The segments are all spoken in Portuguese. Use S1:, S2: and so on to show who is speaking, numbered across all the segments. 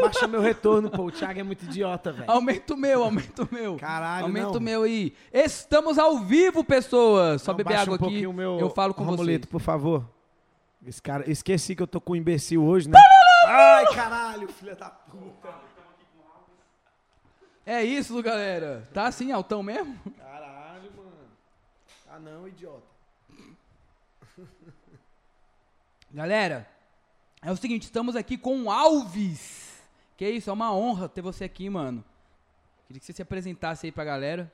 S1: Baixa meu retorno, pô. O Thiago é muito idiota, velho.
S2: Aumenta o meu, aumenta o meu.
S3: Caralho,
S2: Aumenta
S3: não.
S2: o meu aí. Estamos ao vivo, pessoas. Só
S1: Não,
S2: beber
S1: baixa
S2: água
S1: um
S2: aqui.
S1: pouquinho o meu
S2: eu falo com
S1: Romuleto,
S2: vocês.
S1: por favor. Esse cara, esqueci que eu tô com um imbecil hoje, né?
S3: Ai, caralho, filha da puta.
S2: É isso, galera. Tá assim, altão mesmo?
S3: Caralho, mano.
S1: Tá
S3: Ah, não, idiota.
S2: Galera, é o seguinte, estamos aqui com o Alves. Que isso, é uma honra ter você aqui, mano. Queria que você se apresentasse aí pra galera.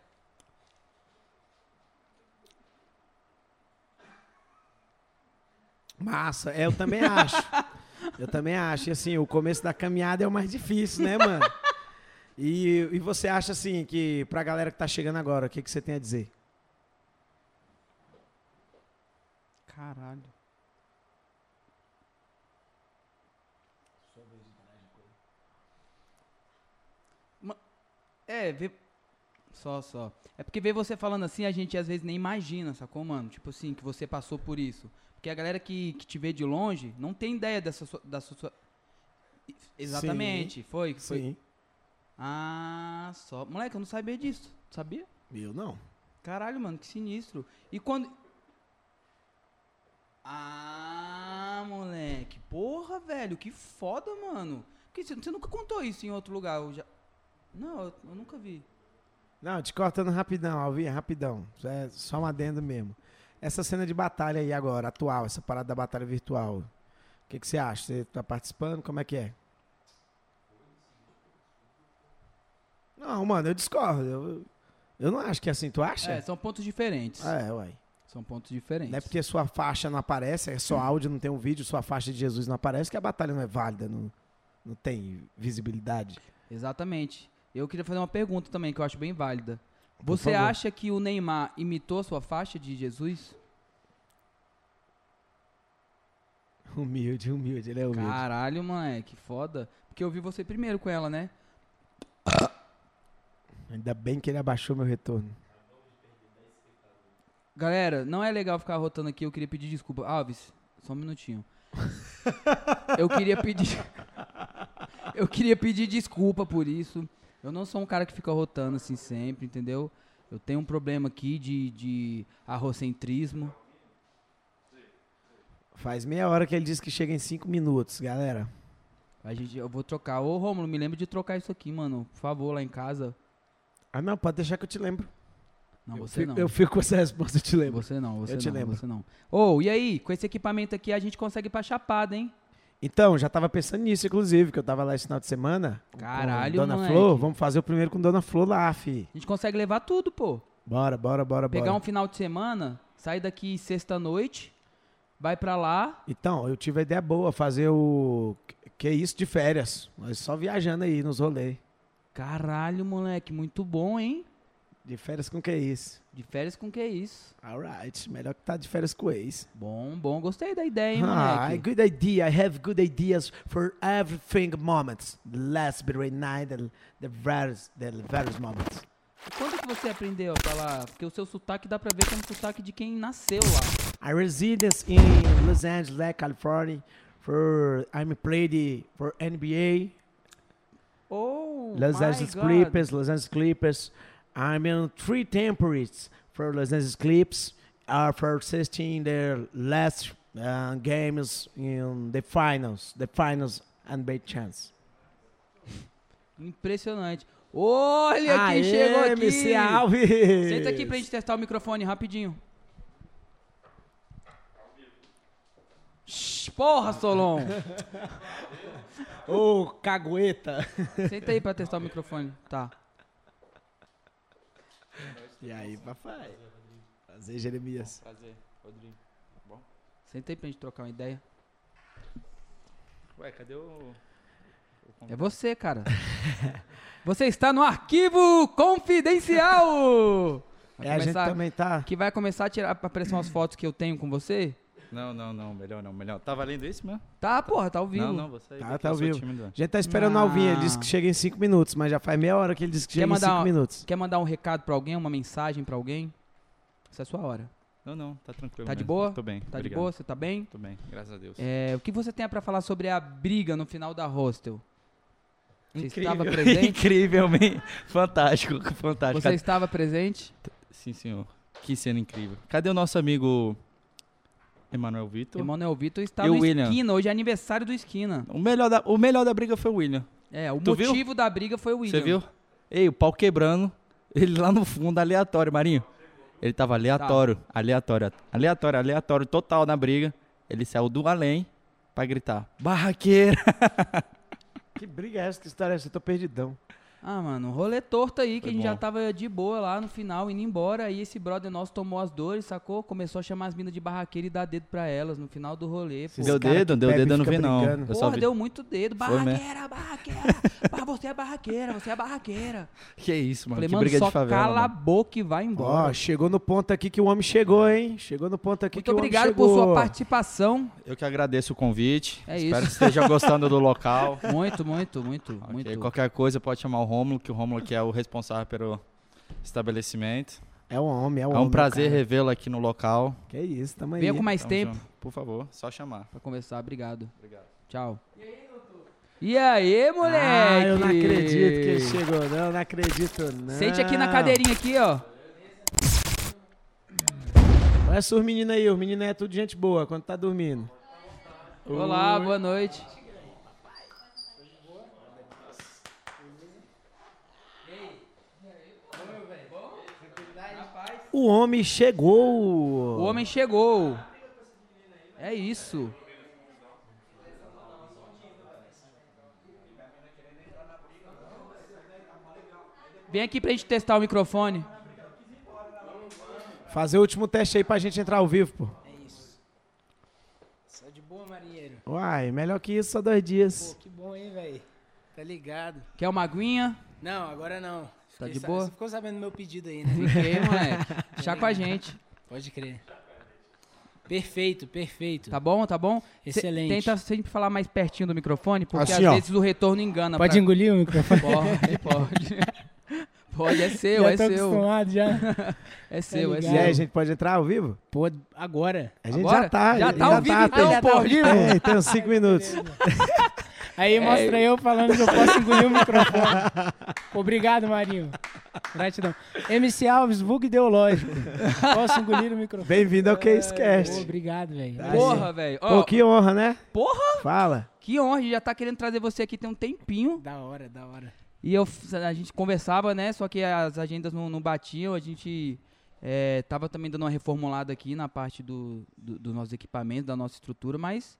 S1: Massa, é, eu também acho. Eu também acho. E assim, o começo da caminhada é o mais difícil, né, mano? E, e você acha assim que pra galera que tá chegando agora, o que, que você tem a dizer?
S2: Caralho. Ma- É, ver. Só, só. É porque ver você falando assim, a gente às vezes nem imagina, sacou, mano? Tipo assim, que você passou por isso. Porque a galera que, que te vê de longe não tem ideia dessa sua. Da sua... sua- Exatamente, foi, foi.
S1: Sim.
S2: Ah, só. Moleque, eu não sabia disso. Sabia?
S1: Eu não.
S2: Caralho, mano, que sinistro. E quando. Ah, moleque. Porra, velho, que foda, mano. Porque você, você nunca contou isso em outro lugar. Eu já... Não, eu, eu nunca vi.
S1: Não, te cortando rapidão, Alvinha, rapidão. Isso É só um adendo mesmo. Essa cena de batalha aí agora, atual, essa parada da batalha virtual. O que, que você acha? Você tá participando? Como é que é? Não, mano, eu discordo. Eu, eu não acho que é assim. Tu acha?
S2: É, são pontos diferentes.
S1: É, uai.
S2: São pontos diferentes.
S1: Não é porque sua faixa não aparece, é só áudio, não tem um vídeo, sua faixa de Jesus não aparece, que a batalha não é válida, não, não tem visibilidade.
S2: Exatamente. Eu queria fazer uma pergunta também que eu acho bem válida. Você
S1: favor.
S2: acha que o Neymar imitou sua faixa de Jesus?
S1: Humilde, humilde, ele é humilde.
S2: Caralho, moleque, foda. Porque eu vi você primeiro com ela, né?
S1: Ainda bem que ele abaixou meu retorno.
S2: Galera, não é legal ficar rotando aqui, eu queria pedir desculpa. Alves, só um minutinho. eu queria pedir. eu queria pedir desculpa por isso. Eu não sou um cara que fica rotando assim sempre, entendeu? Eu tenho um problema aqui de, de arrocentrismo.
S1: Faz meia hora que ele disse que chega em cinco minutos, galera.
S2: A gente, eu vou trocar. Ô, Romulo, me lembra de trocar isso aqui, mano. Por favor, lá em casa.
S1: Ah, não, pode deixar que eu te lembro.
S2: Não,
S1: eu,
S2: você
S1: fico,
S2: não.
S1: eu fico com essa resposta, eu te lembro.
S2: Você não, você
S1: Eu te
S2: não,
S1: lembro.
S2: você não. Ô, e aí? Com esse equipamento aqui a gente consegue ir pra Chapada, hein?
S1: Então, já tava pensando nisso, inclusive, que eu tava lá esse final de semana. com
S2: Caralho,
S1: Dona
S2: moleque.
S1: Flor, vamos fazer o primeiro com Dona Flor lá, fi.
S2: A gente consegue levar tudo, pô.
S1: Bora, bora, bora,
S2: Pegar
S1: bora.
S2: um final de semana, sair daqui sexta-noite, vai pra lá.
S1: Então, eu tive a ideia boa, fazer o. Que é isso de férias. Nós só viajando aí nos rolês.
S2: Caralho, moleque, muito bom, hein?
S1: De férias com que é isso?
S2: De férias com que isso?
S1: Alright, melhor que tá de férias com ex.
S2: Bom, bom, gostei da ideia, hein,
S1: Ah,
S2: moleque?
S1: good idea. I have good ideas for everything moments. The last between night, the, the various, the various moments.
S2: Quando que você aprendeu a falar? Porque o seu sotaque dá pra ver como sotaque de quem nasceu lá.
S1: I residence in Los Angeles, California. For I'm played for NBA,
S2: Oh,
S1: Los
S2: my
S1: Angeles
S2: God.
S1: Clippers, Los Angeles Clippers. I'm in three temporaries for Los Angeles Clippers. Are for 16 their last uh, games in the finals, the finals and big chance.
S2: Impressionante. Olha quem chegou aqui.
S1: MC Alves.
S2: Senta aqui pra gente testar o microfone rapidinho. Shhh, Porra, Solon!
S1: Ô, cagueta.
S2: Senta aí pra testar o microfone. Tá.
S1: E aí, papai? Prazer, Jeremias.
S4: Prazer, Rodrigo.
S2: Senta aí pra gente trocar uma ideia.
S4: Ué, cadê o.
S2: É você, cara. Você está no arquivo confidencial! Vai
S1: É, a gente
S2: começar-
S1: também tá.
S2: Que vai começar a tirar a aparecer umas fotos que eu tenho com você?
S4: Não, não, não, melhor não, melhor. Tá valendo isso mesmo?
S2: Tá, porra, tá ao vivo.
S4: Não, não, você
S1: Tá, tá ao vivo.
S4: Tímido.
S1: A gente tá esperando o
S2: Ah.
S1: Alvinho, ele disse que chega em 5 minutos, mas já faz meia hora que ele disse que chega em
S2: mandar
S1: 5
S2: uma-
S1: minutos.
S2: Quer mandar um recado pra alguém, uma mensagem pra alguém? Essa é a sua hora.
S4: Não, não, tá tranquilo.
S2: Tá de
S4: mesmo.
S2: boa?
S4: Tô bem.
S2: Tá de
S4: obrigado.
S2: boa? Você tá bem?
S4: Tô bem, graças a Deus.
S2: É, o que você tem pra falar sobre a briga no final da hostel? Você
S4: Incrível,
S2: estava presente?
S4: Incrivelmente. Fantástico, fantástico.
S2: Você estava presente?
S4: Sim, senhor. Que cena incrível. Cadê o nosso amigo Emanuel Vitor?
S2: Emanuel Vitor está
S4: E
S2: no
S4: o William?
S2: Esquina. Hoje é aniversário do Esquina.
S4: O melhor, da, o melhor da briga foi o William.
S2: É, o
S4: Tu viu?
S2: motivo da briga foi o William.
S4: Você viu? Ei, o pau quebrando. Ele lá no fundo, aleatório, Marinho. Ele tava aleatório,
S2: Tá.
S4: aleatório, aleatório, aleatório, total na briga. Ele saiu do além pra gritar: Barraqueira!
S1: Que briga é essa? Que história é essa? Eu tô perdidão.
S2: Ah, mano, rolê torto aí, que
S4: Foi
S2: a gente
S4: bom.
S2: já tava de boa lá no final, indo embora. Aí esse brother nosso tomou as dores, sacou? Começou a chamar as minas de barraqueira e dar dedo pra elas no final do rolê. Pô.
S1: Esses
S4: Deu
S1: cara
S4: dedo?
S1: que
S4: Deu
S1: bebe
S4: dedo, eu não
S1: fica
S4: vi, não.
S1: brigando.
S4: Eu só
S2: Porra,
S4: vi.
S2: deu muito dedo.
S4: Foi né? mesmo.
S2: Barraqueira, barraqueira. Bah, você é barraqueira, você é barraqueira.
S4: Que isso, mano?
S2: Falei,
S4: que
S2: mano,
S4: briga
S2: só
S4: de favela.
S2: cala a
S4: mano.
S2: boca e vai embora.
S1: Ó, chegou no ponto aqui que o homem chegou, hein? Chegou no ponto aqui
S2: Muito
S1: que o homem
S2: obrigado
S1: chegou.
S2: por sua participação.
S4: Eu que agradeço o convite.
S2: É
S4: Espero
S2: isso.
S4: que esteja gostando do local.
S2: Muito, muito, muito,
S4: Ok,
S2: muito.
S4: Qualquer coisa pode chamar o Rômulo, que o Rômulo que é o responsável pelo estabelecimento.
S1: É um homem, é um
S4: É
S1: homem.
S4: um prazer
S1: cara.
S4: revê-lo aqui no local.
S1: Que isso, tamo aí.
S2: Venha com mais
S4: Tamo
S2: tempo
S4: junto. Por favor, só chamar.
S2: pra conversar. Obrigado.
S4: Obrigado.
S2: Tchau. E aí, moleque?
S1: Ah, eu não acredito que ele chegou, não. Não acredito, não.
S2: Sente aqui na cadeirinha aqui, ó.
S1: Olha só os meninos aí. Os meninos é tudo gente boa quando tá dormindo.
S2: Olá, boa noite.
S1: O homem chegou.
S2: O homem chegou. É isso. Vem aqui pra gente testar o microfone.
S1: Fazer o último teste aí pra gente entrar ao vivo, pô.
S5: É isso. Só de boa, marinheiro.
S1: Uai, melhor que isso, só dois dias.
S5: Pô, que bom, hein, velho? Tá ligado?
S2: Quer uma aguinha?
S5: Não, agora não. Fiquei
S2: Tá de
S5: sa-
S2: boa?
S5: Você ficou sabendo do meu pedido aí, né?
S2: Fiquei, moleque. Chá com a gente.
S5: Pode crer. Perfeito, perfeito.
S2: Tá bom, tá bom? Cê
S5: Excelente.
S2: Tenta sempre falar mais pertinho do microfone, porque
S1: Assim,
S2: às
S1: ó.
S2: vezes o retorno engana.
S6: Pode
S2: pra-
S6: engolir o microfone?
S2: Pode, pode. pode, é seu,
S6: já
S2: é
S6: tô
S2: seu.
S6: acostumado já.
S2: É seu, é
S6: ligado.
S1: E aí, a
S2: seu.
S1: gente pode entrar ao vivo?
S6: Pô, agora.
S1: Tá A gente
S2: Agora?
S1: já tá.
S2: Já tá ao vivo, então,
S1: tem-
S2: pô.
S1: tem- É, tem uns cinco minutos.
S6: Aí mostra
S2: É.
S6: eu falando que eu posso engolir o microfone. Obrigado, Marinho. Gratidão. MC Alves, vulgo ideológico. Posso engolir o microfone?
S1: Bem-vindo ao Que Isso
S6: Pô,
S1: Cast.
S6: obrigado, velho.
S2: Porra, velho. Ó,
S1: Pô, que honra, né?
S2: Porra!
S1: Fala.
S2: Que honra, a gente já tá querendo trazer você aqui tem um tempinho.
S6: Da hora, da hora.
S2: E eu, a gente conversava, né? Só que as agendas não, não batiam. A gente é, tava também dando uma reformulada aqui na parte do, do, do nosso equipamento, da nossa estrutura, mas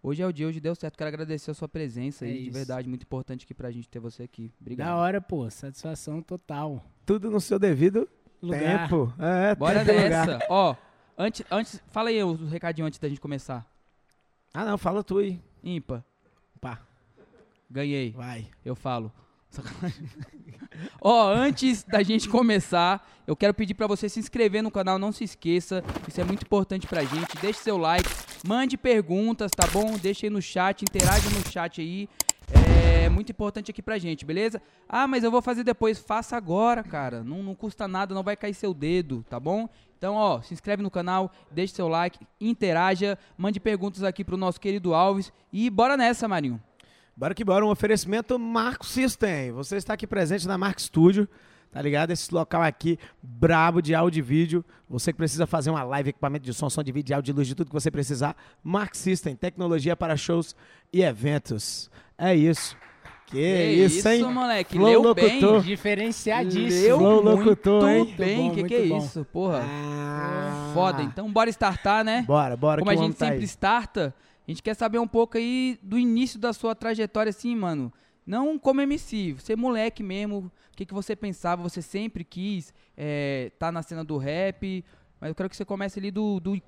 S2: hoje é o dia, hoje deu certo. Quero agradecer a sua presença
S6: É
S2: aí, de
S6: isso.
S2: verdade, muito importante aqui pra gente ter você aqui. Obrigado.
S6: Da hora, pô. Satisfação total.
S1: Tudo no seu devido
S6: Lugar.
S1: tempo. É,
S2: Bora
S1: tempo e lugar.
S2: nessa. Ó, antes, antes, fala aí o recadinho antes da gente começar.
S1: Ah, não, fala tu aí.
S2: Ímpa.
S1: Pá.
S2: Ganhei.
S1: Vai.
S2: Eu falo. Sacanagem. Ó, antes da gente começar, eu quero pedir pra você se inscrever no canal, não se esqueça, isso é muito importante pra gente. Deixe seu like, mande perguntas, tá bom? Deixa aí no chat, interaja no chat aí. É muito importante aqui pra gente, beleza? Ah, mas eu vou fazer depois. Faça agora, cara. Não, não custa nada, não vai cair seu dedo, tá bom? Então, ó, se inscreve no canal, deixe seu like, interaja, mande perguntas aqui pro nosso querido Alves e bora nessa, Marinho.
S1: Bora que bora, um oferecimento Marco System. Você está aqui presente na Marco Studio, tá ligado? Esse local aqui, brabo de áudio e vídeo. Você que precisa fazer uma live, equipamento de som, som de vídeo, de áudio, de luz, de tudo que você precisar. Marco System, tecnologia para shows e eventos. É isso. Que, isso, hein?
S2: moleque.
S1: Flow
S2: Leu
S1: locutor.
S2: bem.
S6: Diferenciadíssimo.
S2: Leu
S1: Flow
S2: muito
S1: locutor, hein?
S2: bem.
S6: Muito
S2: que
S6: bom,
S2: que é
S6: muito bom.
S2: isso? Porra,
S1: Ah.
S2: foda. Então bora startar, né?
S1: Bora, bora
S2: Como
S1: que
S2: a
S1: o homem
S2: gente
S1: tá
S2: sempre
S1: aí.
S2: starta, a gente quer saber um pouco aí do início da sua trajetória, assim, mano. Não como MC, você é moleque mesmo, o que, que você pensava, você sempre quis estar tá na cena do rap, mas eu quero que você comece ali do, do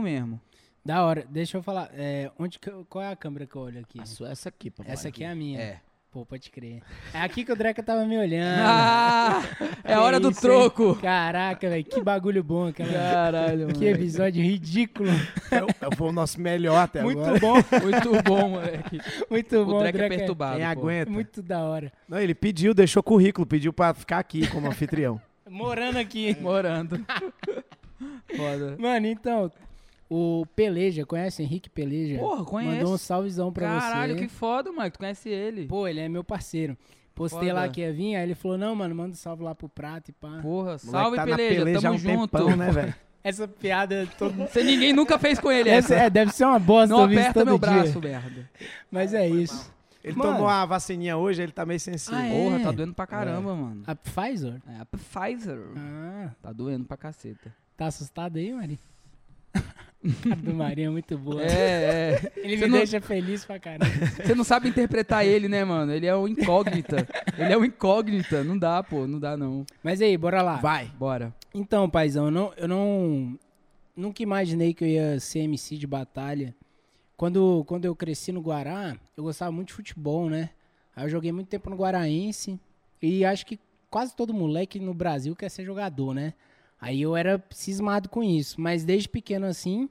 S2: mesmo.
S6: Da hora. Deixa eu falar. é, onde que eu- qual é a câmera que eu olho aqui?
S1: essa aqui, papai.
S6: Essa aqui é a minha.
S2: É.
S6: Pô, pode crer. É aqui que o Dreca tava me olhando.
S2: Ah, é a hora do
S6: isso, hein?
S2: troco.
S6: Caraca, velho, que bagulho bom aquela.
S2: Caralho,
S6: Que episódio ridículo.
S1: Foi É o nosso melhor até
S6: Muito
S1: agora.
S6: bom,
S2: Muito bom, moleque.
S6: muito
S2: O
S6: bom.
S2: Drake é
S6: Dreca.
S2: perturbado.
S1: Quem
S2: pô.
S1: aguenta?
S6: Muito da hora.
S1: Não, ele pediu, deixou currículo, pediu pra ficar aqui como anfitrião.
S6: Morando aqui.
S2: Morando. Foda.
S6: Mano, então, O Peleja, conhece Henrique Peleja?
S2: Porra, conheço.
S6: Mandou um salvezão pra
S2: Caralho,
S6: você.
S2: que foda, mano. Tu conhece ele.
S6: Pô, ele é meu parceiro. Postei
S2: Foda.
S6: lá que ia vir, aí ele falou, não, mano, manda um salve lá pro prato e pá.
S2: Porra,
S7: Moleque
S2: salve,
S7: tá na
S2: peleja.
S7: há
S2: Tamo
S7: um
S2: junto.
S7: tempão, né, velho?
S6: Essa piada todo...
S2: Você ninguém nunca fez com ele
S6: Essa,
S2: essa.
S6: é, deve ser uma bosta
S2: Não
S6: eu vi isso
S2: aperta
S6: todo
S2: meu
S6: dia.
S2: braço, merda.
S6: Mas é isso.
S7: Ele
S6: Mano.
S7: tomou a vacininha hoje, ele tá meio sensível.
S6: Ah, é?
S2: Porra, tá doendo pra caramba, mano.
S6: A Pfizer?
S2: É, a Pfizer.
S6: Ah,
S2: Tá doendo pra caceta.
S6: tá assustado aí, Mari? Cara do Marinho é muito boa.
S2: É, é.
S6: Ele
S2: Você
S6: me
S2: não-
S6: deixa feliz pra caramba.
S2: Você não sabe interpretar ele, né, mano? Ele é o incógnita. Ele é o incógnita. Não dá, pô. Não dá, não.
S6: Mas aí, bora lá.
S7: Vai.
S2: Bora.
S6: Então, paizão, eu não, eu não. Nunca imaginei que eu ia ser MC de batalha. Quando, quando eu cresci no Guará, eu gostava muito de futebol, né? Aí eu joguei muito tempo no Guaraense. E acho que quase todo moleque no Brasil quer ser jogador, né? Aí eu era cismado com isso. Mas desde pequeno assim,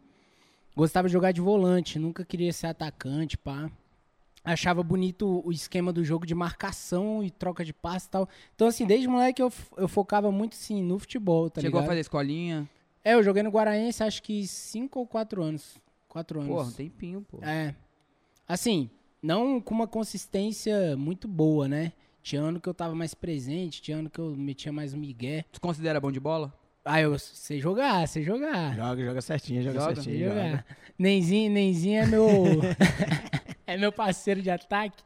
S6: gostava de jogar de volante. Nunca queria ser atacante, pá. Achava bonito o esquema do jogo de marcação e troca de passe e tal. Então, assim, desde moleque eu, f- eu focava muito, assim, no futebol, tá
S2: Chegou a
S6: ligado?
S2: fazer escolinha.
S6: É, eu joguei no Guaraense acho que 5 ou 4 anos. 4 anos.
S2: Porra, um tempinho, pô.
S6: É. Assim, não com uma consistência muito boa, né? Tinha ano que eu tava mais presente, tinha ano que eu metia mais o migué.
S2: Tu considera bom de bola?
S6: Ah, eu sei jogar, sei jogar.
S7: Joga, joga certinho, joga,
S2: Joga.
S6: Sei
S7: certinho. Joga.
S6: jogar. Nenzinho, Nenzinho é meu... é meu parceiro de ataque.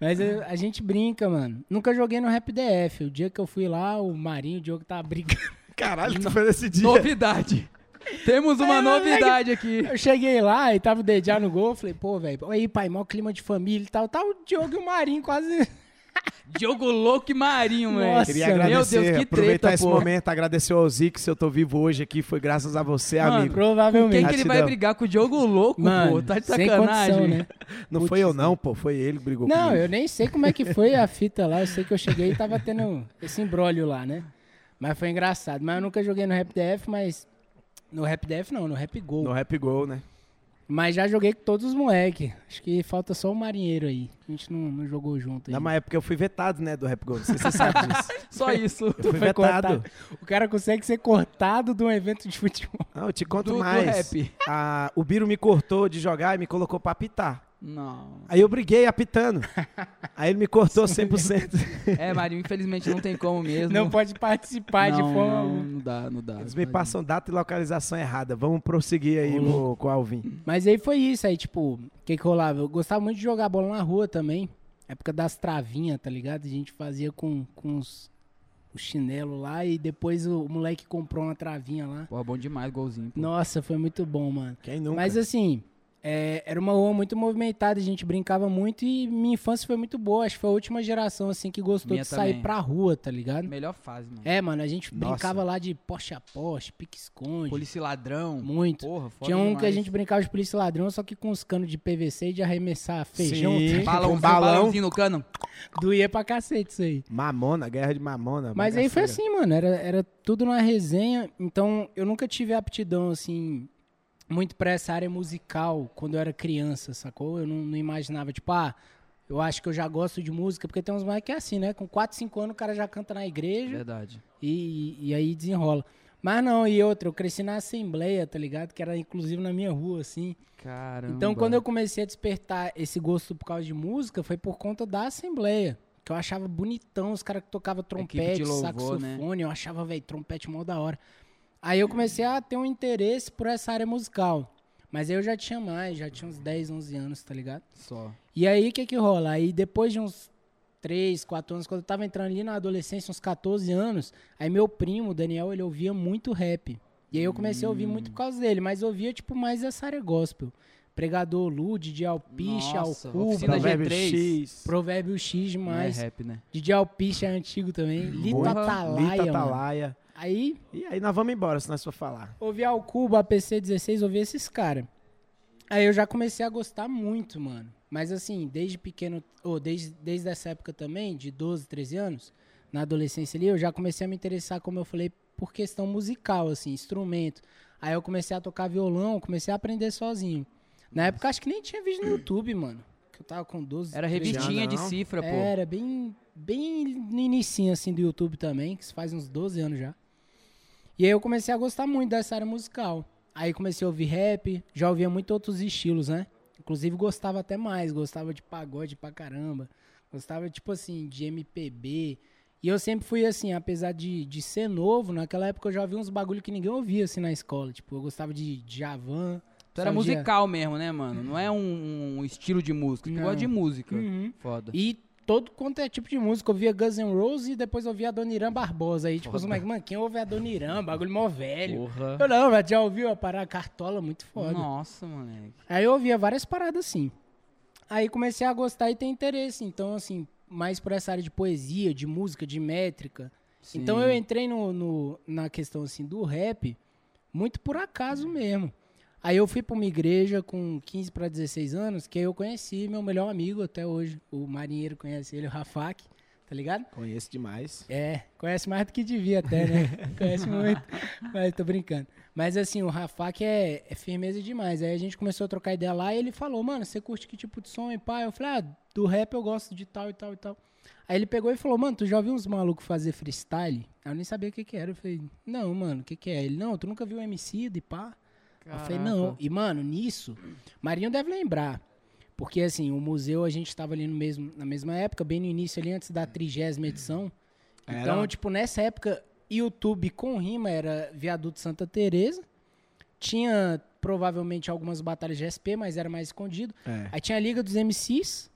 S6: Mas eu- a gente brinca, mano. Nunca joguei no Rap DF. O dia que eu fui lá, o Marinho, o Diogo tava brigando.
S7: Caralho, tu foi nesse dia.
S2: Novidade. Temos uma novidade aqui.
S6: Eu cheguei lá e tava o Dediá no gol. Falei, pô, velho, aí, pai, mó clima de família e tal. Tá o Diogo e o Marinho quase...
S2: Diogo Louco e Marinho,
S6: Nossa,
S2: moleque.
S7: Queria
S6: Meu
S7: agradecer,
S2: Deus, que
S7: aproveitar
S2: treta,
S7: esse
S2: pô.
S7: momento, agradecer ao Zico, se eu tô vivo hoje aqui, foi graças a você,
S2: Mano,
S7: amigo.
S6: Provavelmente.
S2: Quem que ele vai
S7: Gratidão.
S2: brigar com o Diogo Louco, pô? Tá de
S6: sem
S2: sacanagem.
S6: condição, né?
S7: Não foi eu não, pô, foi ele que brigou
S6: Não,
S7: comigo.
S6: eu nem sei como é que foi a fita lá. Eu sei que eu cheguei e tava tendo esse embrólio lá, né? Mas foi engraçado. Mas eu nunca joguei no Rap DF, mas. No Rap DF não, no Rap Gol.
S7: No Rap Gol, né?
S6: Mas já joguei com todos os moleques. Acho que falta só o marinheiro aí. A gente não, não jogou junto aí.
S7: Na minha época eu fui vetado, né, do Rap Gol, não sei se você sabe disso.
S2: Só isso.
S7: Eu fui
S6: Foi
S7: vetado.
S6: cortado. O cara consegue ser cortado de um evento de futebol.
S7: Não, eu te conto
S2: Do- do
S7: mais.
S2: rap.
S7: Ah, o Biro me cortou de jogar e me colocou pra apitar.
S2: Não.
S7: Aí eu briguei apitando. Aí ele me cortou 100%.
S2: É, Marinho, infelizmente não tem como mesmo.
S6: Não pode participar de
S2: Não,
S6: forma.
S2: Não,
S6: alguma.
S2: não dá, não dá.
S7: Eles me passam data e localização errada. Vamos prosseguir aí mo- com o Alvin.
S6: Mas aí foi isso, aí tipo, o que que rolava? Eu gostava muito de jogar bola na rua também, época das travinhas, tá ligado? A gente fazia com, com os, o chinelo lá e depois o, moleque comprou uma travinha lá.
S2: Pô, é bom demais, golzinho. pô.
S6: Nossa, foi muito bom, mano.
S7: Quem nunca?
S6: Mas assim, é, era uma rua muito movimentada, a gente brincava muito e minha infância foi muito boa. Acho que foi a última geração, assim, que gostou
S2: Minha
S6: de sair
S2: também.
S6: pra rua, tá ligado?
S2: Melhor fase, mano.
S6: É, mano, a gente
S7: Nossa.
S6: brincava lá de poste a poste, pique-esconde,
S2: Polícia e ladrão.
S6: muito.
S2: Porra, foda
S6: Tinha um que a
S2: demais.
S6: gente brincava de polícia e ladrão, só que com os canos de PVC e de arremessar feijão. tá
S7: Sim.
S2: Balãozinho,
S6: um
S7: Com balão.
S2: balãozinho no cano.
S6: Doía pra cacete isso aí.
S7: Mamona, guerra de mamona.
S6: Mas aí foi
S7: bagaceira.
S6: assim, mano. Era, era tudo na resenha. Então eu nunca tive aptidão, assim, muito pra essa área musical quando eu era criança, sacou? Eu não, não imaginava, tipo, ah, eu acho que eu já gosto de música, porque tem uns mais que é assim, né? Com 4, 5 anos o cara já canta na igreja.
S2: Verdade.
S6: E, e aí desenrola. Mas não, e outra, eu cresci na Assembleia, tá ligado? Que era inclusive na minha rua, assim.
S2: Caramba.
S6: Então, quando eu comecei a despertar esse gosto por causa de música, foi por conta da Assembleia. Que eu achava bonitão os caras que tocavam
S2: Equipe de
S6: trompete,
S2: louvor, né?
S6: saxofone. Eu achava, velho, trompete mó da hora. Aí eu comecei a ter um interesse por essa área musical. Mas aí eu já tinha mais, já tinha uns 10, 11 anos, tá ligado?
S2: Só.
S6: E aí, o que que rola? Aí, depois de uns 3, 4 anos, quando eu tava entrando ali na adolescência, uns 14 anos, aí meu primo, o Daniel, ele ouvia muito rap. E aí eu comecei a ouvir muito
S2: Hum.
S6: por causa dele, mas eu ouvia, tipo, mais essa área gospel. Pregador Lude, DJ Alpiche,
S2: Nossa,
S6: Alcubo,
S2: Oficina
S7: Provérbio
S2: G3.
S7: X.
S6: Provérbio X demais.
S2: Não é rap, né?
S6: DJ Alpiche é antigo também. Lito
S7: Boa.
S6: Atalaia,
S7: Lita
S6: mano.
S7: Atalaia.
S6: Aí,
S7: E aí nós vamos embora, se nós for falar.
S6: ouvi ao Cubo, APC 16, ouvi esses caras. Aí eu já comecei a gostar muito, mano. Mas assim, desde pequeno, ou desde, desde essa época também, de 12, 13 anos, na adolescência ali, eu já comecei a me interessar, como eu falei, por questão musical, assim, instrumento. Aí eu comecei a tocar violão, comecei a aprender sozinho. Na época acho que nem tinha vídeo no YouTube, mano. Que eu tava com 12.
S2: Era
S6: 13 anos.
S2: revistinha de
S7: não.
S2: cifra, pô.
S6: Era bem, bem no inicinho, assim, do YouTube também, que isso faz uns 12 anos já. E aí eu comecei a gostar muito dessa área musical. Aí comecei a ouvir rap, já ouvia muito outros estilos, né? Inclusive gostava até mais, gostava de pagode pra caramba. Gostava, tipo assim, de MPB. E eu sempre fui assim, apesar de, de ser novo, naquela época eu já ouvia uns bagulho que ninguém ouvia assim na escola. Tipo, eu gostava de Javan.
S2: Tu era musical mesmo, né, mano? Não é um, um estilo de música. Tu
S6: Não.
S2: gosta de música.
S6: Uhum.
S2: Foda.
S6: E todo quanto é tipo de música. Eu via Guns N' Roses e depois eu via Adoniran Barbosa. Aí, tipo, os moleques, mano, quem ouve Adoniran? Um Bagulho mó velho.
S4: Porra.
S6: Eu não, mas já ouviu a parada Cartola? Muito foda.
S2: Nossa, moleque.
S6: Aí eu ouvia várias paradas assim. Aí comecei a gostar e ter interesse. Então, assim, mais por essa área de poesia, de música, de métrica.
S2: Sim.
S6: Então eu entrei no, no- na questão assim do rap muito por acaso mesmo. Aí eu fui pra uma igreja com 15 para 16 anos, que aí eu conheci meu melhor amigo até hoje, o marinheiro conhece ele, o Rafak, tá ligado?
S7: Conheço demais.
S6: É, conhece mais do que devia até, né? conhece muito, mas tô brincando. Mas assim, o Rafak é, é firmeza demais. Aí a gente começou a trocar ideia lá e ele falou, mano, você curte que tipo de som e pá? Eu falei, ah, do rap eu gosto de tal e tal e tal. Aí ele pegou e falou, mano, tu já ouviu uns malucos fazer freestyle? Aí eu nem sabia o que que era. Eu falei, não, mano, o que que é? Ele, não, tu nunca viu o MC de pá? Aí Eu falei, não. E, mano, nisso, Marinho deve lembrar. Porque, assim, o museu, a gente tava ali no mesmo, na mesma época, bem no início ali, antes da trigésima edição. Então,
S7: Era-
S6: tipo, nessa época, YouTube com rima era Viaduto Santa Teresa. Tinha, provavelmente, algumas batalhas de SP, mas era mais escondido.
S7: É.
S6: Aí tinha a Liga dos MCs.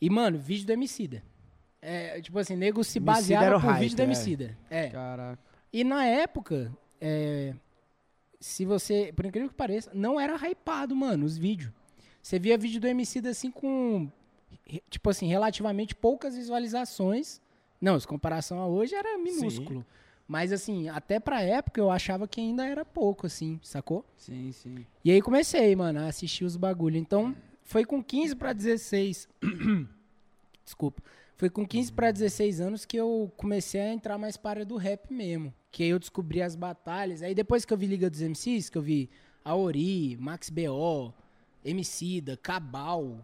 S6: E, mano, vídeo do Emicida. É, tipo assim, nego se
S7: Emicida era
S6: baseava
S7: o
S6: por vídeo
S7: hype,
S6: do
S7: é.
S6: Emicida. É.
S2: Caraca.
S6: E na época, é, se você, por incrível que pareça, não era hypado, mano, os vídeos. Você via vídeo do MC assim com, re- tipo assim, relativamente poucas visualizações. Não, em comparação a hoje era minúsculo. Mas assim, até pra época eu achava que ainda era pouco, assim, sacou?
S2: Sim, sim.
S6: E aí comecei, mano, a assistir os bagulho. Então, foi com 15 pra 16. Desculpa. Foi com 15 pra 16 anos que eu comecei a entrar mais para a área do rap mesmo. Que aí eu descobri as batalhas. Aí depois que eu vi Liga dos MCs, que eu vi Aori, Max B.O., Emicida, Cabal.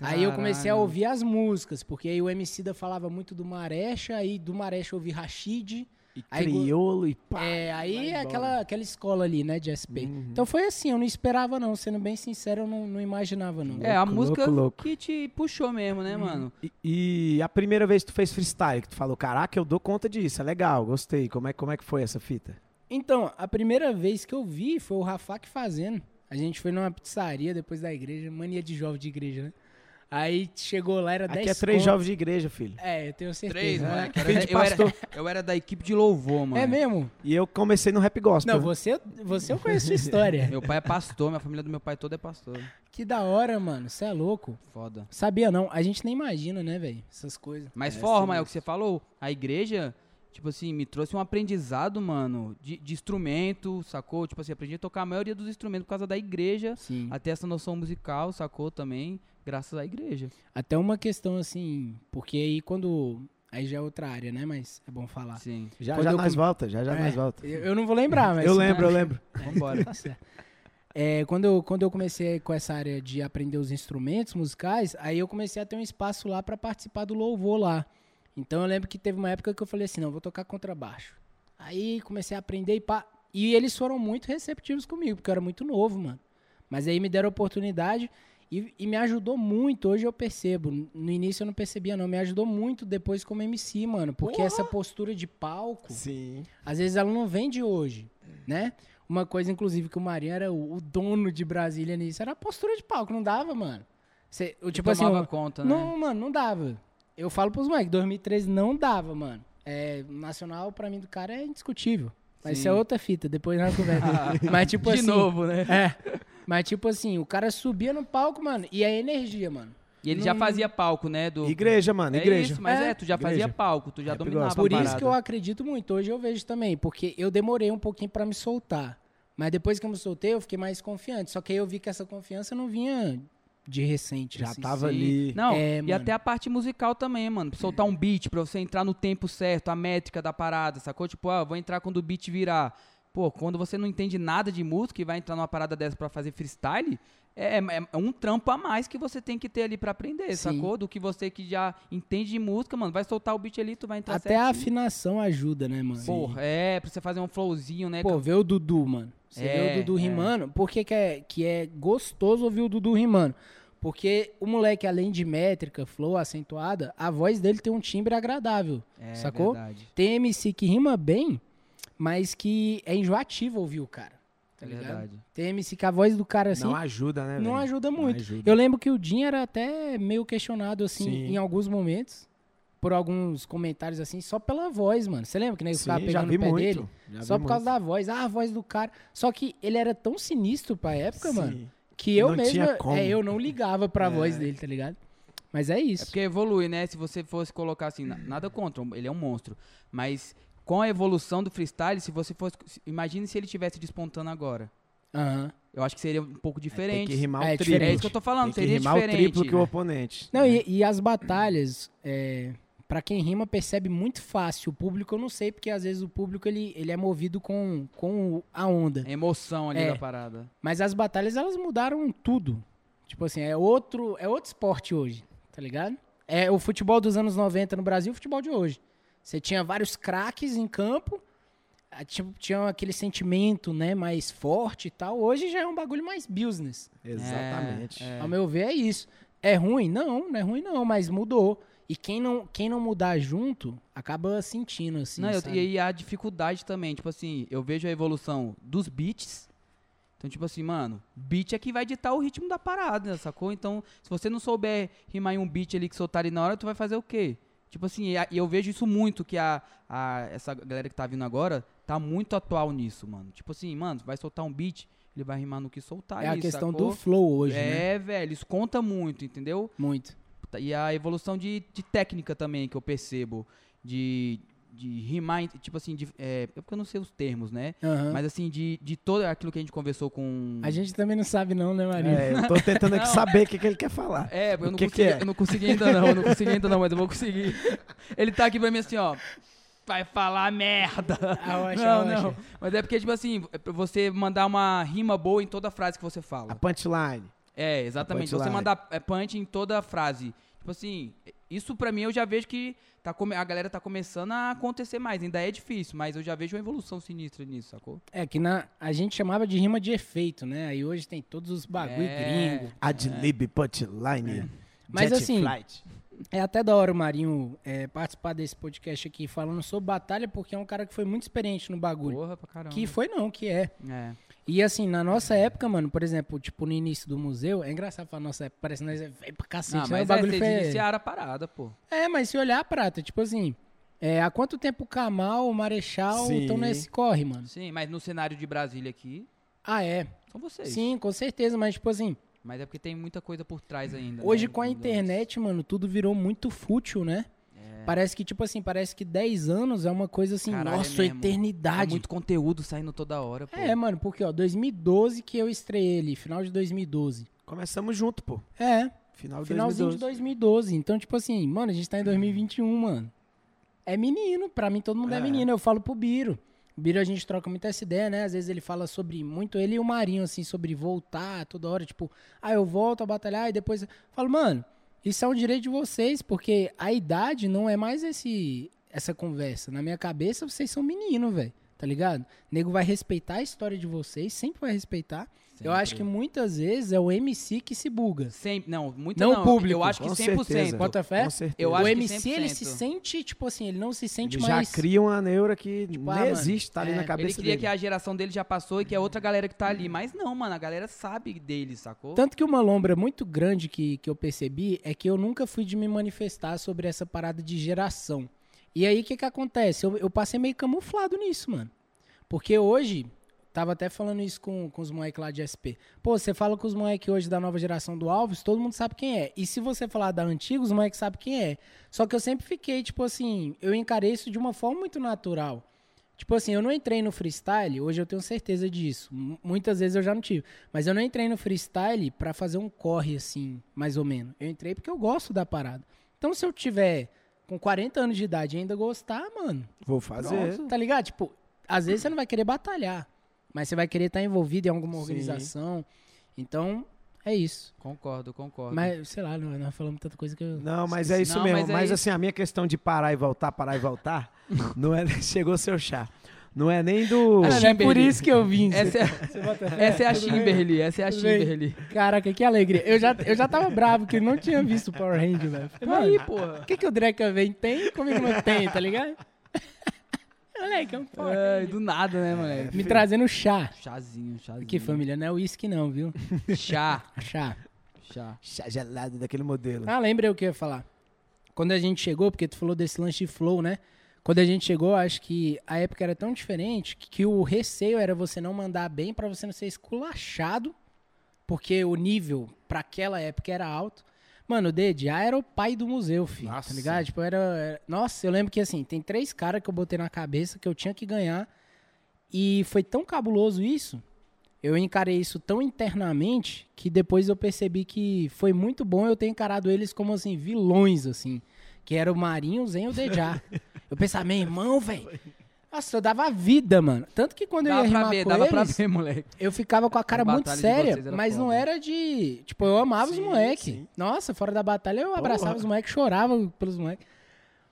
S6: Aí eu comecei a
S2: Caralho.
S6: ouvir as músicas, porque aí o Emicida falava muito do Marecha, aí do Marecha eu ouvi Rashid.
S7: E
S6: Aí-
S7: crioulo e pá. Uhum.
S6: É, aí
S7: vai
S6: é
S7: embora.
S6: aquela, aquela escola ali, né, de SP. Então foi assim, eu não esperava não, sendo bem sincero, eu não, não imaginava não.
S2: É, a
S7: Louco,
S2: música
S7: louco, louco.
S2: que te puxou mesmo,
S6: Hum,
S2: né, mano?
S7: E, e a primeira vez que tu fez freestyle, que tu falou, caraca, eu dou conta disso, é legal, gostei. Como é, como é que foi essa fita?
S6: Então, a primeira vez que eu vi foi o Rafak fazendo. A gente foi numa pizzaria depois da igreja, mania de jovem de igreja, né? Aí chegou lá, era 10
S7: Aqui é três
S6: conto.
S7: jovens de igreja, filho.
S6: É, eu tenho certeza.
S2: Três,
S6: né?
S2: moleque. Era-
S7: Filho de
S2: eu, era,
S7: pastor.
S2: eu era da equipe de louvor, mano.
S6: É mesmo?
S7: E eu comecei no rap gospel.
S6: Não, você, você eu conheço a história.
S2: Meu pai é pastor, minha família do meu pai toda é pastor.
S6: que da hora, mano. Você é louco.
S2: Foda.
S6: Sabia não? A gente nem imagina, né, velho? Essas coisas.
S2: Mas forma, é o que você falou. A igreja, tipo assim, me trouxe um aprendizado, mano, de, de instrumento, sacou? Tipo assim, aprendi a tocar a maioria dos instrumentos por causa da igreja.
S6: Sim.
S2: Até essa noção musical, sacou? Também, graças à igreja.
S6: Até uma questão assim, porque aí quando. Aí já é outra área, né? Mas é bom falar.
S2: Sim.
S7: Já,
S6: Quando
S7: já
S6: eu
S7: nós
S6: com-
S7: volta, já, já
S6: É,
S7: nós volta.
S6: Eu, eu não é vou lembrar, mas.
S7: Eu lembro, eu lembro.
S2: Vambora.
S6: Tá certo. É, quando, eu, quando eu comecei com essa área de aprender os instrumentos musicais, aí eu comecei a ter um espaço lá pra participar do louvor lá. Então eu lembro que teve uma época que eu falei assim, não, vou tocar contrabaixo. Aí comecei a aprender e pá. E eles foram muito receptivos comigo, porque eu era muito novo, mano. Mas aí me deram a oportunidade e, e me ajudou muito. Hoje eu percebo. No início eu não percebia, não. Me ajudou muito depois como MC, mano. Porque essa postura de palco.
S7: Sim.
S6: Às vezes ela não vende hoje, né? Uma coisa, inclusive, que o Marinho era o, o dono de Brasília nisso, era a postura de palco, não dava, mano. Cê, eu, tipo
S2: Eu
S6: assim,
S2: tomava
S6: eu-
S2: conta, né?
S6: não, mano, não dava. Eu falo pros moleques, 2013 não dava, mano. É, nacional, pra mim, do cara é indiscutível. Mas isso é
S2: Sim.
S6: outra fita, depois nós conversamos. Mas, tipo
S2: de
S6: assim.
S2: novo, né?
S6: É. Mas, tipo assim, o cara subia no palco, mano, e a energia, mano.
S2: E ele já
S6: Não-
S2: fazia palco, né? Do...
S7: Igreja, mano,
S2: É
S7: igreja.
S2: isso, mas é,
S6: É.
S2: tu já
S7: Igreja.
S2: fazia palco, tu já
S7: Rap
S2: dominava
S7: gospel.
S2: a
S6: Por isso
S2: parada.
S6: que eu acredito muito. Hoje eu vejo também, porque eu demorei um pouquinho pra me soltar. Mas depois que eu me soltei, eu fiquei mais confiante. Só que aí eu vi que essa confiança não vinha de recente.
S7: Já
S6: assim,
S7: tava
S6: sim.
S7: ali.
S2: Não,
S6: É,
S2: e
S6: mano.
S2: até a parte musical também, mano. Soltar um beat pra você entrar no tempo certo, a métrica da parada, sacou? Tipo, ah, vou entrar quando o beat virar. Pô, quando você não entende nada de música e vai entrar numa parada dessa pra fazer freestyle, é, é- é um trampo a mais que você tem que ter ali pra aprender,
S6: Sim.
S2: sacou? Do que você que já entende de música, mano. Vai soltar o beat ali, tu vai entrar
S6: Até a
S2: Tá certinho.
S6: afinação ajuda, né, mano?
S2: Porra, é, pra você fazer um flowzinho, né?
S6: Pô,
S2: cara?
S6: vê o Dudu, mano. Você
S2: É,
S6: vê o Dudu
S2: é.
S6: rimando. Por que, que, é, que é gostoso ouvir o Dudu rimando? Porque o moleque, além de métrica, flow, acentuada, a voz dele tem um timbre agradável.
S2: É,
S6: sacou?
S2: verdade.
S6: Tem MC que rima bem, mas que é enjoativo ouvir o cara. Tá ligado?
S2: É verdade.
S6: Tem MC que a voz do cara assim
S7: não
S6: não,
S7: ajuda, né? velho?
S6: ajuda muito.
S7: ajuda.
S6: Eu lembro que o Din era até meio questionado, assim,
S7: Sim.
S6: em alguns momentos, por alguns comentários, assim, só pela voz, mano. Você lembra que nem né,
S7: Sim,
S6: ficava
S7: já
S6: pegando
S7: vi
S6: o pé
S7: muito.
S6: dele?
S7: já
S6: Só
S7: vi
S6: por causa
S7: muito.
S6: da voz. Ah, a voz do cara. Só que ele era tão sinistro pra época, mano,
S7: Sim. É,
S6: que eu
S7: Não
S6: mesmo.
S7: tinha como. É.
S6: É, eu não ligava pra voz dele, tá ligado? Mas é
S2: É
S6: isso.
S2: porque evolui, né? Se você fosse colocar assim, na- nada contra, ele é um monstro. Mas com a evolução do freestyle, se você fosse. se- Imagine se ele tivesse despontando agora.
S7: É.
S6: Aham.
S2: Eu acho que seria um pouco
S7: Tem
S2: diferente.
S7: que rimar o
S6: É,
S7: triplo.
S2: é isso que eu tô falando,
S7: Tem que
S2: seria
S7: rimar
S2: diferente. né?
S7: o triplo que o oponente.
S6: né? Não, e, e as batalhas, é, para quem rima, percebe muito fácil. O público, eu não sei, porque às vezes o público ele, ele é movido com, com a onda.
S2: A emoção ali
S6: É.
S2: da parada.
S6: Mas as batalhas, elas mudaram tudo. Tipo assim, é outro, é outro esporte hoje, tá ligado? É o futebol dos anos 90 no Brasil, e o futebol de hoje. Você tinha vários craques em campo, ah, tipo, tinha aquele sentimento, né, mais forte e tal. Hoje já é um bagulho mais business.
S7: Exatamente.
S2: É,
S6: Ao meu ver, é isso. É ruim? Não, não é ruim não, mas mudou. E quem não, quem não mudar junto, acaba sentindo, assim,
S2: Não, eu-
S6: sabe?
S2: e aí a dificuldade também, tipo assim, eu vejo a evolução dos beats. Então, tipo assim, mano, beat é que vai ditar o ritmo da parada, né, sacou? Então, se você não souber rimar em um beat ali que soltar ali na hora, tu vai fazer o quê? Tipo assim, e a- e eu vejo isso muito, que a, a- essa galera que tá vindo agora tá muito atual nisso, mano. Tipo assim, mano, vai soltar um beat, ele vai rimar no que soltar
S6: é a
S2: ali,
S6: questão
S2: tá sacou?
S6: do flow hoje, né?
S2: É, velho, isso conta muito, entendeu?
S6: Muito.
S2: Tá, E a evolução de, de técnica também que eu percebo. De, de rimar, em- tipo assim, de, é, porque eu não sei os termos, né?
S6: Aham.
S2: Mas assim, de, de todo aquilo que a gente conversou com.
S6: A gente também não sabe não, né, Maria?
S7: É, eu tô tentando aqui
S2: Não.
S7: saber o que, que ele quer falar.
S2: É, eu
S7: O
S2: não,
S7: que
S2: consegui,
S7: que é?
S2: eu não consegui ainda não, eu não consegui ainda não, mas eu vou conseguir. Ele tá aqui pra mim assim, ó. Vai falar merda.
S6: Ah, eu acho,
S2: não,
S6: eu acho.
S2: não. Mas é porque, tipo assim, é pra você mandar uma rima boa em toda frase que você fala.
S7: A punchline.
S2: É, exatamente.
S7: punchline.
S2: Você mandar é, punch em toda a frase. Tipo assim, isso pra mim eu já vejo que tá come- a galera tá começando a acontecer mais. Ainda é difícil, mas eu já vejo uma evolução sinistra nisso, sacou?
S6: É que na, a gente chamava de rima de efeito, né? Aí hoje tem todos os bagulho
S2: É.
S6: gringo.
S7: Adlib, punchline.
S6: É. Mas
S7: jet
S6: assim,
S7: flight.
S6: É até da hora o Marinho é, participar desse podcast aqui falando sobre batalha, porque é um cara que foi muito experiente no bagulho.
S2: Porra pra caramba.
S6: Que foi não, que é.
S2: É.
S6: E assim, na nossa época, mano, por exemplo, tipo, no início do museu, é engraçado falar nossa época, parece que nós é velho pra cacete,
S2: Não,
S6: né? o
S2: mas é,
S6: bagulho
S2: vocês
S6: foi...
S2: iniciaram a parada, pô.
S6: É, mas se olhar a prata, tipo assim, é, há quanto tempo o Kamal, o Marechal
S7: Sim.
S6: estão nesse corre, mano?
S2: Sim, mas no cenário de Brasília aqui,
S6: Ah, é.
S2: são vocês.
S6: Sim, com certeza, mas tipo assim,
S2: Mas é porque tem muita coisa por trás ainda. né,
S6: Hoje com a
S2: ainda.
S6: internet, mano, tudo virou muito fútil, né? Parece que, tipo assim, parece que 10 anos é uma coisa assim,
S2: É. Caralho, é
S6: nossa,
S2: mesmo. É
S6: eternidade. É,
S2: muito conteúdo saindo toda hora, pô.
S6: mano, porque, ó, 2012 que eu estreiei ele, final de 2012.
S7: Começamos junto, pô.
S6: É,
S7: Final de
S6: finalzinho
S7: 2012.
S6: de 2012. Então, tipo assim, mano, a gente tá em 2021, mano. É menino, pra mim todo mundo é,
S7: Uhum. É.
S6: menino. Eu falo pro Biro. O Biro a gente troca muita essa ideia, né? Às vezes ele fala sobre muito, ele e o Marinho, assim, sobre voltar toda hora, tipo, ah, eu volto a batalhar e depois. eu Falo, mano, isso é um direito de vocês, porque a idade não é mais esse essa conversa. Na minha cabeça, vocês são menino, velho. Tá ligado? O nego vai respeitar a história de vocês, sempre vai respeitar. Eu acho que
S2: Sempre.
S6: muitas vezes é o MC que se buga.
S2: Sempre, não, muito
S6: Não
S2: não.
S6: o público,
S2: eu acho que
S7: com
S2: 100%.
S7: certeza.
S6: Bota fé?
S7: Com certeza.
S2: Eu
S6: o
S2: acho que
S6: MC, ele
S2: 100%.
S6: se sente, tipo assim, ele não se sente
S7: Ele já
S6: mais.
S7: cria uma neura que
S6: ah,
S7: nem
S6: mano,
S7: existe, tá ali
S6: é,
S7: na
S6: ele
S2: Ele
S7: cabeça
S2: queria
S7: dele.
S2: que a geração dele já passou e que é outra galera que tá ali. Mas não, mano, a galera sabe dele, sacou?
S6: Tanto que uma lombra muito grande que, que eu percebi é que eu nunca fui de me manifestar sobre essa parada de geração. E aí, o que que acontece? Eu, eu passei meio camuflado nisso, mano. Porque hoje, tava até falando isso com, com os moleques lá de SP. Pô, você fala com os moleques hoje da nova geração do Alves, todo mundo sabe quem é. E se você falar da antiga, os moleques sabem quem é. Só que eu sempre fiquei, tipo assim, eu encarei isso de uma forma muito natural. Tipo assim, eu não entrei no freestyle, hoje eu tenho certeza disso. M- muitas vezes eu já não tive. Mas eu não entrei no freestyle pra fazer um corre, assim, mais ou menos. Eu entrei porque eu gosto da parada. Então, se eu tiver com 40 anos de idade e ainda gostar, mano,
S7: Vou fazer.
S1: é
S6: tá ligado? Tipo, às vezes você não vai querer batalhar, mas você vai querer estar envolvido em alguma
S1: Sim.
S6: organização. Então, é isso.
S2: Concordo, concordo.
S6: Mas, sei lá, não- nós falamos tanta coisa que eu.
S1: Não, mas é isso
S2: Não,
S1: mesmo.
S2: mas
S1: Mas,
S2: é isso.
S1: assim, a minha questão de parar e voltar, parar e voltar, não é. Chegou seu chá. Não é nem do.
S2: Ah,
S6: Acho que é por isso que eu vim.
S2: Essa é, essa é a Kimberly, essa é a
S6: Tudo bem?
S2: Kimberly.
S6: Caraca, que alegria. Eu já, eu já tava bravo que não tinha visto o Power Ranger, velho. Falei,
S2: Olha
S6: mano,
S2: aí, porra.
S6: O que, que o Dreca vem tem comigo não tem, tá ligado? Moleque, é um Power
S2: É,
S6: Ranger.
S2: do nada, né, moleque?
S6: Me trazendo chá.
S2: Chazinho, chazinho.
S6: É. Que família, não é uísque não, viu?
S2: Chá,
S6: Chá.
S2: chá.
S1: Chá gelado daquele modelo.
S6: Ah, lembrei o que eu ia falar. Quando a gente chegou, porque tu falou desse lanche de flow, né? Quando a gente chegou, acho que a época era tão diferente que, que o receio era você não mandar bem pra você não ser esculachado, porque o nível pra aquela época era alto. Mano, o DDA era o pai do museu, filho.
S1: Nossa.
S6: Tá ligado? Tipo, era, era- Nossa, eu lembro que assim, tem três caras que eu botei na cabeça que eu tinha que ganhar. E foi tão cabuloso isso eu encarei isso tão internamente que depois eu percebi que foi muito bom eu ter encarado eles como assim, vilões, assim. Que era o Marinho, Zen e o Dejá. eu pensava, meu irmão, velho. Nossa, eu dava vida, mano. Tanto que quando eu
S2: Dava
S6: ia
S2: pra
S6: rimar
S2: ver,
S6: com
S2: dava pra
S6: eles,
S2: ver, moleque.
S6: eu ficava com a cara muito
S2: batalha de
S6: séria,
S2: vocês era
S6: mas não
S2: foda.
S6: era de. Tipo, eu amava os
S1: Sim,
S6: moleques.
S1: sim.
S6: Nossa, fora da batalha eu abraçava
S1: Porra.
S6: os moleques, chorava pelos moleques.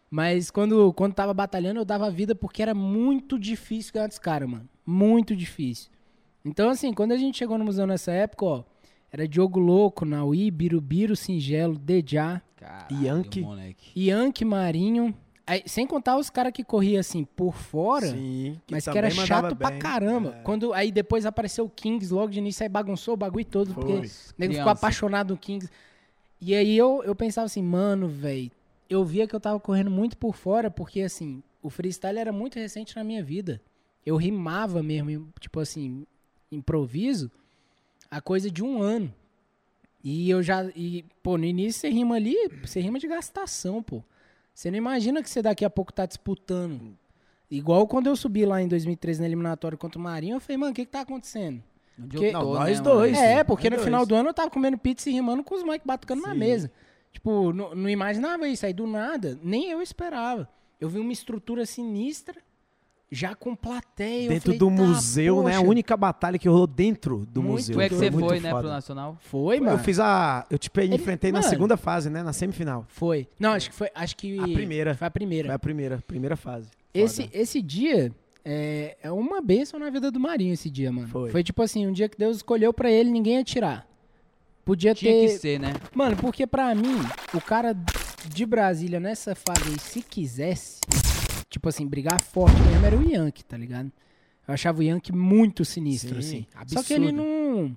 S6: Mas quando, quando tava batalhando, eu dava vida porque era muito difícil ganhar dos caras, mano. Muito difícil. Então, assim, quando a gente chegou no museu nessa época, ó, era Diogo Louco, Naui, Birubiru, Singelo, Dejá,
S2: Caralho,
S1: Yankee.
S2: moleque.
S6: Yankee Marinho. Aí, sem contar os caras que corria assim por fora.
S1: Sim, que
S6: Mas que
S1: também
S6: era
S1: mandava
S6: chato pra
S1: bem.
S6: caramba.
S1: É.
S6: Quando aí depois apareceu o Kings logo de início, aí bagunçou o bagulho todo, porque
S1: Foi.
S6: o nego ficou
S2: Criança.
S6: apaixonado no Kings. E aí eu, eu pensava assim, mano, velho, eu via que eu tava correndo muito por fora, porque assim, o freestyle era muito recente na minha vida. Eu rimava mesmo, em- tipo assim, improviso, a coisa de um ano. E eu já. E, pô, no início você rima ali, você rima de gastação, pô. Você não imagina que você daqui a pouco tá disputando. Igual quando eu subi lá em 2013 na eliminatória contra o Marinho, eu falei, mano, o que que tá acontecendo?
S2: Onde
S6: Porque-
S2: eu tô,
S1: Não, nós
S2: né,
S1: dois.
S2: moleque?
S6: é,
S1: sim,
S6: porque
S1: é
S6: no
S1: dois.
S6: final do ano eu tava comendo pizza e rimando com os moleques batucando na
S1: Sim.
S6: mesa. Tipo, não, não imaginava isso aí do nada, nem eu esperava. Eu vi uma estrutura sinistra, já com plateia. eu
S1: Dentro
S6: falei,
S1: do
S6: "Tá,
S1: museu, né? A
S6: poxa."
S1: única batalha que rolou dentro do
S6: Muito
S1: museu.
S2: Tu é que
S1: Foi
S2: você
S1: muito
S2: foi, né,
S1: foda.
S2: pro Nacional?
S6: Foi, mano.
S1: Eu fiz a. Eu te pe-
S6: Ele-
S1: enfrentei na
S6: mano.
S1: segunda fase, né? Na semifinal.
S6: Foi. Não, acho que foi. Acho que
S1: A primeira.
S6: Foi a primeira.
S1: Foi a primeira, primeira fase.
S6: Esse, esse dia é, é uma bênção na vida do Marinho, esse dia, mano.
S1: Foi.
S6: tipo assim, um dia que Deus escolheu pra ele, ninguém ia tirar. Podia
S2: Tinha
S6: ter.
S2: que ser, né?
S6: Mano, porque pra mim, o cara de Brasília nessa fase aí, se quisesse, tipo assim, brigar forte mesmo era o Yankee, tá ligado? Eu achava o Yankee muito sinistro,
S1: Sim,
S6: assim. Só que ele
S1: absurdo.
S6: não.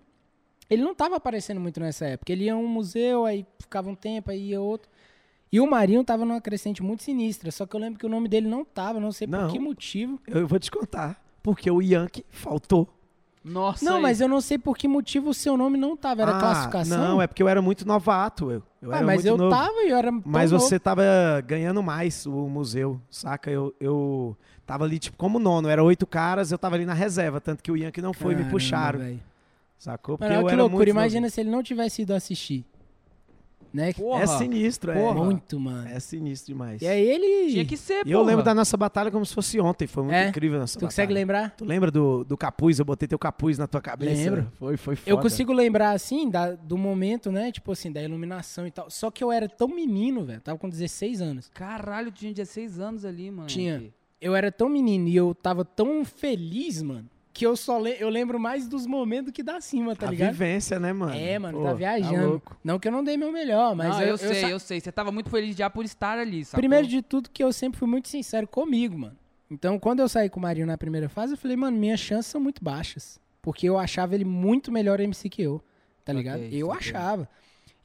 S6: Ele não tava aparecendo muito nessa época. Ele ia a um museu, aí ficava um tempo, aí ia outro. E o Marinho tava numa crescente muito sinistra. Só que eu lembro que o nome dele não tava, não sei
S1: Não.
S6: por que motivo.
S1: Eu vou te contar. Porque o Yankee faltou.
S2: Nossa,
S6: Não,
S2: aí.
S6: mas eu não sei por que motivo o seu nome não tava. Era
S1: Ah,
S6: classificação?
S1: Não, é porque eu era muito novato. Eu, eu
S6: Ah,
S1: era
S6: mas
S1: muito
S6: eu
S1: novo.
S6: tava e eu era. tão
S1: Mas
S6: novo.
S1: você tava ganhando mais o museu, saca? Eu, eu tava ali, tipo, como nono. Era oito caras, eu tava ali na reserva. Tanto que o Yankee não foi, me
S6: Caramba,
S1: puxaram.
S6: velho.
S1: Sacou? Porque
S6: Mano,
S1: eu
S6: olha que
S1: era
S6: loucura.
S1: muito
S6: Imagina se ele não tivesse ido assistir. Né? Que-
S1: novo.
S2: porra.
S1: É sinistro, é.
S6: Porra, Muito, mano.
S1: É sinistro demais.
S6: E aí ele.
S2: Tinha que ser,
S1: E
S2: pô.
S1: eu lembro da nossa batalha como se fosse ontem. Foi muito
S6: É?
S1: incrível a nossa
S6: Tu
S1: batalha.
S6: consegue lembrar?
S1: Tu lembra do, do capuz? Eu botei teu capuz na tua cabeça.
S6: Lembro.
S1: Foi, foi foda.
S6: Eu consigo lembrar, assim, da- do momento, né? Tipo assim, da iluminação e tal. Só que eu era tão menino, velho. Tava com 16 anos.
S2: Caralho, tinha 16 anos ali, mano.
S6: Tinha. Eu era tão menino e eu tava tão feliz, mano, que eu só le- eu lembro mais dos momentos que dá cima, tá
S1: a
S6: ligado?
S1: vivência, né, mano?
S6: É, mano,
S1: Pô,
S6: tá viajando.
S1: louco.
S6: não que eu não dei meu melhor, mas
S2: não,
S6: eu,
S2: eu,
S6: eu
S2: sei,
S6: sa-
S2: eu sei. Você tava muito feliz já por estar ali, sacou?
S6: Primeiro de tudo, que eu sempre fui muito sincero comigo, mano. Então, quando eu saí com o Marinho na primeira fase, eu falei, mano, minhas chances são muito baixas. Porque eu achava ele muito melhor MC que eu, tá
S2: Ok,
S6: ligado? Eu
S2: saquei.
S6: achava.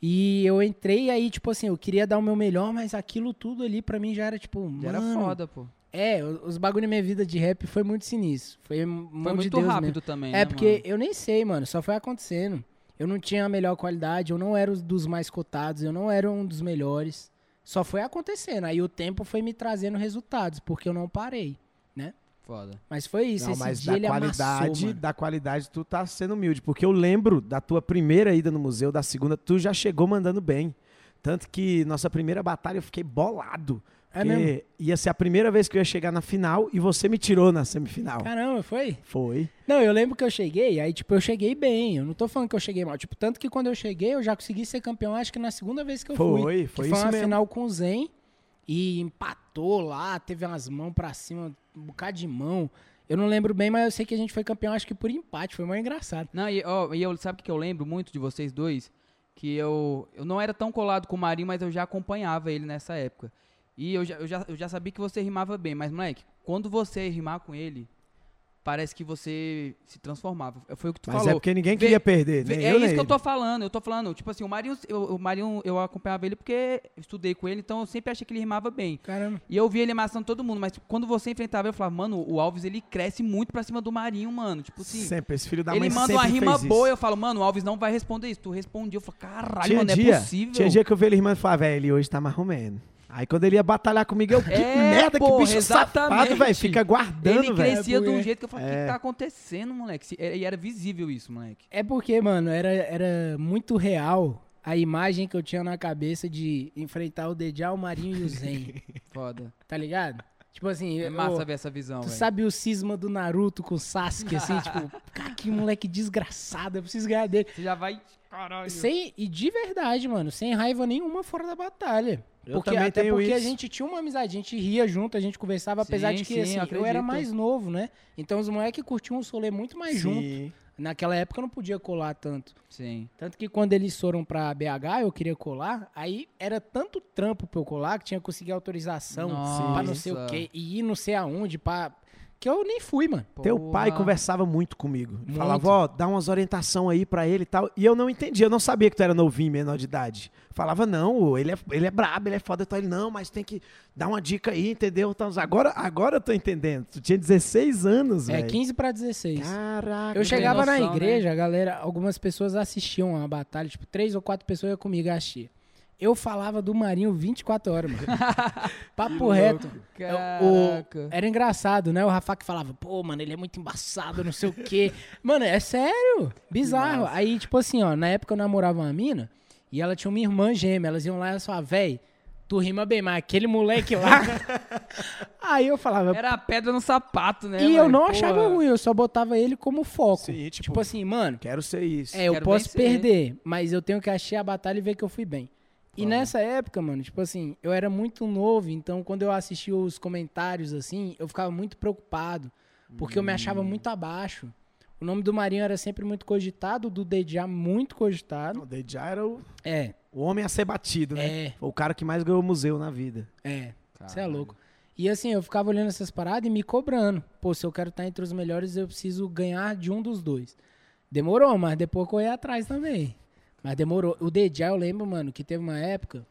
S6: E eu entrei aí, tipo assim, eu queria dar o meu melhor, mas aquilo tudo ali pra mim já era, tipo,
S2: Já
S6: mano...
S2: era foda, pô.
S6: É, o- os bagulho na minha vida de rap foi muito sinistro. Foi, um
S2: Foi
S6: mão de
S2: muito
S6: Deus
S2: rápido
S6: mesmo.
S2: também,
S6: É,
S2: né,
S6: porque
S2: mano?
S6: eu nem sei, mano, só foi acontecendo. Eu não tinha a melhor qualidade, eu não era um dos mais cotados, eu não era um dos melhores. Só foi acontecendo. Aí o tempo foi me trazendo resultados, porque eu não parei.
S2: Foda.
S6: Mas foi isso,
S1: Não,
S6: esse
S1: mas
S6: dia
S1: da
S6: ele amassou,
S1: qualidade,
S6: mano.
S1: da qualidade, tu tá sendo humilde. Porque eu lembro da tua primeira ida no museu, da segunda, tu já chegou mandando bem. Tanto que nossa primeira batalha eu fiquei bolado.
S6: É
S1: Porque
S6: mesmo?
S1: ia ser a primeira vez que eu ia chegar na final e você me tirou na semifinal.
S6: Caramba, foi?
S1: Foi.
S6: Não, eu lembro que eu cheguei, aí, tipo, eu cheguei bem. Eu não tô falando que eu cheguei mal. Tipo, tanto que quando eu cheguei, eu já consegui ser campeão, acho que na segunda vez que eu fui.
S1: Foi,
S6: Que
S1: foi
S6: foi
S1: isso
S6: uma
S1: mesmo.
S6: final com o Zen e empatou lá, teve umas mãos pra cima, um bocado de mão. Eu não lembro bem, mas eu sei que a gente foi campeão, acho que por empate, foi mais engraçado.
S2: Não, e, ó, e eu, sabe o que que eu lembro muito de vocês dois? Que eu, eu não era tão colado com o Marinho, mas eu já acompanhava ele nessa época. E eu já, eu, já, eu já sabia que você rimava bem, mas, moleque, quando você rimar com ele, parece que você se transformava. Foi o que tu
S1: Mas
S2: falou.
S1: é porque ninguém
S2: Vê-
S1: queria perder,
S2: Vê-
S1: nem
S2: é
S1: eu,
S2: isso
S1: nem
S2: que eu tô
S1: ele.
S2: falando. Eu tô falando, tipo assim, o Marinho, eu, o Marinho, eu acompanhava ele porque eu estudei com ele, então eu sempre achei que ele rimava bem.
S6: Caramba.
S2: E eu via ele amassando todo mundo, mas tipo, quando você enfrentava, eu falava, mano, o Alves ele cresce muito pra cima do Marinho, mano. Tipo assim.
S1: Sempre, esse filho da
S2: ele
S1: mãe
S2: manda
S1: sempre
S2: uma rima
S1: fez isso.
S2: boa, eu falo, mano, o Alves não vai responder isso. Tu respondia, eu falo, caralho,
S1: tinha
S2: mano, não
S1: dia,
S2: é possível.
S1: Tinha dia que eu vi ele rimando e falava, velho, ele hoje tá mais ou menos. Aí quando ele ia batalhar comigo, eu, que
S2: É,
S1: merda,
S2: porra,
S1: que bicho safado,
S2: exatamente.
S1: velho. Fica
S2: ele
S1: guardando, velho.
S2: crescia de um
S6: É.
S2: jeito que eu falo, o que, que tá acontecendo, moleque? Se- E era visível isso, moleque.
S6: É porque, mano, era, era muito real a imagem que eu tinha na cabeça de enfrentar o Dejal, o Marinho e o Zen,
S2: Foda.
S6: tá ligado? Tipo assim,
S2: É
S6: eu-
S2: massa ver essa visão,
S6: Tu
S2: velho.
S6: sabe o cisma do Naruto com o Sasuke, assim, tipo, cara, que moleque desgraçado, eu preciso ganhar dele.
S2: Você já vai. Caralho.
S6: Sem, e de verdade, mano, sem raiva nenhuma fora da batalha.
S1: Eu também
S6: até
S1: tenho
S6: porque a
S1: isso.
S6: gente tinha uma amizade, a gente ria junto, a gente conversava, apesar
S2: Sim,
S6: de que
S2: sim,
S6: assim,
S2: eu
S6: eu, era
S2: acredito.
S6: mais novo, né? Então os moleques curtiam o solê muito mais junto.
S1: Sim.
S6: Naquela época eu não podia colar tanto.
S2: Sim.
S6: Tanto que quando eles foram pra BH, eu queria colar, aí era tanto trampo pra eu colar que tinha que conseguir autorização
S2: Nossa.
S6: pra não sei o quê, e ir não sei aonde, pra... que eu nem fui, mano.
S1: Teu pai
S2: Porra.
S1: conversava muito comigo. Ele
S6: Muito.
S1: Falava, ó, dá umas orientação aí pra ele e tal. E eu não entendia, eu não sabia que tu era novinho, menor de idade. Falava, não, ô, ele é, ele é brabo, ele é foda. Então ele, não, mas tem que dar uma dica aí, entendeu? Então, agora, agora eu tô entendendo. Tu tinha 16 anos,
S6: É
S1: velho.
S6: 15 pra 16.
S1: Caraca.
S6: Eu chegava
S2: noção,
S6: na
S2: né?
S6: igreja, a galera, algumas pessoas assistiam a batalha, tipo, três ou quatro pessoas iam comigo assistir. Eu falava do Marinho 24 horas, mano. Papo reto. Eu-
S1: é,
S6: o-
S2: Caraca.
S6: era engraçado, né? O Rafa que falava, pô, mano, ele é muito embaçado, não sei o quê. mano, é sério. Bizarro. Aí, tipo assim, ó, na época eu namorava uma mina e ela tinha uma irmã gêmea. Elas iam lá e elas falavam, véi, tu rima bem, mas aquele moleque lá. Aí eu
S1: é,
S6: falava,
S2: Era a pedra no sapato, É, né?
S6: e eu
S2: moleque?
S6: não
S2: Porra.
S6: achava ruim, eu só botava ele como foco.
S1: Sim, tipo-
S6: tipo, assim, mano,
S1: Quero ser isso.
S6: é, eu
S2: quero
S6: posso
S2: vencer.
S6: perder, mas eu tenho que achar a batalha e ver que eu fui bem. E nessa época, mano, tipo assim, eu era muito novo, então quando eu assistia os comentários, assim, eu ficava muito preocupado, porque eu me
S2: Hum.
S6: achava muito abaixo. O nome do Marinho era sempre muito cogitado, o do DJ muito cogitado.
S1: Não, o Deja era o,
S6: É,
S1: o homem a ser batido, né?
S6: é,
S1: Foi o cara que mais ganhou museu na vida.
S6: é. Você é
S2: Caralho.
S6: louco. E assim, eu ficava olhando essas paradas e me cobrando. Pô, se eu quero estar entre os melhores, eu preciso ganhar de um dos dois. Demorou, mas depois corri atrás também. Mas demorou. O Dejá, eu lembro, mano, que teve uma época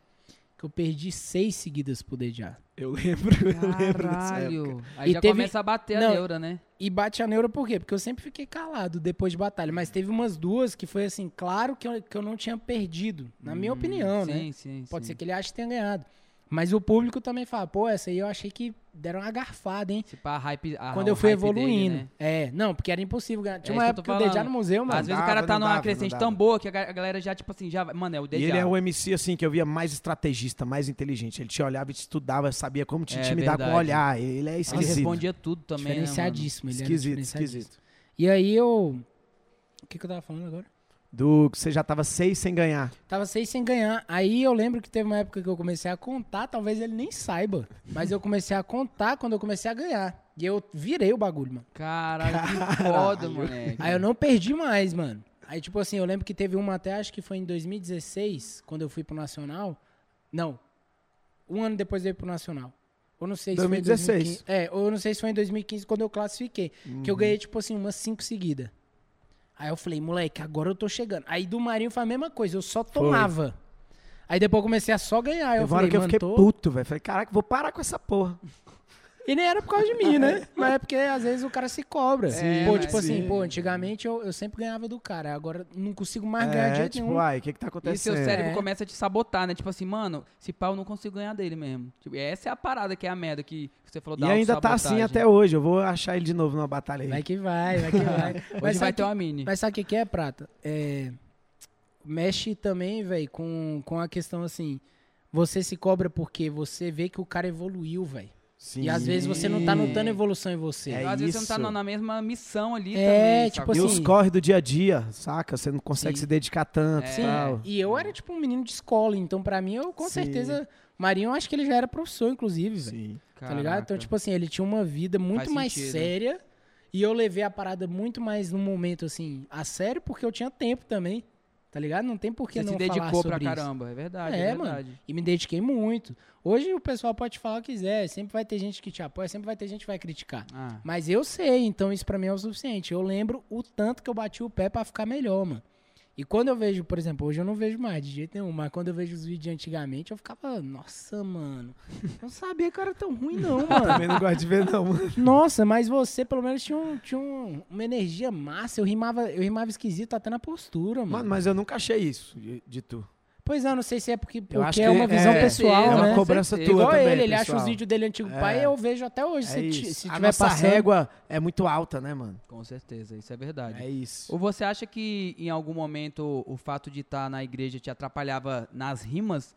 S6: que eu perdi seis seguidas pro Dejá.
S1: Eu lembro, é
S2: Caralho. Aí
S6: E
S2: já
S6: teve-
S2: começa a bater
S6: Não,
S2: a neura, né?
S6: E bate a neura por quê? Porque eu sempre fiquei calado depois de batalha. Mas teve umas duas que foi assim, claro que eu, que eu não tinha perdido. Na minha opinião, né?
S2: Hum, Sim, sim.
S6: Pode ser
S2: sim.
S6: que ele ache que tenha ganhado. Mas o público também fala, pô, essa aí eu achei que deram uma garfada, hein?
S2: Se pá, a hype. a-
S6: quando
S2: o
S6: eu fui
S2: hype dele,
S6: evoluindo.
S2: né?
S6: É, não, porque era impossível ganhar. Tinha
S2: É
S6: uma
S2: isso que
S6: época
S2: eu
S6: que
S2: tô
S6: eu deixava no
S2: falando.
S6: museu, mano.
S2: Às vezes
S1: dava,
S2: o cara tá
S1: não
S2: numa
S1: dava, não
S2: crescente
S1: dava.
S2: tão boa que a ga- a galera já, tipo assim, já. vai- Mano, é o
S1: E
S2: DJ.
S1: ele é o MC, assim, que eu via mais estrategista, mais inteligente. Ele te olhava e te estudava, sabia como te
S2: É
S1: intimidar com o
S2: verdade.
S1: olhar. Ele é
S2: Ele
S1: esquisito.
S2: respondia tudo também. Né, mano?
S6: diferenciadíssimo, ele era
S1: Esquisito,
S6: diferenciadíssimo.
S1: esquisito.
S6: E aí eu. O que, que eu tava falando agora?
S1: Do que você já tava seis sem ganhar.
S6: Tava seis sem ganhar. Aí eu lembro que teve uma época que eu comecei a contar, talvez ele nem saiba. Mas eu comecei a contar quando eu comecei a ganhar. E eu virei o bagulho, mano.
S2: Caralho, que foda, moleque.
S6: Aí eu não perdi mais, mano. Aí, tipo assim, eu lembro que teve uma até, acho que foi em 2016, quando eu fui pro Nacional. Não. Um ano depois eu ir pro Nacional. Eu não sei se foi em
S1: 2016.
S6: 2015. É, ou eu não sei se foi em 2015 quando eu classifiquei. Que
S1: Uhum.
S6: eu ganhei, tipo assim, umas cinco seguidas. Aí eu falei, moleque, agora eu tô chegando. Aí do Marinho foi a mesma coisa, eu só tomava. Aí depois eu comecei a só ganhar. Aí eu
S1: Teve uma hora
S6: falei,
S1: que eu
S6: mano,
S1: fiquei
S6: tô...
S1: puto, velho. Falei, caraca, vou parar com essa porra.
S6: E nem era por causa de mim, né? Mas é porque às vezes o cara se cobra.
S2: Sim,
S6: pô,
S2: mas-
S6: tipo assim,
S1: sim.
S6: pô, antigamente eu, eu sempre ganhava do cara. Agora Ah, não consigo mais ganhar de
S1: É,
S6: jeito
S1: tipo,
S6: nenhum.
S1: ai, o que que tá
S2: E seu
S1: acontecendo?
S2: cérebro
S6: É.
S2: começa a te sabotar, né? Tipo assim, mano, se pau eu não consigo ganhar dele mesmo. Tipo, essa é a parada que é a merda que você falou
S1: E
S2: da
S1: ainda tá assim
S2: autossabotagem.
S1: até hoje. Eu vou achar ele de novo numa batalha aí.
S6: Vai que vai, vai que vai.
S2: Hoje vai
S6: sabe
S2: ter
S6: que-
S2: uma mini.
S6: Mas sabe o que, que é, Prata? É, mexe também, velho, com, com a questão assim. Você se cobra porque você vê que o cara evoluiu, velho.
S7: Sim.
S6: E às vezes você não tá notando evolução em você.
S7: É
S2: Às vezes você
S7: isso.
S2: não tá na- na mesma missão ali também.
S6: É, tipo
S2: sacou?
S7: E os
S6: assim-
S7: corre do dia a dia, saca? Você não consegue
S6: Sim. É.
S7: se dedicar tanto e
S6: Sim,
S7: tal.
S6: e eu era tipo um menino de escola, então pra mim eu com
S7: Sim.
S6: certeza. Marinho, eu acho que ele já era professor, inclusive, velho.
S7: Sim.
S6: Tá ligado? Então,
S2: Caraca.
S6: tipo assim, ele tinha uma vida muito
S2: Faz
S6: mais
S2: sentido.
S6: séria. E eu levei a parada muito mais num momento, assim, a sério, porque eu tinha tempo também. Tá ligado? Não tem por que
S2: Você
S6: não
S2: se
S6: falar
S2: dedicou pra
S6: sobre isso.
S2: caramba, é verdade, é,
S6: É, mano.
S2: verdade.
S6: E me dediquei muito. Hoje o pessoal pode falar o que quiser. Sempre vai ter gente que te apoia, sempre vai ter gente que vai criticar.
S2: Ah,
S6: Mas eu sei, então isso pra mim é o suficiente. Eu lembro o tanto que eu bati o pé pra ficar melhor, mano. E quando eu vejo, por exemplo, hoje eu não vejo mais de jeito nenhum, mas quando eu vejo os vídeos de antigamente, eu ficava, nossa, mano, eu não sabia que eu era tão ruim, não, mano.
S7: Também não gosto de ver, não.
S6: Nossa, mas você pelo menos tinha, um- tinha um- uma energia massa. Eu rimava, eu rimava esquisito até na postura, mano.
S7: Mano, mas eu nunca achei isso de, de tu.
S6: Pois é, não sei se é porque, porque
S7: acho
S6: é
S7: que
S6: uma visão
S7: é-
S6: pessoal,
S7: É uma
S6: né?
S7: cobrança
S2: certeza.
S7: tua
S6: Igual
S7: também,
S6: ele, ele acha os
S7: pessoal.
S6: vídeos dele antigo
S7: É.
S6: pai, eu vejo até hoje. se, ti-
S7: isso.
S6: se
S7: a
S6: tiver
S7: nossa
S6: passando.
S7: régua é muito alta, né, mano?
S2: com certeza, isso é
S6: Tá
S2: verdade.
S7: É isso.
S2: Ou você acha que em algum momento o fato de estar na igreja te atrapalhava nas rimas?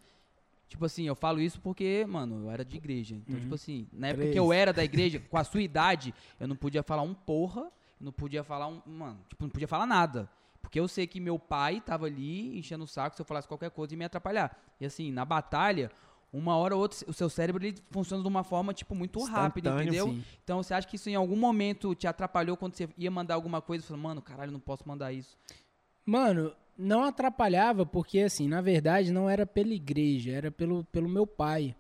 S2: Tipo assim, eu falo isso porque, mano, eu era de igreja. Então, tipo assim, na época que eu
S7: Uhum. Três.
S2: era da igreja, com a sua idade, eu não podia falar um porra, não podia falar um. Mano, tipo, não podia falar nada. Porque eu sei que meu pai tava ali enchendo o saco se eu falasse qualquer coisa e me atrapalhar. E assim, na batalha, uma hora ou outra, o seu cérebro ele funciona de uma forma, tipo, muito rápida,
S7: Instantâneo,
S2: entendeu?
S7: sim.
S2: Então você acha que isso em algum momento te atrapalhou quando você ia mandar alguma coisa? Você falou, mano, caralho, não posso mandar isso.
S6: Mano, não atrapalhava, porque assim, na verdade, não era pela igreja, era pelo, pelo meu pai.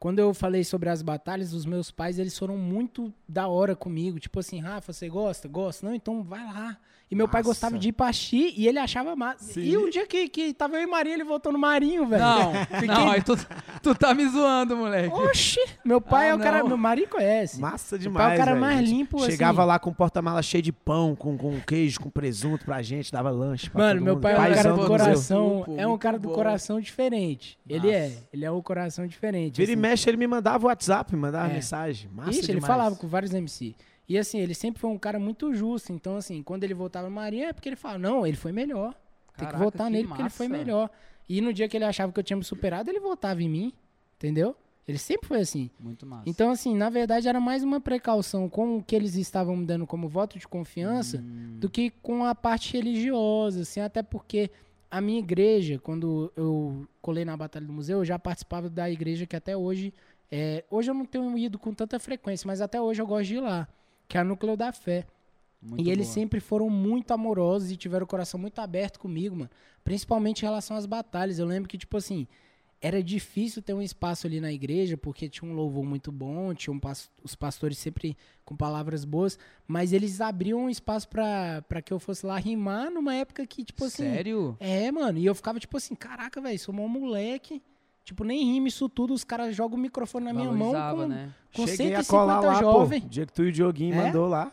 S6: Quando eu falei sobre as batalhas, os meus pais, eles foram muito da hora comigo. Tipo assim, Rafa, você gosta? Gosta? Não, então vai lá. E meu pai
S7: Massa.
S6: gostava de ir pra Xi e ele achava massa.
S7: Sim.
S6: E o dia que, que tava eu e Marinho, ele voltou no Marinho, velho.
S2: Não, não, aí tu, tu tá me zoando, moleque.
S6: Oxi! Meu pai
S2: Ah,
S6: é o cara.
S2: não.
S6: Meu Marinho conhece.
S7: Massa
S6: Meu
S7: demais.
S6: pai é o cara
S7: velho.
S6: mais
S7: Gente,
S6: limpo, assim.
S7: Chegava lá com o porta-mala cheio de pão, com, com queijo, com presunto pra gente, dava lanche. Pra
S6: Mano,
S7: todo
S6: meu
S7: mundo.
S6: pai é um
S7: Paizão
S6: cara
S7: do
S6: do
S7: museu.
S6: coração.
S2: Pô,
S6: É um
S2: muito
S6: cara do
S2: bom.
S6: coração diferente. Ele é.
S2: Massa.
S6: Ele é um coração diferente.
S7: Vira e
S6: assim.
S7: mexe, ele me mandava WhatsApp, me mandava
S6: É.
S7: mensagem. Massa
S6: Ixi, ele
S7: demais.
S6: falava com vários MC. E assim, ele sempre foi um cara muito justo. Então, assim, quando ele voltava no Marinha, é porque ele fala, não, ele foi melhor. Tem que
S2: Caraca,
S6: votar
S2: que
S6: nele porque ele foi
S2: massa.
S6: melhor. E no dia que ele achava que eu tinha me superado, ele votava em mim. Entendeu? Ele sempre foi assim.
S2: Muito massa.
S6: Então, assim, na verdade era mais uma precaução com o que eles estavam me dando como voto de confiança
S2: Hum,
S6: do que com a parte religiosa, assim, até porque a minha igreja, quando eu colei na Batalha do Museu, eu já participava da igreja que até hoje. é, hoje eu não tenho ido com tanta frequência, mas até hoje eu gosto de ir lá, que é a Núcleo da Fé.
S2: Muito
S6: e eles
S2: boa.
S6: sempre foram muito amorosos e tiveram o coração muito aberto comigo, mano. Principalmente em relação às batalhas. Eu lembro que, tipo assim, era difícil ter um espaço ali na igreja, porque tinha um louvor muito bom, tinha um pas- os pastores sempre com palavras boas, mas eles abriam um espaço pra, pra que eu fosse lá rimar numa época que, tipo assim.
S2: Sério?
S6: É, mano. E eu ficava, tipo assim, caraca, velho, sou um moleque. Tipo, nem rima isso tudo, os caras jogam o microfone na minha mão
S2: Valorizava,
S6: com,
S2: né?
S6: com
S7: Cheguei
S6: 150
S7: a colar lá,
S6: jovem.
S7: pô. O dia que tu e o Dioguinho
S6: É?
S7: mandou lá.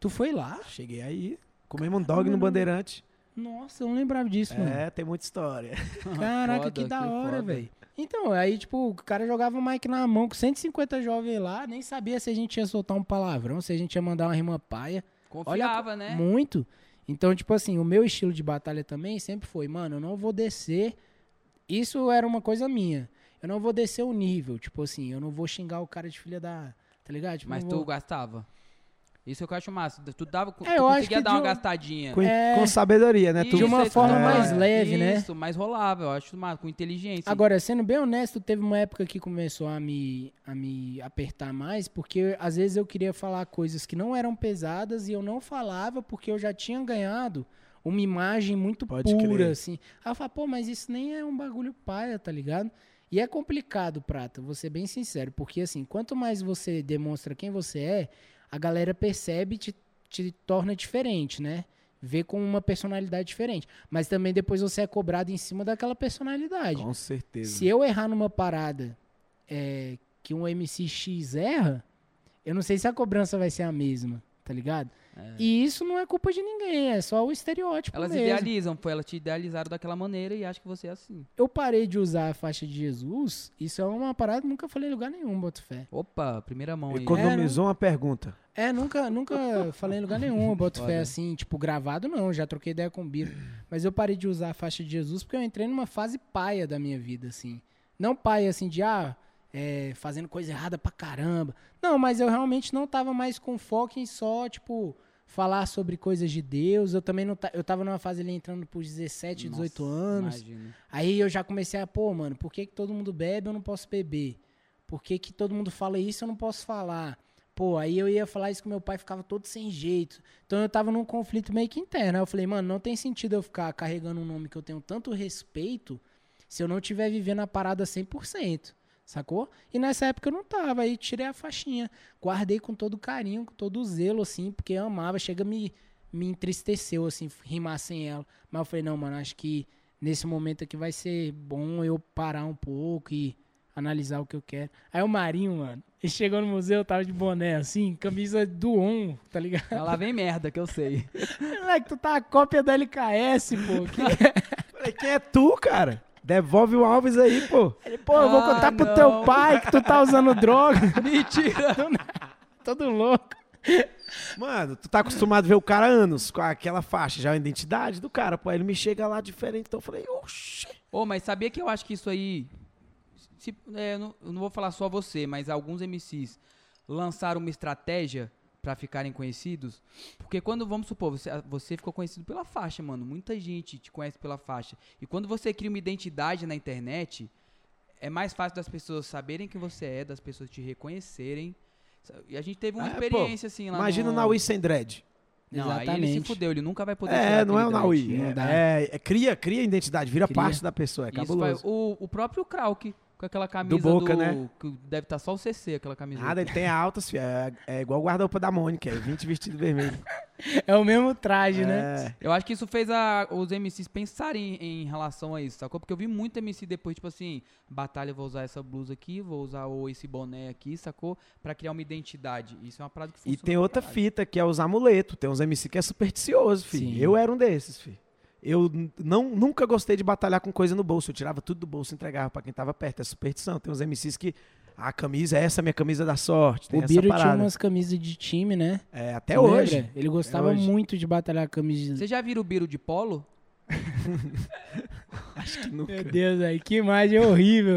S6: Tu foi lá?
S7: Cheguei aí. Comemos um dog no Bandeirante.
S6: Nossa, eu não lembrava disso, mano.
S7: É, tem muita história.
S6: Caraca,
S2: Ah, Foda,
S6: que da
S2: que
S6: hora,
S2: foda.
S6: velho. Então, aí, tipo, o cara jogava o mic na mão com 150 jovens lá, nem sabia se a gente ia soltar um palavrão, se a gente ia mandar uma rima paia.
S2: Confiava,
S6: Olha,
S2: né?
S6: Muito. Então, tipo assim, o meu estilo de batalha também sempre foi, mano, eu não vou descer. Isso era uma coisa minha. Eu não vou descer o nível, tipo assim, eu não vou xingar o cara de filha da. Tá ligado? Tipo,
S2: Mas
S6: não
S2: tu
S6: vou-
S2: gastava. Isso é o que eu acho massa. Tu, dava, tu
S6: É, eu acho
S2: conseguia
S6: que
S2: dar
S6: de
S2: uma
S6: um-
S2: gastadinha.
S7: Com,
S6: É.
S7: com sabedoria, né?
S2: Isso,
S7: Tu-
S6: De uma
S2: aí tu
S6: forma
S2: dava-
S6: mais leve, né?
S2: Isso, mais rolava, eu acho massa, com inteligência.
S6: Agora, sendo bem honesto, teve uma época que começou a me, a me apertar mais, porque às vezes eu queria falar coisas que não eram pesadas e eu não falava porque eu já tinha ganhado uma imagem muito
S7: Pode
S6: pura,
S7: crer.
S6: assim. Aí eu falava, pô, mas isso nem é um bagulho paia, tá ligado? E é complicado, Prata, vou ser bem sincero, porque assim, quanto mais você demonstra quem você é, a galera percebe e te, te torna diferente, né? Vê com uma personalidade diferente. Mas também depois você é cobrado em cima daquela personalidade.
S7: Com certeza.
S6: Se é, eu errar numa parada é, que um MCX erra, eu não sei se a cobrança vai ser a mesma, tá ligado? E isso não é culpa de ninguém, é só o estereótipo
S2: Elas
S6: mesmo.
S2: idealizam, pô, elas te idealizaram daquela maneira e acham que você é assim.
S6: Eu parei de usar a faixa de Jesus, isso é uma parada que eu nunca falei em lugar nenhum, boto fé.
S2: Opa, primeira mão aí.
S7: Economizou
S6: né?
S7: uma pergunta.
S6: É, nunca, nunca falei em lugar nenhum, boto fé
S2: Olha.
S6: assim, tipo, gravado não, já troquei ideia com o Biro. Mas eu parei de usar a faixa de Jesus porque eu entrei numa fase paia da minha vida, assim. Não pai, assim, de ah, é, fazendo coisa errada pra caramba. Não, mas eu realmente não tava mais com foco em só, tipo, falar sobre coisas de Deus. Eu também não ta- eu tava numa fase ali entrando por 17, 18
S2: Nossa,
S6: anos.
S2: Imagina.
S6: Aí eu já comecei a, pô, mano, por que, que todo mundo bebe eu não posso beber? Por que, que todo mundo fala isso eu não posso falar? Pô, aí eu ia falar isso com meu pai, ficava todo sem jeito. Então eu tava num conflito meio que interno. Aí eu falei, mano, não tem sentido eu ficar carregando um nome que eu tenho tanto respeito se eu não tiver vivendo a parada 100%, sacou? E nessa época eu não tava, aí tirei a faixinha. Guardei com todo carinho, com todo zelo, assim, porque eu amava. Chega, me, me entristeceu, assim, rimar sem ela. Mas eu falei, não, mano, acho que nesse momento aqui vai ser bom eu parar um pouco e analisar o que eu quero. Aí o Marinho, mano, ele chegou no museu, eu tava de boné, assim, camisa do On, tá ligado?
S2: Mas Lá vem merda, que eu sei.
S6: Moleque, tu tá a cópia da LKS, pô. que-
S7: Falei, quem é tu, cara? Devolve o Alves aí, pô.
S6: Ele, pô, eu vou
S2: Ah,
S6: contar pro
S2: não.
S6: é teu pai que tu tá usando droga.
S2: Mentira!
S6: Todo louco.
S7: Mano, tu tá acostumado a ver o cara há anos com aquela faixa, já a identidade do cara, pô. Aí ele me chega lá diferente, então eu falei, oxi.
S2: Ô, mas sabia que eu acho que isso aí. se- é, eu, não, eu não vou falar só você, mas alguns MCs lançaram uma estratégia pra ficarem conhecidos. Porque quando, vamos supor, você, você ficou conhecido pela faixa, mano. Muita gente te conhece pela faixa. E quando você cria uma identidade na internet, é mais fácil das pessoas saberem quem você é, das pessoas te reconhecerem. E a gente teve uma
S7: É, pô,
S2: experiência assim lá
S7: Imagina o
S2: no...
S7: Naui sem dread.
S2: Não, aí ele se
S6: Exatamente.
S2: fudeu, ele nunca vai poder tirar
S7: É, não é o
S2: aquele dread.
S7: Naui.
S6: Não
S7: é-
S6: dá.
S7: É, é- cria, cria identidade, vira
S6: Cria.
S7: parte da pessoa, é
S2: Isso vai-
S7: cabuloso.
S2: o, o próprio Krauk, com aquela camisa do...
S7: Boca, né?
S2: Que deve estar só o CC, aquela camisa.
S7: Nada, ele tem altas, fi, é, é igual o guarda-roupa da Mônica, é 20 vestido vermelho.
S6: É o mesmo traje, né?
S7: É,
S2: Eu acho que isso fez a- os MCs pensarem em, em relação a isso, sacou? Porque eu vi muito MC depois, tipo assim, batalha, eu vou usar essa blusa aqui, vou usar ou esse boné aqui, sacou? Pra criar uma identidade. Isso é uma parada que
S7: e
S2: funciona.
S7: tem outra
S2: filha.
S7: fita que é os amuletos. Tem uns MC que é supersticioso, filho.
S6: Sim.
S7: Eu era um desses, filho. Eu n- não, nunca gostei de batalhar com coisa no bolso. Eu tirava tudo do bolso e entregava pra quem tava perto. É superstição. Tem uns MCs que. A camisa, essa é a minha camisa da sorte. Tem
S6: o
S7: essa
S6: Biro tinha
S7: parada.
S6: umas camisas de time, né?
S7: É, até
S6: Tu
S7: hoje.
S6: lembra? Ele gostava
S7: hoje.
S6: muito de batalhar camisas.
S2: Vocês já viram o Biro de polo?
S6: Meu Deus, aí que imagem horrível.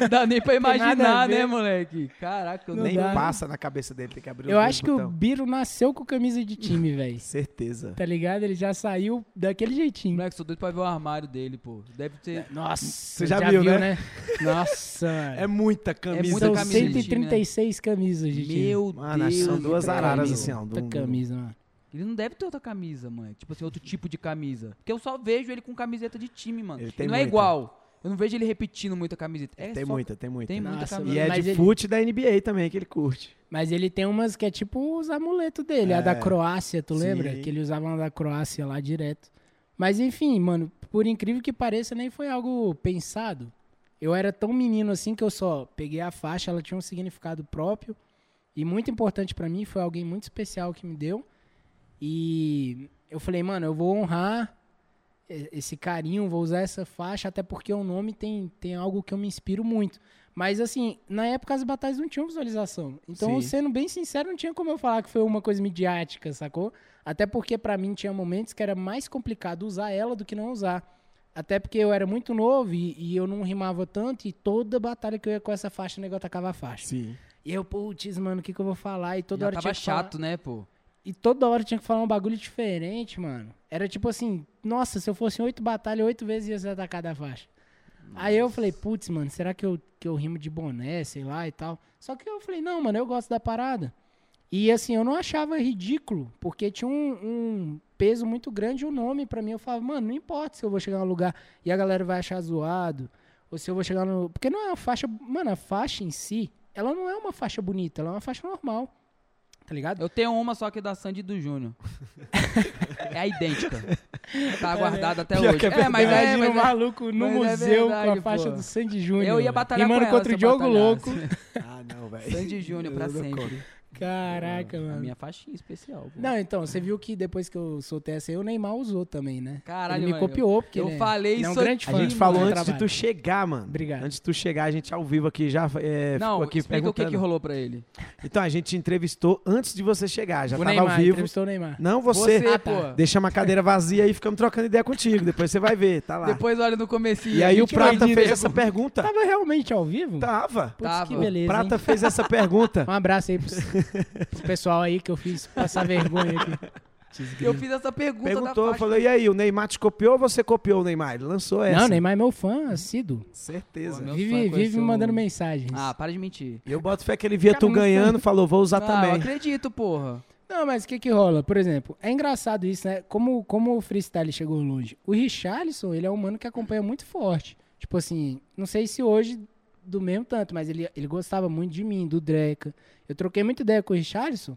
S2: Não dá nem pra
S6: nada a
S2: imaginar,
S6: ver.
S2: né, moleque? Caraca, eu
S6: Não
S2: nem...
S7: Nem
S6: dá, né?
S7: passa na cabeça dele, tem que abrir
S6: Eu
S7: os dois
S6: acho que o
S7: botão.
S6: Biro nasceu com camisa de time, velho.
S7: Certeza.
S6: Tá ligado? Ele já saiu daquele jeitinho.
S2: Moleque, sou doido pra ver o armário dele, pô. Deve ter...
S6: Nossa, você
S7: já viu, né?
S6: Nossa, mano.
S7: É muita camisa.
S2: muita
S6: São
S2: camisa de time, né?
S6: 136 camisas de time.
S2: Meu
S7: Mano,
S2: Deus.
S7: são duas
S2: que
S7: araras,
S2: camisa.
S7: assim, ó.
S6: Muita
S7: dum, dum,
S6: camisa, mano.
S2: Ele não deve ter outra camisa, mãe. Tipo assim, outro tipo de camisa. Porque eu só vejo ele com camiseta de time, mano.
S7: Ele tem
S2: E não é
S7: muita.
S2: igual. Eu não vejo ele repetindo muito a camiseta. É
S7: Tem
S2: só-
S7: muita, tem muita.
S2: Tem muita
S6: Nossa,
S2: camisa.
S7: E é
S6: Mas
S7: de
S6: ele-
S7: fute da NBA também que ele curte.
S6: Mas ele tem umas que é tipo os amuletos dele, a
S7: É.
S6: da Croácia, tu
S7: Sim.
S6: lembra? Que ele usava uma da Croácia lá direto. Mas enfim, mano, por incrível que pareça, nem foi algo pensado. Eu era tão menino assim que eu só peguei a faixa, ela tinha um significado próprio e muito importante pra mim, foi alguém muito especial que me deu. E eu falei, mano, eu vou honrar e- esse carinho, vou usar essa faixa, até porque o nome tem, tem algo que eu me inspiro muito. Mas assim, na época as batalhas não tinham visualização. Então,
S7: Sim.
S6: sendo bem sincero, não tinha como eu falar que foi uma coisa midiática, sacou? Até porque pra mim tinha momentos que era mais complicado usar ela do que não usar. Até porque eu era muito novo e, e eu não rimava tanto, e toda batalha que eu ia com essa faixa, o negócio tacava a faixa.
S7: Sim.
S6: E eu, putz, mano, o que, que eu vou falar? E toda
S2: Já
S6: hora
S2: tava
S6: tinha que falar-
S2: chato, né, pô?
S6: e toda hora tinha que falar um bagulho diferente, mano. Era tipo assim, nossa, se eu fosse em oito batalhas, oito vezes ia ser atacado a faixa. Aí eu falei, putz, mano, será que eu, que eu rimo de boné, sei lá e tal? Só que eu falei, não, mano, eu gosto da parada. E assim, eu não achava ridículo, porque tinha um, um peso muito grande o nome pra mim. Eu falava, mano, não importa se eu vou chegar num lugar e a galera vai achar zoado, ou se eu vou chegar no. Porque não é uma faixa. Mano, a faixa em si, ela não é uma faixa bonita, ela é uma faixa normal. Tá ligado?
S2: Eu tenho uma só que é da Sandy e do Júnior. é a idêntica. Tá
S6: né?
S2: guardada até
S7: Pior
S2: hoje.
S7: que é
S2: mas é,
S6: Imagina
S2: mas
S6: um
S2: é.
S6: maluco no
S2: mas é
S6: museu com
S2: verdade,
S6: a faixa
S2: pô.
S6: do Sandy Júnior.
S2: Eu ia
S6: mano,
S2: batalhar
S6: rimando
S2: com ela,
S6: contra o
S2: se eu
S6: Diogo
S2: batalhasse.
S6: Louco.
S7: Ah, não, velho.
S2: Sandy e Júnior pra
S7: Eu não
S2: sempre.
S6: Caraca,
S2: A
S6: mano.
S2: minha faixinha especial. pô.
S6: Não, então, você viu que depois que eu soltei essa aí, o Neymar usou também, né?
S2: Caralho,
S6: ele me
S2: mano,
S6: copiou, porque
S2: eu
S6: ele é-
S2: falei
S6: ele é um
S2: isso
S6: grande
S1: A
S6: fã
S1: gente
S6: do
S1: falou
S6: meu
S1: antes de tu
S6: trabalho.
S1: chegar, mano.
S6: Obrigado.
S1: Antes de tu chegar, a gente ao vivo aqui já é,
S2: Não,
S1: ficou aqui
S2: explica o que, que
S1: perguntando.
S2: rolou pra ele.
S1: Então, a gente entrevistou antes de você chegar, já
S6: o
S1: tava
S6: Neymar,
S1: ao vivo.
S6: entrevistou o Neymar.
S1: Não você.
S6: Ah,
S2: Você, pô.
S6: tá.
S1: Deixamos a cadeira vazia e ficamos trocando ideia contigo. Depois você vai ver, tá lá.
S2: Depois olha no comecinho.
S1: e aí
S2: a
S1: o
S2: gente vai
S1: Prata fez
S2: direto.
S1: essa pergunta.
S6: Tava realmente ao vivo?
S1: Tava.
S6: Putz,
S2: Tava.
S6: que Tá beleza,
S1: Tá. Prata
S6: hein?
S1: fez essa pergunta.
S6: Um abraço aí pros, pro pessoal aí que eu fiz passar vergonha aqui.
S2: Eu fiz essa pergunta da
S1: Perguntou,
S2: faixa.
S1: falou: e aí, o Neymar te copiou ou você copiou o Neymar? Ele lançou essa.
S6: Não, o Neymar é meu fã, assíduo.
S1: Certeza.
S2: Pô, meu sonho é
S6: Vive, vive
S2: conhecer
S6: me
S2: o-
S6: mandando mensagens.
S2: Ah, para de mentir.
S1: Eu boto fé que ele via tu
S6: Cara, não tem-
S1: ganhando, falou: vou usar
S2: Ah, eu
S1: também.
S2: acredito, porra.
S6: Não, mas o que que rola? Por exemplo, é engraçado isso, né? Como, como o freestyle chegou longe. O Richarlison, ele é um mano que acompanha muito forte. Tipo assim, não sei se hoje do mesmo tanto, mas ele, ele gostava muito de mim, do Dreca. Eu troquei muita ideia com o Richarlison.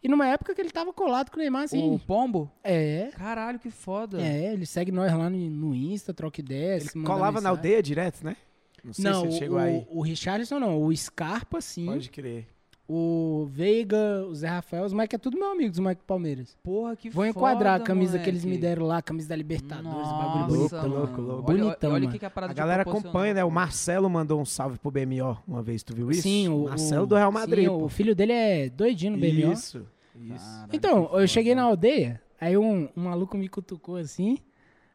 S6: E numa época que ele tava colado com o Neymar, assim...
S2: O pombo?
S6: É,
S2: Caralho, que foda.
S6: é, ele segue nós lá no, no Insta, troca ideia, se
S1: Ele
S6: manda
S1: colava na
S6: mensagem.
S1: aldeia direto, né? Não sei se
S6: Não,
S1: ele chegou
S6: o,
S1: aí.
S6: o Richarlison não, o Scarpa sim,
S1: Pode crer.
S6: o Veiga, o Zé Rafael, os Mike é tudo meu amigo, os Mike do Palmeiras.
S2: Porra, que
S6: Vou
S2: foda.
S6: enquadrar a camisa
S2: moleque.
S6: que eles me deram lá, a camisa da Libertadores, esse bagulho
S2: Nossa, é
S6: bonitão.
S2: mano.
S1: louco, louco.
S2: Olha-
S6: Bonitão,
S2: Olha, o
S6: mano.
S2: que, que a parada
S1: A
S2: te
S1: galera
S2: proporcionou.
S1: acompanha, né? O Marcelo mandou um salve pro BMO uma vez, tu viu isso?
S6: Sim, o
S1: Marcelo
S6: o-
S1: do Real Madrid.
S6: sim,
S1: pô.
S6: o filho dele é doidinho no BMO.
S1: Isso. Isso.
S2: Caralho, que
S6: Então,
S2: foda.
S6: eu cheguei na aldeia, aí um, um maluco me cutucou assim,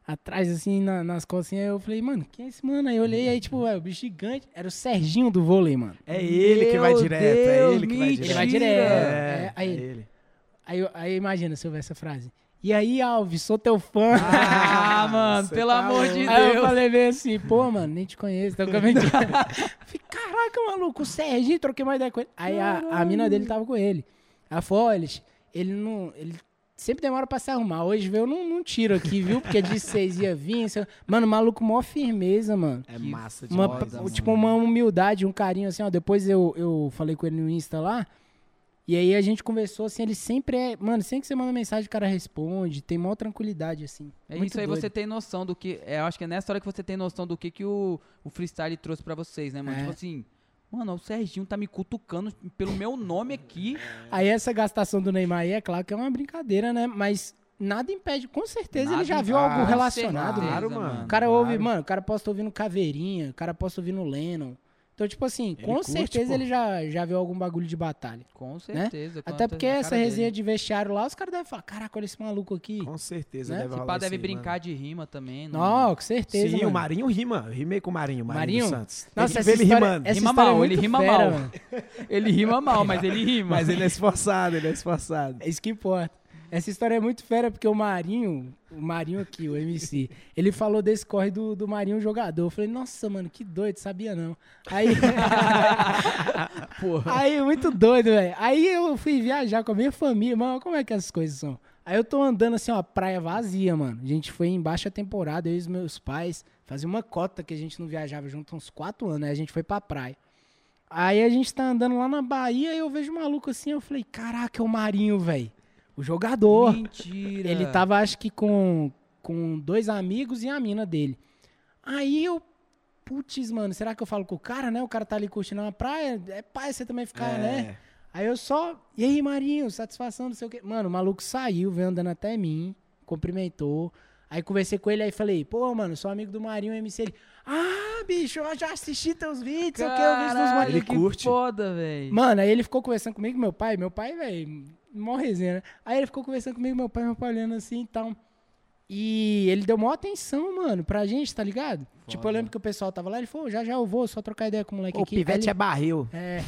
S6: atrás assim, na- nas costas, aí eu falei, mano, quem é esse mano? Aí eu olhei, aí tipo, é o bicho gigante, era o Serginho do vôlei, mano.
S1: É ele que vai
S2: Meu
S1: direto, é ele
S2: Deus,
S1: que vai direto.
S2: mentira.
S6: Ele vai
S1: É,
S6: direto.
S1: é,
S6: É, aí ele.
S1: ele.
S6: Aí, eu- aí imagina se eu ver essa frase. E aí, Alves, sou teu fã.
S2: Ah, mano,
S1: Você
S2: pelo
S1: tá
S2: amor de
S6: Aí eu
S2: Deus.
S6: falei bem assim, pô, mano, nem te conheço, tô ficando Falei, caraca, maluco, o Serginho, troquei mais ideia com ele. Aí a, a mina dele tava com ele. A Foles, ele não. Ele sempre demora pra se arrumar. Hoje veio num, num tiro aqui, viu? Porque disse seis ia vir. sei lá. Mano, maluco, mó firmeza, mano.
S1: É massa
S6: Uma-
S1: demais.
S6: um- tipo, uma humildade, um carinho, assim, ó. Depois eu, eu falei com ele no Insta lá. E aí a gente conversou, assim, ele sempre é. Mano, sempre que você manda mensagem, o cara responde, tem maior tranquilidade, assim.
S2: É
S6: Muito
S2: isso aí,
S6: doido.
S2: você tem noção do que. É, eu acho que é nessa hora que você tem noção do que, que o, o freestyle trouxe pra vocês, né, mano?
S6: É.
S2: Tipo assim, mano, o Serginho tá me cutucando pelo meu nome aqui.
S6: Aí essa gastação do Neymar aí, é claro que é uma brincadeira, né? Mas nada impede. Com certeza
S2: Nada
S6: ele já viu
S1: impede.
S6: algo
S1: Ah,
S6: relacionado.
S2: certeza,
S1: Claro,
S6: mano.
S1: mano.
S6: O cara
S1: claro.
S6: ouve, mano, o cara possa estar ouvindo Caveirinha, o cara possa estar ouvindo Lennon. Então, tipo assim, com
S1: curte,
S6: certeza
S1: pô.
S6: ele já, já viu algum bagulho de batalha.
S2: Com certeza.
S6: Né? Até
S2: canta
S6: porque
S2: na
S6: essa
S2: cara
S6: resenha
S2: dele.
S6: de vestiário lá, os caras devem falar, caraca, olha esse maluco aqui.
S1: Com certeza
S6: Né?
S1: deve
S2: Esse
S1: rolar
S2: pá
S1: isso
S2: deve
S1: aí,
S2: brincar de rima também. não-
S6: Não, com certeza,
S1: Mano. Sim,
S6: mano.
S1: o Marinho rima. Eu Rimei com o Marinho, Marinho,
S6: Marinho?
S1: dos Santos. Tem
S6: Nossa,
S1: que
S6: essa
S1: ver ele
S6: história,
S1: rimando.
S6: essa
S2: Rima
S6: história
S2: mal,
S6: é muito
S2: ele rima
S6: fera,
S2: mal.
S6: mano.
S2: Ele rima mal, é? mas ele rima.
S1: Mas ele é esforçado, ele é esforçado.
S6: É isso que importa. Essa história é muito fera, porque o Marinho, o Marinho aqui, o MC, ele falou desse corre do, do Marinho jogador. Eu falei, nossa, mano, que doido, sabia não. Aí,
S2: Porra.
S6: aí muito doido, velho. Aí eu fui viajar com a minha família, mano, como é que essas coisas são? Aí eu tô andando assim, ó, praia vazia, mano. A gente foi em baixa temporada, eu e os meus pais. Fazia uma cota que a gente não viajava junto há uns quatro anos, né? A gente foi pra praia. Aí a gente tá andando lá na Bahia e eu vejo um maluco assim, eu falei, caraca, é o Marinho, velho. O jogador.
S2: Mentira.
S6: Ele tava, acho que com, com dois amigos e a mina dele. Aí eu, putz, mano, será que eu falo com o cara, né? O cara tá ali curtindo uma praia, é pai você também ficar, né? Aí eu só, e aí, Marinho, satisfação, não sei o quê. Mano, o maluco saiu, veio andando até mim, cumprimentou. Aí conversei com ele, aí falei, pô, mano, sou amigo do Marinho MC. Ele, ah, bicho, eu já assisti teus vídeos, sei o que, eu vi dos
S2: Caralho,
S1: Ele
S2: que
S1: curte.
S2: foda, velho.
S6: Mano, aí ele ficou conversando comigo, meu pai, meu pai, velho, mó resenha, né? Aí ele ficou conversando comigo, meu pai, meu pai olhando assim e tal. E ele deu maior atenção, mano, pra gente, tá ligado? Tipo, eu lembro que o pessoal tava lá, ele falou, já já eu vou, só trocar ideia com o moleque
S1: O
S6: aqui. Aí
S1: pivete
S6: ele-
S1: é barril.
S6: é,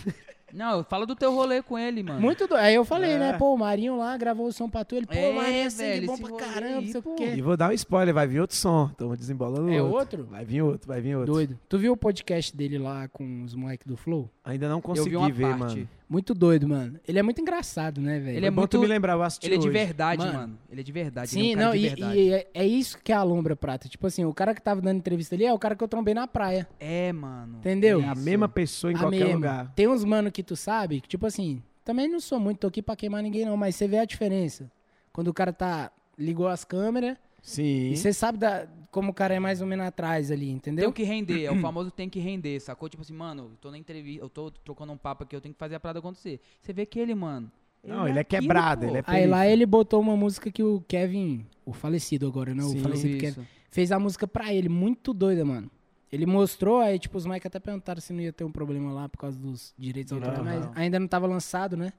S2: Não, fala do teu rolê com ele, mano.
S6: muito doido. Aí eu falei,
S1: É.
S6: né, pô, o Marinho lá gravou o som pra tu, ele, pô,
S2: É,
S6: o Marinho é sangue
S2: velho,
S6: bom
S2: esse
S6: pra
S2: rolê
S6: caramba,
S2: aí,
S6: não sei
S2: pô.
S6: o quê.
S1: E vou dar um spoiler, vai vir outro som. Tamo desembolando
S6: É
S1: outro.
S6: outro?
S1: Vai vir outro, vai vir outro.
S6: Doido. Tu viu o podcast dele lá com os moleques do Flow?
S1: Ainda não
S2: Eu
S1: consegui
S2: vi uma
S1: ver,
S2: parte.
S1: mano.
S6: Muito doido, mano. Ele é muito engraçado, né, velho?
S2: Ele é
S1: Foi bom tu
S2: muito-
S1: me lembrar, eu assisti
S2: Ele é de
S1: hoje.
S2: verdade, mano.
S6: Mano.
S2: Ele é de verdade.
S6: Sim,
S2: ele é um cara
S6: não,
S2: de
S6: e,
S2: verdade.
S6: e é, é isso que é a lombra prata. Tipo assim, o cara que tava dando entrevista ali é o cara que eu trombei na praia,
S2: É, mano.
S6: entendeu?
S1: É a mesma pessoa em
S6: A
S1: qualquer
S6: mesma.
S1: lugar.
S6: Tem uns mano que tu sabe, que tipo assim, também não sou muito, tô aqui pra queimar ninguém não, mas você vê a diferença. Quando o cara tá, ligou as câmeras
S1: Sim.
S6: E
S2: é
S6: você sabe da- como o cara é mais ou menos atrás ali, entendeu?
S2: Tem que render, é o famoso tem que render, sacou? Tipo assim, mano, eu tô na entrevista, eu tô trocando um papo aqui, eu tenho que fazer a parada acontecer. Você vê que ele, mano.
S1: Não, ele é
S2: aquilo,
S1: quebrado,
S2: pô.
S1: ele é
S6: Aí lá ele botou uma música que o Kevin, o falecido agora, né?
S1: Sim,
S6: o
S2: Eu
S6: falecido
S2: vi
S6: Kevin,
S2: isso.
S6: fez a música pra ele, muito doida, mano. Ele mostrou, aí tipo, os Mike até perguntaram se não ia ter um problema lá por causa dos direitos autorais, mas
S1: não.
S6: ainda não tava lançado, né?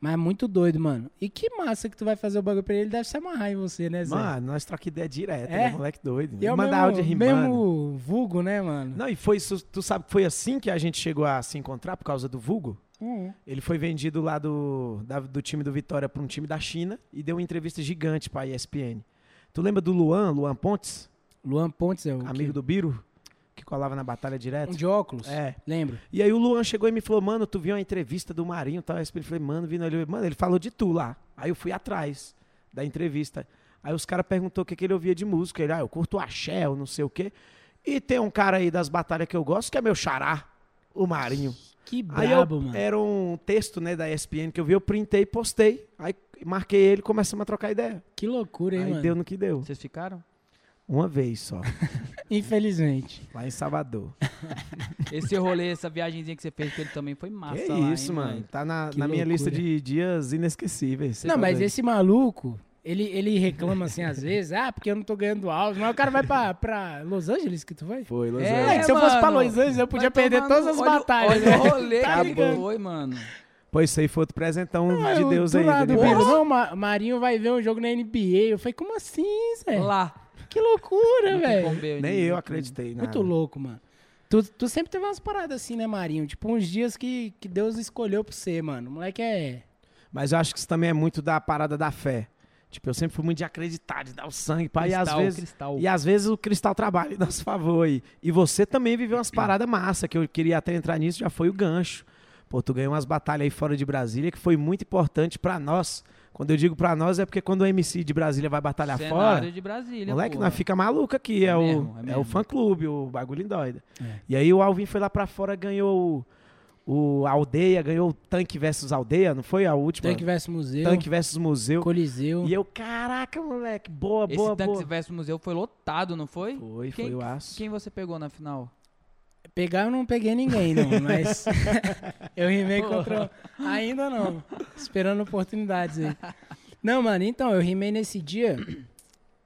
S6: Mas é muito doido, mano. E que massa que tu vai fazer o bagulho pra ele, ele deve se amarrar em você, né, Zé?
S1: Mano, nós troca ideia direto,
S6: É?
S1: ele é moleque doido.
S6: E é o
S1: Manda
S6: mesmo,
S1: áudio rimando.
S6: mesmo vulgo, né, mano?
S1: Não, e foi, isso- tu sabe que foi assim que a gente chegou a se encontrar por causa do vulgo?
S6: Hum.
S1: Ele foi vendido lá do, da- do time do Vitória para um time da China e deu uma entrevista gigante para a ESPN. Tu lembra do Luan, Luan Pontes,
S6: Luan Pontes é o
S1: amigo do Biro, que colava na batalha
S6: que...
S1: direto?
S6: um de óculos.
S1: É.
S6: Lembro.
S1: E aí o Luan chegou e me falou, mano, tu viu a entrevista do Marinho e tal? Eu falei, mano, vi, não." ele, mano, ele falou de tu lá. Aí eu fui atrás da entrevista. Aí os caras perguntou o que, que ele ouvia de música. Ele, ah, eu curto axé, eu não sei o quê. E tem um cara aí das batalhas que eu gosto, que é meu xará, o Marinho.
S6: Que
S1: Aí
S6: brabo,
S1: eu-
S6: mano.
S1: era um texto, né, da ESPN que eu vi, eu printei, postei. Aí marquei ele, começamos a trocar ideia.
S6: Que loucura, hein,
S1: aí
S6: mano?
S1: deu no que deu.
S2: Vocês ficaram?
S1: Uma vez só,
S6: Infelizmente.
S1: lá em Salvador.
S2: Esse rolê, essa viagemzinha que você fez com ele também foi massa.
S1: que
S2: lá, hein,
S1: isso, mano. Tá na,
S6: Que
S1: na minha lista
S6: loucura.
S1: de dias inesquecíveis.
S6: não,
S1: Tá
S6: mas
S1: doido.
S6: esse maluco, ele, ele reclama assim às vezes, ah, porque eu não tô ganhando áudio. Mas o cara vai pra, pra Los Angeles que tu vai?
S1: Foi, Los
S2: É,
S1: Angeles.
S6: se eu fosse pra
S2: mano.
S6: Los Angeles, eu
S2: Vai
S6: podia perder
S2: tomar
S6: todas
S2: no-
S6: as
S2: olha o-
S6: batalha.
S2: Olha o rolê
S6: Tá
S2: que
S6: ligado?
S2: foi, mano.
S1: Pois isso aí foi outro presentão de
S6: É, eu-
S1: Deus
S6: do
S1: aí.
S6: lado,
S1: do
S6: Biro,
S1: universo.
S6: não, Ma- Marinho vai ver um jogo na NBA. Eu falei, como assim, Zé?
S2: Lá.
S6: Que loucura, velho.
S1: Nem eu
S2: acredito.
S1: acreditei, nada.
S6: Muito
S2: né?
S6: louco, mano. Tu, tu sempre teve umas paradas assim, né, Marinho? Tipo, uns dias que, que Deus escolheu pra você, mano. O moleque é.
S1: Mas eu acho que isso também é muito da parada da fé. Tipo, eu sempre fui muito de acreditar, de dar o sangue, pá, e às
S2: Cristal,
S1: vezes...
S2: cristal.
S1: E às vezes o cristal trabalha em nosso favor aí. E você também viveu umas paradas massa, que eu queria até entrar nisso, já foi o gancho. Pô, tu ganhou umas batalhas aí fora de Brasília que foi muito importante pra nós. Quando eu digo pra nós é porque quando o MC de Brasília vai batalhar
S2: Cenário
S1: fora,
S2: de Brasília,
S1: moleque,
S2: porra.
S1: nós fica maluco aqui, é,
S2: um
S1: o
S2: né? É mesmo, é
S1: é,
S2: mesmo.
S1: o fã clube, o bagulho doida.
S6: É.
S1: E aí o Alvin foi lá pra fora, ganhou o, o Aldeia, ganhou o Tanque versus Aldeia, não foi a última?
S6: Tanque versus Museu,
S1: Tipo, Tanque versus Museu.
S6: Coliseu.
S1: E eu, caraca, moleque, boa,
S2: Esse
S1: boa,
S2: tanque
S1: boa.
S2: versus museu foi lotado, não foi?
S1: Foi,
S2: Quem-
S1: foi o aço.
S2: Quem você pegou na final?
S6: Pegar eu não peguei ninguém, não, mas eu rimei contra. Ainda não. Esperando oportunidades aí. Não, mano, então, eu rimei nesse dia.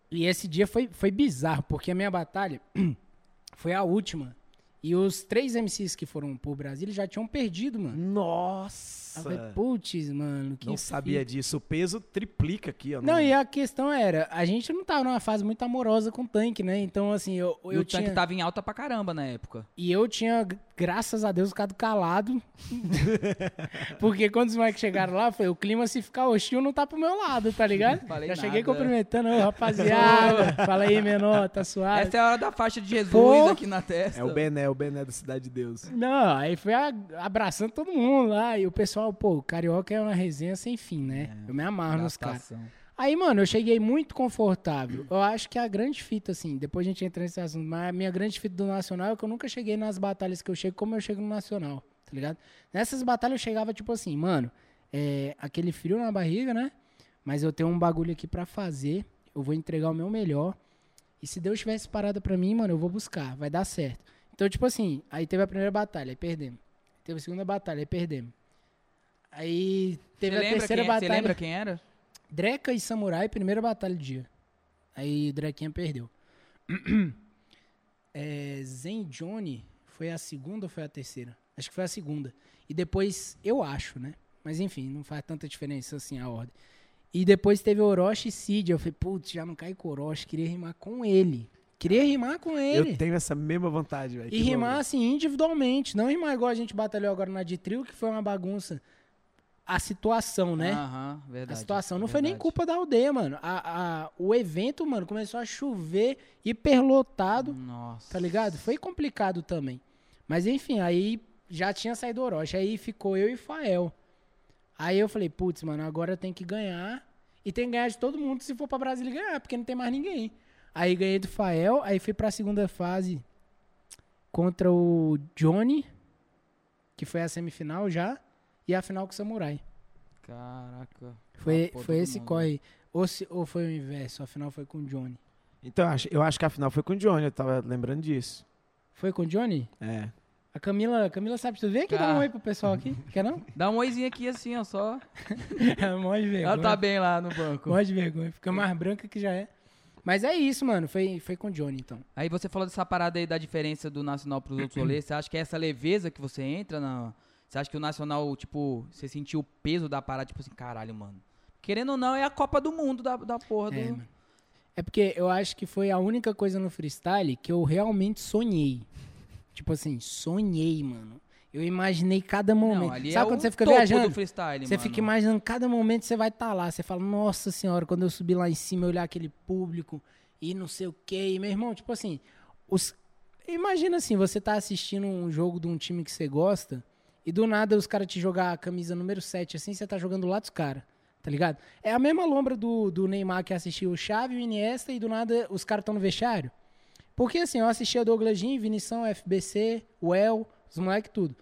S6: E esse dia foi, foi bizarro, porque a minha batalha foi a última. E os três MCs que foram pro Brasil já tinham perdido, mano. Aí Eu falei,
S1: Nossa!
S6: putz, mano, que
S1: Não sabia disso. O peso triplica aqui, ó.
S6: Não, e a questão era, a gente não tava numa fase muito amorosa com o tanque, né? Então, assim, eu,
S2: e
S6: eu
S2: o
S6: tinha...
S2: tanque tava em alta pra caramba na época.
S6: E eu tinha, gr- graças a Deus, ficado calado. Porque quando os moleques chegaram lá, foi o clima se ficar hostil não tá pro meu lado, tá ligado?
S2: Falei
S6: Já cheguei
S2: nada.
S6: cumprimentando, ô rapaziada, fala aí, menor, tá suave.
S2: Essa é a hora da faixa de Jesus
S6: Pô.
S2: aqui na testa.
S1: É o Bené, o Bené do Cidade de Deus.
S6: Não, aí foi a- abraçando todo mundo lá. E o pessoal, pô, o carioca é uma resenha sem fim, né? eu me amarro nos caras.
S2: É. Adaptação.
S6: Aí, mano, eu cheguei muito confortável. Eu acho que é a grande fita, assim, depois a gente entra nesse assunto, mas a minha grande fita do Nacional é que eu nunca cheguei nas batalhas que eu chego como eu chego no Nacional, tá ligado? Nessas batalhas eu chegava, tipo assim, mano, é, aquele frio na barriga, né? Mas eu tenho um bagulho aqui pra fazer, eu vou entregar o meu melhor. E se Deus tivesse parada pra mim, mano, eu vou buscar, vai dar certo. Então, tipo assim, aí teve a primeira batalha, aí perdemos. Teve a segunda batalha, aí perdemos. Aí
S2: Você
S6: teve a
S2: lembra,
S6: terceira
S2: quem, é? você
S6: batalha.
S2: lembra quem era?
S6: Dreca e Samurai, primeira batalha do dia. Aí Drequinha perdeu. é, Zen Johnny foi a segunda ou foi a terceira? Acho que foi a segunda. E depois, eu acho, né? Mas enfim, não faz tanta diferença assim a ordem. E depois teve Orochi e Cid. Eu falei, putz, já não cai com o Orochi, queria rimar com ele. Queria rimar com É ele.
S1: Eu tenho essa mesma vontade, velho.
S6: E rimar assim individualmente, não rimar igual a gente batalhou agora na de trio, que foi uma bagunça. A situação, né?
S2: Aham, verdade. é
S6: A situação não foi nem
S2: verdade.
S6: culpa da aldeia, mano. A, a- o evento, mano, começou a chover, hiperlotado,
S2: Nossa.
S6: tá ligado? Foi complicado também. Mas enfim, aí já tinha saído o Orochi. Aí ficou eu e Fael. Aí eu falei, putz, mano, agora tem que ganhar. E tem que ganhar de todo mundo se for pra Brasília ganhar, porque não tem mais ninguém. Aí ganhei do Fael, aí fui pra segunda fase contra o Johnny, que foi a semifinal já, e a final com o Samurai.
S2: Caraca.
S6: Foi,
S2: Pô,
S6: foi
S2: todo
S6: esse
S2: mundo.
S6: corre. Ou, se- ou foi o inverso, afinal foi com o Johnny.
S7: Então, eu acho, eu acho que a final foi com o Johnny, eu tava lembrando disso.
S6: Foi com o Johnny?
S7: É.
S6: A Camila, a Camila sabe tudo. Vem aqui dar
S2: Ah.
S6: um oi pro pessoal aqui. Quer não?
S2: Dá um oizinho aqui assim, ó, só.
S6: Ela morre de vergonha.
S2: Ela tá bem lá no banco.
S6: Morre de vergonha. Fica mais branca que já é. Mas é isso, mano. Foi, foi com o Johnny, então.
S2: Aí você falou dessa parada aí da diferença do Nacional pros outros rolês. Você acha que é essa leveza que você entra na. Você acha que o Nacional, tipo, você sentiu o peso da parada, tipo assim, caralho, mano. Querendo ou não, é a Copa do Mundo da, da porra
S6: É,
S2: do.
S6: mano. É porque eu acho que foi a única coisa no freestyle que eu realmente sonhei. Tipo assim, sonhei, mano. Eu imaginei cada momento.
S2: Não, ali
S6: Sabe
S2: é
S6: quando
S2: o
S6: você fica
S2: topo
S6: viajando?
S2: do freestyle,
S6: Você
S2: mano.
S6: fica imaginando cada momento que você vai estar lá. Você fala, nossa senhora, quando eu subir lá em cima e olhar aquele público e não sei o quê. E, meu irmão, tipo assim, os... imagina assim, você tá assistindo um jogo de um time que você gosta e do nada os caras te jogar a camisa número 7 assim, você tá jogando lá dos caras. Tá ligado? É a mesma lombra do, do Neymar que assistiu o Xavi, o Iniesta e do nada os caras estão no vestiário. Porque assim, eu assistia Douglas Jean, Vinição, FBC, o El, os moleques, tudo.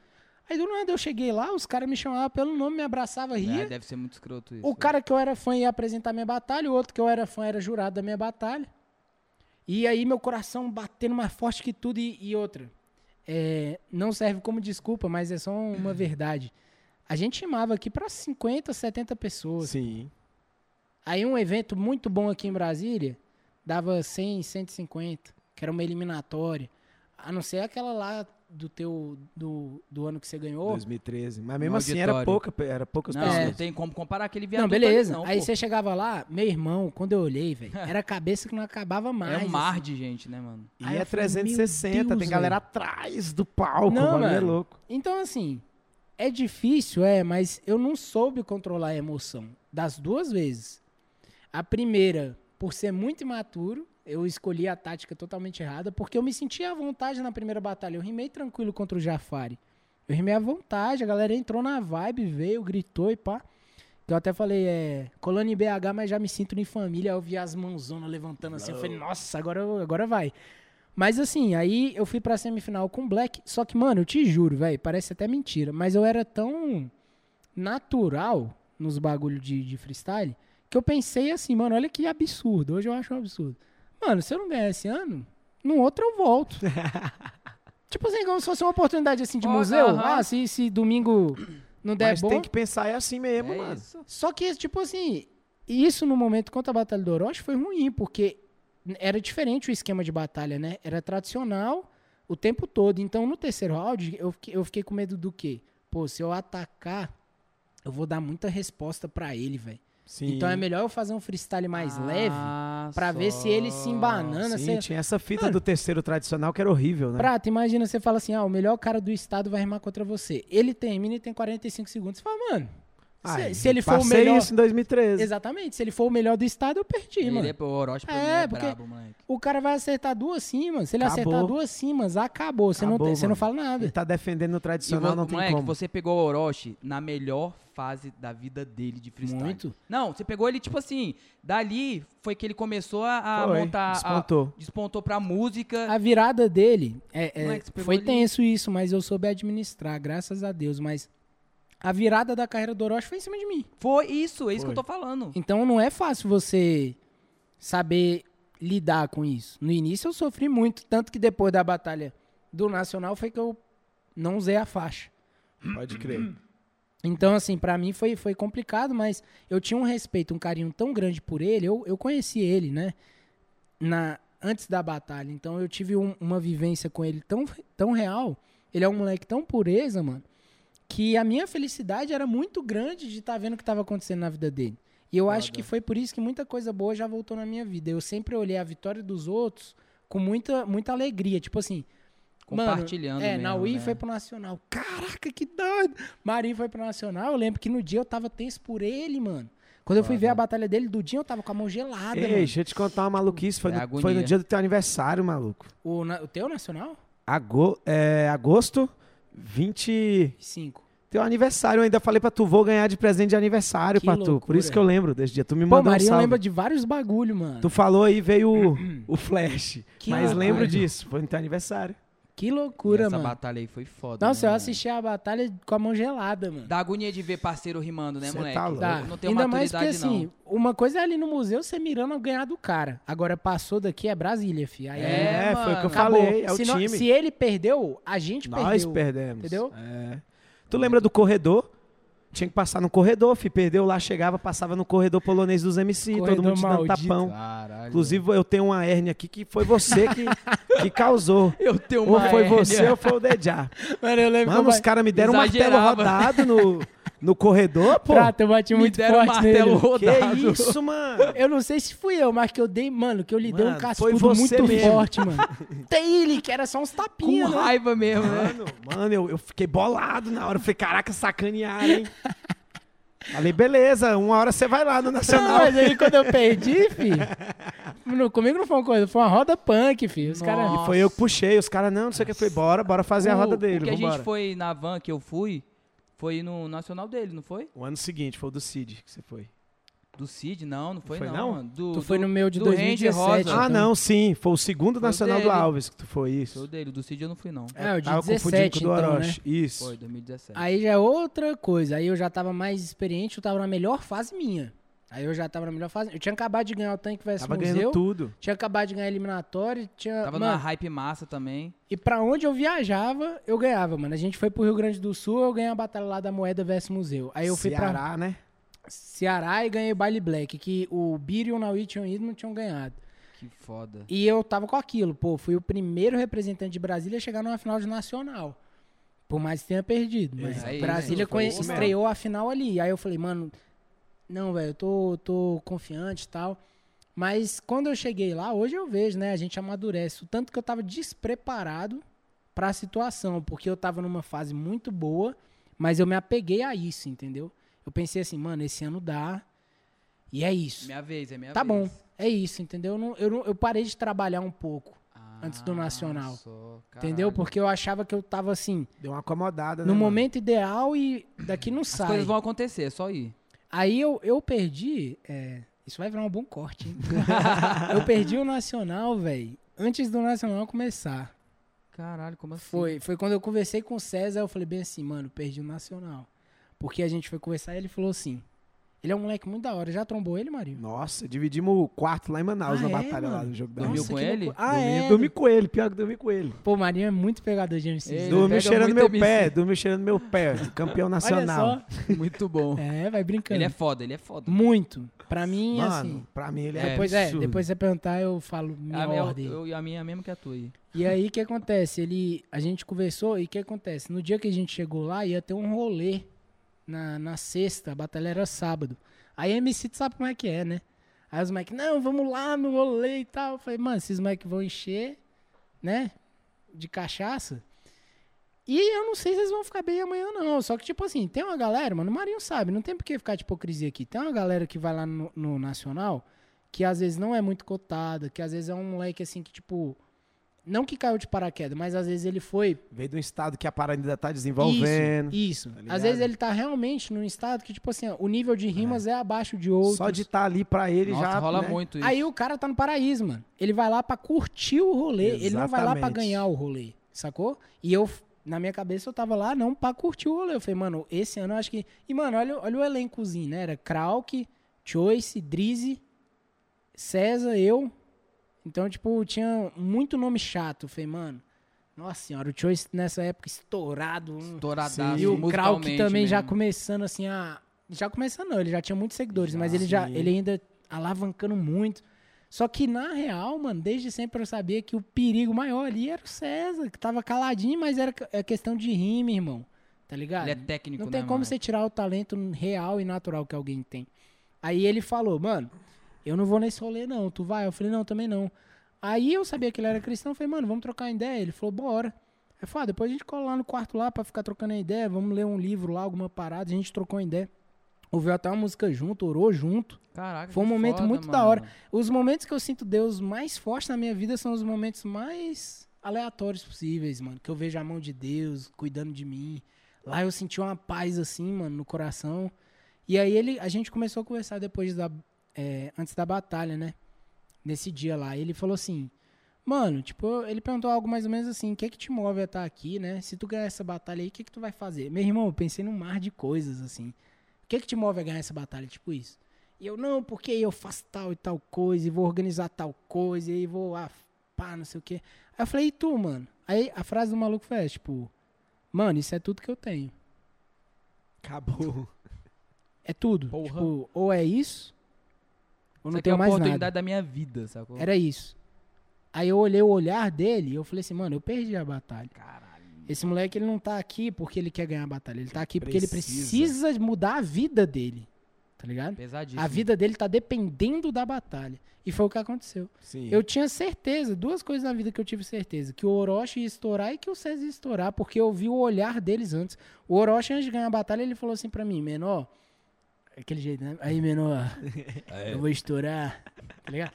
S6: Aí do nada eu cheguei lá, os caras me chamavam pelo nome, me abraçavam, ria.
S2: É, deve ser muito escroto isso.
S6: O cara que eu era fã ia apresentar minha batalha, o outro que eu era fã era jurado da minha batalha. E aí meu coração batendo mais forte que tudo e, e outra. é, não serve como desculpa, mas é só uma verdade. A gente chamava aqui pra 50, 70 pessoas.
S7: Sim.
S6: Aí um evento muito bom aqui em Brasília dava 100, 150, que era uma eliminatória. A não ser aquela lá do teu do, do ano que você ganhou.
S7: 2013. Mas
S6: Um
S7: mesmo
S2: No
S7: assim era
S2: auditório.
S7: pouca, era poucas
S2: Não,
S7: pessoas.
S2: não tem como comparar aquele viaduto
S6: Não, beleza.
S2: ali, não,
S6: aí
S2: pô.
S6: você chegava lá, meu irmão, quando eu olhei, velho, era a cabeça que não acabava mais.
S2: É um mar
S6: assim.
S2: de gente, né, mano?
S7: E
S6: Aí
S7: é
S6: eu falei,
S7: 360,
S6: meu
S7: tem
S6: Deus,
S7: galera atrás do palco,
S6: Não,
S7: o bagulho é
S6: mano.
S7: louco.
S6: Então, assim, é difícil, é, mas eu não soube controlar a emoção das duas vezes. A primeira, por ser muito imaturo, eu escolhi a tática totalmente errada, porque eu me sentia à vontade na primeira batalha. Eu rimei tranquilo contra o Jafari. Eu rimei à vontade, a galera entrou na vibe, veio, gritou e pá. Eu até falei, é, colando em BH, mas já me sinto em família. Aí eu vi as mãozonas levantando assim. Eu falei, nossa, agora, eu- agora vai. Mas assim, aí eu fui pra semifinal com o Black. Só que, mano, eu te juro, velho, parece até mentira. Mas eu era tão natural nos bagulho de, de freestyle que eu pensei assim, mano, olha que absurdo. Hoje eu acho um absurdo. Mano, se eu não ganhar esse ano, no outro eu volto. tipo assim, como se fosse uma oportunidade assim de
S2: Ó,
S6: museu.
S2: aham.
S6: Ah, se, se domingo não der
S7: Mas
S6: bom.
S7: tem que pensar, é assim mesmo,
S2: É
S7: mano.
S2: isso.
S6: Só que, tipo assim, isso no momento contra a Batalha do Orochi foi ruim, porque era diferente o esquema de batalha, né? Era tradicional o tempo todo. Então, no terceiro round, eu fiquei, eu fiquei com medo do quê? Pô, se eu atacar, eu vou dar muita resposta pra ele, velho.
S7: Sim.
S6: Então é melhor eu fazer um freestyle mais leve
S2: Ah,
S6: pra ver
S2: só.
S6: se ele se embanana.
S7: Sim,
S6: sei-
S7: tinha essa fita
S6: assim, Mano.
S7: do terceiro tradicional que era horrível, né?
S6: Prata, imagina, você fala assim, ah, o melhor cara do estado vai rimar contra você. Ele termina e tem 45 segundos. Você fala, mano, se-
S7: Ai,
S6: se, ele for o
S7: Ah, passei
S6: melhor...
S7: isso em 2013.
S6: Exatamente, se ele for o melhor do estado, eu perdi,
S2: Ele
S6: mano.
S2: é, o Orochi pra
S6: É,
S2: mim é
S6: porque-
S2: brabo, moleque.
S6: O cara vai acertar duas cimas. Se ele
S7: Acabou.
S6: acertar duas cimas, acabou. Você, não,
S7: Acabou,
S6: tem- você não
S7: mano.
S6: fala
S7: Ele
S6: nada.
S7: tá defendendo o
S2: E
S7: tradicional,
S2: vo-
S7: não tem
S2: moleque,
S7: como.
S2: você pegou o Orochi na melhor fase da vida dele de freestyle.
S6: Muito.
S2: Não, você pegou ele, tipo assim, dali foi que ele começou
S6: tá
S2: a a
S7: Foi,
S2: montar. a-
S7: despontou.
S2: despontou pra música.
S6: A virada dele é- é,
S2: Moleque, você pegou
S6: foi
S2: ali.
S6: tenso isso, mas eu soube administrar, graças a Deus. Mas a virada da carreira do Orochi foi em cima de mim.
S2: Foi isso, é isso
S7: Foi.
S2: que eu tô falando.
S6: Então não é fácil você saber lidar com isso. No início eu sofri muito, tanto que depois da batalha do Nacional foi que eu não usei a faixa.
S7: Pode crer.
S6: Então, assim, pra mim foi, foi complicado, mas eu tinha um respeito, um carinho tão grande por ele. Eu, eu conheci ele, né? Na, antes da batalha. Então, eu tive um- uma vivência com ele tão, tão real. Ele é um moleque tão pureza, mano. Que a minha felicidade era muito grande de estar vendo o que estava acontecendo na vida dele. E eu acho que foi por isso que muita coisa boa já voltou na minha vida. Eu sempre olhei a vitória dos outros com muita, muita alegria. Tipo assim,
S2: Compartilhando.
S6: é,
S2: mesmo,
S6: Naui
S2: né?
S6: foi pro Nacional. Caraca, que doido! Marinho foi pro Nacional. Eu lembro que no dia eu tava tenso por ele, mano. Quando eu fui ver a batalha dele do dia, eu tava com a mão gelada,
S7: Ei,
S6: mano.
S7: deixa eu te contar uma maluquice. Foi,
S2: É
S7: no,
S2: agonia.
S7: foi no dia do teu aniversário, maluco.
S6: O, na- o teu Nacional?
S7: Ago, é, agosto 20.
S6: Cinco.
S7: Teu
S1: um
S7: aniversário, eu ainda falei pra tu, vou ganhar de presente de aniversário
S6: Que
S7: pra tu. Por
S6: loucura.
S7: isso que eu lembro desse dia. Tu me
S6: Pô,
S7: mandou um
S6: Marinho
S7: salve.
S6: lembra de vários bagulho, mano.
S7: Tu falou aí, veio o, o flash.
S6: Que
S7: mas
S6: loucura.
S7: lembro disso, foi no teu aniversário.
S6: Que loucura,
S2: essa
S6: mano.
S2: batalha aí foi foda.
S6: Nossa,
S2: né,
S6: eu
S2: mano?
S6: assisti a batalha com a mão gelada, mano.
S2: Dá agonia de ver parceiro rimando, né,
S1: Cê
S2: moleque?
S1: tá louco.
S6: Dá.
S2: Não tem
S6: Ainda mais porque,
S2: maturidade,
S6: assim, uma coisa é ali no museu você mirando a ganhar do cara. Agora passou daqui é Brasília, fi. Aí
S1: foi o
S2: É,
S1: que eu
S2: mano.
S6: acabou.
S1: falei, é o
S6: se, nó-
S1: time.
S6: se ele perdeu, a gente
S1: Nós
S6: perdeu.
S1: perdemos.
S6: entendeu?
S1: É. Tu lembra do corredor? Tinha que passar no corredor, fi. Perdeu lá, chegava, passava no corredor polonês dos MC,
S6: Corredor
S1: todo mundo te dando
S6: maldito. Ah,
S1: tapão.
S2: não. Caralho.
S1: Inclusive, eu tenho uma hérnia aqui que foi você que, que causou.
S2: eu tenho um uma
S1: Ou foi
S2: hérnia.
S1: você ou foi o Dejar.
S6: Mano, eu lembro
S1: Mano,
S6: que
S1: os
S6: eu, ba-
S1: caras me deram um martelo
S2: Exagerava.
S1: rodado no, no corredor, pô.
S6: Prata, eu bati
S2: Me
S6: muito
S2: deram um
S6: forte
S2: martelo
S6: nele.
S2: rodado.
S1: Que isso, mano?
S6: Eu não sei se fui eu, mas que eu dei, mano, que eu lhe dei um
S1: Mano, foi
S6: cascudo
S1: você
S6: muito
S1: mesmo.
S6: forte, mano. Tem ele, que era só uns
S2: Com
S6: tapinhas, né?
S2: raiva mesmo, né?
S1: Mano, mano, eu, eu fiquei bolado na hora. Eu falei, caraca, sacanearam, hein? Falei, beleza, uma hora você vai lá no
S6: Não,
S1: Nacional.
S6: mas aí quando eu perdi, fi. não- Comigo não foi uma coisa, foi uma roda punk, fi. Os caras.
S2: Nossa.
S1: Foi eu que puxei, os caras, não, não sei o que. Eu falei, bora, bora fazer a
S2: O-
S1: roda
S2: O
S1: dele,
S2: que a
S1: vambora.
S2: gente foi na van que eu fui, foi no nacional dele, não foi?
S1: O ano seguinte, foi o do Cid que você foi.
S2: Do Cid? Não, não foi,
S1: Foi
S2: não,
S1: não?
S2: mano. Do,
S6: Tu foi
S2: do-
S6: no meu de
S2: do Randy
S6: 2017.
S2: Rosa.
S1: Ah, não, sim, foi o segundo
S2: então. Foi o
S1: Nacional do
S2: dele.
S1: Alves que tu foi,
S2: Foi o
S1: isso.
S2: dele, do Cid eu não fui, não.
S6: É, o de
S1: Tava confundindo
S6: 17,
S1: com o do
S6: então, né?
S1: Orochi, isso.
S2: Foi, 2017.
S6: Aí já é outra coisa. Aí eu já tava mais experiente, eu tava na melhor fase minha. Aí eu já tava na melhor fase. Eu tinha acabado de ganhar o tanque versus
S1: Tava ganhando
S6: museu.
S1: tudo.
S6: Tinha acabado de ganhar a eliminatória. Tinha,
S2: Tava numa
S6: mano,
S2: hype massa também.
S6: E pra onde eu viajava, eu ganhava, mano. A gente foi pro Rio Grande do Sul, eu ganhei a batalha lá da moeda versus museu. Aí eu fui pra
S1: Ceará, né?
S6: Ceará e ganhei o Baile Black, que o Biri, o Naui e o Ido não tinham ganhado.
S2: Que foda.
S6: E eu tava com aquilo, pô, fui o primeiro representante de Brasília a chegar numa final de nacional. Por mais que tenha perdido, mas
S2: Aí,
S6: Brasília
S2: né? Foi
S6: conhe-
S2: isso mesmo.
S6: estreou a final ali. Aí eu falei, mano, não, velho, eu tô, tô confiante e tal. Mas quando eu cheguei lá, hoje eu vejo, né? A gente amadurece. O tanto que eu tava despreparado pra situação, porque eu tava numa fase muito boa, mas eu me apeguei a isso, entendeu? Eu pensei assim, mano, esse ano dá. E é isso.
S2: Minha vez, é minha
S6: Tá bom,
S2: vez.
S6: é isso, entendeu? Eu não- eu, não- eu parei de trabalhar um pouco,
S2: Ah,
S6: Antes do Nacional.
S2: só,
S6: entendeu?
S2: caralho.
S6: Porque eu achava que eu tava assim,
S1: Deu uma acomodada, né?
S6: no
S1: mano?
S6: momento ideal e daqui não
S2: As
S6: sai.
S2: coisas vão acontecer, é só ir.
S6: Aí eu, eu perdi. é, isso vai virar um bom corte, hein? eu perdi o Nacional, velho, antes do Nacional começar.
S2: Caralho, como assim?
S6: Foi, foi quando eu conversei com o César, eu falei bem assim, mano, perdi o Nacional. Porque a gente foi conversar e ele falou assim: ele é um moleque muito da hora, já trombou ele, Marinho?
S1: Nossa, dividimos o quarto lá em Manaus, na
S6: Ah, é,
S1: batalha lá
S6: mano?
S1: no jogo da
S2: Dormiu
S1: Nossa,
S2: com
S6: que
S2: ele?
S6: loucura. Ah,
S1: dormi,
S6: é?
S1: dormi com ele, pior que dormi com ele.
S6: Pô, o Marinho é muito pegador de MC.
S2: Ele é-
S1: dormiu
S2: pega
S1: cheirando
S2: muito
S1: meu
S2: MC.
S1: pé, dormiu cheirando meu pé, campeão nacional.
S6: Olha só.
S2: Muito bom.
S6: É, vai brincando.
S2: Ele é foda, ele é foda.
S6: Muito. Pra mim,
S1: Mano,
S6: assim.
S1: pra mim ele é,
S6: Depois é,
S1: absurdo.
S6: depois você perguntar, eu falo minha
S2: a, minha,
S6: ordem.
S2: eu, a minha é a mesma que a tua aí.
S6: E aí o que acontece? Ele, a gente conversou e o que acontece? No dia que a gente chegou lá, ia ter um rolê na, na sexta, a batalha era sábado. Aí a MC tu sabe como é que é, né? Aí os Mike, não, vamos lá no rolê e tal. Eu falei, mano, esses Mike vão encher, né? De cachaça. E eu não sei se eles vão ficar bem amanhã, não. Só que, tipo assim, tem uma galera, mano, o Marinho sabe, não tem por que ficar de hipocrisia aqui. Tem uma galera que vai lá no, no Nacional que às vezes não é muito cotada, que às vezes é um moleque assim que, tipo. Não que caiu de paraquedas, mas às vezes ele foi.
S1: Veio de um estado que a parada ainda tá desenvolvendo.
S6: Isso. isso.
S1: ligado?
S6: às vezes ele tá realmente num estado que, tipo assim, ó, o nível de rimas é, abaixo de outros.
S1: Só de estar tá ali pra ele
S2: Nossa,
S1: já.
S2: rola
S1: né?
S2: muito isso.
S6: Aí o cara tá no paraíso, mano. Ele vai lá pra curtir o rolê. Ele não vai lá pra
S1: Exatamente.
S6: ganhar o rolê, sacou? E eu, na minha cabeça, eu tava lá não pra curtir o rolê. Eu falei, mano, esse ano eu acho que. E, mano, olha, olha o elencozinho, né? Era Krauk, Choice, Drizzy, César, eu. Então, tipo, tinha muito nome chato. Eu falei, mano. Nossa senhora, o Choice nessa época estourado. um-
S2: Estouradaço,
S6: e
S2: tá,
S6: o Krauk
S2: assim, musicalmente né?
S6: também já
S2: mesmo.
S6: começando assim a. Já começando não, ele já tinha muitos seguidores, mas ele já
S1: sim.
S6: ele ainda alavancando muito. Só que na real, mano, desde sempre eu sabia que o perigo maior ali era o César, que tava caladinho, mas era que- é questão de rima, irmão. Tá ligado?
S2: Ele é técnico,
S6: Não
S2: né,
S6: tem como
S2: mano?
S6: você tirar o talento real e natural que alguém tem. Aí ele falou, mano, eu não vou nesse rolê não, tu vai? Eu falei, não, também não. Aí eu sabia que ele era cristão, eu falei, mano, vamos trocar ideia? Ele falou, bora. Aí eu falei, ah, depois a gente cola lá no quarto lá pra ficar trocando ideia, vamos ler um livro lá, alguma parada, a gente trocou ideia. Ouviu até uma música junto, orou junto.
S2: Caraca,
S6: Foi um
S2: que
S6: momento
S2: foda,
S6: muito da
S2: mano.
S6: hora. Os momentos que eu sinto Deus mais forte na minha vida são os momentos mais aleatórios possíveis, mano. Que eu vejo a mão de Deus cuidando de mim. Lá eu senti uma paz assim, mano, no coração. E aí ele, a gente começou a conversar depois da, é, antes da batalha, né? Nesse dia lá. Ele falou assim, Mano, tipo, ele perguntou algo mais ou menos assim: o que é que te move a estar aqui, né? Se tu ganhar essa batalha aí, o que é que tu vai fazer? Meu irmão, eu pensei num mar de coisas assim. O que é que te move a ganhar essa batalha? Tipo isso. E eu, não, porque eu faço tal e tal coisa, e vou organizar tal coisa, e aí vou, ah, pá, não sei o quê. Aí eu falei: e tu, mano? Aí a frase do maluco foi: essa, tipo, mano, isso é tudo que eu tenho.
S1: Acabou.
S6: É tudo.
S2: Porra.
S6: Tipo, ou é isso, ou
S2: Isso
S6: não
S2: aqui é
S6: tenho
S2: a
S6: mais
S2: oportunidade
S6: nada.
S2: da
S6: É
S2: minha vida, sacou?
S6: Era isso. Aí eu olhei o olhar dele e eu falei assim, mano, eu perdi a batalha.
S2: Caralho.
S6: Esse moleque ele não tá aqui porque ele quer ganhar a batalha. Ele tá aqui porque ele
S1: Precisa.
S6: precisa mudar a vida dele. Tá ligado?
S2: Pesadíssimo.
S6: A vida dele tá dependendo da batalha. E foi o que aconteceu.
S1: Sim.
S6: Eu tinha certeza, duas coisas na vida que eu tive certeza: que o Orochi ia estourar e que o César ia estourar, porque eu vi o olhar deles antes. O Orochi, antes de ganhar a batalha, ele falou assim pra mim: menor, aquele jeito, né? Aí, menor, eu vou estourar, tá ligado?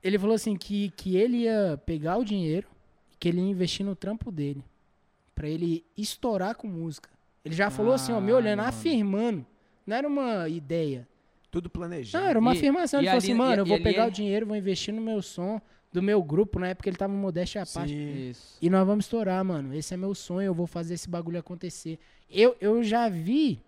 S6: Ele falou assim: que, que ele ia pegar o dinheiro, que ele ia investir no trampo dele, pra ele estourar com música. Ele já falou assim, ó, me
S2: Caralho,
S6: olhando,
S2: mano.
S6: afirmando. Não era uma ideia.
S1: Tudo planejado.
S6: Não, era uma
S2: E-
S6: afirmação.
S2: e
S6: Ele falou
S2: ali-
S6: assim, mano,
S2: e-
S6: eu
S2: e
S6: vou
S2: ali
S6: pegar
S2: é-
S6: o dinheiro, vou investir no meu som, do meu grupo, na época ele tava no modéstia à parte.
S1: Sim.
S2: Isso.
S6: E nós vamos estourar, mano. Esse é meu sonho, eu vou fazer esse bagulho acontecer. Eu, eu já vi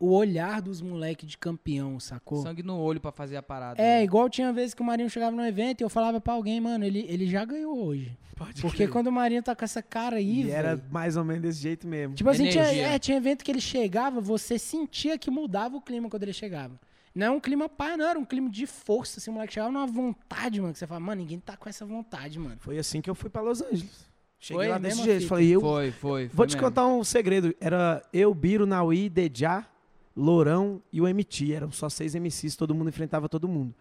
S6: o olhar dos moleques de campeão, sacou?
S2: Sangue no olho pra fazer a parada.
S6: É,
S2: né?
S6: igual tinha vezes que o Marinho chegava no evento e eu falava pra alguém, mano, ele, ele já ganhou hoje.
S1: Pode
S6: Porque
S1: crer.
S6: quando o Marinho tá com essa cara aí,
S1: E era
S6: velho,
S1: mais ou menos desse jeito mesmo.
S6: Tipo assim, tinha,
S2: Energia.
S6: é, tinha evento que ele chegava, você sentia que mudava o clima quando ele chegava. Não é um clima pá, não, era um clima de força, assim, o moleque chegava numa vontade, mano, que você fala, mano, ninguém tá com essa vontade, mano.
S1: Foi assim que eu fui pra Los Angeles. Cheguei
S6: Foi
S1: lá
S6: a
S1: desse
S6: mesma
S1: jeito.
S6: fita.
S1: Falei, eu
S2: Foi, foi.
S1: vou te contar um segredo. Era eu, Biro, Naui, Dejá, Lourão e o MT. Eram só seis MCs, todo mundo enfrentava todo mundo.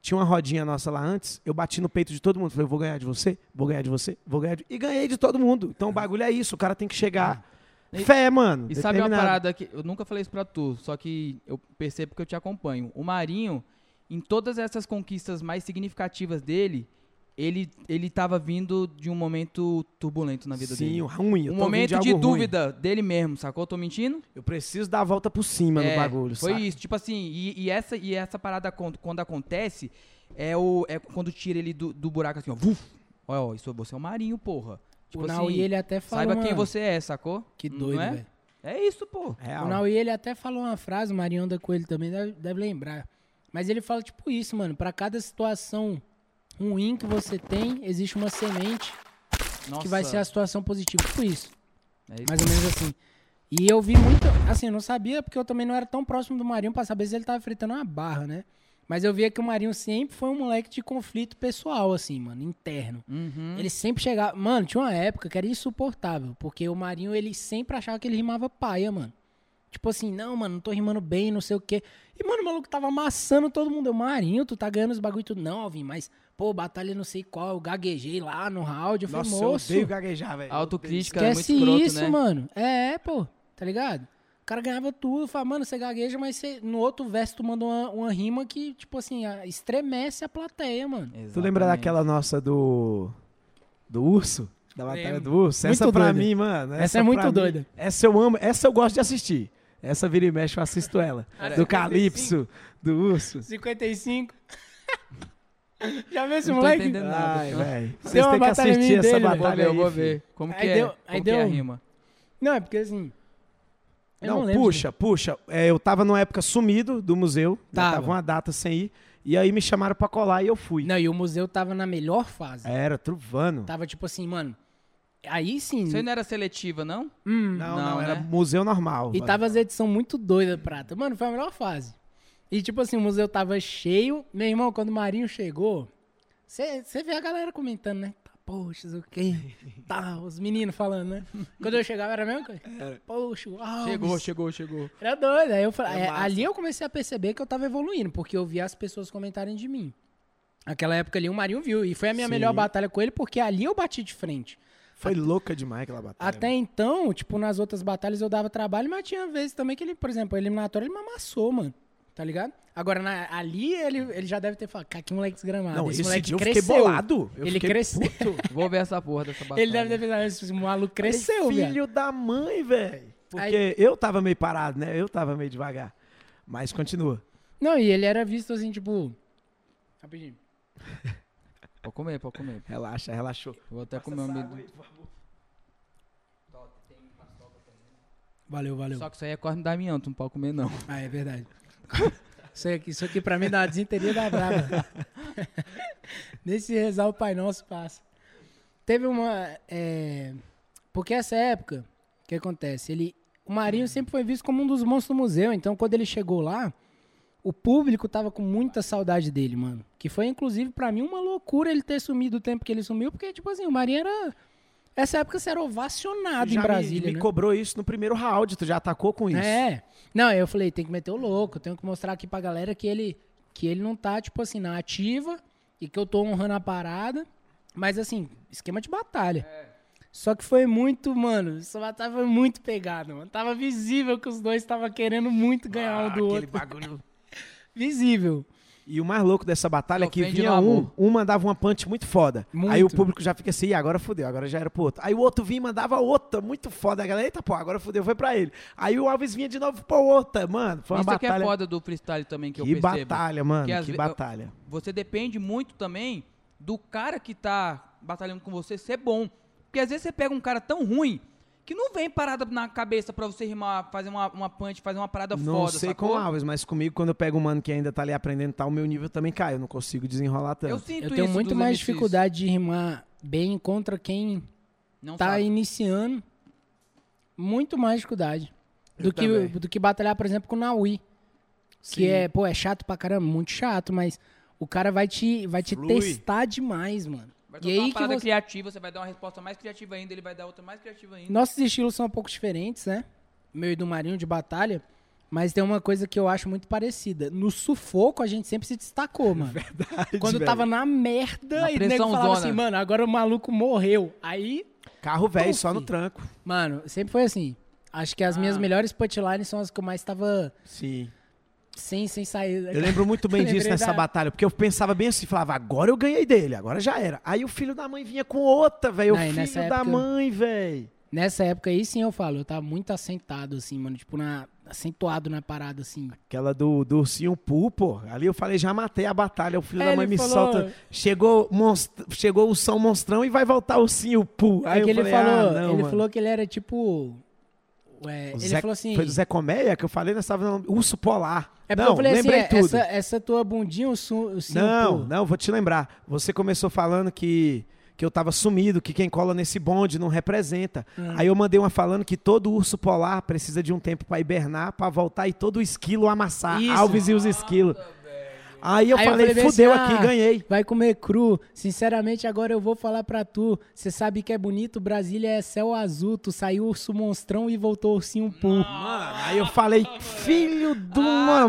S1: Tinha uma rodinha nossa lá antes, eu bati no peito de todo mundo. Falei, eu vou ganhar de você, vou ganhar de você, vou ganhar de... E ganhei de todo mundo. Então o bagulho é isso, o cara tem que chegar...
S2: É. E-
S1: Fé, mano.
S2: E sabe uma
S1: determinado.
S2: parada que eu nunca falei isso pra tu, só que eu percebo que eu te acompanho. O Marinho, em todas essas conquistas mais significativas dele, ele, ele tava vindo de um momento turbulento na vida
S1: Sim,
S2: dele.
S1: ruim. eu tô vindo
S2: Um momento de,
S1: algo ruim.
S2: dúvida dele mesmo, sacou? Eu tô mentindo?
S1: Eu preciso dar a volta por cima
S2: É,
S1: no bagulho,
S2: Foi
S1: saca?
S2: isso, tipo assim, e, e essa, e essa parada con- quando acontece, é, o, é quando tira ele do, do buraco assim, ó, vuf, ó, ó, isso, você é o Marinho, porra. Tipo
S6: o
S2: assim,
S6: Naui, ele até falou,
S2: saiba quem
S6: mano,
S2: você é, sacou?
S6: que
S2: Não
S6: doido,
S2: é?
S6: velho.
S2: É isso, pô.
S1: Real.
S6: O Naui, ele até falou uma frase, o Marinho anda com ele também, deve, deve lembrar. Mas ele fala tipo isso, mano, pra cada situação ruim que você tem, existe uma semente
S2: Nossa.
S6: É, que vai ser a situação positiva, tipo isso.
S2: é isso.
S6: mais ou menos assim. E eu vi muito, assim, eu não sabia porque eu também não era tão próximo do Marinho pra saber se ele tava enfrentando uma barra, né? Mas eu via que o Marinho sempre foi um moleque de conflito pessoal, assim, mano, interno.
S1: Hum.
S2: Uhum.
S6: Ele sempre chegava. Mano, tinha uma época que era insuportável, porque o Marinho, ele sempre achava que ele rimava paia, mano. Tipo assim, não, mano, não tô rimando bem, não sei o quê. E, mano, o maluco tava amassando todo mundo. Eu, Marinho, tu tá ganhando os bagulho e tudo. Não, Alvin, mas, pô, batalha não sei qual, eu gaguejei lá no round. Eu falei,
S1: Nossa, eu
S6: moço.
S1: odeio gaguejar, velho.
S2: Autocrítica é muito
S6: Esquece
S2: escroto,
S6: isso,
S2: né?
S6: mano. É, é, pô. Tá ligado? O cara ganhava tudo. Fala, mano, você gagueja, mas você- no outro verso tu manda uma, uma rima que, tipo assim, a- estremece a plateia, mano.
S2: Exatamente.
S1: Tu lembra daquela nossa do. Do urso? Da batalha do urso? Essa
S6: Muito
S1: pra
S6: doida.
S1: mim, mano.
S6: Essa é muito
S1: pra mim-
S6: doida.
S1: essa eu amo, essa eu gosto de assistir. Essa vira e mexe, eu assisto ela. do Calypso, do urso.
S6: 55. Já viu esse
S2: Não tô
S6: moleque?
S2: entendendo nada.
S1: Ai,
S2: cara.
S1: velho.
S6: Deu
S1: Vocês
S6: uma
S1: têm que
S6: batalha
S1: assistir
S6: minha
S1: essa
S6: dele, velho.
S2: Vou
S1: batalha
S2: ver, eu
S1: aí.
S2: vou
S1: filho.
S2: ver. Como que
S6: Aí
S2: é?
S6: deu-
S2: Como
S6: aí
S2: que é a
S6: deu- um
S2: rima?
S6: Não, é porque assim. eu
S1: Não,
S6: lembro
S1: puxa, puxa. É, eu tava numa época sumido do museu. já
S6: Tava.
S1: Tava uma data sem ir. E aí me chamaram pra colar e eu fui.
S6: direito. Não, e o museu tava na melhor fase.
S1: Era, truvando.
S6: Tava tipo assim, mano. Aí sim.
S2: Isso aí não era seletiva, não?
S6: Hum.
S1: Não, não,
S2: Não,
S1: era
S2: né?
S1: museu normal.
S6: E tava as edições muito doidas, Prata. Mano, foi a melhor fase. E tipo assim, o museu tava cheio. Meu irmão, quando o Marinho chegou, você vê a galera comentando, né? Tá, Poxa, o quê? Tá, os meninos falando, né? Quando eu chegava era a mesma coisa. Poxa, uau.
S2: Chegou, chegou, chegou.
S6: Era doido. Aí eu falei,
S1: É
S6: é,
S1: massa.
S6: ali eu comecei a perceber que eu tava evoluindo, porque eu via as pessoas comentarem de mim. Aquela época ali o Marinho viu. E foi a minha
S1: Sim.
S6: melhor batalha com ele, porque ali eu bati de frente.
S1: Foi louca demais aquela batalha.
S6: Até então, tipo, nas outras batalhas eu dava trabalho, mas tinha vezes também que ele, por exemplo, a eliminatória ele me amassou, mano. Tá ligado? Agora, na- ali ele, ele já deve ter falado, cara, que moleque desgramado.
S1: Não,
S6: esse
S1: esse,
S6: moleque
S1: dia eu
S6: cresceu.
S1: fiquei bolado. Eu
S6: Ele
S1: fiquei
S6: cresceu.
S1: puto.
S2: Vou ver essa porra dessa batalha.
S6: Ele deve ter pensado, esse maluco cresceu,
S1: Falei,
S6: velho.
S1: é Filho da mãe, velho. Porque eu tava meio parado, né? Eu tava meio devagar. Mas continua.
S6: Não, e ele era visto assim, tipo. Rapidinho.
S2: Pode comer, pode comer.
S1: Relaxa, relaxou.
S2: Eu Vou até comer um amendoim.
S6: Valeu, valeu.
S2: Só que isso aí é corno da Damião, tu não pode comer não.
S6: Ah, é verdade. Isso aqui, isso aqui pra mim dá uma desinteria da brava. Nesse rezar o Pai Nosso passa. Teve uma. é, Porque essa época, o que acontece? Ele, o Marinho sempre foi visto como um dos monstros do museu. Então, quando ele chegou lá, o público tava com muita saudade dele, mano. Que foi, inclusive, pra mim, uma loucura ele ter sumido o tempo que ele sumiu, porque, tipo assim, o Marinho era. Essa época você era ovacionado
S1: Já me-
S6: em Brasília.
S1: Me,
S6: né?
S1: cobrou isso no primeiro round, tu já atacou com isso.
S6: É. Não, eu falei, tem que meter o louco, tenho que mostrar aqui pra galera que ele, que ele não tá, tipo assim, na ativa e que eu tô honrando a parada. Mas assim, esquema de batalha.
S2: É.
S6: Só que foi muito, mano, essa batalha foi muito pegada, mano. Tava visível que os dois estavam querendo muito ganhar
S1: Ah,
S6: um do outro.
S1: bagulho.
S6: Visível.
S1: E o mais louco dessa batalha é que
S2: Ofende
S1: vinha
S2: no
S1: um,
S2: amor.
S1: um mandava uma punch muito foda.
S6: Muito.
S1: Aí o público já fica assim, "Ih, agora fudeu, agora já era pro outro. Aí o outro vinha e mandava outra, muito foda. A galera, eita, pô, agora fudeu, foi pra ele. Aí o Alves vinha de novo, pô, outra, mano. Foi uma
S2: isso que é
S1: batalha.
S2: foda do freestyle também que,
S1: que
S2: eu percebo.
S1: batalha, mano,
S2: Que
S1: que,
S2: às ve-
S1: batalha.
S2: Você depende muito também do cara que tá batalhando com você ser bom. Porque às vezes você pega um cara tão ruim que não vem parada na cabeça pra você rimar, fazer uma, uma punch, fazer uma
S6: tá
S2: parada
S1: Não
S2: foda,
S1: sei
S2: sacou?
S1: com o Alves, mas comigo, quando eu pego um mano que ainda tá ali aprendendo e tal, o meu nível também cai. Eu não consigo desenrolar tanto.
S2: Eu sinto
S6: Eu tenho
S2: isso
S6: muito
S2: dos
S6: mais
S2: MCs.
S6: dificuldade de rimar bem contra quem
S2: Não
S6: tá
S2: sabe.
S6: iniciando. Muito mais dificuldade. Do que,
S1: também.
S6: do que batalhar, por exemplo, com o Naui. Que é, pô, é chato pra caramba, muito chato, mas o cara vai te, vai te
S1: Flui.
S6: testar demais, mano.
S2: Vai
S6: e
S2: trocar
S6: aí
S2: uma
S6: que
S2: parada
S6: você...
S2: criativa, você vai dar uma resposta mais criativa ainda, ele vai dar outra mais criativa ainda.
S6: Nossos estilos são um pouco diferentes, né? Meu e do Marinho de batalha. Mas tem uma coisa que eu acho muito parecida. No sufoco, a gente sempre se destacou, mano. Quando tava na merda
S2: Na
S6: e o nego
S2: pressãozona.
S6: falava assim, mano, agora o maluco morreu. Aí,
S1: Carro velho,
S6: Puf.
S1: só no tranco.
S6: mano, sempre foi assim. Acho que as minhas melhores punchlines são as que eu mais tava
S1: Sim.
S6: sem, sem sair.
S1: Eu lembro muito bem disso
S6: Lembrei
S1: nessa
S6: da-
S1: batalha, porque eu pensava bem assim, falava, agora eu ganhei dele, agora já era. Aí o filho da mãe vinha com outra, velho. O
S6: Não, e
S1: filho
S6: nessa
S1: da
S6: época-
S1: mãe, velho.
S6: Nessa época aí sim eu falo, eu tava muito assentado, assim, mano. Tipo, na, acentuado na parada, assim.
S1: Aquela do, do ursinho Poo, pô. Ali eu falei, já matei a batalha. O filho
S6: É,
S1: da mãe
S6: ele
S1: me
S6: falou-
S1: solta. Chegou, monstro, chegou o São Monstrão e vai voltar o ursinho Poo. Aí
S6: é
S1: eu
S6: que ele
S1: falei,
S6: falou,
S1: ah, não,
S6: ele
S1: mano.
S6: falou que ele era tipo. é,
S1: O
S6: ele
S1: Zé-
S6: falou assim.
S1: Foi do Zé Colmeia que eu falei, nós tava no Urso Polar.
S6: É porque
S1: não,
S6: eu falei assim,
S1: lembrei
S6: é,
S1: tudo.
S6: essa, essa tua bundinha, o, su, o cinto-
S1: Não, não, vou te lembrar. Você começou falando que, que eu tava sumido, que quem cola nesse bonde não representa.
S6: Hum.
S1: Aí eu mandei uma falando que todo urso polar precisa de um tempo pra hibernar, pra voltar e todo esquilo amassar.
S6: Isso.
S1: Alves e os
S2: Ah,
S1: esquilos.
S2: tá
S1: Aí eu
S6: Aí
S1: falei,
S6: bem
S1: fudeu
S6: assim,
S1: aqui,
S6: "Ah,
S1: ganhei.
S6: Vai comer cru. Sinceramente, agora eu vou falar pra tu. Você sabe que é bonito, Brasília é céu azul. Tu saiu urso monstrão e voltou ursinho pum.
S1: Mano, aí eu falei, filho de
S2: Ah,
S1: uma
S2: não,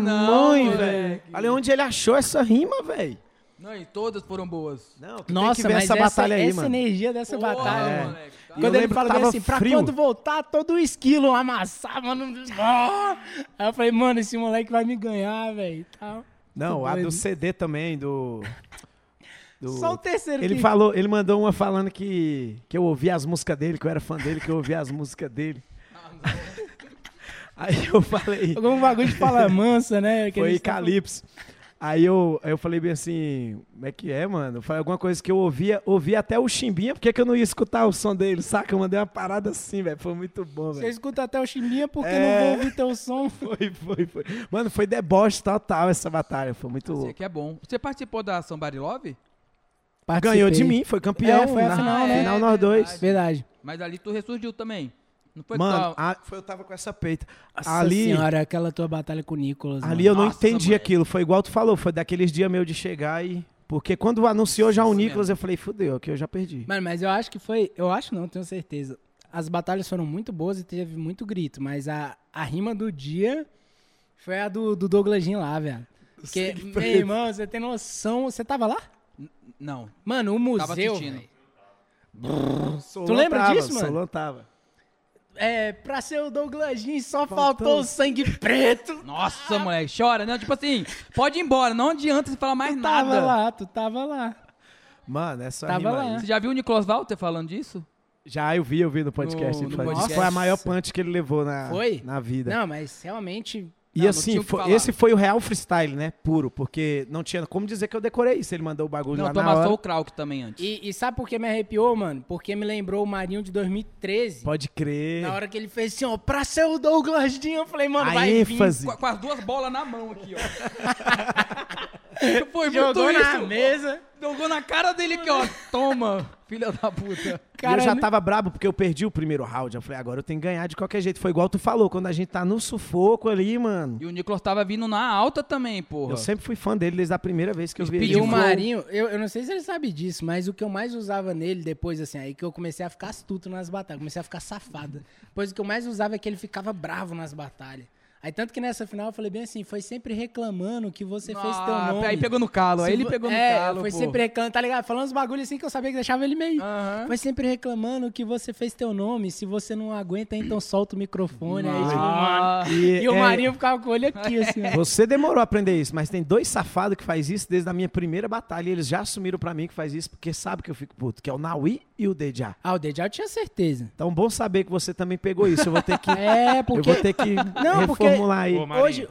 S1: mãe,
S2: moleque.
S1: velho. Falei, onde ele achou essa rima, velho?
S2: Não, e todas foram boas.
S1: Não, tu
S6: Nossa,
S1: tem que ver
S6: mas
S1: essa, batalha aí,
S6: essa
S1: mano.
S6: energia dessa
S2: Porra,
S6: batalha.
S1: é.
S2: moleque, tá?
S1: E eu
S6: Quando ele
S1: lembro
S6: fala
S1: que
S6: bem
S1: tava
S6: assim, pra
S1: frio.
S6: quando voltar, todo o esquilo amassar, mano. Ah! Aí eu falei, mano, esse moleque vai me ganhar, velho. Tá.
S1: Não, a
S6: doido.
S1: do CD também, do... do...
S6: Só o terceiro
S1: Ele
S6: que...
S1: falou, ele mandou uma falando que, que eu ouvia as músicas dele, que eu era fã dele, que eu ouvia as músicas dele. Aí eu falei,
S6: Algum bagulho de fala mansa, né? que a
S1: foi
S6: gente tá falando.
S1: Calypso. Aí eu, aí eu falei bem assim, como é que é, mano? Foi alguma coisa que eu ouvia, ouvia até o Chimbinha, por que que eu não ia escutar o som dele, saca? Eu mandei uma parada assim, velho, foi muito bom,
S6: Você
S1: velho.
S6: escuta até o chiminha porque
S1: É.
S6: não vou ouvir teu som.
S1: Foi, foi, foi. Mano, foi deboche total essa batalha, foi muito
S2: Isso
S1: louco.
S2: aqui é bom. Você participou da Somebody Love?
S1: Ganhou de
S6: Participei.
S1: mim, foi campeão.
S6: É, foi a
S1: na-
S6: final, né?
S1: Final nós dois.
S6: Verdade.
S2: Mas ali tu ressurgiu também. Não foi
S1: Mano,
S2: que tu-
S1: a- foi, eu tava com essa peita.
S6: Nossa
S1: ali,
S6: senhora, aquela tua batalha com o Nicolas.
S1: Ali
S6: mano.
S1: eu não
S2: Nossa,
S1: entendi
S2: mano.
S1: aquilo. Foi igual tu falou, foi daqueles dias meu de chegar e. Porque quando anunciou já o
S2: Isso
S1: Nicolas, eu falei, fudeu, aqui eu já perdi.
S6: Mano, mas eu acho que foi... Eu acho não, tenho certeza. As batalhas foram muito boas e teve muito grito, mas a, a rima do dia foi a do, do Douglas Jean lá, velho. Porque, meu irmão, você tem noção... Você tava lá?
S2: N- Não,
S6: Mano, o
S2: tava
S6: museu...
S2: assistindo.
S6: velho.
S1: Solon
S6: lembra
S1: tava,
S6: disso, mano?
S1: Solon tava.
S6: É, pra ser o Douglas Jean só faltou o sangue preto.
S2: Nossa, moleque, chora. Não, tipo assim, pode ir embora, não adianta você falar mais
S6: Tu
S2: nada.
S6: tava lá, tu tava lá.
S1: Mano, é essa
S6: Tava
S1: rima
S6: lá.
S1: aí.
S2: Você já viu o Nicolas Walter falando disso?
S1: Já eu vi, eu vi no podcast.
S2: No-
S1: ele
S2: no
S1: falando.
S2: podcast.
S1: Foi a maior punch que ele levou na,
S6: Foi?
S1: na vida.
S6: Não, mas realmente
S1: E
S2: Não, não
S1: assim,
S2: tinha o que
S1: foi-
S2: falar.
S1: esse foi o real freestyle, né? Puro, porque não tinha como dizer que eu decorei isso. Ele mandou o bagulho
S2: Não,
S1: lá na hora.
S2: tomassou o Krauk também antes.
S6: E, e sabe por que me arrepiou, mano? Porque me lembrou o Marinho de 2013.
S1: Pode crer.
S6: Na hora que ele fez assim, ó, pra ser o Douglas Dinho, eu falei, mano,
S1: a
S6: vai
S1: ênfase.
S2: Com, com as duas bolas na mão aqui, ó. Foi
S6: vir.
S2: muito
S6: Jogou na
S2: isso.
S6: mesa.
S2: Jogou um na cara dele aqui, ó. Toma, filha da puta.
S6: Cara,
S1: e eu já tava brabo porque eu perdi o primeiro round. Eu falei, agora eu tenho que ganhar de qualquer jeito. Foi igual tu falou, quando a gente tá no sufoco ali, mano.
S2: E o Nicolas tava vindo na alta também, porra.
S1: Eu sempre fui fã dele desde a primeira vez que eu vi
S6: E
S1: ele.
S6: o
S1: de
S6: Marinho, eu, eu não sei se ele sabe disso, mas o que eu mais usava nele depois, assim, aí que eu comecei a ficar astuto nas batalhas, comecei a ficar safada. Pois o que eu mais usava é que ele ficava bravo nas batalhas. Aí tanto que nessa final eu falei bem assim, foi sempre reclamando que você fez teu
S2: Ah,
S6: nome.
S2: Aí pegou no calo, aí
S6: Se
S2: ele
S6: vo-
S2: pegou no
S6: é,
S2: calo,
S6: foi
S2: pô.
S6: sempre reclamando, tá ligado? Falando uns bagulhos assim que eu sabia que deixava ele meio...
S2: Aham.
S6: Foi sempre reclamando que você fez teu nome, se você não aguenta, então solta o microfone. Aí, tipo, mano,
S2: Ah,
S1: E,
S6: e o
S1: é,
S6: Marinho ficava com o olho aqui, assim, ó.
S1: Você demorou a aprender isso, mas tem dois safados que faz isso desde a minha primeira batalha. E eles já assumiram pra mim que faz isso, porque sabe que eu fico puto, que é o Naui e o Deja.
S6: Ah, o Dejal tinha certeza.
S1: Então, bom saber que você também pegou isso. Eu vou ter que,
S6: É, porque...
S1: eu vou ter que
S6: Não, porque-
S1: reformular aí.
S8: Ô, Marinho,
S6: hoje-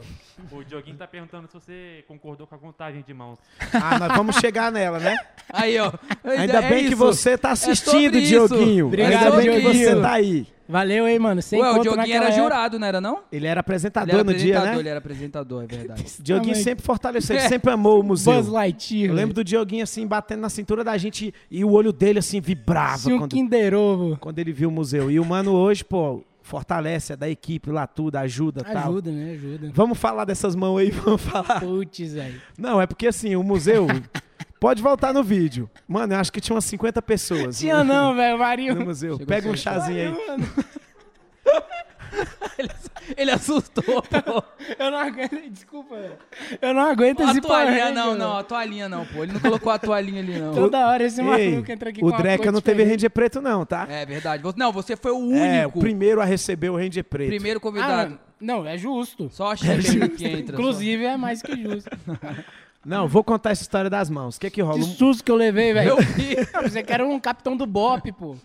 S8: O Dioguinho tá perguntando se você concordou com a contagem de mãos.
S1: Ah, nós vamos chegar nela, né?
S2: Aí, ó.
S1: Ainda
S2: É
S1: bem que
S2: isso.
S1: você tá assistindo,
S2: sobre isso.
S1: Dioguinho.
S6: Obrigado,
S1: Ainda bem que
S6: Dioguinho.
S1: você tá aí.
S6: Valeu, hein, mano. Sem
S2: Ué, o
S6: conto
S2: Dioguinho
S6: naquela
S2: era
S6: época.
S2: jurado, não era não?
S1: Ele era
S2: Ele
S1: apresentador
S2: era
S1: no dia,
S2: apresentador,
S1: né?
S2: ele era apresentador, é verdade.
S1: Dioguinho
S6: Também.
S1: sempre fortaleceu,
S2: É.
S1: ele sempre amou o museu.
S6: Buzz Lightyear.
S1: Eu lembro do Dioguinho assim, batendo na cintura da gente e o olho dele assim vibrava
S6: Tinha um
S1: quando,
S6: Kinder Ovo.
S1: quando ele viu o museu. E o mano hoje, pô, fortalece, é da equipe lá tudo, ajuda e tal.
S6: Ajuda, né? Ajuda.
S1: Vamos falar dessas mãos aí, vamos falar.
S6: Putz, velho.
S1: Não, é porque assim, o museu. Pode voltar no vídeo. Mano, eu acho que tinha umas 50 pessoas.
S6: Tinha não, velho,
S1: No
S6: Marinho.
S1: museu.
S2: Chegou
S1: Pega um
S2: cedo.
S1: chazinho aí.
S2: Ele assustou, pô.
S6: Eu não aguento. Desculpa, velho. Eu não aguento
S2: A
S6: esse
S2: toalhinha
S6: Power
S2: não,
S6: Ranger,
S2: não,
S6: velho.
S2: a toalhinha não, pô. Ele não colocou a toalhinha ali, não.
S6: Toda hora esse
S1: Ei,
S6: maluco entra aqui
S1: o
S6: com uma
S1: Dreca
S6: cor
S1: não teve
S6: diferente.
S1: Ranger Preto, não, tá?
S2: É verdade. Você- Não, você foi o único
S1: É, o primeiro a receber o Ranger Preto.
S2: primeiro
S6: Ah,
S2: convidado.
S6: mano, não, é justo.
S2: Só a Shepard que entra. só.
S6: Inclusive, é mais que justo.
S1: Não, vou contar essa história das mãos. O que é que rola?
S6: Que susto que eu levei, velho.
S2: Eu vi.
S6: Não, Você que era um capitão do Bop, pô.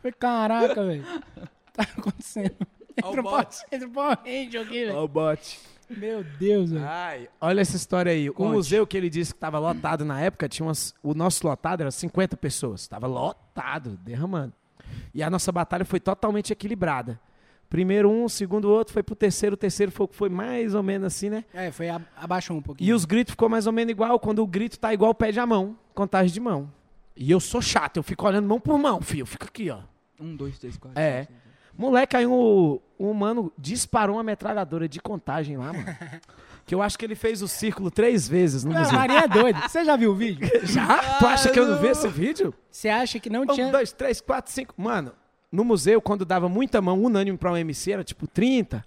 S6: Falei, caraca, velho. Tá acontecendo.
S2: Ó o
S6: Entra o
S2: Bop.
S6: Power entra o Power Ranger aqui, velho.
S1: Ó o bote.
S6: Meu Deus, velho.
S1: Ai, olha essa história aí. O
S2: Conte.
S1: museu que ele disse que estava lotado na época, tinha umas, o nosso lotado era 50 pessoas. Estava lotado, derramando. E a nossa batalha foi totalmente equilibrada. Primeiro um, segundo outro, foi pro terceiro, o terceiro foi o que foi mais ou menos assim, né?
S6: É, foi a- abaixou um pouquinho.
S1: E os gritos ficou mais ou menos igual. Quando o grito tá igual, pede a mão. Contagem de mão. E eu sou chato, eu fico olhando mão por mão, filho. Eu fico aqui, ó.
S2: Um, dois, três, quatro.
S1: É.
S2: cinco, seis,
S1: Moleque, aí um, um humano disparou uma metralhadora de contagem lá, mano. Que eu acho que ele fez o círculo três vezes no
S6: Não, a
S1: museu.
S6: Maria é doida. Você já viu o vídeo?
S1: Já? Tu acha que eu não vi esse vídeo?
S6: Você acha que não
S1: Um,
S6: tinha.
S1: dois, três, quatro, cinco. Mano, no museu, quando dava muita mão unânime pra um MC, era tipo 30.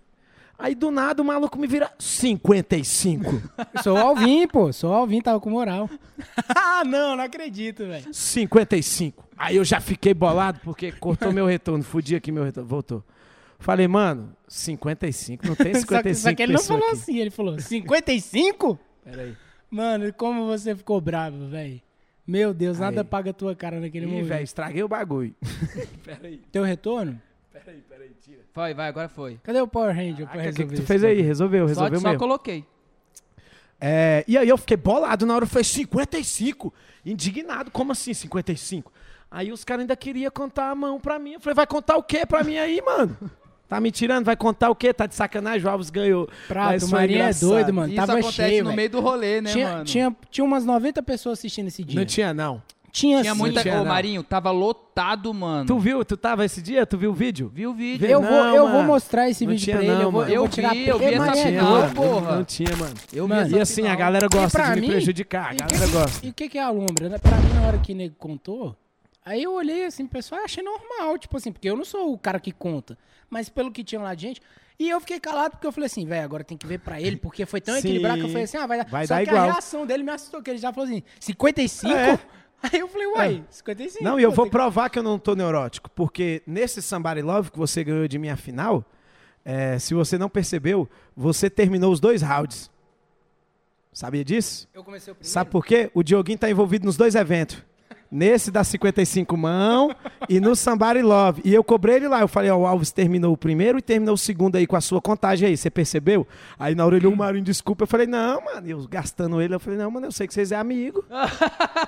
S1: Aí do nada o maluco me vira 55.
S6: Sou o Alvin, pô. Sou o Alvin, tava com moral. ah, não, não acredito, velho.
S1: 55. Aí eu já fiquei bolado porque cortou meu retorno. Fudi aqui meu retorno. Voltou. Falei, mano, 55. Não tem
S6: Só que,
S1: 55
S6: só que ele não
S1: pessoa
S6: falou
S1: aqui.
S6: assim, ele falou 55?
S1: Peraí.
S6: Mano, como você ficou bravo, velho. Meu Deus, nada
S1: Aí.
S6: paga a tua cara naquele
S1: Ih,
S6: momento.
S1: velho, estraguei o bagulho.
S6: Teu retorno?
S2: sete. Foi, vai, agora foi.
S6: Cadê o Power Ranger pra
S1: O Ah, que,
S6: resolver
S1: que tu
S6: isso,
S1: fez
S6: cara?
S1: aí? Resolveu,
S2: Só,
S1: resolveu
S2: só
S1: mesmo.
S2: coloquei.
S1: É, e aí eu fiquei bolado na hora, eu falei 55, indignado, como assim 55? Aí os caras ainda queriam contar a mão pra mim, eu falei, vai contar o quê pra mim aí, mano? Tá me tirando, vai contar o quê? Tá de sacanagem, o Alves ganhou. Mas
S6: Prato,
S1: foi
S6: Maria é
S1: engraçado.
S6: doido, mano.
S2: Isso
S6: tava
S2: acontece
S6: cheio,
S2: no
S6: velho.
S2: meio do rolê, né,
S6: tinha,
S2: mano?
S6: tinha, tinha umas 90 pessoas assistindo esse dia.
S1: Não tinha não.
S6: Tinha,
S2: Tinha
S6: sim.
S2: muita.
S1: tinha,
S2: Ô,
S1: não.
S2: Marinho, tava lotado, mano.
S1: Tu viu, tu tava esse dia, tu viu o vídeo?
S2: Viu o vídeo?
S6: Eu,
S1: Não,
S6: vou, eu vou
S1: mano.
S6: mostrar esse
S1: Não
S6: vídeo
S1: tinha
S6: pra ele.
S1: não,
S6: eu vou,
S1: mano.
S6: eu vou
S2: Eu
S6: tirar
S2: vi, eu
S6: print.
S2: vi
S6: Ei,
S2: essa
S6: Maria,
S2: final.
S6: doido.
S1: mano,
S2: porra.
S1: Não, não tinha, mano.
S2: Eu
S6: Mano,
S1: E
S2: vi essa
S1: assim,
S2: final.
S1: a galera gosta
S6: pra
S1: de
S6: mim?
S1: me prejudicar, a
S6: E o
S1: galera
S6: que-
S1: gosta.
S6: E o que, que é a lombra? né? Pra mim, na hora que o nego contou, aí eu olhei assim, pessoal, eu achei normal, tipo assim, porque eu não sou o cara que conta, mas pelo que tinha lá de gente. E eu fiquei calado porque eu falei assim, velho, agora tem que ver pra ele, porque foi tão
S1: Sim.
S6: equilibrado que eu falei assim, ah, vai dar.
S1: Vai
S6: Só
S1: dar
S6: que a
S1: igual.
S6: reação dele me assustou, que ele já falou assim, 55?
S1: É.
S6: Aí eu falei, uai, 55.
S1: Não, e eu
S6: pô,
S1: vou
S6: tem
S1: provar que eu não tô neurótico, porque nesse Somebody Love que você ganhou de mim a final, é, se você não percebeu, você terminou os dois rounds. Sabia disso?
S6: que- Eu comecei o primeiro.
S1: Sabe por quê? O Dioguinho tá envolvido nos dois eventos. Nesse da 55 mão e no Somebody Love. E eu cobrei ele lá. Eu falei, ó, o Alves terminou o primeiro e terminou o segundo aí com a sua contagem aí. Você percebeu? Aí na hora ele, o Marinho, desculpa. Eu falei, não, mano. Eu gastando ele, eu falei, não, mano, eu sei que vocês é amigo.
S6: Ah.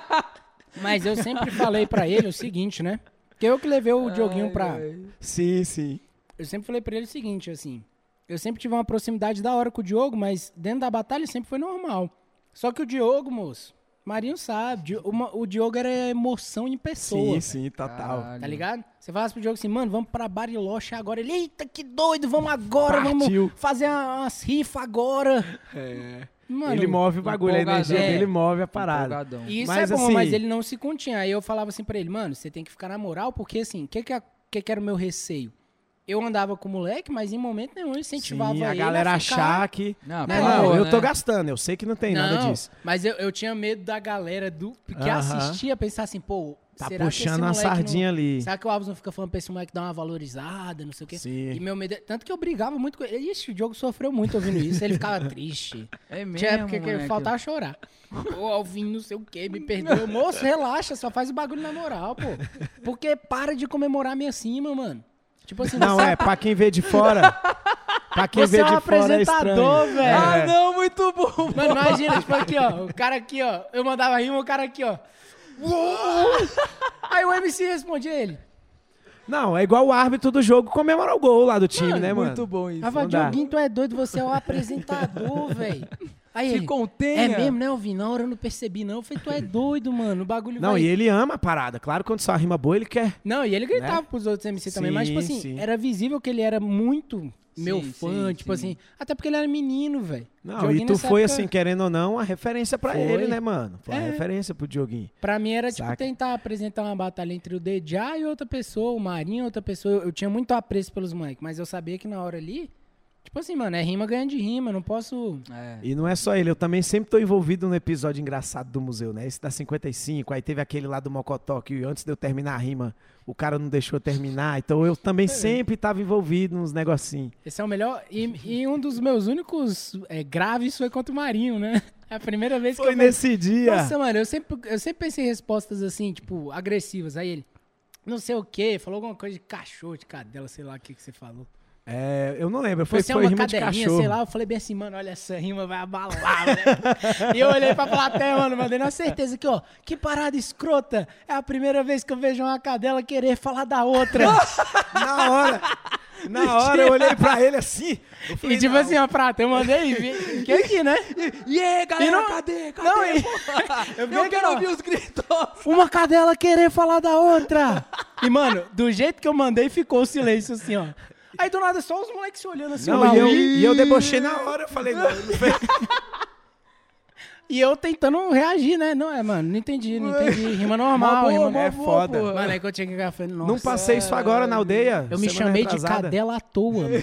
S6: Mas eu sempre falei pra ele o seguinte, né? Que eu que levei o Dioguinho pra.
S1: Sim, sim.
S6: Eu sempre falei pra ele o seguinte, assim. Eu sempre tive uma proximidade da hora com o Diogo, mas dentro da batalha sempre foi normal. Só que o Diogo, moço, Marinho sabe, Di- o, Ma- o Diogo era emoção em pessoa.
S1: Sim, sim, total.
S6: Tá ligado? Você fala pro Diogo assim, mano, vamos pra Bariloche agora. Ele, eita, que doido, vamos agora,
S1: Partiu.
S6: vamos fazer a- umas rifas agora. É. Mano,
S1: ele move o
S2: tá
S1: bagulho, a energia
S2: empolgadão.
S1: dele move
S2: Tá
S1: a parada.
S2: Empolgadão.
S6: e isso
S1: Mas,
S6: é bom,
S1: assim-
S6: mas ele não se continha. Aí eu falava assim pra ele, mano, você tem que ficar na moral, porque assim, o que que, a- que que era o meu receio? Eu andava com o moleque, mas em momento nenhum eu incentivava
S1: Sim,
S6: ele
S1: a galera
S6: a ficar... É,
S1: achar que.
S2: Não,
S1: Não,
S2: por favor,
S1: eu tô
S2: né?
S1: gastando, eu sei que não tem nada
S6: Não,
S1: disso.
S6: Mas eu, eu tinha medo da galera do que
S1: Aham.
S6: assistia pensar assim, pô,
S1: Tá
S6: será
S1: puxando
S6: que
S1: a
S6: esse moleque não-
S1: sardinha ali.
S6: Será que o Alves não fica falando pra esse moleque dar uma valorizada, não sei o quê?
S1: Sim.
S6: E meu medo. é- Tanto que eu brigava muito com ele. Ixi, o Diogo sofreu muito ouvindo isso. Ele ficava triste.
S2: É
S6: Tinha
S2: mesmo,
S6: época que
S2: moleque.
S6: faltava chorar. Ô, Alvinho, não sei o quê, me perdoa. Moço, relaxa, só faz o bagulho na moral, pô. Porque para de comemorar minha cima, mano. Tipo assim,
S1: Não,
S6: você,
S1: é, pra quem vê de fora. Pra quem
S6: você
S1: vê
S6: é um
S1: de fora é
S6: apresentador,
S1: estranho.
S6: velho.
S2: Ah, não, muito bom.
S1: é
S6: Mano, imagina, tipo aqui, ó. O cara aqui, ó. Eu mandava rima, o cara aqui, ó. Aí o MC respondia ele.
S1: Não, é igual o árbitro do jogo comemora o gol lá do time, né, mano?
S2: Muito bom isso.
S6: Rafa,
S1: não dá.
S6: Dioguinho, tu é doido, você é o apresentador, velho. Aí
S2: Se
S6: ele,
S2: contenha.
S6: É mesmo, né, Alvin? Na hora eu não percebi, não. Eu falei, tu é doido, mano. O bagulho
S1: Não,
S6: vai...
S1: e ele ama a parada. Claro, quando só rima boa, ele quer.
S6: Não, e ele gritava pros outros MC também. Mas, tipo
S1: Né? Sim,
S6: assim,
S1: sim.
S6: era visível que ele era muito meu
S2: Sim,
S6: fã,
S2: sim,
S6: tipo
S2: sim.
S6: assim. Até porque ele era menino, velho.
S1: Não,
S6: Dioguinho
S1: e tu
S6: nessa
S1: foi,
S6: época,
S1: assim, querendo ou não, a referência pra
S6: Foi.
S1: ele, né, mano? Foi a
S6: É.
S1: referência pro Dioguinho.
S6: Pra mim era, tipo,
S1: Saca.
S6: tentar apresentar uma batalha entre o Dejá e outra pessoa, o Marinho e outra pessoa. Eu, eu tinha muito apreço pelos moleques, mas eu sabia que na hora ali, tipo assim, mano, é rima ganhando de rima, eu não posso...
S2: É.
S1: E não é só ele, eu também sempre tô envolvido no episódio engraçado do museu, né? Esse da 55, aí teve aquele lá do Mocotó, que antes de eu terminar a rima, o cara não deixou eu terminar. Então eu também sempre tava envolvido nos negocinhos.
S6: Esse é o melhor. E, e um dos meus únicos é, graves foi contra o Marinho, né? É a primeira vez que
S1: Foi
S6: eu. é
S1: nesse dia.
S6: Nossa, mano, eu sempre, eu sempre pensei em respostas assim, tipo, agressivas. Aí ele, não sei o quê, falou alguma coisa de cachorro, de cadela, sei lá o que, que você falou.
S1: É, eu não lembro, foi,
S6: um você
S1: foi
S6: é uma
S1: rima de
S6: cadelinha,
S1: cachorro.
S6: sei lá. Eu falei bem assim, mano, olha essa rima, vai abalar, moleque. e eu olhei pra plateia, mano, mandei na certeza que, ó, que parada escrota. É a primeira vez que eu vejo uma cadela querer falar da outra.
S1: Na hora, na hora eu olhei pra ele assim. Eu falei,
S6: e tipo
S1: "Não,
S6: assim, ó, prata, eu mandei, vi- que aqui, né?
S2: E aí, galera,
S6: não-
S2: cadê? Cadê?
S6: Não, e-
S2: eu
S6: fiquei
S2: quero
S6: aqui, ó.
S2: ouvir os gritos.
S6: Uma cadela querer falar da outra. E, mano, do jeito que eu mandei, ficou o silêncio assim, ó. Aí do nada só os moleques se olhando assim,
S1: Não,
S6: ó,
S1: e eu,
S6: e, eu...
S1: e eu debochei na hora, eu falei, não, não fez
S6: tentando reagir, né? Não, é, mano, não entendi, não entendi. Rima normal,
S2: Mó boa,
S6: rima
S2: mó
S1: é
S6: normal.
S1: foda.
S6: Mano, aí que eu tinha que agarrar, falei, nossa. é."
S1: não passei isso agora na aldeia.
S6: Eu me
S1: semana
S6: chamei de
S1: retrasada.
S6: cadela à toa, mano.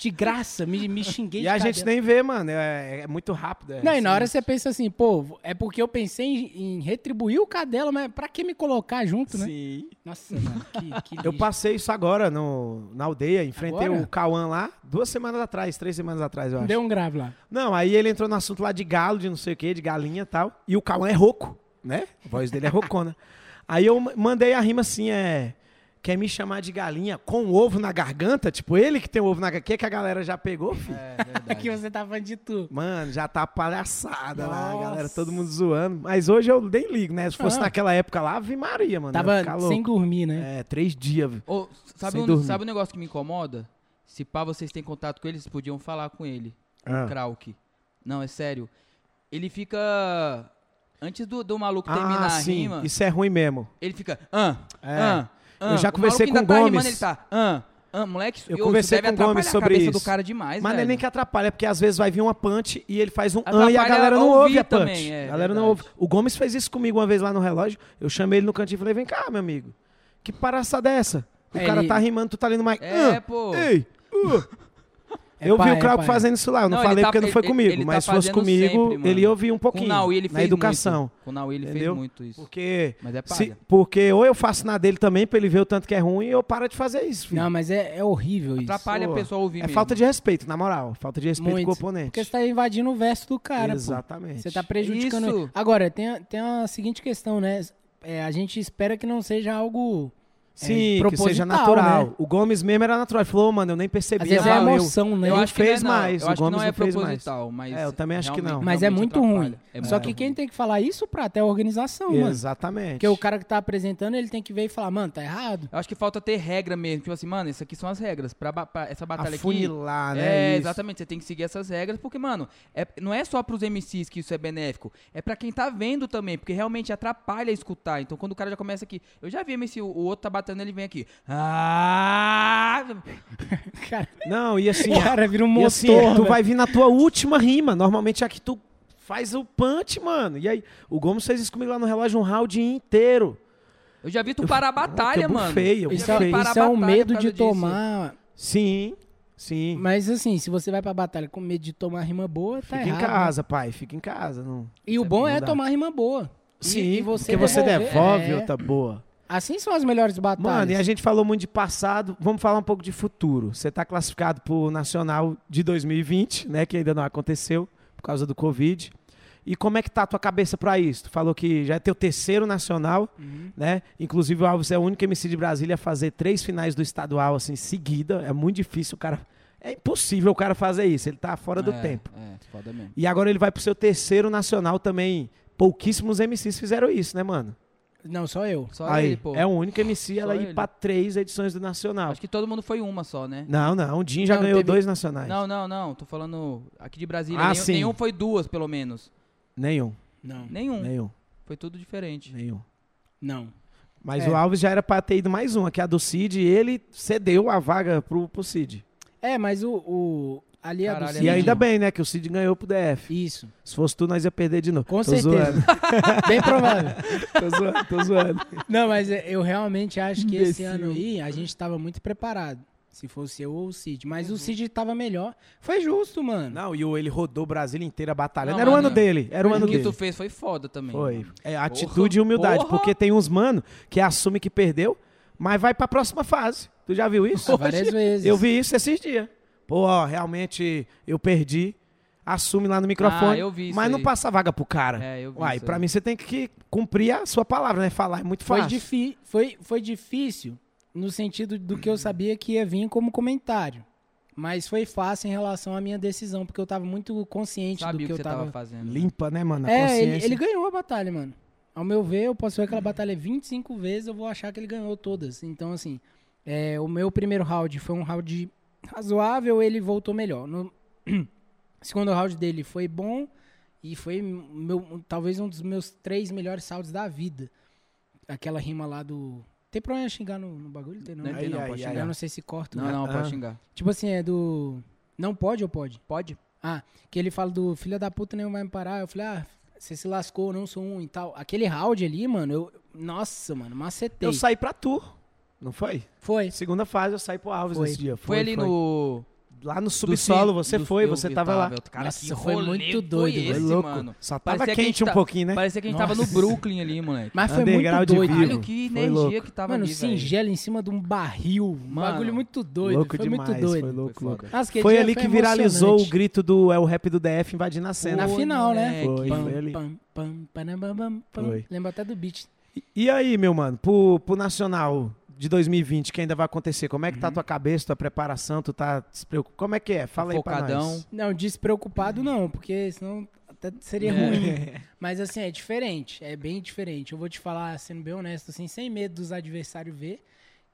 S6: De graça, me, me xinguei
S1: E
S6: de
S1: a gente
S6: cadela.
S1: nem vê, mano, é, é muito rápido. é
S6: Não, e
S1: assim.
S6: na hora você pensa assim, pô, é porque eu pensei em, em retribuir o cadela, mas pra que me colocar junto, né?
S1: Sim.
S6: Nossa, mano, que, que
S1: Eu
S6: lixo.
S1: passei isso agora no, na aldeia, enfrentei
S6: Agora?
S1: o Cauã lá duas semanas atrás, três semanas atrás, eu acho.
S6: Deu um grave lá.
S1: Não, aí ele entrou no assunto lá de galo, de não sei o que, de galinha e tal. E o Cauã é rouco, né? A voz dele é roucona. aí eu ma- mandei a rima assim, é... Quer me chamar de galinha com ovo na garganta? Tipo, ele que tem ovo na garganta, que a galera já
S6: É.
S1: pegou, filho.
S6: que você tá falando de tu.
S1: Mano, já tá palhaçada lá, a
S6: Nossa.
S1: galera, todo mundo zoando. Mas hoje eu nem ligo, né? Se fosse
S6: Ah.
S1: naquela época lá, vi Maria, mano. eu ia
S6: Tava
S1: ficar
S6: sem
S1: louco.
S6: dormir, né?
S1: É, três dias. viu?
S2: Ô, sabe,
S1: Sem
S2: um,
S1: dormir.
S2: sabe um negócio que me incomoda? Se pá, vocês têm contato com ele, vocês podiam falar com ele.
S1: Ah.
S2: O Krauk. Não, é sério. Ele fica. Antes do, do maluco terminar
S1: Ah,
S2: a
S1: sim,
S2: rima,
S1: isso é ruim mesmo.
S2: ele fica. Ah,
S1: É.
S2: ah, ah.
S1: Eu já conversei
S2: o maluco
S1: com
S2: ainda
S1: o
S2: tá
S1: Gomes.
S2: Rimando, ele tá. Ah, ah, moleque,
S1: Eu
S2: isso
S1: conversei
S2: deve
S1: com o Gomes
S2: atrapalhar
S1: sobre
S2: a cabeça
S1: isso.
S2: do cara demais,
S1: Mas não é
S2: velho.
S1: nem que atrapalha, porque às vezes vai vir uma punch e ele faz um an
S2: Atrapalha
S1: e a galera não
S2: ouvir
S1: ouve a punch.
S2: também, é
S1: a galera não ouve.
S2: verdade.
S1: O Gomes fez isso comigo uma vez lá no relógio. Eu chamei ele no cantinho e falei: vem cá, meu amigo. Que paraçada é essa? O
S6: É,
S1: cara
S6: ele-
S1: tá rimando, tu tá ali no mic.
S2: É,
S1: "Ah,
S2: pô.
S1: Ei! ah."
S6: É
S1: eu
S6: pai,
S1: vi o
S6: é
S1: Crauco
S6: pai.
S1: fazendo isso lá. Eu não,
S2: Não, ele
S1: falei
S2: tá-
S1: porque não foi
S2: ele-
S1: comigo.
S2: ele tá
S1: mas se fosse
S2: fazendo
S1: comigo,
S2: sempre, mano.
S1: ele ia ouvir um
S2: Com o
S1: pouquinho.
S2: Naui ele
S1: na
S2: fez
S1: educação.
S2: Muito. Com o Naui ele
S1: Entendeu?
S2: fez muito isso.
S1: Porque.
S2: Mas é paga.
S1: se- porque ou eu faço na dele também pra ele ver o tanto que é ruim, ou eu paro de fazer isso. Filho.
S6: Não, mas é, é horrível isso.
S2: Atrapalha a
S1: Pô,
S2: pessoa a ouvir
S1: é
S2: mesmo.
S1: falta de respeito, na moral. Falta de respeito
S6: Muito.
S1: com o oponente.
S6: Porque você tá invadindo o verso do cara, pô.
S1: Exatamente.
S6: Você tá prejudicando
S2: Isso.
S6: ele. Agora, tem, a- tem a seguinte questão, né? é, a gente espera que não seja algo.
S1: Sim, que seja
S6: é, proposital,
S1: natural.
S6: né?
S1: O Gomes mesmo era natural. Ele falou, "Ô, mano, eu nem percebi.
S6: Às vezes é
S1: valeu."
S6: emoção, né?
S1: Eu acho que fez
S2: não é, não.
S1: mais,
S2: Eu
S1: o
S2: acho que
S1: Gomes
S2: não é
S1: não fez mais.
S2: proposital, mas.
S1: É, eu também acho que
S2: realmente-
S1: não.
S6: Mas é
S2: realmente
S6: muito
S2: atrapalha.
S6: ruim.
S2: É
S6: Só
S2: muito
S6: que
S2: ruim.
S6: quem tem que falar isso, Prato, é a organização, mano.
S1: Exatamente.
S6: Porque o cara que tá apresentando, ele tem que ver e falar, mano, tá errado.
S2: Eu acho que falta ter regra mesmo. Tipo assim, mano, isso aqui são as regras. Pra, ba- pra essa
S6: tá
S2: batalha aqui.
S1: Afunilar, né?
S2: É,
S1: isso.
S2: exatamente. Você tem que seguir essas regras, porque, mano, é- não é só pros MCs que isso é benéfico. É pra quem tá vendo também, porque realmente atrapalha escutar. Então, quando o cara já começa aqui. Eu já vi MC, o, o outro tá batendo, ele vem aqui. Ah!
S6: Cara,
S1: Não, e assim,
S6: cara vira um
S1: E
S6: motor,
S1: assim, tu
S6: velho.
S1: vai vir na tua última rima. Normalmente é a que tu faz o punch, mano. E aí, o Gomes fez isso comigo lá no relógio um round inteiro.
S2: Eu já vi tu parar a batalha,
S1: eu
S2: mano.
S1: bufei, eu
S2: Já vi
S6: Isso,
S1: Ele vai
S6: é,
S1: assim, para
S2: parar
S6: isso é
S2: a
S6: um
S2: batalha
S6: medo
S2: por
S6: de
S2: causa disso.
S6: tomar.
S1: Sim, sim.
S6: Mas assim, se você vai pra batalha com medo de tomar rima boa, tá
S1: fica
S6: errado.
S1: em casa, pai. Fica em casa. Não.
S6: E o bom
S1: não
S6: é
S1: dá.
S6: tomar rima boa. E-
S1: Sim,
S6: e você
S1: porque você
S6: devolver-
S1: devolve
S6: é.
S1: outra boa.
S6: Assim são as melhores batalhas.
S1: Mano, e a gente falou muito de passado, vamos falar um pouco de futuro. Você tá classificado pro Nacional de 2020, né, que ainda não aconteceu por causa do Covid. E como é que tá a tua cabeça pra isso? Tu falou que já é teu terceiro nacional, né? Inclusive o Alves é o único MC de Brasília a fazer três finais do estadual assim seguida. É muito difícil o cara, é impossível o cara fazer isso. Ele tá fora do
S2: É,
S1: tempo.
S2: É, foda mesmo.
S1: E agora ele vai pro seu terceiro nacional também. Pouquíssimos MCs fizeram isso, né, mano?
S6: Não, só eu.
S2: Só
S1: Aí,
S2: ele, pô.
S1: é o único MC ela
S2: Só
S1: ir
S2: ele.
S1: pra três edições do Nacional.
S2: Acho que todo mundo foi uma só, né?
S1: Não, não. O Din já
S6: Não,
S1: ganhou
S6: teve-
S1: dois nacionais.
S2: Não, não, não. Tô falando aqui de Brasília.
S1: Ah,
S2: nenhum,
S1: sim. Hum.
S2: nenhum foi duas, pelo menos.
S1: Nenhum,
S6: Não,
S2: Nenhum.
S1: nenhum,
S2: Foi tudo diferente.
S1: nenhum.
S6: não.
S1: Mas
S6: É.
S1: o Alves já era pra ter ido mais uma, que é a do Cid, e ele cedeu a vaga pro, pro Cid.
S6: É, mas o. o ali é do
S2: Caralho,
S6: Cid.
S1: E
S2: Entendi.
S1: ainda bem, né, que o Cid ganhou pro DF.
S6: Isso.
S1: Se fosse tu, nós ia perder de novo.
S6: Com
S1: Tô
S6: certeza.
S1: zoando,
S6: Bem provável.
S1: tô zoando, tô zoando.
S6: Não, mas é, eu realmente acho que esse ano aí a gente tava muito preparado. Se fosse eu ou o Cid. Mas o Cid tava melhor. Foi justo, mano.
S1: Não, e o- ele rodou o Brasil inteira batalhando.
S2: Não,
S1: era o
S2: mano,
S1: ano dele, era o ano
S2: o que
S1: dele.
S2: tu fez foi foda também.
S1: Foi.
S2: mano.
S1: É atitude e humildade,
S2: Porra.
S1: porque tem uns mano que assume que perdeu, mas vai pra próxima fase. Tu já viu isso?
S6: Ah, Várias vezes.
S1: Eu vi isso esses dias. Pô, ó, realmente eu perdi. Assume lá no microfone.
S2: Ah, eu vi isso
S1: mas não
S2: aí.
S1: passa vaga pro cara.
S2: É, eu vi
S1: Uai,
S2: isso
S1: pra
S2: aí.
S1: mim você tem que cumprir a sua palavra, né? Falar é muito
S6: Foi,
S1: fácil.
S6: difi- foi, foi difícil no sentido do que eu sabia que ia vir como comentário. Mas foi fácil em relação à minha decisão, porque eu tava muito consciente
S2: Sabia
S6: do
S2: o
S6: que eu
S2: você
S6: tava.
S2: tava fazendo.
S1: Limpa, né, mano? A
S6: É,
S1: consciência.
S6: ele, ele ganhou a batalha, mano. Ao meu ver, eu posso ver aquela batalha é 25 vezes, eu vou achar que ele ganhou todas. Então, assim, é, o meu primeiro round foi um round razoável, ele voltou melhor. No segundo round dele foi bom e foi meu, talvez um dos meus três melhores rounds da vida. Aquela rima lá do. Tem problema xingar no, no bagulho? Tem não.
S2: Não
S6: né?
S2: tem, não,
S1: Ai,
S2: pode
S1: ai,
S2: xingar.
S6: Eu não sei se corta.
S2: Não,
S6: né?
S2: não,
S1: Ah.
S2: pode xingar.
S6: Tipo assim, é do. Não pode ou pode?
S2: Pode?
S6: Ah, que ele fala do filho da puta nem vai me parar. Eu falei, ah, você se lascou, eu não sou um e tal. Aquele round ali, mano, eu. Nossa, mano, macetei.
S1: Eu saí pra tu. Não foi?
S6: Foi.
S1: Segunda fase eu saí pro Alves
S6: Foi.
S1: nesse dia.
S2: Foi, ali no.
S1: Lá no
S2: do
S1: subsolo,
S2: ci-
S1: você
S2: do-
S1: foi,
S2: eu-
S1: você
S2: eu
S1: tava, lá.
S2: eu- tá, Cara,
S6: Nossa,
S2: que
S6: foi
S2: rolê
S6: muito
S2: foi
S6: doido,
S2: esse,
S1: Foi louco.
S2: mano.
S1: Só tava
S2: Parecia que a
S1: quente
S2: gente
S1: um
S2: tá-
S1: pouquinho, né?
S2: Parecia que a gente tava no
S6: Nossa.
S2: Brooklyn ali, moleque.
S6: Mas foi muito
S1: Underground de
S6: doido.
S1: vivo.
S2: Caralho, que
S1: Foi
S2: energia que tava
S6: Mano,
S2: ali, velho.
S6: singelo em cima de um barril.
S2: Mano,
S6: Mano, bagulho muito doido.
S1: louco
S6: foi
S1: demais,
S6: muito doido.
S1: foi louco,
S2: Foi
S1: louco.
S2: foda.
S6: Nossa, aquele
S1: Foi
S6: dia
S1: ali que viralizou o
S6: emocionante.
S1: grito do é o rap do DF invadindo a cena.
S6: Na
S2: Foi,
S6: final, né?
S2: moleque.
S1: Foi, foi ali.
S6: Pam, pam, panabam, pam, pam.
S1: Foi.
S6: Lembro até do beat.
S1: E- E aí, meu mano, pro, pro Nacional de 2020, que ainda vai acontecer, como é que
S6: Uhum.
S1: tá a tua cabeça, tua preparação, tu tá se preocup- Como é que é? Fala aí pra
S2: Focadão.
S1: nós.
S6: Não, despreocupado não, porque senão até seria ruim. Mas assim, é diferente, é bem diferente. Eu vou te falar, sendo bem honesto, assim, sem medo dos adversários ver,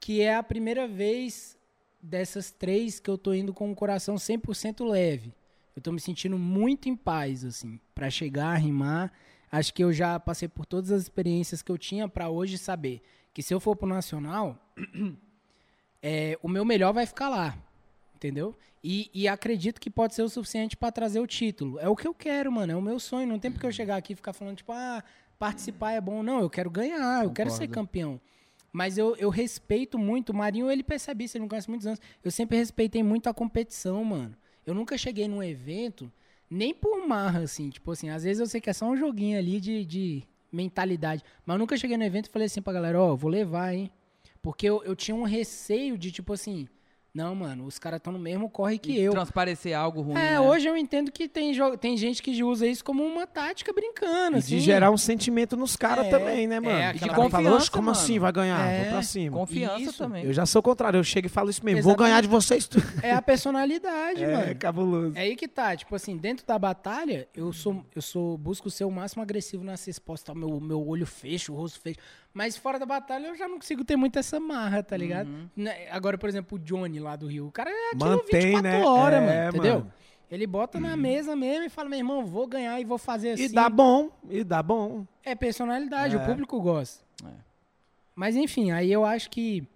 S6: que é a primeira vez dessas três que eu tô indo com o coração 100% leve. Eu tô me sentindo muito em paz, assim, pra chegar, rimar. Acho que eu já passei por todas as experiências que eu tinha pra hoje saber que se eu for pro Nacional, é, o meu melhor vai ficar lá, entendeu? E, e acredito que pode ser o suficiente pra trazer o título. É o que eu quero, mano, é o meu sonho. Não tem porque eu chegar aqui e ficar falando, tipo, ah, participar é bom. Não, eu quero ganhar, eu quero ser campeão. Mas eu, eu respeito muito, o Marinho ele percebe isso, ele não conhece muitos anos. Eu sempre respeitei muito a competição, mano. Eu nunca cheguei num evento, nem por marra, assim, tipo assim, às vezes eu sei que é só um joguinho ali de, de mentalidade. Mas eu nunca cheguei no evento e falei assim pra galera, ó, vou levar, hein? Porque eu, eu tinha um receio de, tipo assim, Não, mano, os caras estão no mesmo corre que
S2: E
S6: eu.
S2: Transparecer algo ruim.
S6: É,
S2: né?
S6: hoje eu entendo que tem, jo- tem gente que usa isso como uma tática brincando,
S1: E
S6: assim.
S1: de gerar um sentimento nos caras
S6: É,
S1: também, né, mano?
S2: é,
S1: E de
S2: aquela
S1: cara fala,
S2: confiança,
S1: "Oxe, como
S2: mano.
S1: assim vai ganhar?
S6: É,
S1: Vou pra cima.
S2: Confiança
S6: Isso,
S2: também.
S1: Eu já sou o contrário, eu chego e falo isso mesmo, vou ganhar de vocês tudo.
S6: É a personalidade, mano.
S1: cabuloso.
S6: É aí que tá, tipo assim, dentro da batalha, eu sou, eu sou, busco ser o máximo agressivo nas respostas, tá? meu, meu olho fecha, o rosto fecha. Mas fora da batalha, eu já não consigo ter muito essa marra, tá ligado?
S1: Uhum.
S6: Né, Agora, por exemplo, o Johnny lá do Rio, o cara é aquilo
S1: Mantém,
S6: 24
S1: né? É,
S6: horas, mano, entendeu?
S1: mano.
S6: Ele bota na mesa mesmo e fala, meu irmão, vou ganhar e vou fazer assim.
S1: Uhum. E dá bom, e dá bom.
S6: É personalidade,
S1: É.
S6: o público gosta. Mas enfim, aí eu acho que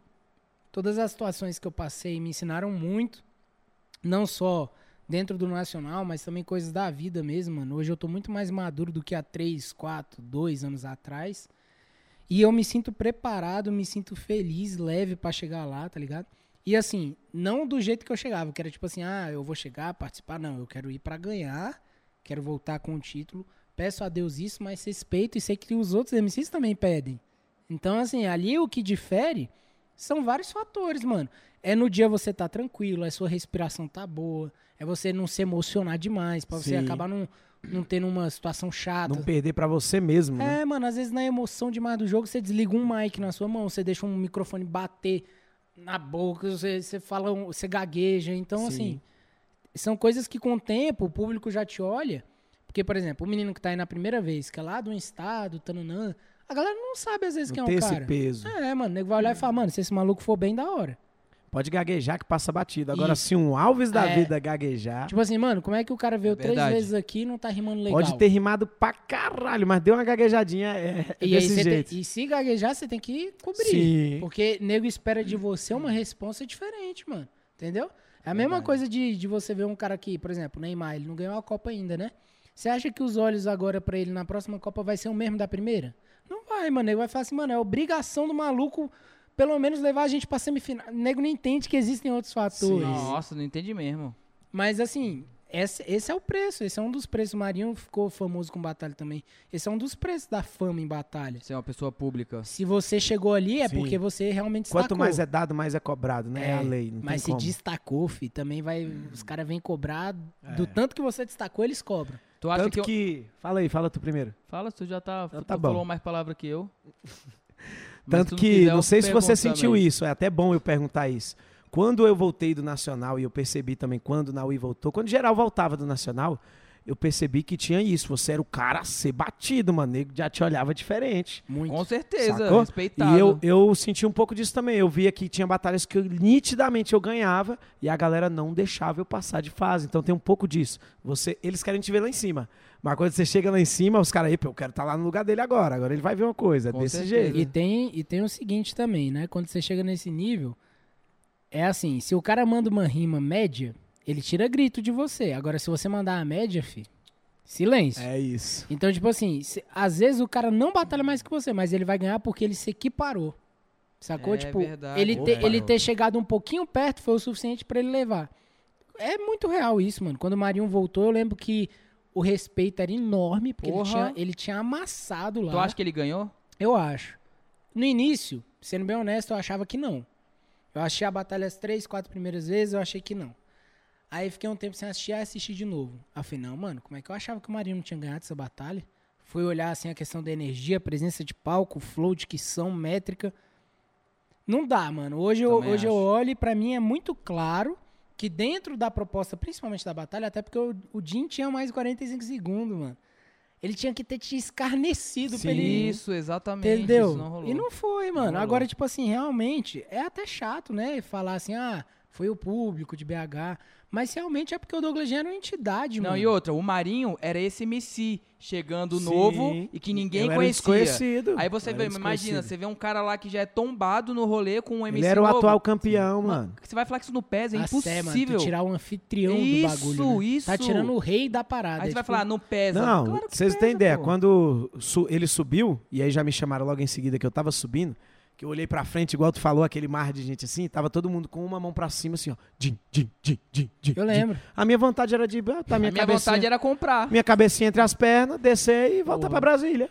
S6: todas as situações que eu passei me ensinaram muito, não só dentro do nacional, mas também coisas da vida mesmo, mano. Hoje eu tô muito mais maduro do que há 3, 4, 2 anos atrás. E eu me sinto preparado, me sinto feliz, leve pra chegar lá, tá ligado? E assim, não do jeito que eu chegava, que era tipo assim, ah, eu vou chegar, participar, não, eu quero ir pra ganhar, quero voltar com o título. Peço a Deus isso, mas respeito e sei que os outros MCs também pedem. Então, assim, ali o que difere são vários fatores, mano. É no dia você tá tranquilo, é sua respiração tá boa, é você não se emocionar demais, pra você
S1: Sim.
S6: acabar não, não tendo uma situação chata.
S1: Não perder pra você mesmo, né?
S6: É, mano, às vezes na emoção demais do jogo, você desliga um mic na sua mão, você deixa um microfone bater na boca, você, você fala, um- você gagueja. Então,
S1: Sim.
S6: assim, são coisas que com o tempo o público já te olha. Porque, por exemplo, o menino que tá aí na primeira vez, que é lá do estado, tananã, a galera não sabe às vezes
S1: Não
S6: quem
S1: ter
S6: é um
S1: esse
S6: cara.
S1: peso.
S6: É, mano, o nego vai olhar e falar, mano, se esse maluco for bem, da hora.
S1: Pode gaguejar que passa batido. Agora,
S6: Isso.
S1: se um Alves da
S6: É.
S1: vida gaguejar,
S6: Tipo assim, mano, como é que o cara veio três
S2: Verdade.
S6: vezes aqui e não tá rimando legal?
S1: pode ter rimado pra caralho, mas deu uma gaguejadinha é, é
S6: E, aí
S1: desse
S6: você tem-
S1: jeito.
S6: e se gaguejar, você tem que cobrir.
S1: Sim.
S6: Porque nego espera de você uma resposta diferente, mano. Entendeu? É a mesma coisa de, de você ver um cara que, por exemplo, Neymar, ele não ganhou a Copa ainda, né? Você acha que os olhos agora pra ele na próxima Copa vai ser o mesmo da primeira? Não vai, mano. Ele vai falar assim, mano, é obrigação do maluco pelo menos levar a gente pra semifinal. O nego não entende que existem outros fatores.
S2: Nossa, não entendi mesmo.
S6: Mas assim, esse, esse é o preço. Esse é um dos preços. O Marinho ficou famoso com batalha também. Esse é um dos preços da fama em batalha.
S2: Você é uma pessoa pública.
S6: Se você chegou ali, é
S1: Sim.
S6: porque você realmente
S1: Quanto
S6: destacou.
S1: mais é dado, mais é cobrado, né? É, a lei, não
S6: Mas se
S1: tem como.
S6: destacou, fi, também vai.
S2: Hum.
S6: Os caras vêm cobrar.
S2: É.
S6: Do tanto que você destacou, eles cobram.
S2: Tu acha
S1: Tanto que,
S2: que... eu-
S1: Fala aí, fala tu primeiro.
S2: Fala, tu já tá...
S1: Então
S2: tu
S1: tá
S2: falou
S1: bom.
S2: mais palavra que eu. Mas se
S1: Tanto
S2: tu
S1: que,
S2: quiser, eu
S1: não sei se você
S2: pergunto
S1: sentiu
S2: também.
S1: isso, é até bom eu perguntar isso. Quando eu voltei do Nacional, e eu percebi também quando o Naui voltou, quando geral voltava do Nacional, eu percebi que tinha isso. Você era o cara a ser batido, mano. Nego já te olhava diferente.
S6: Muito.
S2: Com certeza,
S1: Sacou?
S2: respeitado.
S1: E eu, eu senti um pouco disso também. Eu via que tinha batalhas que eu, nitidamente eu ganhava e a galera não deixava eu passar de fase. Então tem um pouco disso. Você, eles querem te ver lá em cima. Mas quando você chega lá em cima, os caras, "Epa, eu quero estar lá no lugar dele agora. Agora ele vai ver uma coisa. É
S2: Com
S1: desse
S2: certeza.
S1: jeito.
S6: E tem, e tem o seguinte também, né? Quando você chega nesse nível, é assim: se o cara manda uma rima média, ele tira grito de você. Agora, se você mandar a média, fi, silêncio.
S1: É isso.
S6: Então, tipo assim, se- às vezes o cara não batalha mais que você, mas ele vai ganhar porque ele se equiparou. Sacou?
S2: É
S6: tipo,
S2: verdade,
S6: ele, ter,
S2: cara.
S6: ele ter chegado um pouquinho perto foi o suficiente pra ele levar. É muito real isso, mano. Quando o Marinho voltou, eu lembro que o respeito era enorme, porque ele
S2: Porra.
S6: tinha, ele tinha amassado lá.
S2: Tu acha que ele ganhou?
S6: Eu acho. No início, sendo bem honesto, eu achava que não. Eu achei a batalha as três, quatro primeiras vezes, eu achei que não. Aí fiquei um tempo sem assistir, aí assisti de novo. Afinal, mano, como é que eu achava que o Marinho não tinha ganhado essa batalha? Fui olhar assim a questão da energia, presença de palco, flow, dicção, métrica. Não dá, mano. Hoje eu,
S2: Também
S6: hoje eu
S2: acho.
S6: olho e pra mim é muito claro que dentro da proposta, principalmente da batalha, até porque o, o Jim tinha mais 45 segundos, mano. Ele tinha que ter te escarnecido pra ele
S2: Isso, exatamente.
S6: Entendeu?
S2: Isso não rolou.
S6: e não foi, mano.
S2: rolou.
S6: Agora, tipo assim, realmente, é até chato, né? Falar assim, ah, foi o público de BH. Mas realmente é porque o Douglas Jean era uma entidade,
S2: Não,
S6: mano.
S2: e outra, o Marinho era esse MC chegando novo
S1: Sim.
S2: e que ninguém
S1: Eu era
S2: conhecia.
S1: desconhecido.
S2: Aí você
S1: Eu
S2: vê,
S1: era
S2: imagina,
S1: desconhecido.
S2: você vê um cara lá que já é tombado no rolê com um MC
S1: Ele era o
S2: novo.
S1: atual campeão, mano.
S2: Você vai falar que isso não pesa, é
S6: A Sé, Ah, mano, tu
S2: impossível.
S6: tirar o anfitrião
S2: Isso,
S6: do bagulho. né? Tá
S2: isso.
S6: tirando o rei da parada.
S2: Aí
S6: é
S2: você vai
S6: tipo,
S2: falar, não pesa.
S1: Não,
S2: Claro que
S1: vocês
S2: pesa,
S1: têm ideia.
S2: pô.
S1: Quando su- ele subiu, e aí já me chamaram logo em seguida que eu tava subindo, que eu olhei pra frente, igual tu falou, aquele mar de gente assim, tava todo mundo com uma mão pra cima, assim, ó. Din, din, din, din, din,
S6: Eu lembro.
S1: din. A minha vontade era de. ah, Tá, minha,
S2: a minha
S1: cabecinha,
S2: vontade era comprar.
S1: minha cabecinha entre as pernas, descer e voltar pra Brasília.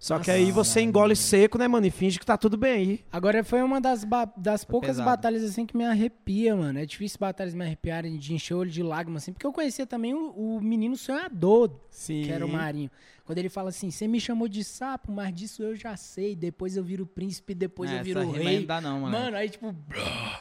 S1: Só que aí você engole seco, né, mano? E finge que tá tudo bem aí.
S6: Agora foi uma das, ba- das poucas
S4: pesado.
S6: batalhas assim que me arrepia, mano. É difícil batalhas me arrepiarem de encher o olho de lágrimas, assim, porque eu conhecia também o, o menino sonhador,
S1: Sim.
S6: que era o Marinho. Quando ele fala assim, você me chamou de sapo, mas disso eu já sei. Depois eu viro príncipe, depois
S1: É,
S6: eu viro
S2: Não
S6: rei.
S2: dá não, mano.
S6: Mano, aí tipo,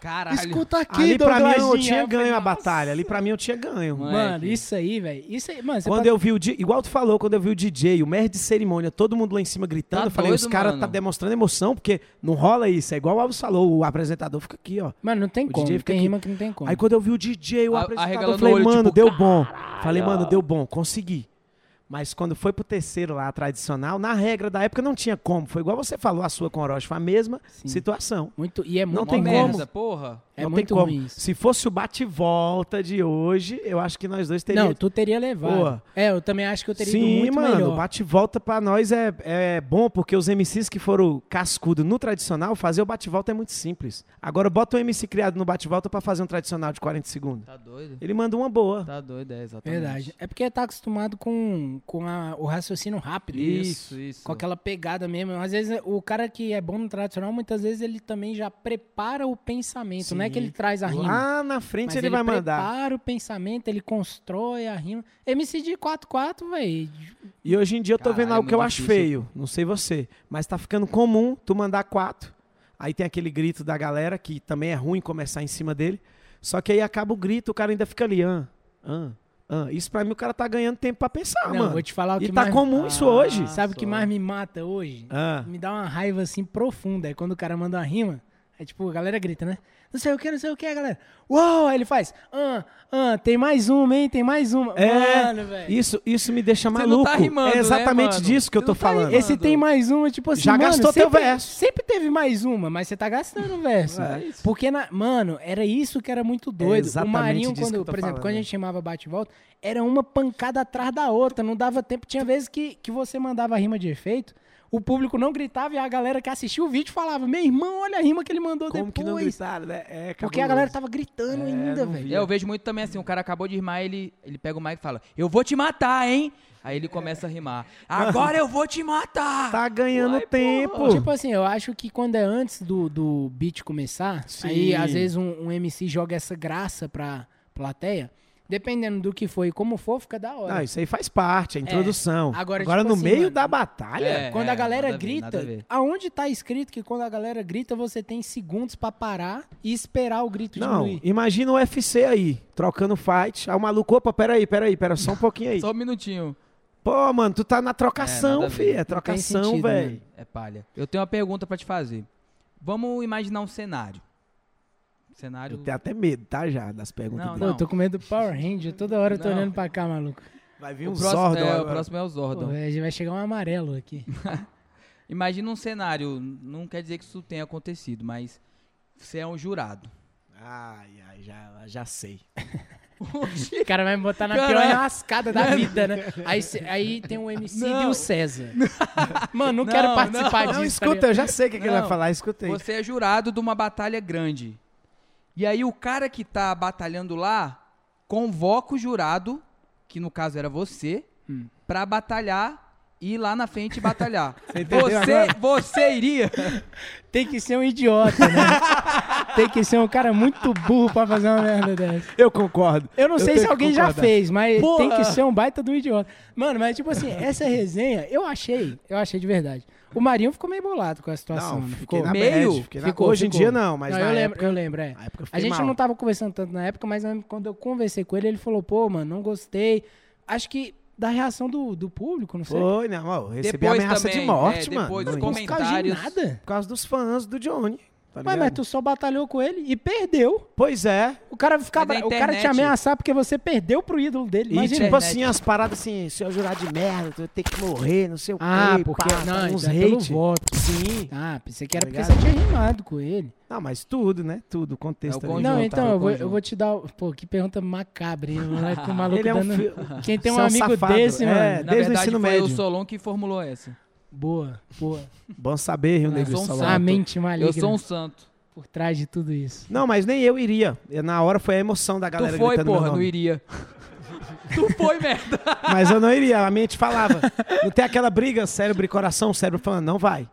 S2: Caralho.
S6: escuta aqui,
S1: Ali pra mim eu
S6: Douglasinha.
S1: tinha
S6: Eu falei,
S1: ganho a
S6: "Nossa."
S1: batalha. Ali pra mim eu tinha ganho.
S2: Mano,
S6: Mano,
S2: Moleque.
S6: isso aí, velho. Isso aí, mano. você
S1: Quando
S6: pode-
S1: eu vi o DJ, igual tu falou, quando eu vi o DJ, o mestre de cerimônia, todo mundo lá em cima gritando,
S2: Tá
S1: eu falei,
S2: doido,
S1: os caras
S2: mano.
S1: tá demonstrando emoção, porque não rola isso. É igual o Alves falou, o apresentador fica aqui, ó.
S6: Mano, não tem
S1: O
S6: como.
S1: DJ fica
S6: Tem
S1: aqui.
S6: rima que não tem como.
S1: Aí quando eu vi o DJ, o
S2: A-
S1: apresentador,
S2: arregalando
S1: eu falei,
S2: o olho,
S1: mano,
S2: tipo,
S1: deu bom. Falei, mano, deu bom, consegui. Mas quando foi pro terceiro lá, tradicional, na regra da época não tinha como. Foi igual você falou, a sua com o Orochi, foi a mesma
S6: Sim.
S1: situação.
S6: Muito, e é muito
S1: Não
S2: Mó
S1: tem
S6: merda.
S2: merda, porra.
S6: É
S1: não tem
S6: muito
S1: como.
S6: ruim isso.
S1: Se fosse o bate-volta de hoje, eu acho que nós dois teríamos...
S6: Não, tu teria levado.
S1: Boa.
S6: É, eu também acho que eu teria ido
S1: Sim,
S6: muito
S1: mano,
S6: melhor.
S1: bate-volta pra nós é, é bom, porque os MCs que foram cascudo no tradicional, fazer o bate-volta é muito simples. Agora bota um MC criado no bate-volta pra fazer um tradicional de 40 segundos.
S2: Tá doido?
S1: Ele manda uma boa.
S2: Tá doido, é, exatamente.
S6: Verdade. É porque tá acostumado com, com a- o raciocínio rápido.
S2: Isso, isso.
S6: Com aquela pegada mesmo. Às vezes o cara que é bom no tradicional, muitas vezes ele também já prepara o pensamento. Não é que ele traz a rima.
S1: Lá na frente
S6: mas
S1: ele, vai mandar.
S6: prepara o pensamento, ele constrói a rima. MC de 4-4, velho.
S1: E hoje em dia eu tô
S2: Caralho,
S1: vendo algo que eu
S2: muito
S1: acho
S2: difícil.
S1: feio, não sei você, mas tá ficando comum tu mandar quatro. Aí tem aquele grito da galera, que também é ruim começar em cima dele. Só que aí acaba o grito, o cara ainda fica ali, ah, ah, ah. Isso pra mim o cara tá ganhando tempo pra pensar,
S6: Não,
S1: mano.
S6: vou te falar Ah, o que
S1: E tá
S6: mais... Ah,
S1: comum isso hoje.
S6: Sabe o que mais me mata hoje?
S1: Ah.
S6: Me dá uma raiva assim profunda. É quando o cara manda uma rima. Aí, tipo, a galera grita, né? Não sei o que, não sei o que, galera. Uou! Aí ele faz. Ah, ah, tem mais uma, hein? Tem mais uma.
S1: É,
S6: Mano, velho.
S1: isso, isso me deixa
S2: não
S1: maluco.
S2: tá rimando,
S1: é
S2: né,
S1: exatamente
S2: mano?
S1: disso que eu
S2: Você
S1: tô
S2: não tá
S1: falando.
S2: rimando.
S6: Esse tem mais uma, tipo assim.
S1: Já
S6: mano,
S1: gastou teu
S6: sempre,
S1: verso.
S6: Sempre teve mais uma, mas você tá gastando o verso. Porque, na- mano, era isso que era muito
S1: É
S6: doido. o
S1: exatamente
S6: Marinho,
S1: disso
S6: quando,
S1: que eu tô
S6: por exemplo,
S1: falando.
S6: quando a gente chamava bate-volta, era uma pancada atrás da outra, não dava tempo. Tinha vezes que, que você mandava rima de efeito, o público não gritava e a galera que assistiu o vídeo falava: Meu irmão, olha a rima que ele mandou
S1: Como que não
S6: depois.
S1: gritaram, né? É,
S6: Porque a
S1: cabuloso.
S6: galera tava gritando ainda, velho.
S2: É, eu vejo muito também assim, o cara acabou de rimar, ele, ele pega o mic e fala, eu vou te matar, hein? Aí ele começa a rimar. Agora eu vou te matar!
S1: Tá ganhando
S2: Uai,
S1: tempo.
S6: Tipo assim, eu acho que quando é antes do, do beat começar,
S1: Sim.
S6: aí às vezes um, um MC joga essa graça pra plateia. Dependendo do que foi e como for, fica da hora.
S1: Não,
S2: Ah,
S1: isso aí faz parte, a introdução.
S6: Agora,
S1: Agora,
S6: tipo
S1: no
S6: assim,
S1: meio
S6: mano,
S1: da batalha,
S2: É,
S6: Quando a galera
S2: nada a ver,
S6: grita,
S2: nada a ver.
S6: aonde tá escrito que quando a galera grita, você tem segundos pra parar e esperar o grito
S1: Não,
S6: diminuir?
S1: imagina o UFC aí, trocando fight. Aí o maluco, opa, peraí, peraí, pera só um pouquinho aí.
S2: Só um minutinho.
S1: Pô, mano, tu tá na
S2: É,
S1: trocação,
S2: nada a ver.
S1: fi. É
S6: tem
S1: trocação,
S6: sentido,
S1: velho.
S6: né?
S2: É palha. Eu tenho uma pergunta pra te fazer. Vamos imaginar um cenário. Cenário...
S1: Eu tenho até medo, tá, já, das perguntas.
S2: Não,
S1: dele.
S6: Pô, eu tô com medo do Power Ranger, toda hora eu tô
S2: Não.
S6: olhando pra cá, maluco.
S1: Vai vir
S2: O
S1: um
S2: próximo,
S1: Zordon
S2: é, o
S1: agora.
S2: próximo é o Zordon.
S6: Pô, é, vai chegar um amarelo aqui.
S2: Imagina um cenário, não quer dizer que isso tenha acontecido, mas você é um jurado.
S1: Ai, ai, já, já sei.
S6: O cara vai me botar na
S2: Caralho.
S6: pior enrascada da vida, né? Aí, cê- aí tem o MC e
S2: Não.
S6: o César. Mano, não, quero
S2: Não,
S6: participar
S1: Não,
S6: disso. tá
S1: escuta, eu já sei o que, que ele
S2: Não.
S1: vai falar, escutei.
S2: Você é jurado de uma batalha grande. E aí o cara que tá batalhando lá convoca o jurado, que no caso era você,
S1: Hum.
S2: pra batalhar e ir lá na frente batalhar. você, você
S1: É
S2: iria?
S6: Tem que ser um idiota, né? Tem que ser um cara muito burro pra fazer uma merda dessa.
S1: Eu concordo.
S6: Eu não sei
S1: tenho
S6: se
S1: que
S6: alguém já
S1: concordar.
S6: fez, mas
S2: Porra!
S6: tem que ser um baita do idiota. Mano, mas tipo assim, essa resenha, eu achei, eu achei de verdade. O Marinho ficou meio bolado com a situação,
S1: Não,
S6: não
S1: fiquei
S6: ficou?
S1: na
S2: Meio?
S1: bad, fiquei na-
S6: Ficou,
S1: Hoje
S6: ficou.
S1: em dia não, mas
S6: Não,
S1: na
S6: eu lembro,
S1: época-
S6: eu lembro, é.
S1: na época eu
S6: A
S1: fiquei
S6: gente
S1: mal.
S6: não tava conversando tanto na época, mas né, quando eu conversei com ele, ele falou, pô, mano, não gostei. Acho que da reação do, do público, não sei.
S1: Foi, não, ó, eu recebi
S2: Depois
S1: ameaça
S2: também,
S1: de morte,
S2: é,
S1: mano.
S2: depois
S1: Não,
S2: dos
S1: por
S6: Por causa de
S2: comentários.
S6: nada.
S1: causa dos fãs do Johnny. Tá
S6: Ué,
S1: ligado?
S6: mas tu só batalhou com ele e perdeu.
S1: Pois é,
S6: O cara, ficar
S2: Mas na
S6: bra- o cara te
S2: internet-
S6: ameaçar porque você perdeu pro ídolo dele.
S1: E
S6: Imagina. né,
S1: tipo
S2: Internet.
S1: assim, as paradas assim, se eu jurar de merda, tu vai ter que morrer, não sei o
S6: Ah,
S1: quê,
S6: porque.
S1: pá, tá
S6: não,
S1: uns
S6: então é pelo
S1: hate.
S6: voto.
S1: Sim.
S6: Ah, pensei que era
S1: Tá
S6: porque você
S1: ligado?
S6: tinha rimado com ele.
S1: Não, mas tudo, né? Tudo, o contexto.
S2: É o
S1: ali.
S2: conjunto,
S6: Não,
S2: tá,
S6: então,
S2: no
S6: eu vou,
S2: conjunto.
S6: eu vou te dar. Pô, que pergunta macabra, hein? O moleque, o maluco
S1: Ele é um
S6: dando-
S1: fi-
S6: Quem tem um
S1: Você é um
S6: amigo
S1: safado,
S6: desse,
S1: é.
S6: mano.
S2: Na
S1: Desde o
S2: verdade,
S1: ensino
S2: foi o
S1: médio.
S2: Solon que formulou essa.
S6: Boa, boa.
S1: Bom saber, Rio
S2: Eu
S1: Negro
S2: sou um
S1: Solar.
S6: A
S2: Pronto.
S6: mente maligna
S2: Eu sou um santo.
S6: por trás de tudo isso.
S1: Não, mas nem eu iria. Na hora foi a emoção da galera
S2: tu foi,
S1: gritando meu
S2: porra, não
S1: nome.
S2: iria. Tu foi, merda.
S1: Mas eu não iria, a mente falava. Não tem aquela briga, cérebro e coração, o cérebro falando, não vai.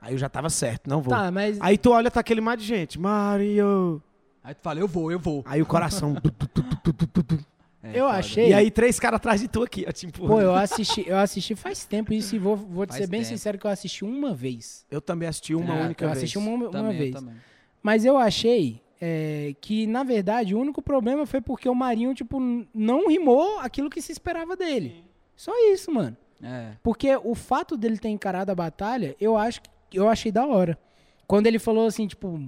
S1: Aí eu já tava certo, não vou.
S6: Tá, mas.
S1: Aí tu olha, tá aquele mar de gente. Mario!
S2: Aí tu fala, eu vou, eu vou.
S1: Aí o coração. du, du, du, du, du, du, du.
S2: É,
S6: eu
S2: foda.
S6: achei.
S1: E aí três caras atrás de tu aqui, ó, tipo, te empurrando.
S6: Pô, eu assisti, eu assisti faz tempo isso e vou, vou te
S2: Faz
S6: ser bem
S2: tempo.
S6: sincero que eu assisti uma vez. Ah,
S1: Eu também assisti uma
S2: É,
S1: única
S6: Eu
S1: vez.
S6: assisti uma, uma
S2: Também, eu
S6: vez.
S2: também.
S6: Mas eu achei é, que, na verdade, o único problema foi porque o Marinho, tipo, n- não rimou aquilo que se esperava dele. Só isso, mano.
S2: É.
S6: Porque o fato dele ter encarado a batalha, eu acho que eu achei da hora. Quando ele falou assim, tipo,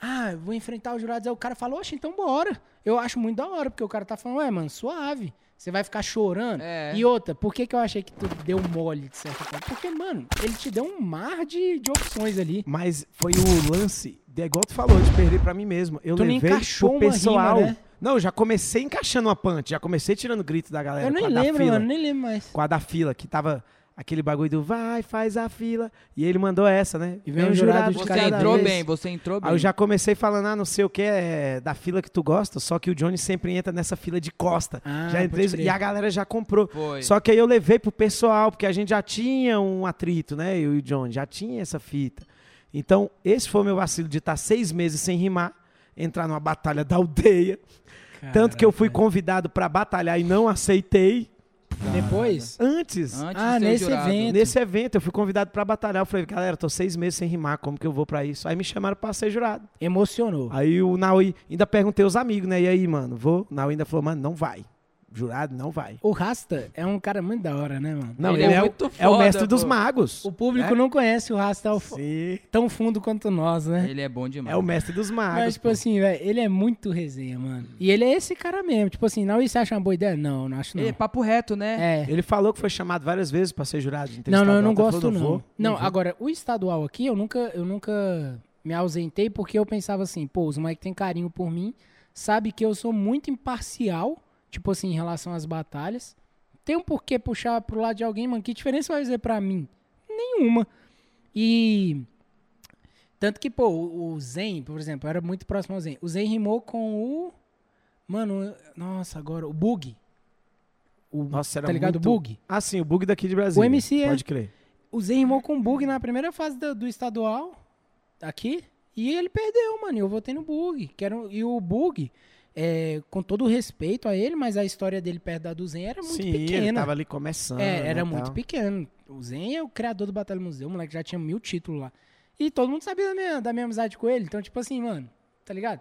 S6: ah, eu vou enfrentar os jurados, aí o cara falou, oxe, então bora. Eu acho muito da hora, porque o cara tá falando, ué, mano, suave. Você vai ficar chorando.
S2: É.
S6: E outra, por que, que eu achei que tu deu mole de certa forma? Porque, mano, ele te deu um mar de, de opções ali.
S1: Mas foi o lance, de, é igual tu falou, de perder pra mim mesmo. Eu
S6: Tu não
S1: levei
S6: encaixou
S1: pro
S6: uma rima,
S1: pessoal.
S6: né?
S1: Não, eu já comecei encaixando uma punch, já comecei tirando grito da galera.
S6: eu
S1: com
S6: nem
S1: a da
S6: lembro,
S1: fila.
S6: mano, nem lembro mais.
S1: Com a da fila, que tava aquele bagulho do vai, faz a fila. E ele mandou essa, né?
S6: E vem um jurado de
S2: Você
S6: cada
S2: entrou
S6: vez.
S2: bem, você entrou bem.
S1: Aí eu já comecei falando, ah, não sei o que, é da fila que tu gosta, só que o Johnny sempre entra nessa fila de costa.
S6: Ah,
S1: já entrei
S6: pode crer.
S1: e a galera já comprou.
S2: Foi.
S1: Só que aí eu levei pro pessoal, porque a gente já tinha um atrito, né? Eu e o Johnny, já tinha essa fita. Então, esse foi o meu vacilo de estar seis meses sem rimar, entrar numa batalha da aldeia. Tanto que eu fui convidado pra batalhar e não aceitei.
S6: Depois,
S1: Antes,
S2: Antes
S6: Ah,
S2: de ser
S6: nesse
S2: jurado.
S6: evento.
S1: nesse evento, eu fui convidado pra batalhar. Eu falei, galera, tô seis meses sem rimar, como que eu vou pra isso? Aí me chamaram pra ser jurado.
S6: emocionou.
S1: Aí o Naui ainda perguntei aos amigos, né? E aí, mano, vou? O Naui ainda falou, mano, não vai. Jurado, não vai.
S6: O Rasta é um cara muito da hora, né, mano?
S1: Não,
S2: Ele
S1: ele,
S2: é
S1: é, o,
S2: muito
S1: é o
S2: foda,
S1: mestre dos
S2: pô.
S1: magos.
S6: O público
S1: É?
S6: não conhece o Rasta ao fu-
S1: Sim,
S6: tão fundo quanto nós, né?
S2: Ele é bom demais.
S1: é o mestre dos magos.
S6: Mas, tipo
S1: pô.
S6: assim, velho, ele é muito resenha, mano. E ele é esse cara mesmo. Tipo assim, não, e você acha uma boa ideia? Não, não acho não.
S2: É papo reto, né?
S6: É.
S1: Ele falou que foi chamado várias vezes pra ser jurado. de
S6: Não, não, eu
S1: entrevistador,
S6: não
S1: até
S6: gosto
S1: falou,
S6: não.
S1: vou,
S6: não,
S1: vou.
S6: agora, o estadual aqui, eu nunca, eu nunca me ausentei porque eu pensava assim, pô, os Mike tem carinho por mim, sabe que eu sou muito imparcial, tipo assim, em relação às batalhas. Tem um porquê puxar pro lado de alguém, mano, que diferença vai fazer pra mim? Nenhuma. E tanto que, pô, o o Zen, por exemplo, eu era muito próximo ao Zen. O Zen rimou com o Mano, eu- nossa, agora o Bug. O,
S1: Nossa, era
S6: tá ligado? O
S1: muito-
S6: Bug.
S1: Ah, sim, o bug daqui de Brasília.
S6: O MC é-
S1: Pode crer.
S6: O Zen rimou com o Bug na primeira fase do, do estadual, aqui, e ele perdeu, mano. e Eu votei no Bug. Que era, um- e o Bug, é, com todo o respeito a ele, mas a história dele perto da do Zen era muito
S1: sim, ele
S6: pequena.
S1: tava ali começando.
S6: É, era
S1: né,
S6: muito
S1: tal.
S6: pequeno. O Zen é o criador do Batalha Museu, o moleque já tinha mil títulos lá. E todo mundo sabia da minha, da minha amizade com ele. Então, tipo assim, mano, tá ligado?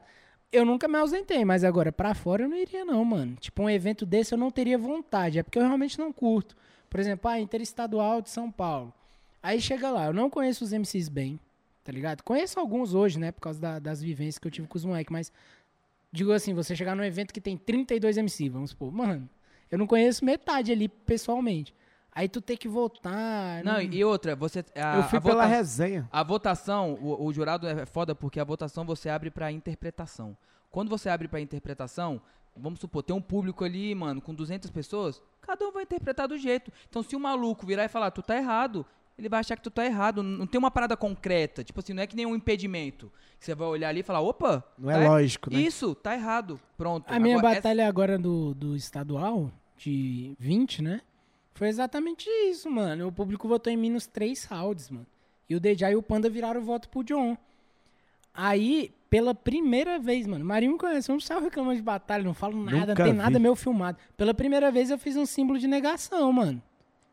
S6: Eu nunca me ausentei, mas agora pra fora eu não iria, não, mano. Tipo, um evento desse eu não teria vontade. É porque eu realmente não curto. Por exemplo, ah, Interestadual de São Paulo. Aí chega lá, eu não conheço os MCs bem, tá ligado? Conheço alguns hoje, né? Por causa da- das vivências que eu tive com os moleques, mas. Digo assim, você chegar num evento que tem 32 MC, vamos supor, mano, eu não conheço metade ali pessoalmente. Aí tu tem que voltar.
S2: Não, e outra, você. A,
S1: É, Eu fui
S6: Ah,
S2: a
S1: pela
S2: vota-
S1: resenha.
S2: A votação, o, o jurado é foda porque a votação você abre pra interpretação. Quando você abre pra interpretação, vamos supor, tem um público ali, mano, com 200 pessoas, cada um vai interpretar do jeito. Então se o maluco virar e falar, tu tá errado, ele vai achar que tu tá errado. N- Não tem uma parada concreta. Tipo assim, não é que nem um impedimento. Você vai olhar ali e falar, opa,
S1: Não
S2: tá
S1: é
S2: er-
S1: lógico, né?
S2: Isso, tá errado. Pronto.
S6: A minha
S2: Agora, essa-
S6: batalha agora do, do estadual, de 20, né? Foi exatamente isso, mano. O público votou em mim nos três rounds, mano. E o DJ e o Panda viraram o voto pro John. Aí, pela primeira vez, mano, Marinho me conhece, eu não saio reclamando de batalha, não falo nada, não
S1: Nunca
S6: tem
S1: vi.
S6: nada meu filmado. Pela primeira vez eu fiz um símbolo de negação, mano.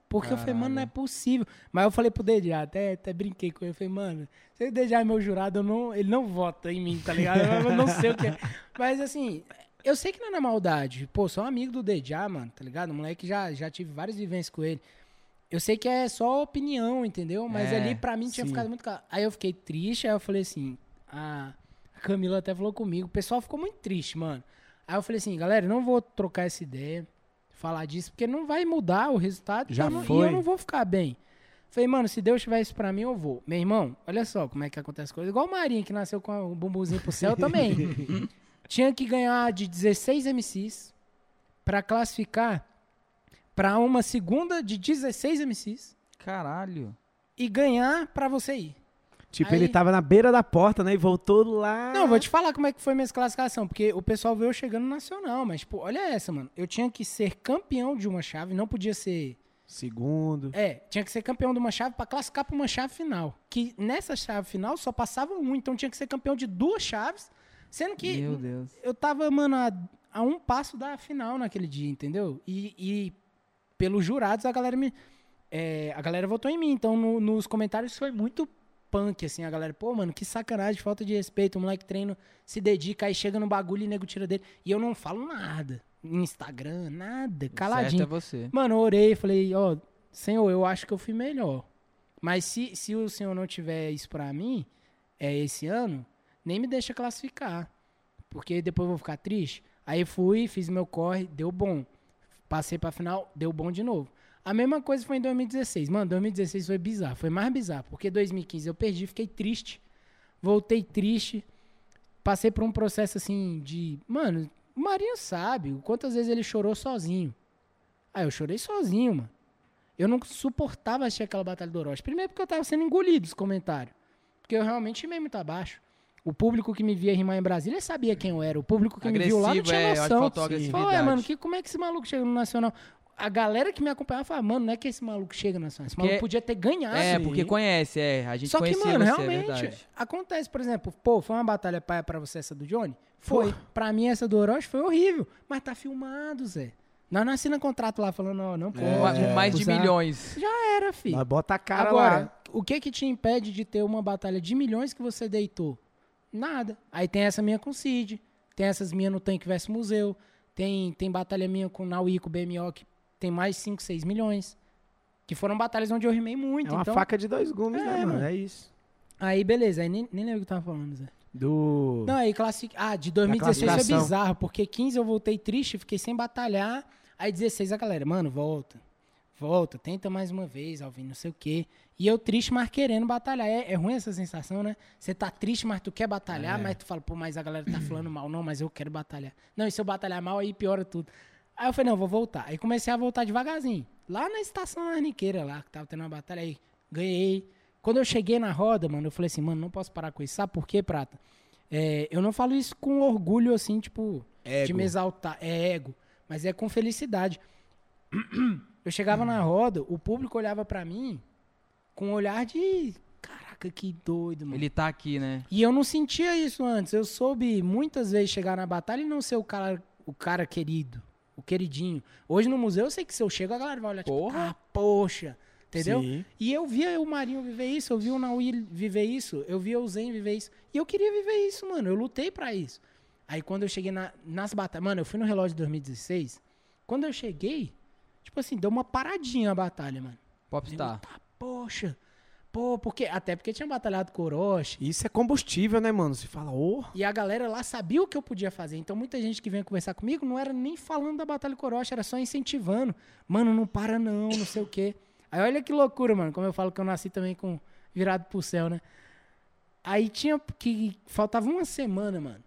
S6: Porque eu falei, mano, não é possível. Mas eu falei pro DJ, até, até brinquei com ele. Eu falei, mano, se o DJ é meu jurado, eu não, ele não vota em mim, tá ligado? Eu, não sei o que é. Mas assim, eu sei que não é na maldade. Pô, sou um amigo do DJ, mano, tá ligado? O moleque já, já tive várias vivências com ele. Eu sei que é só opinião, entendeu? Mas
S2: É,
S6: ali pra mim tinha
S1: sim.
S6: ficado muito claro. Aí eu fiquei triste, aí eu falei assim, a Camila até falou comigo, o pessoal ficou muito triste, mano. Aí eu falei assim, galera, não vou trocar essa ideia, falar disso, porque não vai mudar o resultado
S1: Já
S6: e, eu não, e
S1: foi.
S6: eu não vou ficar bem. Falei, mano, se Deus tiver isso pra mim, eu vou. Meu irmão, olha só como é que acontece as coisas. Igual o Marinho, que nasceu com o bumbumzinho pro céu também. Tinha que ganhar de 16 MCs pra classificar pra uma segunda de 16 MCs
S2: Caralho.
S6: e ganhar pra você ir.
S1: Tipo,
S6: Aí-
S1: ele tava na beira da porta, né? E voltou lá.
S6: Não, vou te falar como é que foi minha classificação, porque o pessoal veio chegando no nacional, mas, tipo, olha essa, mano. Eu tinha que ser campeão de uma chave, não podia ser.
S1: Segundo.
S6: É, tinha que ser campeão de uma chave pra classificar pra uma chave final. Que nessa chave final só passava um, então tinha que ser campeão de duas chaves, sendo que
S2: Meu Deus.
S6: eu tava, mano, a, a um passo da final naquele dia, entendeu? E, e pelos jurados, a galera me. é, a galera votou em mim. Então, no- nos comentários foi muito punk, assim, a galera, pô, mano, que sacanagem, falta de respeito. O moleque treino se dedica, aí chega no bagulho e nego tira dele. E eu não falo nada. em Instagram, nada, caladinho.
S2: Certo é você.
S6: Mano, eu orei, falei, ó, senhor, eu acho que eu fui melhor. Mas se, se o senhor não tiver isso pra mim, é esse ano, nem me deixa classificar. Porque depois eu vou ficar triste. Aí fui, fiz meu corre, deu bom. Passei pra final, deu bom de novo. A mesma coisa foi em 2016. Mano, 2016 foi bizarro, foi mais bizarro. Porque 2015 eu perdi, fiquei triste. Voltei triste. Passei por um processo assim de. Mano, o Marinho sabe o quantas vezes ele chorou sozinho. Aí eu chorei sozinho, mano. Eu não suportava assistir aquela Batalha do Orochi. Primeiro porque eu tava sendo engolido os comentários. Porque eu realmente rimei muito abaixo. O público que me via rimar em Brasília sabia quem eu era. O público que me viu lá não
S2: Agressivo,
S6: tinha
S2: é, eu acho que
S6: noção.
S2: faltou
S6: Sim.
S2: agressividade.
S6: Falou, "Ué, mano, que, como é que esse maluco chega no Nacional? A galera que me acompanhava falava, mano, não é que esse maluco chega no Nacional. Esse
S2: Porque-
S6: maluco podia ter ganhado.
S2: É,
S6: Ah, Sim.
S2: porque conhece, é. A gente
S6: Só que,
S2: conhecia
S6: mano,
S2: você, é
S6: realmente,
S2: verdade.
S6: acontece, por exemplo, pô, foi uma batalha paia pra você essa do Johnny? Foi. Pra mim essa do Orochi foi horrível. Mas tá filmado, Zé. Nós não assinamos contrato lá falando, não, não pode.
S2: Ma- É,
S1: É,
S2: mais de
S6: usar.
S2: milhões.
S6: Era, filho.
S1: Nós bota a cara
S6: Agora,
S1: lá.
S6: o que que te impede de ter uma batalha de milhões que você deitou? Nada. Aí tem essa minha com o Cid, tem essas minhas no Tanque vs Museu, tem, tem batalha minha com o Naui, com o BMO, que tem mais 5, 6 milhões. Que foram batalhas onde eu rimei muito.
S1: É uma
S6: então...
S1: faca de dois gumes,
S6: É,
S1: né, mano?
S6: mano.
S1: É isso.
S6: Aí, beleza. Aí nem, nem lembro o que eu tava falando, Zé.
S1: Do.
S6: Não, aí classific... Ah, de 2016 foi
S1: classificação.
S6: bizarro, porque 15 eu voltei triste, fiquei sem batalhar. Aí 16 a galera, mano, volta. Volta, tenta mais uma vez, Alvin, não sei o quê. E eu triste, mas querendo batalhar. É, é ruim essa sensação, né? Você tá triste, mas tu quer batalhar, mas tu fala, pô, mas a galera tá falando mal. Não, mas eu quero batalhar. Não, e se eu batalhar mal, aí piora tudo. Aí eu falei, não, vou voltar. Aí comecei a voltar devagarzinho. Lá na estação Arniqueira, lá, que tava tendo uma batalha aí. Ganhei. Quando eu cheguei na roda, mano, eu falei assim, mano, não posso parar com isso. Sabe por quê, Prata? É, eu não falo isso com orgulho, assim, tipo, de me exaltar. É ego. Mas é com felicidade. Eu chegava na roda, o público olhava pra mim com um olhar de. Caraca, que doido, mano.
S2: Ele tá aqui, né?
S6: E eu não sentia isso antes. Eu soube muitas vezes chegar na batalha e não ser o cara, o cara querido, o queridinho. Hoje no museu eu sei que se eu chego, a galera vai olhar tipo,
S2: Porra.
S6: ah, poxa. Entendeu?
S1: Sim.
S6: E eu via o Marinho viver isso, eu via o Naui viver isso, eu via o Zen viver isso. E eu queria viver isso, mano. Eu lutei pra isso. Aí quando eu cheguei na- nas batalhas. Mano, eu fui no relógio de 2016. Quando eu cheguei, tipo assim, deu uma paradinha a batalha, mano.
S2: Popstar.
S6: Tá, poxa. Pô, porque. Até porque tinha batalhado com o Orochi.
S1: Isso é combustível, né, mano? Você fala, ô.
S6: E a galera lá sabia o que eu podia fazer. Então muita gente que vinha conversar comigo não era nem falando da Batalha Corocha, era só incentivando. Mano, não para não, não sei o quê. Aí olha que loucura, mano. Como eu falo que eu nasci também com virado pro céu, né? Aí tinha que faltava uma semana, mano.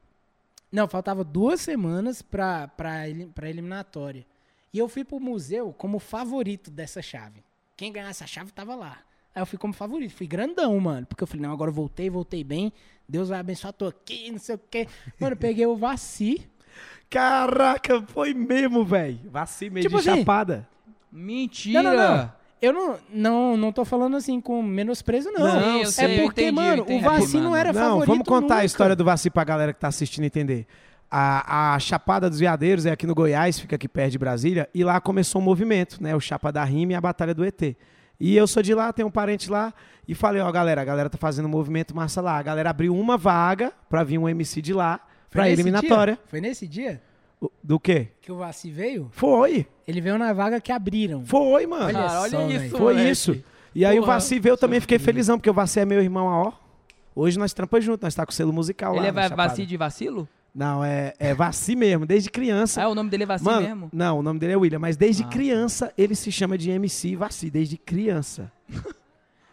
S6: Não, faltava duas semanas pra, pra, elim- pra eliminatória. E eu fui pro museu como favorito dessa chave. Quem ganhasse a chave tava lá. Aí eu fui como favorito, fui grandão, mano. Porque eu falei, não, agora eu voltei, voltei bem. Deus vai abençoar, tô aqui, não sei o quê. Mano, eu peguei o Vaci.
S1: Caraca, foi mesmo, velho. Vaci meio
S6: Tipo
S1: de
S6: assim,
S1: chapada.
S2: Mentira!
S6: Não, não, não. Eu não, não, não tô falando assim com menosprezo, não.
S2: Não, eu
S6: é
S2: sei, eu
S6: porque,
S2: entendi, eu
S6: mano, o
S2: entendi,
S6: Vaci não
S2: mano.
S6: era
S1: Não,
S6: favorito.
S1: vamos contar a
S6: nunca.
S1: história do Vaci pra galera que tá assistindo entender. A, a Chapada dos Veadeiros é aqui no Goiás, fica aqui perto de Brasília, e lá começou um movimento, né? O Chapa da Rima e a Batalha do ET. E eu sou de lá, tenho um parente lá, e falei, ó, galera, a galera tá fazendo um movimento massa lá. A galera abriu uma vaga pra vir um MC de lá,
S6: Foi
S1: pra
S6: nesse
S1: eliminatória.
S6: dia? Foi nesse dia
S1: O- Do quê?
S6: que o Vaci veio?
S1: Foi,
S6: Ele veio na vaga que abriram.
S1: foi, mano.
S6: Olha
S2: Cara, olha
S6: só, né?
S2: isso, né?
S6: velho.
S1: Foi
S2: moleque.
S1: isso. E aí o
S2: Porra,
S1: Vaci veio, eu também fiquei felizão, porque o Vaci é meu irmão, ó. Hoje nós trampamos junto, nós tá com o selo musical lá.
S2: Ele é
S1: na
S2: va-
S1: Chapada.
S2: Vaci de vacilo?
S1: Não, é, é Vaci mesmo, desde criança.
S2: Ah, o nome dele é Vaci
S1: Mano,
S2: mesmo?
S1: não, o nome dele é William, mas desde
S2: Ah, tá.
S1: criança ele se chama de MC Vaci, desde criança.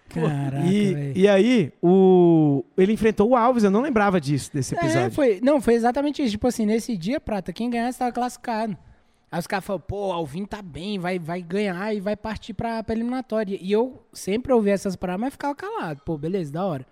S6: Caraca,
S1: e,
S6: velho.
S1: e aí, o, ele enfrentou o Alves, eu não lembrava disso, desse
S6: É,
S1: episódio.
S6: foi, não, foi exatamente isso. Tipo assim, nesse dia, Prata, quem ganhasse tava classificado. Aí os caras falam, pô, Alvin tá bem, vai, vai ganhar e vai partir pra, pra eliminatória. E eu sempre ouvia essas paradas, mas ficava calado. Pô, beleza, da hora.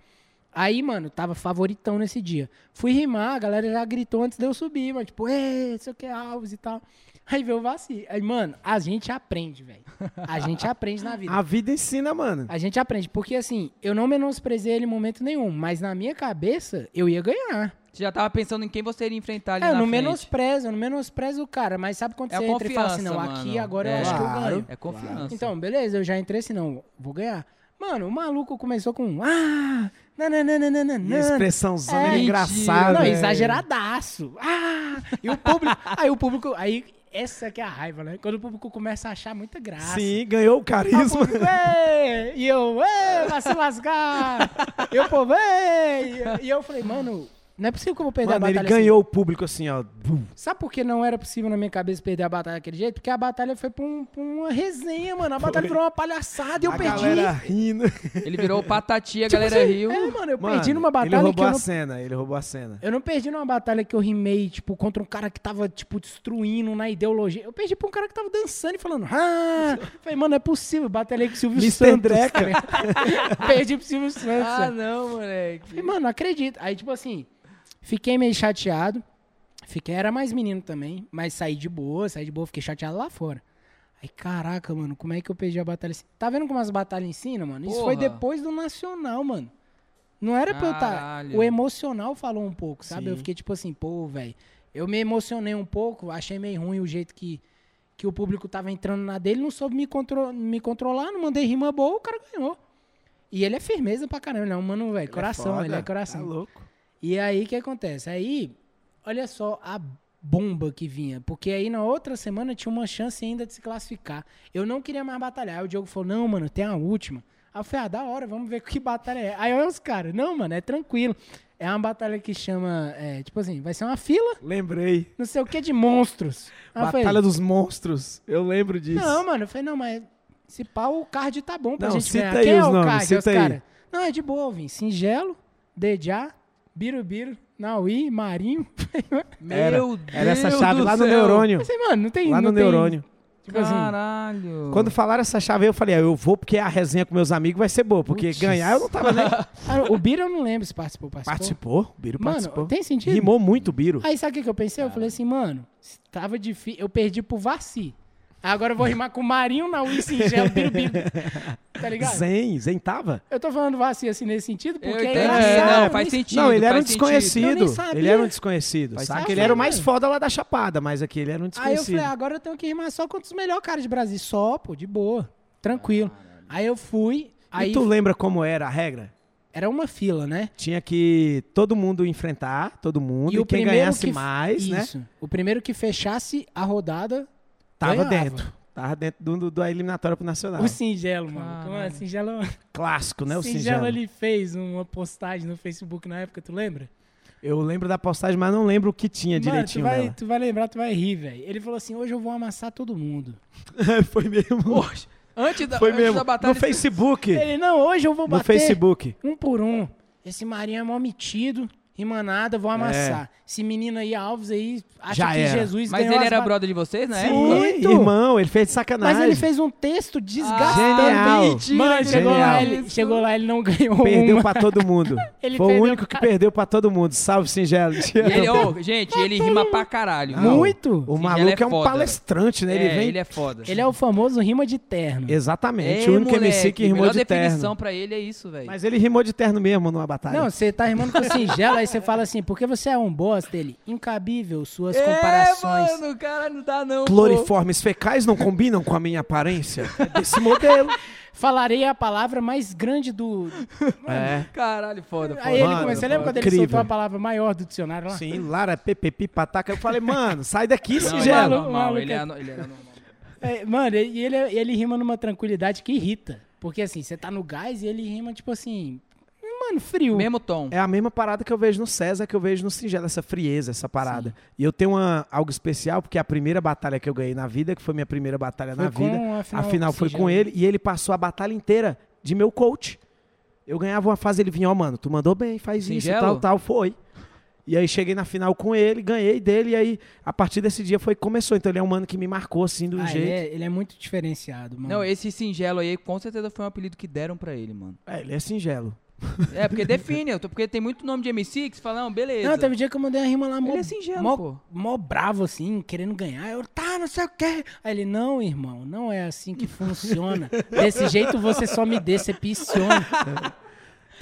S6: Aí, mano, tava favoritão nesse dia. Fui rimar, a galera já gritou antes de eu subir, mas tipo, ei, sei o que, Alves e tal. Aí veio o vacilo. Aí, mano, a gente aprende, velho. A gente aprende na vida.
S1: A vida ensina, mano.
S6: A gente aprende, porque assim, eu não menosprezei ele em momento nenhum, mas na minha cabeça eu ia ganhar.
S2: Você já tava pensando em quem você iria enfrentar ali
S6: É, eu
S2: na
S6: não
S2: frente.
S6: menosprezo, eu não menosprezo o cara, mas sabe quando
S2: É a
S6: você entra e fala assim, não,
S2: confiança,
S6: aqui
S2: mano.
S6: agora
S2: É.
S6: eu acho que eu ganho.
S2: É confiança.
S6: Então, beleza, eu já entrei assim, não, vou ganhar. Mano, o maluco começou com ah,
S1: E a
S6: nananana,
S1: expressãozona
S6: É,
S1: é,
S6: mentira.
S1: engraçada.
S6: não,
S1: é.
S6: exageradaço. Ah! E o público. aí o público. Aí essa que é a raiva, né? Quando o público começa a achar muita graça.
S1: Sim, ganhou o
S6: Aí o
S1: carisma.
S6: público, "Ê!" E eu, "Ê, vai se lascar! E o povo, "Ê!" E eu- E eu falei, mano, não é possível que eu vou perder
S1: Mano,
S6: a
S1: ele
S6: batalha.
S1: ganhou o público assim, ó. Bum.
S6: assim. Sabe por que não era possível na minha cabeça perder a batalha daquele jeito? Porque a batalha foi pra, um- pra uma resenha, mano. A batalha virou uma palhaçada e eu
S1: a
S6: perdi.
S1: galera rindo.
S2: Ele virou o patati, a
S6: Tipo
S2: galera
S6: assim,
S2: riu.
S6: É, mano, eu
S1: Mano,
S6: perdi numa
S1: ele
S6: batalha que
S1: roubou
S6: eu
S1: a
S6: não
S1: cena, ele roubou a cena.
S6: Eu não perdi numa batalha que eu rimei, tipo, contra um cara que tava, tipo, destruindo na ideologia. Eu perdi pra um cara que tava dançando e falando, ah! Falei, mano, não é possível, batalhei com o Silvio
S1: Mr.
S6: Santos.
S1: Dreca.
S6: né? perdi pro Silvio Santos.
S2: Ah,
S6: Ah,
S2: não, moleque.
S6: Falei, mano, não acredito. Aí, tipo assim, fiquei meio chateado. Fiquei, era mais menino também, mas saí de boa, saí de boa, fiquei chateado lá fora. Aí, caraca, mano, como é que eu perdi a batalha assim? Tá vendo como as batalhas ensinam, mano? Isso foi
S2: Porra.
S6: depois do Nacional, mano. Não era pra eu estar.
S2: Caralho.
S6: O emocional falou um pouco, sabe? Eu
S1: Sim.
S6: fiquei tipo assim, pô, velho. Eu me emocionei um pouco, achei meio ruim o jeito que, que o público tava entrando na dele, não soube me, contro me controlar, não mandei rima boa, o cara ganhou. E ele é firmeza pra caramba, não, mano, velho. Coração,
S1: foda,
S6: ele é
S1: Tá
S6: coração.
S1: louco.
S6: E aí o que acontece? Aí, olha só a bomba que vinha, porque aí na outra semana tinha uma chance ainda de se classificar. Eu não queria mais batalhar. Aí o Diogo falou: "Não, mano, tem a última". Aí eu falei: "Ah, da hora, vamos ver que batalha é". Aí olha os caras: "Não, mano, é tranquilo. É uma batalha que chama, é, tipo assim, vai ser uma fila,
S1: Lembrei.
S6: não sei o que de monstros". Aí eu falei,
S1: Batalha dos Monstros. Eu lembro disso.
S6: não, mano, eu falei, não, mas se pá, o card tá bom pra
S1: Não,
S6: gente
S1: cita
S6: ganhar.
S1: aí
S6: Quem é
S1: os
S6: o
S1: nomes,
S6: card? É os
S1: cita aí.
S6: cara. Não, é de boa, Vim. Singelo, Dejá, Birubiru, Nauí, Marinho.
S2: Meu
S1: Era-
S2: Deus
S1: Era essa chave
S2: do
S1: lá
S2: céu.
S1: no neurônio.
S6: Eu sei, mano, não tem...
S1: Lá
S6: não
S1: no
S6: tem-
S1: neurônio.
S6: tipo assim,
S2: Caralho.
S1: Quando falaram essa chave, aí, eu falei, ah, eu vou porque a resenha com meus amigos vai ser boa. Porque
S6: Putz.
S1: ganhar eu não tava nem...
S6: ah, o Biro eu não lembro se participou. Participou?
S1: Participou, o Biro
S6: Mano,
S1: participou.
S6: tem sentido? Tá
S1: Rimou muito o Biro.
S6: Aí sabe o que, que eu pensei? Eu falei assim, mano, se tava difícil. Eu perdi pro Vaci. Agora eu vou rimar com Marinho, Nauí, Singelo, Birubiru. Tá ligado?
S1: Zen, Zen tava?
S6: Eu tô falando Vaci assim nesse sentido,
S2: Eu
S6: porque...
S2: entendi, É,
S6: engraçado, é
S2: não,
S6: eu
S2: faz
S6: nem-
S2: sentido.
S1: não, ele era um
S2: faz sentido.
S6: Eu nem
S1: desconhecido.
S6: sabia.
S1: Ele era um desconhecido.
S2: Faz
S1: Saca?
S6: sentido.
S1: Ele era o
S6: Ah,
S1: mais
S6: mano.
S1: foda lá da Chapada, mas aqui ele era um
S6: Aí eu
S1: desconhecido.
S6: falei, ah, agora eu tenho que rimar só contra os melhores caras de Brasil. Só, pô, de boa. Tranquilo. Aí eu fui, aí
S1: E tu lembra como era a regra?
S6: era uma fila, né?
S1: Tinha que todo mundo enfrentar, todo mundo, e, quem ganhasse
S6: que-
S1: mais, né?
S6: Isso. O primeiro que fechasse a rodada.
S1: Tava
S6: ganhava.
S1: dentro. Tava dentro do, do, da eliminatória pro Nacional.
S6: O singelo, mano.
S2: Caralho.
S6: Mano, singelo,
S1: Clássico, né? O
S6: singelo
S1: Singelo.
S6: ele fez uma postagem no Facebook na época, tu lembra?
S1: Eu lembro da postagem, mas não lembro o que tinha
S6: Mano, tu
S1: direitinho né,
S6: vai,
S1: nela.
S6: tu vai lembrar, tu vai rir, velho. Ele falou assim: hoje eu vou amassar todo mundo.
S1: Foi mesmo.
S2: Antes da,
S1: Foi
S2: antes
S1: mesmo.
S2: da batalha.
S1: No Facebook.
S6: Ele, não, hoje eu vou
S1: No
S6: bater.
S1: Facebook.
S6: um por um. Esse Marinho é mó metido, rimanada, vou amassar. Esse menino aí, Alves, aí, acha
S1: É. Já
S6: que
S1: era.
S6: Jesus
S2: Mas
S6: ganhou
S2: ele
S6: as
S2: era
S6: ba-
S2: brother de vocês, né?
S6: Muito.
S1: Irmão, ele fez de sacanagem.
S6: Mas ele fez um texto desgastado.
S1: Ah, Genial.
S6: Mano, chegou lá,
S1: Genial.
S6: ele, chegou lá, ele não ganhou
S1: Perdeu
S6: uma.
S1: pra todo mundo.
S6: Ele
S1: Foi o
S6: perdeu
S1: único que perdeu pra todo mundo. Salve, Singelo. Te
S6: é
S2: E ele,
S1: amo.
S2: ô, gente, ele rima pra caralho.
S1: Não,
S6: Muito.
S1: O
S2: Singelo
S1: maluco
S2: é
S1: é um
S2: foda.
S1: palestrante, né?
S2: É,
S1: Ele vem.
S2: ele é foda.
S6: Ele é o famoso rima de terno.
S1: Exatamente.
S2: É,
S1: o único MC
S2: moleque,
S1: que rimou
S2: melhor
S1: de
S2: definição
S1: terno.
S2: pra ele é isso, velho.
S1: Mas ele rimou de terno mesmo numa batalha.
S6: Não, você tá rimando com singelo, aí você fala assim, porque você é um bosta dele. Incabível suas comparações.
S2: É, mano, cara, não dá não. pô.
S1: Cloriformes fecais não combinam com a minha aparência. É desse modelo.
S6: Falarei a palavra mais grande do.
S1: É.
S2: Caralho, foda, foda.
S6: Aí é ele
S1: Mano,
S6: começa. Você lembra quando ele
S1: incrível.
S6: soltou a palavra maior do dicionário lá?
S1: Sim, Lara, pepepi, pataca. Eu falei, mano, sai daqui,
S2: Não, ele é
S6: Singelo.
S1: Singelo.
S2: normal, ele é,
S6: Maluco.
S2: ano- ele é normal.
S6: É, mano, e ele, ele rima numa tranquilidade que irrita. Porque assim, você tá no gás e ele rima, tipo assim. Mano, frio.
S2: Mesmo tom.
S1: É a mesma parada que eu vejo no César, que eu vejo no Singelo, essa frieza, essa parada. E eu tenho uma- algo especial, porque é a primeira batalha que eu ganhei na vida, que foi minha primeira batalha
S6: Foi
S1: na
S6: com
S1: vida,
S6: a final
S1: a final foi
S6: Singelo.
S1: com ele, e ele passou a batalha inteira de meu coach. Eu ganhava uma fase, ele vinha, ó, mano, tu mandou bem, faz isso,
S2: Singelo?
S1: tal, tal, foi. E aí cheguei na final com ele, ganhei dele, e aí a partir desse dia foi que começou. Então ele é um mano que me marcou assim do
S6: Ah,
S1: jeito.
S6: ele, é, ele é muito diferenciado, mano.
S2: Não, esse singelo aí com certeza foi um apelido que deram pra ele, mano.
S1: É, ele é singelo.
S2: É, porque define, eu tô- porque tem muito nome de MC que você fala, não, beleza.
S6: Não, teve um dia que eu mandei a rima lá, mó,
S2: é Ele é singelo,
S6: mó,
S2: pô.
S6: mó bravo, assim, querendo ganhar. Eu, tá, não sei o quê. Aí ele, não, irmão, não é assim que funciona. Desse jeito você só me decepciona.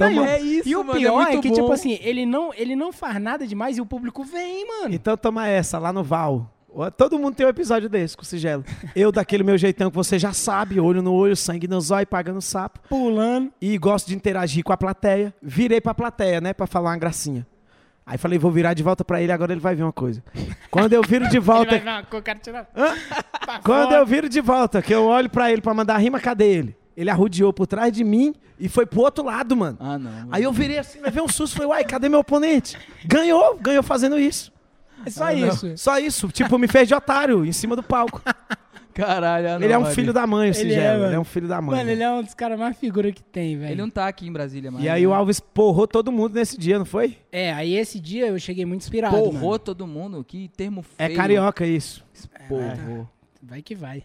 S2: Aí, é isso,
S6: e o
S2: mano, é
S6: pior é,
S2: muito
S6: que,
S2: bom.
S6: tipo assim, ele não, ele não faz nada demais e o público vem, mano.
S1: Então toma essa, lá no Val. Ó, Todo mundo tem um episódio desse com o sigelo. Eu, daquele meu jeitão que você já sabe, olho no olho, sangue no zóio, pagando sapo.
S6: Pulando.
S1: E gosto de interagir com a plateia. Virei pra plateia, né, pra falar uma gracinha. Aí falei, vou virar de volta pra ele, agora ele vai ver uma coisa. Quando eu viro de
S6: Ele vai
S1: volta,
S6: ver uma coisa, eu quero tirar. Pra
S1: quando
S6: fora.
S1: eu viro de volta, que eu olho pra ele pra mandar rima, cadê ele? Ele arrudeou por trás de mim e foi pro outro lado, mano.
S2: Ah, não. mano.
S1: Aí eu virei assim, levei um susto, falei, uai, cadê meu oponente? Ganhou, ganhou fazendo isso.
S6: É só isso.
S1: Só isso, tipo, me fez de otário em cima do palco.
S2: Caralho, ah, não,
S1: Ele é um
S2: Ari.
S1: filho da mãe, esse
S6: Ele é,
S1: Gelo.
S6: mano.
S1: Ele é um filho da mãe.
S6: Mano, é um- ele é um dos caras mais figura que tem, velho.
S2: Ele não tá aqui em Brasília, mano.
S1: E aí o Alves porrou todo mundo nesse dia, não foi?
S6: É, aí esse dia eu cheguei muito inspirado,
S2: Porrou
S6: mano.
S2: todo mundo, que termo
S1: É
S2: feio. É.
S1: carioca isso.
S2: Porrou.
S6: Vai que vai.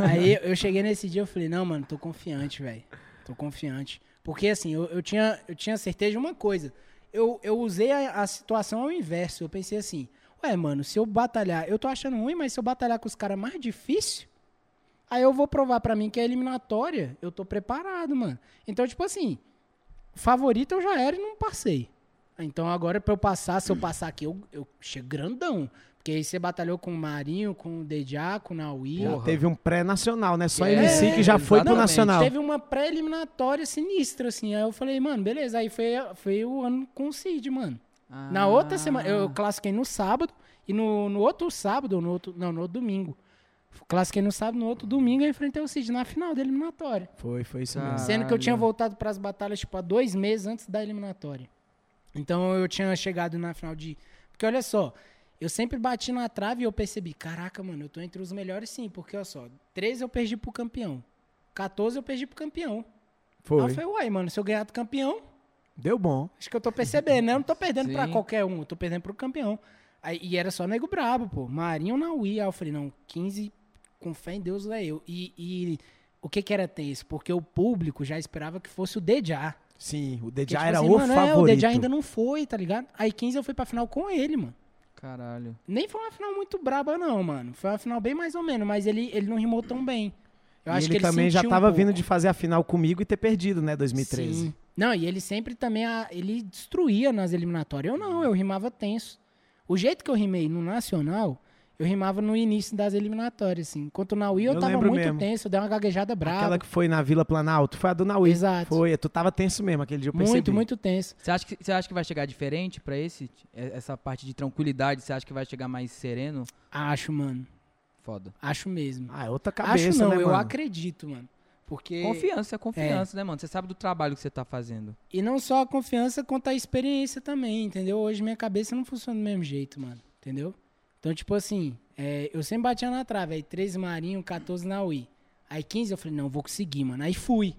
S6: aí eu cheguei nesse dia eu falei, não, mano, tô confiante, velho. Tô confiante. Porque assim, eu, eu tinha, eu tinha certeza de uma coisa. Eu, eu usei a, a situação ao inverso. Eu pensei assim, ué, mano, se eu batalhar, eu tô achando ruim, mas se eu batalhar com os caras mais difícil, aí eu vou provar pra mim que é eliminatória. Eu tô preparado, mano. Então, tipo assim, favorito eu já era e não passei. Então agora pra eu passar, se eu passar aqui, eu, eu chego grandão. Porque aí você batalhou com o Marinho, com o Dejá, com o Naui.
S2: Porra.
S1: Teve um pré-nacional, né? Só
S2: É,
S1: MC que já foi pro
S2: exatamente.
S1: nacional.
S6: Teve uma pré-eliminatória sinistra, assim. Aí eu falei, mano, beleza. Aí foi, foi o ano com o Cid, mano.
S2: Ah.
S6: Na outra semana, eu classifiquei no sábado e no, no outro sábado, ou no outro, não, no outro domingo. Classifiquei no sábado, no outro domingo eu enfrentei o Cid na final da eliminatória.
S1: Foi, foi isso
S2: Tá.
S1: mesmo.
S6: Sendo que eu tinha
S2: Caralho.
S6: voltado para as batalhas, tipo, há dois meses antes da eliminatória. Então eu tinha chegado na final de. Porque olha só, eu sempre bati na trave e eu percebi, caraca, mano, eu tô entre os melhores sim, porque olha só, 13 eu perdi pro campeão. 14 eu perdi pro campeão. Aí eu
S1: Foi.
S6: falei, uai, mano, se eu ganhar do campeão,
S1: Deu bom.
S6: acho que eu tô percebendo, né? Eu não tô perdendo pra
S2: Sim.
S6: qualquer um, eu tô perdendo pro campeão. Aí, e era só nego brabo, pô. Marinho na UI. Aí eu falei, não, 15, com fé em Deus, é eu. E, e o que que era tenso? Porque o público já esperava que fosse o Dejá.
S1: Sim, o
S6: Porque,
S1: DJ
S6: tipo
S1: era
S6: assim,
S1: o
S6: mano, é, o
S1: favorito.
S6: Dejá ainda não foi, tá ligado? Aí 15 eu fui pra final com ele, mano.
S2: Caralho.
S6: Nem foi uma final muito braba, não, mano. Foi uma final bem mais ou menos, mas ele, ele não rimou tão bem. Eu
S1: E
S6: acho
S1: ele
S6: que ele
S1: também já
S6: sentiu um
S1: tava
S6: pouco.
S1: vindo de fazer a final comigo e ter perdido, né? 2013.
S6: Sim. Não, e ele sempre também a- ele destruía nas eliminatórias. Eu não, eu rimava tenso. O jeito que eu rimei no nacional, eu rimava no início das eliminatórias, assim. Enquanto na UI eu,
S1: Eu
S6: tava
S1: lembro
S6: muito
S1: mesmo.
S6: tenso, eu dei uma gaguejada brava.
S1: Aquela que foi na Vila Planalto, foi a do Naui.
S6: Exato.
S1: Foi, tu tava tenso mesmo aquele dia, eu percebi.
S6: Muito, muito tenso.
S2: Você acha, que, você acha que vai chegar diferente pra esse? É- Essa parte de tranquilidade, você acha que vai chegar mais sereno?
S6: Acho, mano.
S2: Foda.
S6: Acho mesmo.
S1: Ah, é outra cabeça,
S6: Acho não,
S1: né,
S6: eu
S1: mano?
S6: acredito, mano. Porque.
S2: Confiança, é confiança, né, mano? Você sabe do trabalho que você tá fazendo.
S6: E não só a confiança, quanto a experiência também, entendeu? Hoje minha cabeça não funciona do mesmo jeito, mano. Entendeu? Então, tipo assim, é, eu sempre batia na trave. Aí 13 Marinho, 14 na UI. Aí 15 eu falei, não, vou conseguir, mano. Aí fui.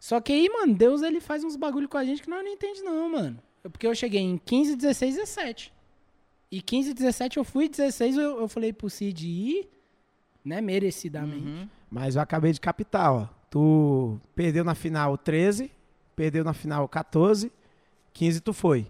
S6: Só que aí, mano, Deus ele faz uns bagulho com a gente que nós não entende não, mano. Porque eu cheguei em 15, 16, 17. E 15, 17 eu fui, 16 eu, eu falei pro Cid ir, né, merecidamente.
S2: Uhum.
S1: Mas eu acabei de captar, ó. Tu perdeu na final 13, perdeu na final 14, 15 tu foi.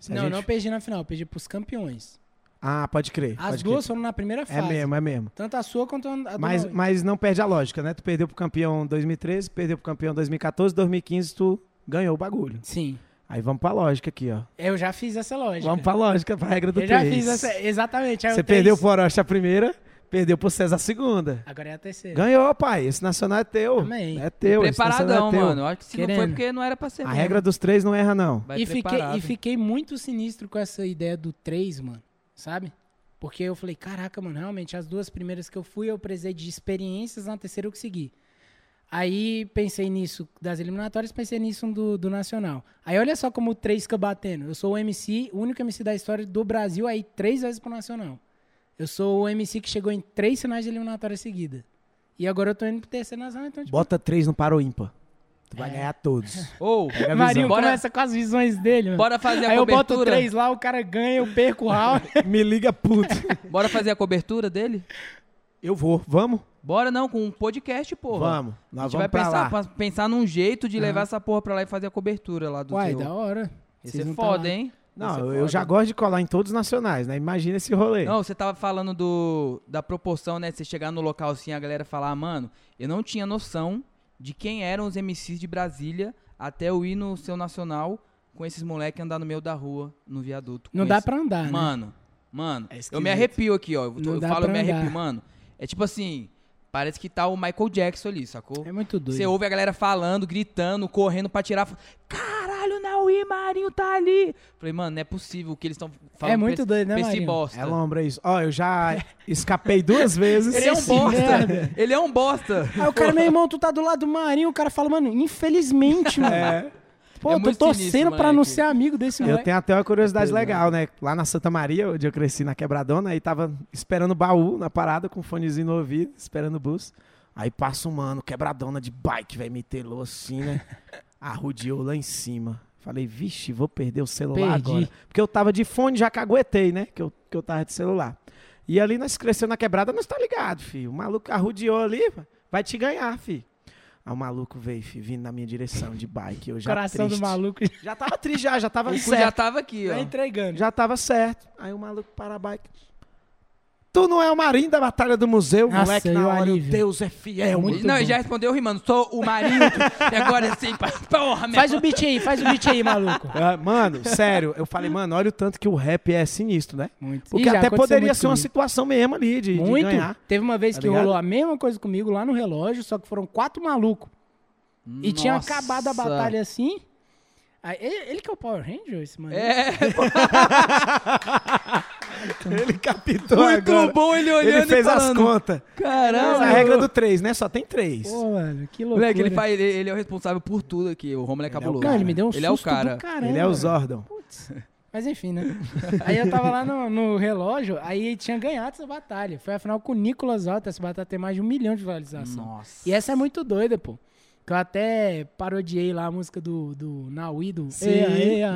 S1: Se a
S6: Não,
S1: gente-
S6: não perdi na final, eu perdi pros campeões.
S1: Ah, pode crer.
S6: As
S1: pode
S6: duas foram na primeira
S1: crer. É
S6: fase.
S1: mesmo, é mesmo.
S6: Tanto a sua quanto a do
S1: Mas,
S6: Maui.
S1: mas não perde a lógica, né? Tu perdeu pro campeão 2013, perdeu pro campeão 2014, 2015 tu ganhou o bagulho.
S6: Sim.
S1: Aí vamos pra lógica aqui, ó.
S6: Eu já fiz essa lógica.
S1: Vamos pra lógica, pra regra do
S6: Eu já
S1: três.
S6: fiz essa. Exatamente. aí o
S1: Você
S6: três-
S1: perdeu pro Orochi a primeira, perdeu pro César a segunda.
S6: Agora é a terceira.
S1: Ganhou, pai. Esse nacional é teu.
S6: Amém.
S1: É teu. esse nacional
S2: Preparadão,
S1: é teu.
S2: mano. Eu Acho que se não foi
S6: Querendo.
S2: porque não era pra ser.
S1: A
S2: mesmo.
S1: regra dos três não erra, não.
S2: Vai
S6: e, fiquei,
S2: preparado.
S6: e fiquei muito sinistro com essa ideia do 3, mano. Sabe? Porque eu falei, caraca, mano, realmente, as duas primeiras que eu fui, eu precisei de experiências, na terceira eu consegui. Aí pensei nisso das eliminatórias, pensei nisso do, do Nacional. Aí olha só como o 3 fica batendo. Eu sou o MC, o único MC da história do Brasil aí três vezes pro Nacional. Eu sou o MC que chegou em três finais de eliminatória seguida. E agora eu tô indo pro terceiro nacional, então tipo,
S1: Bota três no Paro Ímpar. Tu
S6: É.
S1: vai ganhar todos.
S2: Ou,
S1: a
S6: Marinho
S2: Bora-
S6: começa com as visões dele, mano.
S2: bora fazer a
S6: Aí eu
S2: cobertura.
S6: boto três lá, o cara ganha, eu perco o round.
S1: Me liga, puto.
S2: Bora fazer a cobertura dele?
S1: Eu vou. Vamos?
S2: Bora não, com um podcast, porra.
S7: Vamos,
S2: A
S7: nós
S2: gente vai
S7: vamos pra
S2: pensar,
S7: lá.
S2: pa- pensar num jeito de levar essa porra pra lá e fazer a cobertura lá do
S6: É. Uai,
S2: teu.
S6: da hora.
S2: Isso
S6: Vocês
S2: é
S6: não tão
S2: foda,
S6: lá.
S2: hein? é
S7: Vai
S1: Não,
S7: ser
S1: eu, eu
S7: foda.
S1: já gosto de colar em todos os nacionais, né? Imagina esse rolê.
S2: Não, você tava falando do da proporção, né? Você chegar no local assim, a galera falar, "Ah, mano, eu não tinha noção de quem eram os MCs de Brasília até eu ir no seu nacional com esses moleque andar no meio da rua, no viaduto.
S6: Não
S2: com
S6: dá
S2: esse-
S6: pra andar, né?
S2: Mano, mano,
S6: É
S2: eu
S6: esquisito.
S2: me arrepio aqui, ó. Eu, tô-
S6: Não
S2: eu
S6: dá
S2: falo, eu
S6: pra
S2: me arrepio,
S6: andar.
S2: mano. É tipo assim, parece que tá o Michael Jackson ali, sacou?
S6: É muito doido.
S2: Você ouve a galera falando, gritando, correndo pra tirar. fo- Caralho, Naui Marinho tá ali. Falei, mano, não é possível o que eles estão falando.
S6: É muito
S2: pra esse-
S6: doido, né,
S2: pra esse
S6: Marinho?
S2: bosta.
S1: É lombra isso. Ó, eu já escapei duas vezes.
S2: Ele é um
S6: Esse
S2: bosta.
S6: merda.
S2: Ele é um bosta.
S6: Aí o cara, meu irmão, tu tá do lado do Marinho, o cara fala, mano, infelizmente, mano. Pô,
S2: É
S6: eu tô
S2: muito
S6: torcendo
S2: sinistro,
S6: pra não é?
S2: moleque.
S6: ser amigo desse
S1: Eu
S6: moleque.
S1: tenho até uma curiosidade legal, né? Lá na Santa Maria, onde eu cresci na Quebradona, aí tava esperando o baú na parada com o fonezinho no ouvido, esperando o bus. Aí passa um mano, quebradona de bike, velho, me telou assim, né? Arrudeou lá em cima. Falei, vixe, vou perder o celular
S6: Perdi.
S1: agora. Porque eu tava de fone, já caguetei, né? Que eu, que eu tava de celular. E ali nós cresceu na quebrada, nós tá ligado, filho. O maluco arrudeou ali, vai te ganhar, filho. Aí o maluco veio, filho, vindo na minha direção de bike. Eu já
S6: Coração
S1: triste.
S6: do maluco
S1: Já tava triste, já, já tava
S2: O cu
S1: certo.
S2: já tava aqui,
S6: já
S2: ó.
S6: entregando.
S1: Já tava certo. Aí o maluco para a bike. Tu não é o marinho da Batalha do Museu,
S6: Nossa,
S1: moleque,
S6: e
S1: na
S6: o
S1: hora. o
S6: alívio?
S1: Deus é fiel.
S6: Muito
S1: mano.
S2: Não, ele
S6: bom.
S2: já respondeu rimando. Sou o marido. e agora sim, pa- porra, meu.
S6: Faz o beat aí, faz o beat aí, maluco.
S1: Ah, mano, sério, eu falei, mano, olha o tanto que o rap é sinistro, né?
S6: Muito.
S1: Porque
S6: Ih, já
S1: até
S6: aconteceu
S1: poderia
S6: muito
S1: ser uma
S6: comigo.
S1: situação mesmo ali de, de
S6: Muito.
S1: ganhar.
S6: Teve uma vez
S1: Tá
S6: que
S1: ligado?
S6: rolou a mesma coisa comigo lá no relógio, só que foram quatro malucos. E tinha
S2: Nossa.
S6: acabado a batalha assim. Aí, ele, ele que é o Power Ranger, esse mano?
S2: É,
S1: Ele captou
S2: muito bom ele olhando
S1: Ele fez
S2: e
S1: as
S2: falando.
S1: contas.
S2: Caramba.
S1: a regra do três, né? Só tem três.
S6: Pô, mano, que loucura.
S2: Moleque, ele, faz, ele, ele é o responsável por tudo aqui. O Romulo é cabuloso.
S6: Cara, ele me deu um
S2: Ele
S6: susto
S2: é o cara.
S6: do caramba.
S1: Ele é o Zordon.
S6: Putz. Mas enfim, né? Aí eu tava lá no, no relógio, aí tinha ganhado essa batalha. Foi a final com o Nicolas Otto. Essa batalha tem mais de um milhão de visualizações.
S2: Nossa.
S6: E essa é muito doida, pô. Que eu até parodiei lá a música do, do Naui, do...
S1: Sim.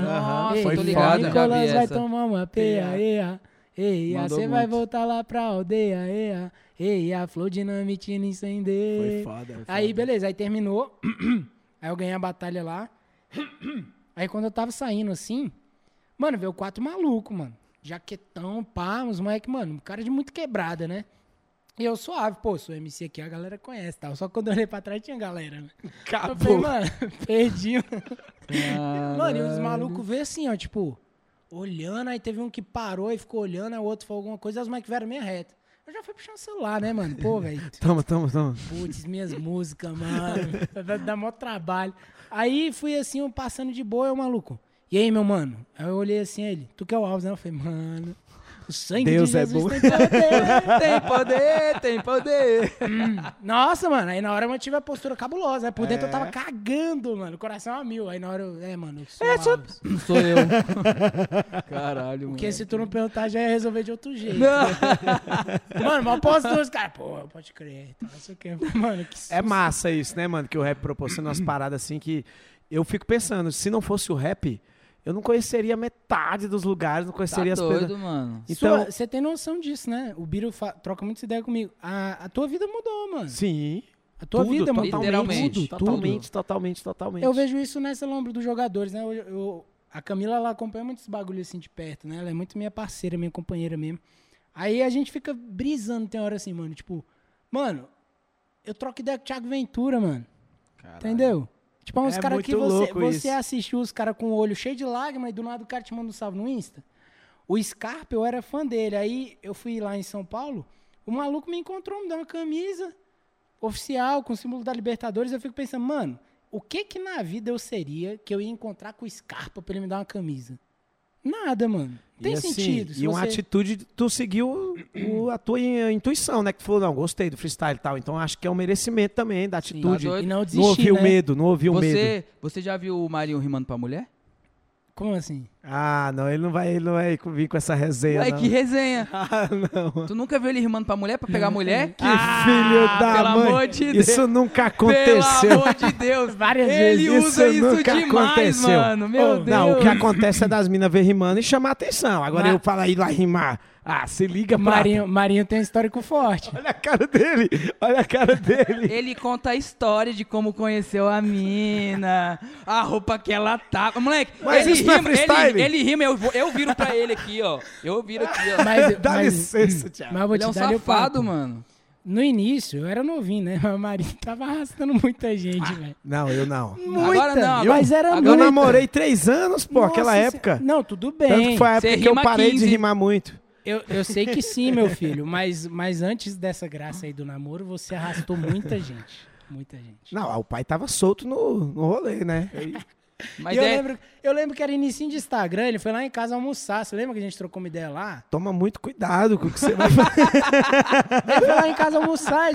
S2: Nossa,
S6: Ei,
S2: foi
S6: ei,
S2: ligado, já vi
S6: Nicolas vai
S2: essa.
S6: tomar uma peia, ea. Eia,
S2: Mandou
S6: você vai
S2: muito.
S6: voltar lá pra aldeia, eia. Eia, flor dinamitina incendeia.
S1: foda. foi
S6: Aí,
S1: foda.
S6: beleza, aí terminou. aí eu ganhei a batalha lá. aí quando eu tava saindo assim, mano, veio quatro malucos, mano. Jaquetão, pá, uns moleque, mano, um cara de muito quebrada, né? E eu suave, pô, sou MC aqui, a galera conhece e tal. Só que quando eu olhei pra trás tinha galera, né?
S1: Ah,
S6: Eu falei, mano, perdi. mano. Mano, e os malucos veio assim, ó, tipo, olhando, aí teve um que parou e ficou olhando, aí o outro falou alguma coisa, aí os moleques vieram meia reta. Eu já fui puxando o celular, né, mano? Pô, velho.
S1: Toma, toma, toma.
S6: Putz, minhas músicas, mano. Vai dar mó trabalho. Aí fui assim, eu passando de boa, eu maluco. E aí, meu mano? Aí eu olhei assim ele, tu que é o Alves, né? Eu falei, mano, o sangue
S1: Deus
S6: de
S1: é
S6: Jesus
S1: bom.
S6: tem poder.
S2: Tem poder, tem poder.
S6: Nossa, mano, aí na hora eu mantive a postura cabulosa. Aí por dentro eu
S1: É.
S6: tava cagando, mano. o Coração a mil. Aí na hora eu. É, mano, eu sou o Alves.
S2: Não sou eu. Caralho,
S6: Porque
S2: mano.
S6: se tu não perguntar, já ia resolver de outro jeito.
S2: Não.
S6: Mano, mal postura, os caras. Pô, pode crer. Então, não sei o que. Mano, que
S1: É massa isso, né, mano? Que o rap proporciona umas paradas assim que eu fico pensando, se não fosse o rap, eu não conheceria metade dos lugares, não
S2: Tá
S1: conheceria as pessoas.
S2: doido, mano.
S1: Então,
S6: Sua- você tem noção disso, né? O Biro fa- troca muita ideia comigo. A, a tua vida mudou, mano.
S1: sim.
S6: A tua
S1: tudo,
S6: vida é mudou.
S1: totalmente,
S2: Literalmente,
S1: tudo, totalmente, totalmente, totalmente.
S6: Eu vejo isso nessa lombra dos jogadores, né? Eu, eu- a Camila, ela acompanha muitos bagulhos assim de perto, né? Ela é muito minha parceira, minha companheira mesmo. Aí a gente fica brisando, tem hora assim, mano. Tipo, mano, eu troco ideia com o Thiago Ventura, mano. Entendeu? Tipo, é uns
S1: É
S6: caras que
S1: muito
S6: você,
S1: louco
S6: você
S1: isso.
S6: assistiu os caras com o olho cheio de lágrimas e do nada o cara te manda um salve no Insta. O Scarpa, eu era fã dele. Aí eu fui lá em São Paulo, o maluco me encontrou, me deu uma camisa oficial com o símbolo da Libertadores. Eu fico pensando, mano, o que que na vida eu seria que eu ia encontrar com o Scarpa pra ele me dar uma camisa? Nada, mano. Não Tem
S1: E, assim,
S6: sentido. se
S1: E uma
S6: você-
S1: atitude, tu seguiu o- a tua in- intuição, né? Que tu falou, não, gostei do freestyle e tal. Então acho que é um merecimento também da atitude.
S2: tá doido.
S6: E não
S1: não
S6: desistir,
S1: ouviu o
S6: né?
S1: medo, não ouviu o medo.
S2: Você, você já viu o Marinho rimando pra mulher?
S6: Como assim?
S1: Ah, não, ele não vai, ele não vai vir com essa resenha.
S2: Ué,
S1: não.
S2: que resenha.
S1: Ah, não.
S2: Tu nunca viu ele rimando pra mulher, pra pegar a mulher?
S1: Que filho da
S2: Ah, pelo
S1: mãe.
S2: amor de Deus.
S1: Isso nunca
S2: Pelo
S1: aconteceu.
S2: amor de Deus.
S6: Várias
S2: ele
S1: vezes.
S2: usa
S1: Isso
S2: isso,
S1: nunca
S2: demais,
S1: aconteceu. Oh,
S2: mano. Meu Deus.
S1: Não, o que acontece é das minas ver rimando e chamar atenção. Agora
S6: Mas-
S1: eu falo aí lá rimar. Ah, se liga, Marinho.
S6: Marinho, Marinho tem um histórico forte.
S1: Olha a cara dele. Olha a cara dele.
S2: Ele conta a história de como conheceu a mina, a roupa que ela tá. Moleque,
S1: Mas
S2: ele
S1: isso não é
S2: rima,
S1: freestyle?
S2: ele, ele rima, eu, vou- eu viro pra ele aqui, ó. Eu viro aqui, ó.
S6: Mas,
S1: Dá
S6: mas-
S1: licença, Thiago.
S6: Mas eu vou
S2: ele
S6: te
S2: é um
S6: dar ali o
S2: safado,
S6: papo.
S2: mano.
S6: No início, eu era novinho, né? Mas o Marinho tava arrastando muita gente, velho.
S1: Não, eu não.
S6: Muita!
S2: Agora não, agora-
S6: mas era
S2: agora
S1: Ah, Eu
S6: muita.
S1: namorei três anos, pô,
S6: Nossa
S1: aquela
S6: Sen-
S1: época.
S6: Não, tudo
S1: Tanto que
S6: bem.
S1: foi a
S2: Você
S1: época que eu
S2: rima
S1: parei
S2: 15.
S1: de rimar muito.
S6: eu, eu sei que sim, meu filho. Mas, mas antes dessa graça aí do namoro, você arrastou muita gente. Muita gente.
S1: Não, o pai tava solto no, no rolê, né?
S2: Mas
S6: E eu,
S2: é,
S6: lembro, eu lembro que era início de Instagram, ele foi lá em casa almoçar. Você lembra que a gente trocou uma ideia lá?
S1: Toma muito cuidado com o que você vai fazer.
S6: Ele foi lá em casa almoçar,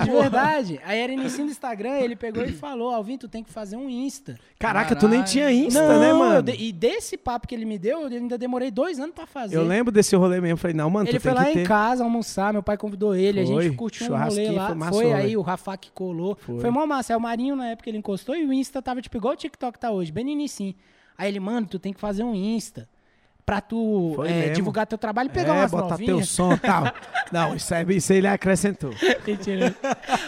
S6: de verdade. Aí era início do Instagram, ele pegou e falou: Alvin, tu tem que fazer um Insta.
S1: Caraca, tu nem
S2: Caralho.
S1: tinha Insta,
S6: Não,
S1: né,
S6: eu
S1: mano?
S6: de- e desse papo que ele me deu, eu ainda demorei dois anos pra fazer.
S1: Eu lembro desse rolê mesmo. Falei, não, mano,
S6: Ele
S1: tu tem
S6: foi lá
S1: que
S6: em
S1: ter.
S6: casa almoçar, meu pai convidou ele, a
S1: Foi,
S6: gente curtiu um rolê
S1: churrasquinho,
S6: lá.
S1: foi
S6: Foi,
S1: massa o rolê.
S6: aí o Rafa que colou. Foi, mó massa. Aí o Marinho, na época, ele encostou e o Insta tava tipo igual o TikTok tá hoje, bem no inicinho. Aí ele, mano, tu tem que fazer um Insta pra tu
S1: Foi
S6: eh,
S1: mesmo.
S6: divulgar teu trabalho e pegar
S1: é,
S6: umas
S1: bota teu
S6: novinhas.
S1: som e tal. Não, isso, é, isso ele acrescentou.
S6: Mentira.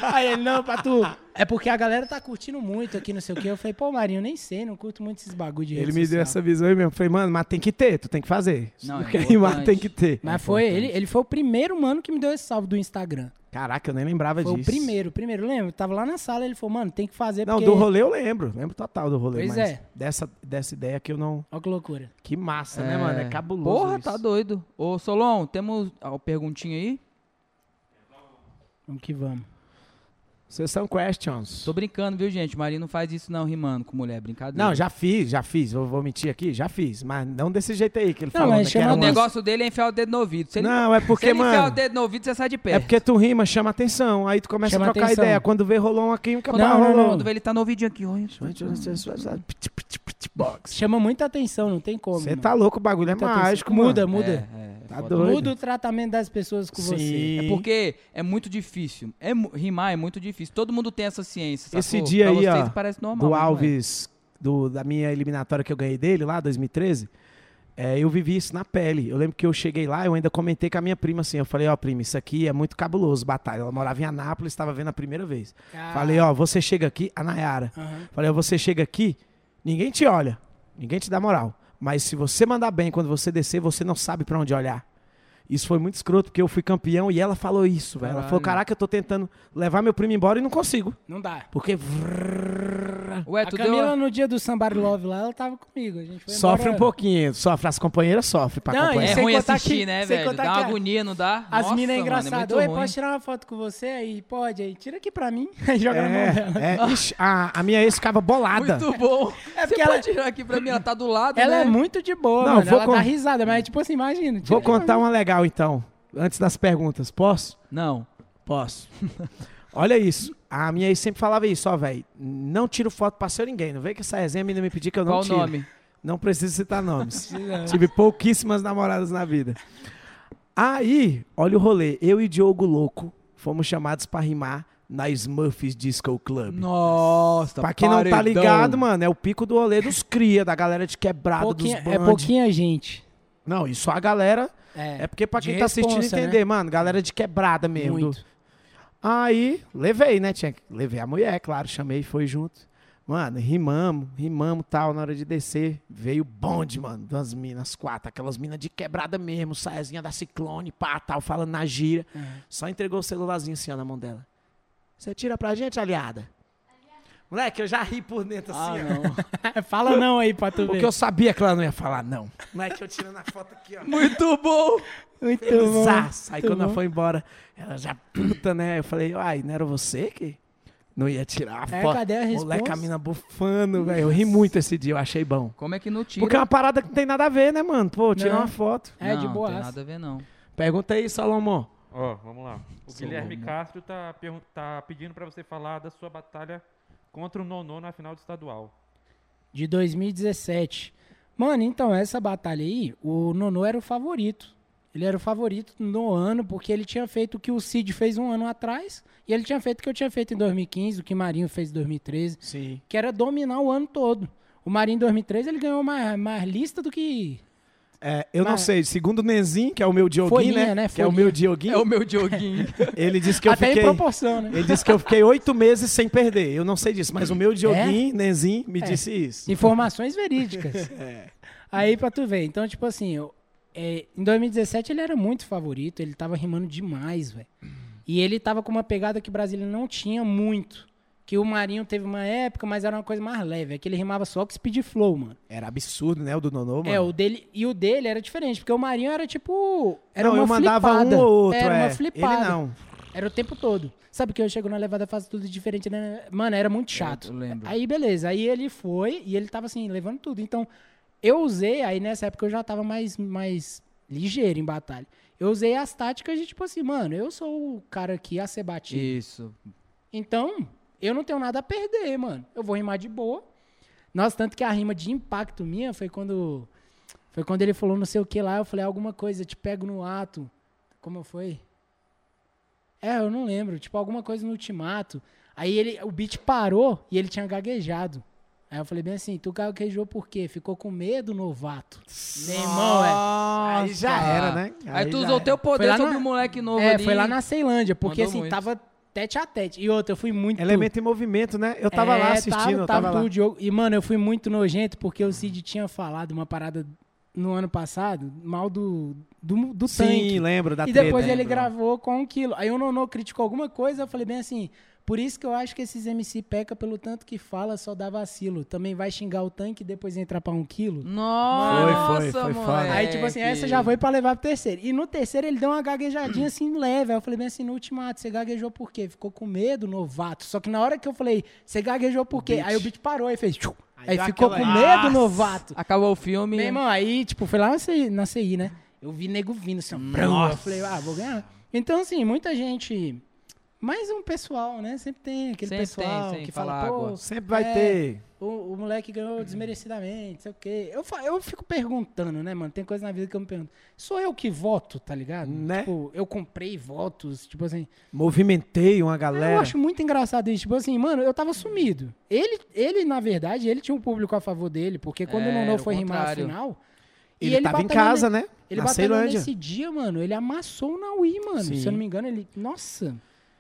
S6: Aí ele, não, pra tu. É porque a galera tá curtindo muito aqui, não sei o quê. Eu falei, pô, Marinho, nem sei, não curto muito esses bagulho de
S1: Ele
S6: rede
S1: me deu
S6: social.
S1: essa visão aí mesmo. Falei, mano, mas tem que ter, tu tem que fazer. Se
S2: Não,
S1: tu
S2: é
S1: quer rimar,
S2: importante.
S1: tem que ter.
S6: Mas foi ele, ele foi o primeiro mano que me deu esse salve do Instagram.
S1: Caraca, eu nem lembrava
S6: Foi o
S1: disso.
S6: primeiro, o primeiro, lembra? Eu tava lá na sala, ele falou, mano, tem que fazer
S1: Não,
S6: porque...
S1: do rolê eu lembro. Lembro total do rolê.
S6: Pois
S1: mas
S6: é.
S1: Dessa, dessa ideia que eu não.
S6: Olha que loucura.
S1: Que massa, né, mano? É cabuloso.
S2: Porra,
S1: isso.
S2: tá doido. Ô, Solon, temos a perguntinha aí?
S6: Vamos que vamos.
S1: Vocês são questions.
S2: Tô brincando, viu, gente? Marinho não faz isso não, rimando com mulher. Brincadeira.
S1: Não, já fiz, já fiz. Vou, vou mentir aqui, já fiz. Mas não desse jeito aí que ele
S6: Não,
S1: falou.
S6: mas
S1: né, que era
S6: chama
S2: O
S1: um-
S6: mas-
S2: negócio dele é enfiar o dedo no ouvido. Se ele,
S1: Não, é
S2: se
S1: porque,
S2: ele enfiar o
S1: mano.
S2: dedo no ouvido, você sai de perto.
S1: É porque tu rima, chama atenção. Aí tu começa
S6: Chama
S1: a trocar
S6: atenção.
S1: ideia. Quando vê, rolou uma química,
S6: Não,
S1: pá,
S6: não, não.
S1: rolou.
S2: Quando vê, ele tá no ouvidinho aqui. Olha só.
S1: Box.
S6: Chama muita atenção, não tem como.
S1: Você
S6: mano.
S1: tá louco, o bagulho é
S6: Muita
S1: mágico,
S6: atenção. Muda,
S1: mano.
S6: muda.
S2: É, é,
S1: Tá
S2: foda.
S1: doido.
S6: Muda o tratamento das pessoas com você.
S1: Sim.
S2: É porque é muito difícil. É, mu- rimar é muito difícil. Todo mundo tem essa ciência. sacou?
S1: Esse dia
S2: tá Pra
S1: aí,
S2: vocês
S1: ó,
S2: parece normal.
S1: do
S2: mas não é.
S1: Alves, do, da minha eliminatória que eu ganhei dele lá, 2013, é, eu vivi isso na pele. Eu lembro que eu cheguei lá, eu ainda comentei com a minha prima assim. Eu falei, ó, prima, isso aqui é muito cabuloso, batalha. Ela morava em Anápolis, estava vendo a primeira vez.
S6: Ah.
S1: Falei, ó, você chega aqui, a Nayara.
S6: Aham.
S1: Falei, ó, você chega aqui, ninguém te olha, ninguém te dá moral. Mas se você mandar bem quando você descer, você não sabe pra onde olhar. Isso foi muito escroto, porque eu fui campeão e ela falou isso, velho. Ela falou,
S2: Caralho.
S1: caraca, eu tô tentando levar meu primo embora e não consigo.
S6: Não dá.
S1: Porque
S2: Ué,
S6: a
S2: tu
S6: Camila,
S2: deu...
S6: no dia do Somebody Love lá, ela tava comigo. A gente foi
S1: sofre
S6: embora-
S1: um pouquinho, sofre. As companheiras sofrem pra
S6: Não,
S2: É
S6: Sem
S1: acompanhar.
S2: ruim
S6: contar
S2: assistir,
S6: que-
S2: né,
S6: sem
S2: velho?
S6: contar
S2: Dá uma
S6: que a-
S2: agonia, não dá?
S6: As
S2: Nossa,
S6: minas é
S2: mano,
S6: engraçado.
S2: muito
S6: Oi,
S2: ruim.
S6: posso tirar uma foto com você? Aí, pode. Aí, tira aqui pra mim. Aí joga na mão dela.
S1: É, é, ixi, a, a minha ex ficava bolada.
S2: Muito bom.
S6: É
S2: Você
S6: porque ela-
S2: pode tirar aqui pra mim, ela tá do lado,
S6: Ela
S2: né?
S6: é muito de boa,
S1: Não,
S6: mano.
S1: vou
S6: Ela
S1: con-
S6: dá risada, mas tipo assim, imagina. tira
S1: Vou
S6: aqui pra
S1: contar
S6: mim.
S1: uma legal, então. Antes das perguntas, posso?
S2: Não.
S1: Posso. Olha isso. A minha ex sempre falava isso, ó, velho. Não tiro foto pra ser ninguém. Não vem que essa resenha a menina me pedir que eu não
S2: Qual o
S1: tiro.
S2: nome?
S1: Não preciso citar nomes. Tive pouquíssimas namoradas na vida. Aí, olha o rolê. Eu e Diogo Louco fomos chamados pra rimar na Smurfs Disco Club.
S2: Nossa,
S1: Pra quem não tá
S2: paredão.
S1: ligado, mano, é o pico do rolê dos cria, da galera de quebrada,
S6: Pouquinha-
S1: dos
S6: é
S1: bandos.
S6: pouquinha gente.
S1: Não, isso a galera... É, porque pra
S6: de
S1: quem tá assistindo
S6: responsa, né?
S1: entender, mano, galera de quebrada mesmo. do-
S6: Muito.
S1: Aí, levei, né? Tinha... que- Levei a mulher, claro, chamei, foi junto. Mano, rimamos, rimamos tal, na hora de descer, veio o bonde, mano, das minas quatro, aquelas minas de quebrada mesmo, saiazinha da Ciclone, pá, tal, falando na gira.
S6: É.
S1: Só entregou o celularzinho assim, ó, na mão dela. Você tira pra gente, aliada? Moleque, eu já ri por dentro
S6: Ah,
S1: assim, ó.
S6: Fala não aí pra tu ver.
S1: Porque eu sabia que ela não ia falar não. Moleque, eu tirando a foto aqui, ó.
S2: Muito bom.
S6: Muito Tá bom.
S1: Zaço. Aí
S6: muito
S1: quando ela
S6: bom.
S1: foi embora, ela já puta, né? Eu falei, ai, não era você que não ia tirar a
S6: É,
S1: foto?
S6: cadê a
S1: Moleque,
S6: resposta?
S1: a mina bufando, velho. Eu ri muito esse dia, eu achei bom.
S2: Como é que não tira?
S1: Porque é uma parada que não tem nada a ver, né, mano? Pô, tirar
S6: Não.
S1: uma foto.
S6: É de
S2: Não,
S6: boa.
S2: Não tem nada a ver, não.
S1: Pergunta aí, Salomão.
S8: Ó, vamos lá. O
S2: Sou
S8: Guilherme
S2: bom, né?
S8: Castro tá, pergun- tá pedindo pra você falar da sua batalha contra o Nonô na final do estadual.
S6: De 2017. Mano, então, essa batalha aí, o Nono era o favorito. Ele era o favorito no ano, porque ele tinha feito o que o Cid fez um ano atrás, e ele tinha feito o que eu tinha feito em 2015, o que Marinho fez em 2013,
S1: Sim.
S6: que era dominar o ano todo. O Marinho em 2013, ele ganhou mais, mais lista do que...
S1: É, eu não
S6: Mas-
S1: sei, segundo o Nezin, que é o meu Dioguinho,
S6: Folhinha,
S1: né?
S6: né?
S1: Que é o
S6: Folhinha.
S1: meu Dioguinho,
S2: É o meu joguinho.
S1: ele disse que eu
S6: até
S1: fiquei.
S6: em proporção, né?
S1: Ele disse que eu fiquei oito meses sem perder. Eu não sei disso, mas o
S6: É?
S1: meu Dioguinho, Nezin, me disse isso.
S6: Informações verídicas.
S1: É.
S6: Aí pra tu ver. Então, tipo assim, eu- é, em 2017 ele era muito favorito, ele tava rimando demais, velho. E ele tava com uma pegada que Brasília não tinha muito. Que o Marinho teve uma época, mas era uma coisa mais leve. É que ele rimava só com speed flow, mano.
S1: Era absurdo, né? O do Nonô, mano.
S6: É, o dele. E o dele era diferente, porque o Marinho era tipo. Era
S1: não,
S6: uma
S1: eu mandava
S6: flipada.
S1: um ou outro.
S6: Era
S1: é.
S6: uma flipada.
S1: Ele não.
S6: Era o tempo todo. Sabe que eu chego na levada, faço tudo diferente, né? Mano, era muito chato.
S2: eu lembro.
S6: Aí, beleza. Aí ele foi e ele tava assim, levando tudo. Então, eu usei, aí nessa época eu já tava mais, mais ligeiro em batalha. Eu usei as táticas de tipo assim, mano, eu sou o cara aqui a ser batido.
S2: Isso.
S6: Então, eu não tenho nada a perder, mano. Eu vou rimar de boa. Nossa, tanto que a rima de impacto minha foi quando. Foi quando ele falou não sei o que lá, eu falei alguma coisa, te pego no ato. Como foi? É, eu não lembro. Tipo, alguma coisa no ultimato. Aí ele, o beat parou e ele tinha gaguejado. Aí eu falei bem assim, tu gaguejou por quê? Ficou com medo, novato. Meu irmão, é.
S1: Aí já
S2: Nossa.
S1: era, né?
S2: Ah, Aí tu
S1: já
S2: usou
S1: era.
S2: teu
S6: Foi
S2: poder
S6: lá
S2: sobre
S6: na-
S2: o moleque novo
S6: É,
S2: ali.
S6: foi lá na Ceilândia, porque
S2: Mandou
S6: assim,
S2: muito.
S6: tava tete a tete. E outra, eu fui muito...
S1: Elemento em movimento, né? Eu tava lá
S6: É,
S1: assistindo, eu tava,
S6: tu,
S1: lá.
S6: Diogo. E, mano, eu fui muito nojento porque o Cid tinha falado uma parada no ano passado, mal do, do, do
S1: Sim,
S6: tanque.
S1: lembro da
S6: E
S1: treta,
S6: depois ele
S1: lembro.
S6: gravou com um quilo. Aí o Nonô criticou alguma coisa, eu falei bem assim, por isso que eu acho que esses MC peca pelo tanto que fala, só dá vacilo. Também vai xingar o tanque e depois entrar pra um quilo.
S2: Nossa,
S1: Foi, foi, foi foda.
S2: moleque.
S6: Aí, tipo assim, essa já foi pra levar pro terceiro. E no terceiro ele deu uma gaguejadinha assim leve. Aí eu falei bem assim, no ultimato, você gaguejou por quê? Ficou com medo, novato. Só que na hora que eu falei, você gaguejou por quê? Aí o beat parou e fez. tchum. Aí,
S1: deu
S6: ficou
S1: aquela-
S6: com medo,
S1: Nossa!
S6: novato.
S2: Acabou o filme.
S6: Meu irmão, aí, tipo, foi lá na CI, na CI, né? Eu vi nego vindo assim, ó, brum. eu falei, ah, vou ganhar. Então, assim, muita gente. Mais um pessoal, né? Sempre tem aquele
S2: Sempre
S6: pessoal
S2: tem, sim,
S6: que
S2: fala
S6: fala, pô,
S2: água.
S1: Sempre vai
S6: É.
S1: ter.
S6: o, o moleque ganhou desmerecidamente, não sei o quê. Eu, fa- eu fico perguntando, né, mano? Tem coisa na vida que eu me pergunto. Sou eu que voto, tá ligado?
S1: Né?
S6: Tipo, eu comprei votos, tipo assim. Ah,
S1: Movimentei uma
S6: É, Eu
S1: galera.
S6: acho muito engraçado isso. Tipo assim, mano, eu tava sumido. Ele, ele na verdade, ele tinha um público a favor dele, porque quando
S2: É,
S6: o Nonô
S2: era o
S6: foi rimar a
S2: contrário.
S6: final... e
S1: Ele, tava em
S6: batalhou
S1: casa,
S6: ne-
S1: né?
S6: Ele
S1: na
S6: batalhou
S1: Ceilândia.
S6: nesse dia, mano. Ele amassou o Naui, mano.
S1: Sim.
S6: Se eu não me engano, ele... Nossa.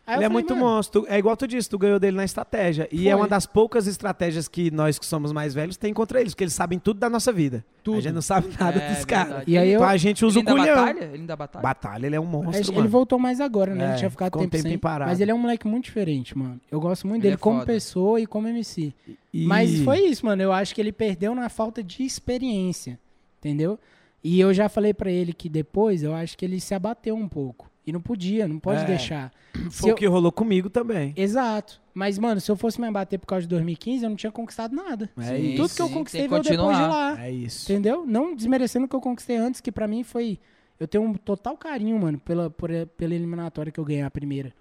S6: Aí eu
S1: Ele é
S6: falei,
S1: muito
S6: mano,
S1: monstro. É igual tu disse, tu ganhou dele na estratégia. E
S6: Foi.
S1: é uma das poucas estratégias que nós que somos mais velhos tem contra eles, porque eles sabem tudo da nossa vida.
S6: Tudo.
S1: A gente não sabe nada
S2: É
S1: dos caras.
S2: verdade.
S6: E aí eu...
S1: Então a gente usa
S2: Ele
S1: o
S2: ainda
S1: culhão.
S2: batalha? Ele ainda batalha?
S1: Batalha, ele é um monstro,
S6: Ele
S1: mano.
S6: voltou mais agora, né?
S1: É,
S6: ele tinha ficado
S1: ficou um
S6: tempo, sem.
S1: tempinho parado.
S6: Mas ele é um moleque muito diferente, mano. Eu gosto muito
S2: Ele
S6: dele
S2: é
S6: como
S2: foda.
S6: pessoa e como MC.
S1: E-
S6: Mas foi isso, mano. Eu acho que ele perdeu na falta de experiência, entendeu? E eu já falei pra ele que depois eu acho que ele se abateu um pouco. E não podia, não pode
S1: É.
S6: deixar. Se
S1: Foi
S6: eu-
S1: o que rolou comigo também.
S6: Exato. Mas, mano, se eu fosse me abater por causa de 2015, eu não tinha conquistado nada.
S1: É
S2: Sim,
S6: Tudo que eu
S2: sim,
S6: conquistei
S2: tem que
S6: veio depois de
S2: continuar.
S6: lá.
S1: É isso.
S6: Entendeu? Não desmerecendo o que eu conquistei antes, que pra mim foi. Eu tenho um total carinho, mano, pela, por, pela eliminatória que eu ganhei a primeira.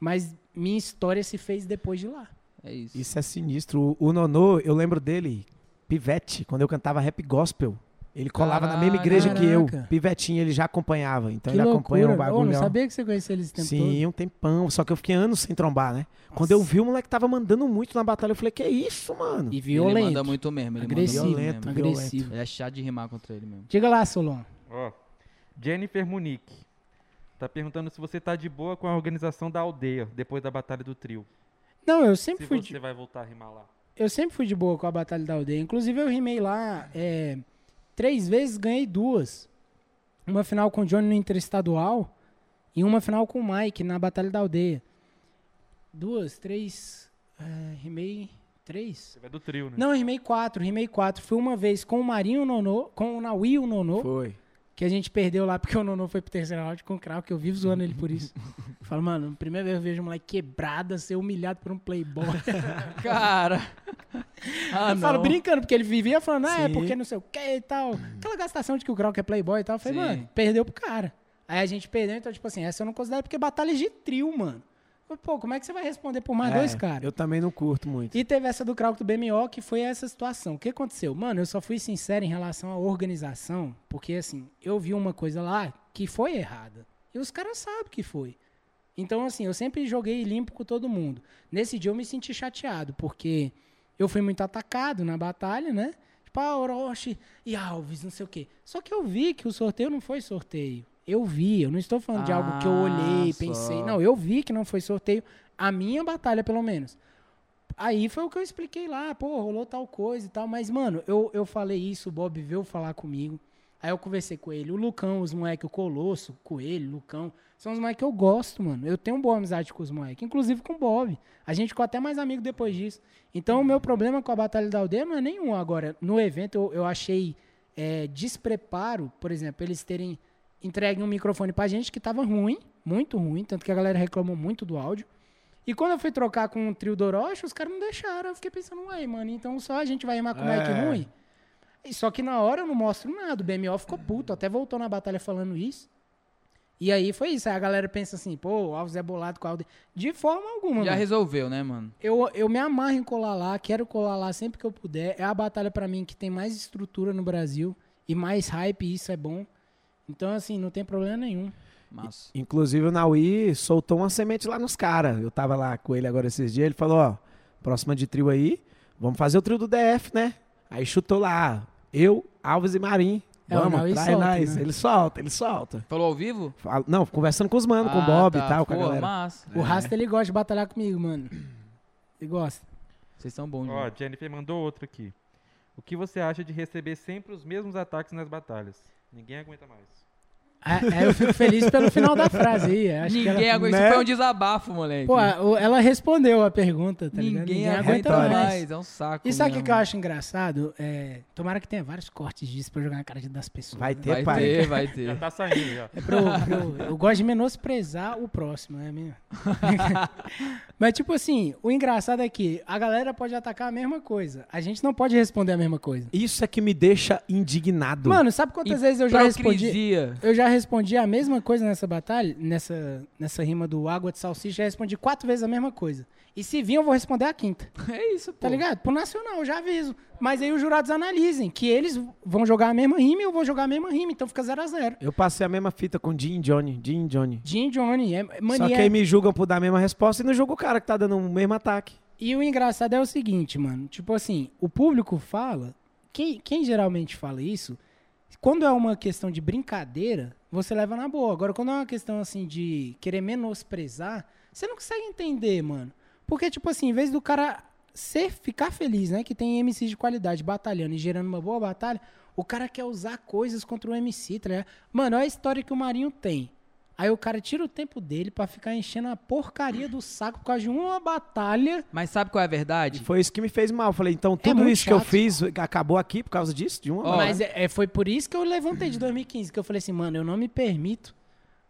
S6: Mas minha história se fez depois de lá.
S2: É isso.
S1: Isso é sinistro. O, o Nonô, eu lembro dele, Pivete, quando eu cantava rap gospel. Ele colava na mesma
S2: Caraca.
S1: igreja que eu.
S6: Caraca.
S1: Pivetinho, ele já acompanhava. Então
S6: que
S1: ele
S6: loucura.
S1: acompanha o
S6: Ô,
S1: bagulho.
S6: não
S1: ó.
S6: sabia que você conhecia eles esse tempo
S1: Sim, um tempão. Só que eu fiquei anos sem trombar, né? Quando eu vi, o moleque tava mandando muito na batalha. Eu falei, que isso, mano?
S6: todo. E
S2: Ele
S6: violento.
S2: manda muito mesmo. Ele
S6: agressivo.
S2: manda muito
S1: Violento,
S2: mesmo.
S6: agressivo.
S2: Ele é chato de rimar contra ele mesmo.
S6: Diga lá, Solon.
S8: Ó, Jennifer Munique tá perguntando se você tá de boa com a organização da aldeia depois da batalha do trio.
S6: Não, eu sempre
S8: Se
S6: fui.
S8: você
S6: de-
S8: vai voltar a rimar lá.
S6: eu sempre fui de boa com a Batalha da Aldeia. Inclusive, eu rimei lá é, três vezes, ganhei duas. Uma final com o Johnny no Interestadual e uma final com o Mike na Batalha da Aldeia. Duas, três. é, rimei três?
S8: Você vai do trio, né?
S6: Não, rimei quatro, rimei quatro. Fui uma vez com o Marinho e o Nonô, com o Naui e o Nonô,
S1: Foi.
S6: que a gente perdeu lá porque o Nonô foi pro terceiro round com o Krau, que eu vivo zoando ele por isso. Falo, mano, primeira vez eu vejo um moleque quebrada ser humilhado por um playboy.
S2: Cara. Ah,
S6: eu falo
S2: não.
S6: brincando, porque ele vivia falando, ah, é
S1: Sim.
S6: porque não sei o que e tal. Aquela gastação de que o Krauk é playboy e tal. Eu falei,
S2: Sim.
S6: mano, perdeu pro cara. Aí a gente perdeu, então, tipo assim, essa eu não considero porque é batalha de trio, mano. Pô, como é que você vai responder por mais dois caras?
S1: Eu também não curto muito.
S6: E teve essa do Krauco do BMO, que foi essa situação. O que aconteceu? Mano, eu só fui sincero em relação à organização, porque assim, eu vi uma coisa lá que foi errada. E os caras sabem que foi. Então, assim, eu sempre joguei limpo com todo mundo. Nesse dia eu me senti chateado, porque eu fui muito atacado na batalha, né? Tipo, ah, Orochi e Alves, não sei o quê. Só que eu vi que o sorteio não foi sorteio. Eu vi, eu não estou falando de algo que eu
S2: Ah,
S6: olhei,
S2: só.
S6: pensei. Não, eu vi que não foi sorteio. A minha batalha, pelo menos. Aí foi o que eu expliquei lá, pô, rolou tal coisa e tal. Mas, mano, eu, eu falei isso, o Bob veio falar comigo. Aí eu conversei com ele, o Lucão, os moleques, o Colosso, Coelho, Lucão. São os moleques que eu gosto, mano. Eu tenho boa amizade com os moleques, inclusive com o Bob. A gente ficou até mais amigo depois disso. Então, o meu problema com a Batalha da Aldeia não é nenhum agora. No evento, eu, eu achei é, despreparo, por exemplo, eles terem entregue um microfone pra gente que tava ruim, muito ruim, tanto que a galera reclamou muito do áudio. E quando eu fui trocar com o trio do Orochi, os caras não deixaram. Eu fiquei pensando, uai, mano, então só a gente vai rimar com o Mike
S1: É.
S6: ruim? E Só que na hora eu não mostro nada. O BMO ficou puto, até voltou na batalha falando isso. E aí foi isso. Aí a galera pensa assim, pô, o Alves é bolado com o Aldo. De forma alguma,
S2: Já
S6: mano.
S2: resolveu, né, mano?
S6: Eu, eu me amarro em colar lá, quero colar lá sempre que eu puder. É a batalha pra mim que tem mais estrutura no Brasil e mais hype, e isso é bom. Então, assim, não tem problema nenhum.
S2: Mas.
S1: Inclusive o Naui soltou uma semente lá nos caras. Eu tava lá com ele agora esses dias, ele falou, ó, próxima de trio aí, vamos fazer o trio do DF, né? Aí chutou lá, eu, Alves e Marim.
S6: É, o
S1: Vamos,
S6: Naui
S1: traz
S6: solta,
S1: nós.
S6: né?
S1: Ele solta, ele solta.
S2: Falou ao vivo?
S1: Fala- Não, conversando com os manos, com o
S2: Ah,
S1: Bob
S2: tá.
S1: e tal, com a
S2: Pô, É.
S1: galera.
S2: Mas.
S6: O Rasta, ele gosta de batalhar comigo, mano. Ele gosta.
S2: Vocês são bons,
S8: Ó,
S2: demais.
S8: Jennifer mandou outro aqui. O que você acha de receber sempre os mesmos ataques nas batalhas? Ninguém aguenta mais.
S6: Aí aí É, eu fico feliz pelo final da frase aí. Acho que
S2: Ninguém
S6: ela-
S2: aguenta.
S1: né?
S2: Isso foi um desabafo, moleque. Tá
S6: Pô, a- o- ela respondeu a pergunta, tá
S2: ninguém,
S6: ligado? Ninguém
S2: aguenta
S6: aguenta
S1: vitória.
S6: mais.
S2: mais. É um saco.
S6: E sabe o que
S2: mesmo.
S6: que eu acho engraçado? É, tomara que tenha vários cortes disso pra eu jogar na cara de- das pessoas.
S1: Vai
S6: né?
S1: ter,
S2: Vai
S1: pai.
S2: ter, vai
S8: Já
S2: ter.
S8: tá saindo já.
S6: É pra eu, pra eu- eu gosto de menosprezar o próximo, é mesmo. Mas, tipo assim, o engraçado é que a galera pode atacar a mesma coisa. A gente não pode responder a mesma coisa.
S1: Isso é que me deixa indignado.
S6: Mano, sabe quantas vezes eu já respondi?
S2: Hipocrisia.
S6: Eu já respondi a mesma coisa nessa batalha, nessa, nessa rima do água de salsicha, já respondi quatro vezes a mesma coisa. E se vir, eu vou responder a quinta.
S2: É isso, pô.
S6: Tá ligado? Pro nacional, eu já aviso. Mas aí os jurados analisem que eles vão jogar a mesma rima e eu vou jogar a mesma rima, então fica 0 a 0
S1: Eu passei a mesma fita com Jim e Johnny, Jim e Johnny.
S6: Jim Johnny, é
S1: Só
S6: mania.
S1: que aí me julgam por dar a mesma resposta e não julga o cara que tá dando o mesmo ataque.
S6: E o engraçado é o seguinte, mano. Tipo assim, o público fala. Quem, quem geralmente fala isso, quando é uma questão de brincadeira, você leva na boa. Agora, quando é uma questão assim de querer menosprezar, você não consegue entender, mano. Porque, tipo assim, em vez do cara ser, ficar feliz, né? Que tem MC de qualidade batalhando e gerando uma boa batalha, o cara quer usar coisas contra o MC, tá ligado? Mano, olha a história que o Marinho tem. Aí o cara tira o tempo dele pra ficar enchendo a porcaria do saco por causa de uma batalha
S2: Mas sabe qual é a verdade?
S1: Foi isso que me fez mal. Eu Falei, então tudo
S6: É muito
S1: isso que eu
S6: chato.
S1: fiz acabou aqui por causa disso? De uma
S2: Ó,
S6: Mas é, é, foi por isso que eu levantei de 2015, que eu falei assim, mano, eu não me permito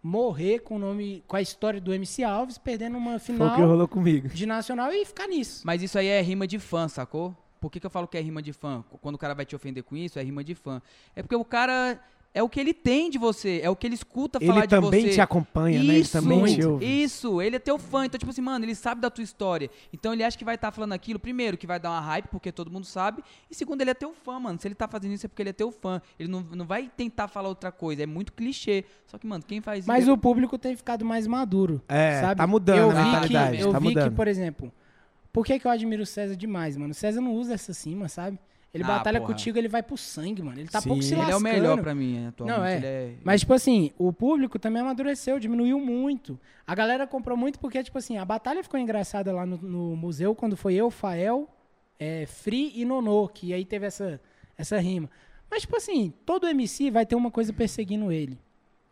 S6: morrer com o nome, com a história do MC Alves, perdendo uma
S1: Foi o que
S6: final
S1: rolou comigo.
S6: de nacional e ficar nisso.
S2: Mas isso aí é rima de fã, sacou? Por que, que eu falo que é rima de fã? Qu- Quando o cara vai te ofender com isso, é rima de fã. É porque o cara. É o que ele tem de você, é o que ele escuta falar
S1: Ele
S2: de
S1: também
S2: você.
S1: te acompanha, né? Ele também te ouve.
S2: Isso, ele é teu fã. Então, tipo assim, mano, ele sabe da tua história. Então ele acha que vai estar falando aquilo, primeiro, que vai dar uma hype, porque todo mundo sabe. E segundo, ele é teu fã, mano. Se ele tá fazendo isso é porque ele é teu fã. Ele não, não vai tentar falar outra coisa. É muito clichê. Só que, mano, quem faz
S6: Mas
S2: isso. é
S6: o público tem ficado mais maduro.
S1: É,
S6: sabe?
S1: tá mudando
S6: eu
S1: a
S6: vi
S1: mentalidade,
S6: Que, eu
S1: tá
S6: vi
S1: mudando.
S6: que, por exemplo, por que, que eu admiro o César demais, mano? O César não usa essa cima, sabe? Ele
S2: Ah,
S6: batalha
S2: porra.
S6: contigo, ele vai pro sangue, mano. Ele tá
S1: Sim.
S6: pouco se
S1: Ele
S6: lascando.
S2: Ele é o melhor pra mim, atualmente.
S6: Não, é.
S2: Ele
S6: Mas, tipo assim, o público também amadureceu, diminuiu muito. A galera comprou muito porque, tipo assim, a batalha ficou engraçada lá no, no museu quando foi eu, Fael, é, Free e Nonô, que aí teve essa, essa rima. Mas, tipo assim, todo MC vai ter uma coisa perseguindo ele.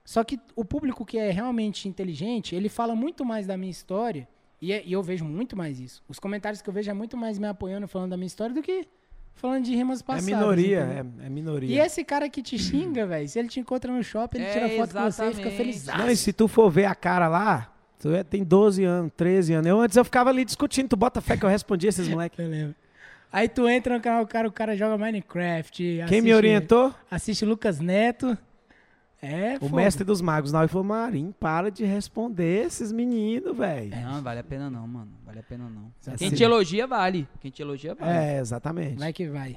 S6: Só que o público que é realmente inteligente, ele fala muito mais da minha história. E, é- e eu vejo muito mais isso. Os comentários que eu vejo é muito mais me apoiando falando da minha história do que falando de rimas
S1: É
S6: passadas.
S1: minoria,
S6: entendeu?
S1: é, é minoria.
S6: E esse cara que te xinga, velho, se ele te encontra no shopping, ele
S2: É,
S6: tira foto com você e fica
S2: exatamente.
S6: feliz.
S1: Não, e se tu for ver a cara lá, tu é- tem 12 anos, 13 anos. Eu antes eu ficava ali discutindo, tu bota fé que eu respondi esses moleques.
S6: Eu lembro. Aí tu entra no canal do cara, o cara joga Minecraft.
S1: Quem me orientou?
S6: Assiste Lucas Neto. É,
S1: O
S6: fogo.
S1: mestre dos magos na hora falou: Marim, para de responder esses meninos, velho.
S6: É,
S2: Não, vale a pena não, mano. Vale a pena não.
S1: É
S2: Quem
S1: assim.
S2: te elogia, vale. Quem te elogia, vale.
S1: É, exatamente.
S6: Vai que vai.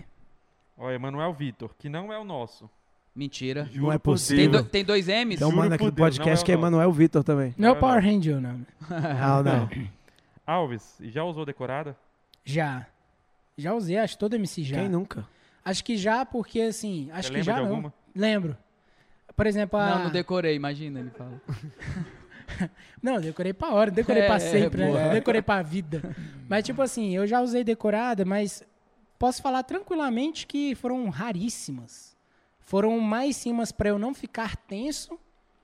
S8: Olha, Manuel Vitor, que não é o nosso.
S2: Mentira.
S1: Não é
S8: por
S2: Tem,
S1: possível.
S8: Deus.
S2: do- tem dois M's?
S1: Então
S8: Juro
S1: manda aqui
S8: por
S1: no
S8: Deus, não é
S1: podcast
S8: o
S1: que é
S8: nosso.
S1: Manuel Vitor também. Ah,
S6: Não é
S8: Vai
S6: o Power Ranger, não.
S1: Não, não.
S8: Alves, já usou decorada?
S6: Já. Já usei, acho todo MC já.
S1: Quem nunca?
S6: Acho que já, porque assim. Acho
S8: Você
S6: que
S8: lembra
S6: já
S8: de
S6: não.
S8: alguma?
S6: Lembro. Por exemplo, a.
S2: Não, não decorei, imagina, ele fala.
S6: Não, eu decorei pra hora, não decorei
S2: É,
S6: pra
S2: é,
S6: sempre,
S2: boa.
S6: né? Eu decorei pra vida. Mas, tipo assim, eu já usei decorada, mas posso falar tranquilamente que foram raríssimas. Foram mais rimas pra eu não ficar tenso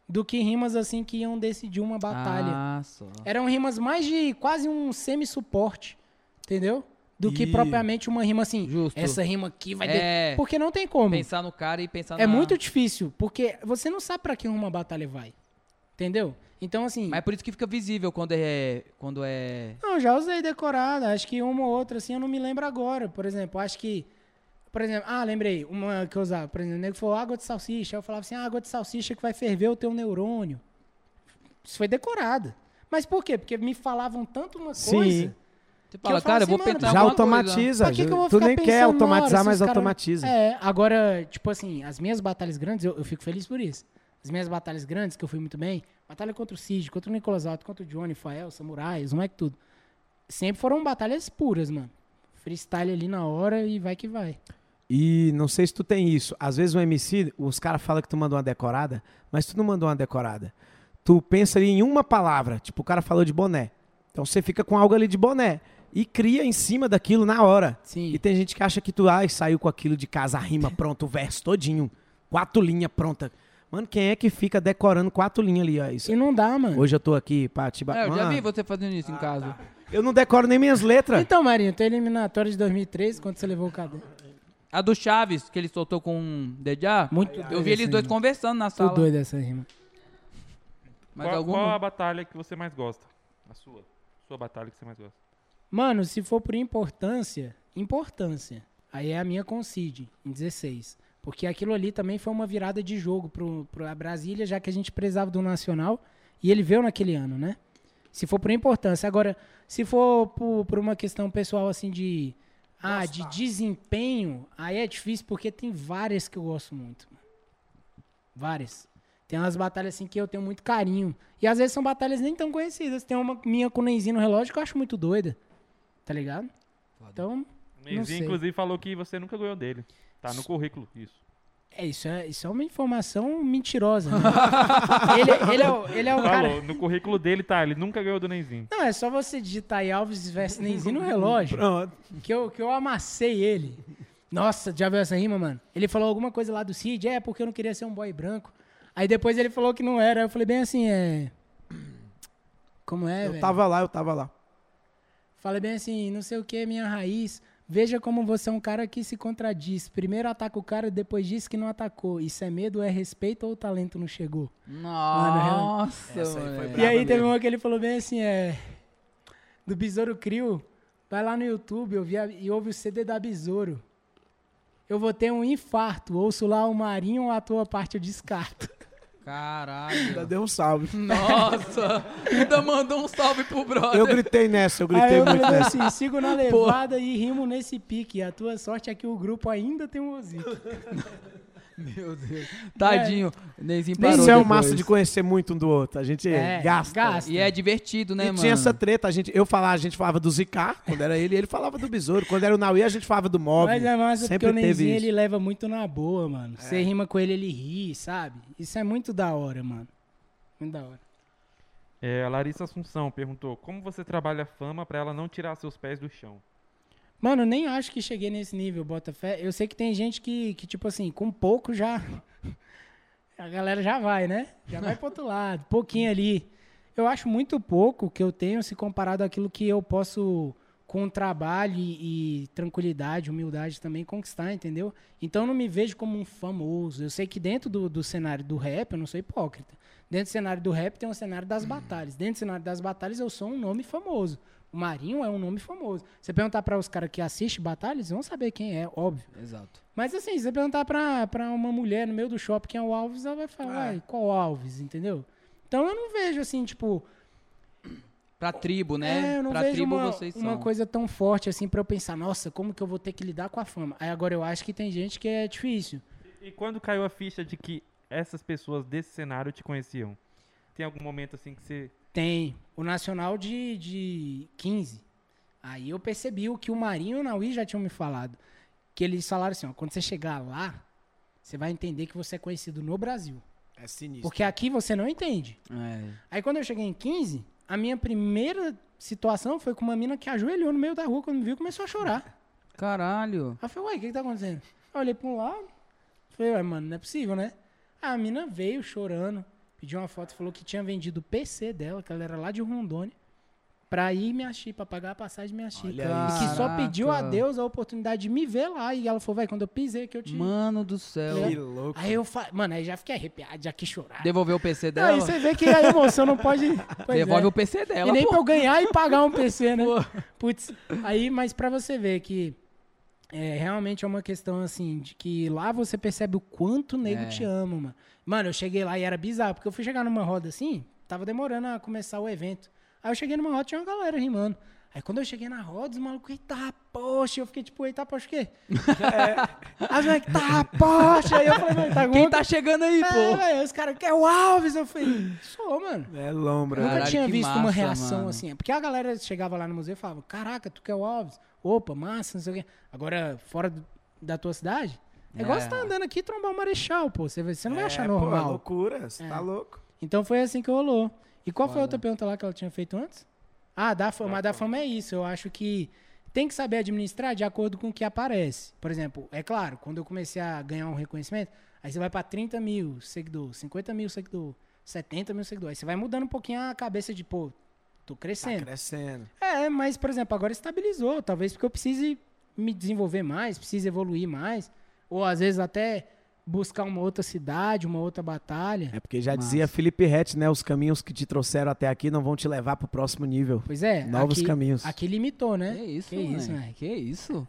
S6: do que rimas assim que iam decidir uma batalha.
S2: Ah, só.
S6: Eram rimas mais de quase um semi-suporte, entendeu? Do que
S1: E-
S6: propriamente uma rima
S1: É,
S6: assim.
S2: Justo.
S6: Essa rima aqui vai. de-"
S2: É,
S6: Porque não tem como.
S2: pensar no cara e pensar
S6: É
S2: na-
S6: muito difícil, porque você não sabe pra que uma batalha vai. Entendeu? Então, assim.
S2: Mas é por isso que fica visível quando é... Quando é...
S6: Não, já usei decorada. Acho que uma ou outra, assim, eu não me lembro agora. Por exemplo, acho que. Por exemplo, ah, lembrei, uma que eu usava. Por exemplo, o nego falou água de salsicha. Aí Eu falava assim, "Ah, água de salsicha que vai ferver o teu neurônio. Isso foi decorada. Mas por quê? Porque me falavam tanto uma
S1: Sim.
S6: coisa.
S2: Você fala,
S6: eu falo
S2: cara, eu
S6: assim,
S2: vou
S6: mano,
S2: pensar
S6: Não,
S1: Já
S2: alguma coisa.
S1: automatiza.
S6: Pra que que eu vou
S1: tu
S6: ficar
S1: nem quer
S6: pensando na hora,
S1: automatizar,
S6: esses
S1: mas
S6: caras-
S1: automatiza.
S6: É, agora, tipo assim, as minhas batalhas grandes, eu, eu fico feliz por isso. As minhas batalhas grandes, que eu fui muito bem, batalha contra o Cid, contra o Nicolas Alto, contra o Johnny, Fael, Samurai, Zoom é que tudo. Sempre foram batalhas puras, mano. Freestyle ali na hora e vai que vai.
S1: E não sei se tu tem isso. Às vezes o MC, os caras falam que tu mandou uma decorada, mas tu não mandou uma decorada. Tu pensa ali em uma palavra. Tipo, o cara falou de boné. Então você fica com algo ali de boné. E cria em cima daquilo na hora.
S6: Sim.
S1: E tem gente que acha que tu ai, saiu com aquilo de casa, a rima pronta, o verso todinho. Quatro linhas pronta. Mano, quem é que fica decorando quatro linhas ali? Ó, isso.
S6: E não dá, mano.
S1: Hoje eu tô aqui pra te ba-
S2: É, eu já
S1: Mano,
S2: vi você fazendo isso
S6: Ah,
S2: em casa.
S6: tá.
S1: eu não decoro nem minhas letras.
S6: Então, Marinho, teu eliminatório de 2013, quando você levou o cabelo.
S2: A do Chaves, que ele soltou com um Dedá.
S6: Muito
S2: Eu
S6: doido
S2: vi eles
S6: essa
S2: dois
S6: rima.
S2: conversando na
S6: Tô
S2: sala.
S6: doido essa rima.
S2: Mas
S8: qual,
S2: alguma...
S8: qual a batalha que você mais gosta? A sua. Sua batalha que você mais gosta.
S6: Mano, se for por importância, importância. Aí é a minha com o Cid, em 16. Porque aquilo ali também foi uma virada de jogo pro, pro a Brasília, já que a gente precisava do Nacional. E ele veio naquele ano, né? Se for por importância. Agora, se for por, por uma questão pessoal, assim, de. Ah, de desempenho, aí é difícil porque tem várias que eu gosto muito. mano. Várias. Tem umas batalhas assim que eu tenho muito carinho. E às vezes são batalhas nem tão conhecidas. Tem uma minha com o Nenzinho no relógio que eu acho muito doida. Tá ligado? Então,
S8: O
S6: Não
S8: Neizinho,
S6: sei.
S8: inclusive, falou que você nunca ganhou dele. Tá no currículo, isso.
S6: é isso. É, isso é uma informação mentirosa. né? ele, ele é, o- ele é o cara.
S8: Falou, no currículo dele tá, ele nunca ganhou do Neizinho.
S6: Não, é só você digitar aí Alves versus Nenzinho no relógio.
S1: Pronto.
S6: Que eu, que eu amassei ele. Nossa, já viu essa rima, mano? Ele falou alguma coisa lá do Cid, é, porque eu não queria ser um boy branco. Aí depois ele falou que não era. Aí eu falei bem assim, é. Como é,
S1: Eu
S6: velho?
S1: tava lá, eu tava lá.
S6: Falei bem assim, não sei o que, minha raiz. Veja como você é um cara que se contradiz. Primeiro ataca o cara, depois diz que não atacou. Isso é medo, é respeito ou o talento não chegou?
S2: Nossa,
S1: É,
S2: mano.
S6: E aí né? teve uma que ele falou bem assim, é. Do Besouro Crio. Vai lá no YouTube ouvi a- e ouve o CD da Besouro. Eu vou ter um infarto. Ouço lá o Marinho ou a tua parte eu descarto.
S2: Caralho.
S1: Deu um salve.
S2: Nossa. Ainda mandou um salve pro brother.
S1: Eu gritei nessa, eu
S6: Aí
S1: gritei
S6: eu
S1: muito
S6: falei
S1: nessa.
S6: assim, sigo na levada e rimo nesse pique. A tua sorte é que o grupo ainda tem um Ozique.
S2: Meu Deus. Tadinho. Neizinho parou
S1: Isso é o
S2: depois.
S1: massa de conhecer muito um do outro. A gente
S6: É,
S1: gasta.
S2: E é divertido, né,
S1: e
S2: mano?
S1: tinha essa treta, a gente, eu falava, a gente falava do Zicar, quando era ele, e ele falava do Besouro. Quando era o Naui, a gente falava do Móvel.
S6: Mas é massa porque
S1: Sempre
S6: o
S1: teve
S6: Nenzinho
S1: isso.
S6: ele leva muito na boa, mano. Você rima com ele, ele ri, sabe? Isso é muito da hora, mano. Muito da hora.
S8: É, a Larissa Assunção perguntou, como você trabalha a fama pra ela não tirar seus pés do chão?
S6: Mano, eu nem acho que cheguei nesse nível, Botafé. Eu sei que tem gente que, que tipo assim, com pouco já. A galera já vai, né? Já vai pro outro lado. Pouquinho ali. Eu acho muito pouco que eu tenho se comparado àquilo que eu posso, com trabalho e, e tranquilidade, humildade também, conquistar, entendeu? Então eu não me vejo como um famoso. Eu sei que dentro do, do cenário do rap, eu não sou hipócrita. Dentro do cenário do rap tem o cenário das batalhas. Dentro do cenário das batalhas eu sou um nome famoso. O Marinho é um nome famoso. Você perguntar pra os caras que assistem batalhas, vão saber quem é, óbvio.
S2: Exato.
S6: Mas assim, se você perguntar pra, pra uma mulher no meio do shopping quem é o Alves, ela vai falar, "Ai, qual Alves, entendeu? Então eu não vejo assim, tipo,
S2: Pra tribo, né?
S6: é, eu não
S2: pra
S6: vejo
S2: tribo
S6: uma,
S2: vocês
S6: uma
S2: são.
S6: coisa tão forte assim pra eu pensar, nossa, como que eu vou ter que lidar com a fama? Aí agora eu acho que tem gente que é difícil.
S8: E quando caiu a ficha de que essas pessoas desse cenário te conheciam? Tem algum momento assim que você.
S6: Tem o Nacional de, de 15. Aí eu percebi o que o Marinho e o Naui já tinham me falado. Que eles falaram assim, ó, quando você chegar lá, você vai entender que você é conhecido no Brasil.
S1: É sinistro.
S6: Porque aqui você não entende.
S2: É.
S6: Aí quando eu cheguei em 15, a minha primeira situação foi com uma mina que ajoelhou no meio da rua quando me viu começou a chorar.
S2: Caralho.
S6: Aí eu falei, uai, o que, que tá acontecendo? Aí eu olhei pra um lado, falei, ué, mano, não é possível, né? Aí a mina veio chorando, pediu uma foto, falou que tinha vendido o PC dela, que ela era lá de Rondônia, pra ir me achir, pra pagar a passagem me achir. E
S1: Olha
S6: que só
S2: Caraca.
S6: pediu a Deus a oportunidade de me ver lá. E ela falou, vai, quando eu pisei que eu te.
S2: Mano do céu.
S1: Que louco.
S6: Aí eu falei, mano, aí já fiquei arrepiado, já quis chorar.
S2: Devolveu o PC dela?
S6: Aí você vê que a emoção não pode. Pois
S2: Devolve
S6: é.
S2: o PC dela,
S6: e nem
S2: pô.
S6: pra eu ganhar e pagar um PC, né? Putz, aí, mas pra você ver que é, realmente é uma questão assim, de que lá você percebe o quanto o nego
S2: É.
S6: te ama, mano. Mano, eu cheguei lá e era bizarro, porque eu fui chegar numa roda assim, tava demorando a começar o evento. Aí eu cheguei numa roda, tinha uma galera rimando. Aí quando eu cheguei na roda, os malucos, eita, poxa, eu fiquei tipo, eita, poxa, o quê? É. Aí os moleques, tá, poxa, aí eu falei, mano, tá alguma
S2: Quem tá chegando aí,
S6: coisa,
S2: pô?
S6: velho? Os caras, que é o Alves? Eu falei, sou, mano.
S1: É lombra.
S6: Eu nunca
S2: Caralho,
S6: tinha
S2: que
S6: visto uma
S2: massa,
S6: reação
S2: mano.
S6: assim. Porque a galera chegava lá no museu e falava: Caraca, tu quer o Alves? Opa, massa, não sei o quê. Agora, fora do- da tua cidade, é igual
S2: É.
S6: você tá andando aqui e trombar o marechal, pô. Você, vai- você não vai achar
S1: É,
S6: normal.
S1: Pô, é loucura, você tá louco.
S6: Então foi assim que rolou. E qual foi a outra pergunta lá que ela tinha feito antes? Ah, da fama. Mas da fama é isso. Eu acho que tem que saber administrar de acordo com o que aparece. Por exemplo, é claro, quando eu comecei a ganhar um reconhecimento, aí você vai para 30 mil seguidores, 50 mil seguidores, 70 mil seguidores. Aí você vai mudando um pouquinho a cabeça de, pô, tô
S1: Tá
S6: crescendo.
S1: crescendo.
S6: É, mas, por exemplo, agora estabilizou. Talvez porque eu precise me desenvolver mais, precise evoluir mais. Ou às vezes até buscar uma outra cidade, uma outra batalha.
S1: É porque já
S2: Massa.
S1: dizia Felipe Rett, né? Os caminhos que te trouxeram até aqui não vão te levar pro próximo nível.
S6: Pois é.
S1: Novos
S6: aqui-
S1: caminhos.
S6: Aqui limitou, né?
S2: Que isso,
S6: Que
S2: velho.
S6: isso, velho.
S2: Que isso.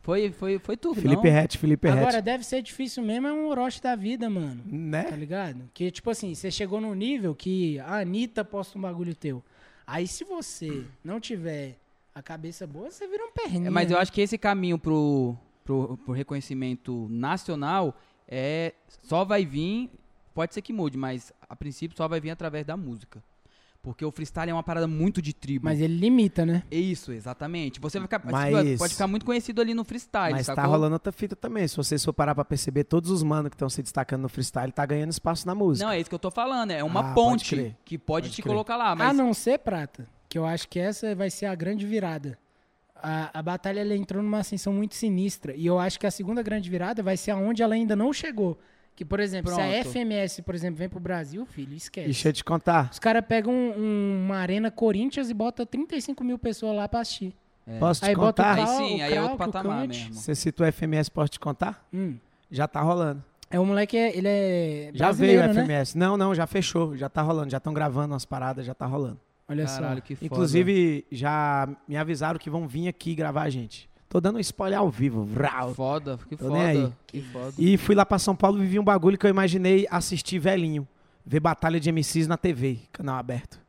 S2: Foi, foi, foi tu,
S1: Felipe
S2: não?
S1: Rett, Felipe
S6: Agora,
S1: Rett.
S6: deve ser difícil mesmo, é um Orochi da vida, mano. Tá
S1: Né?
S6: ligado? Que, tipo assim, você chegou num nível que a Anitta posta um bagulho teu. Aí, se você não tiver a cabeça boa, você vira um perninho.
S2: É, mas eu acho que esse caminho pro, pro, pro reconhecimento nacional é só vai vir, pode ser que mude, mas a princípio só vai vir através da música. Porque o freestyle é uma parada muito de tribo.
S6: Mas ele limita, né?
S2: É Isso, exatamente. Você vai ficar,
S1: Mas-
S2: pode ficar muito conhecido ali no
S6: Ah,
S2: freestyle,
S1: Mas tá
S2: sacou?
S1: rolando outra fita também. Se vocês for parar pra perceber, todos os manos que estão se destacando no freestyle tá ganhando espaço na música.
S2: Não, é isso que eu tô falando, é uma
S1: Ah, pode
S2: ponte
S1: crer.
S2: que pode,
S1: Pode
S2: te
S1: crer.
S2: colocar lá, Ah, mas
S6: A Ah, não ser prata, que eu acho que essa vai ser a grande virada. A, a batalha ela entrou numa ascensão muito sinistra. E eu acho que a segunda grande virada vai ser aonde ela ainda não chegou. Que, por exemplo, se a
S2: Pronto.
S6: FMS, por exemplo, vem pro Brasil, filho,
S1: E
S6: esquece.
S1: deixa eu te contar.
S6: Os caras pegam um- um- uma arena Corinthians e botam 35 mil pessoas lá pra assistir.
S1: Posso te
S6: É. Aí bota o
S1: contar?
S2: aí
S6: Ah,
S2: sim,
S6: o
S2: aí é outro
S6: Krauk, o
S2: patamar
S6: Kant.
S2: mesmo.
S1: Você citou o FMS, posso te contar?
S6: Hum.
S1: Já tá rolando.
S6: É o moleque, é- ele é
S1: Já
S6: brasileiro,
S1: veio o
S6: né?
S1: FMS. Não, não, já fechou. Já tá rolando. Já estão gravando umas paradas, já tá rolando.
S6: Olha
S2: Caralho,
S6: só.
S2: que foda.
S1: Inclusive, já me avisaram que vão vir aqui gravar a gente. Tô dando um spoiler ao vivo. Vral.
S2: foda, que
S1: Tô nem aí.
S2: foda, que foda.
S1: E fui lá pra São Paulo vivi um bagulho que eu imaginei assistir velhinho. Ver batalha de MCs na TV, canal aberto.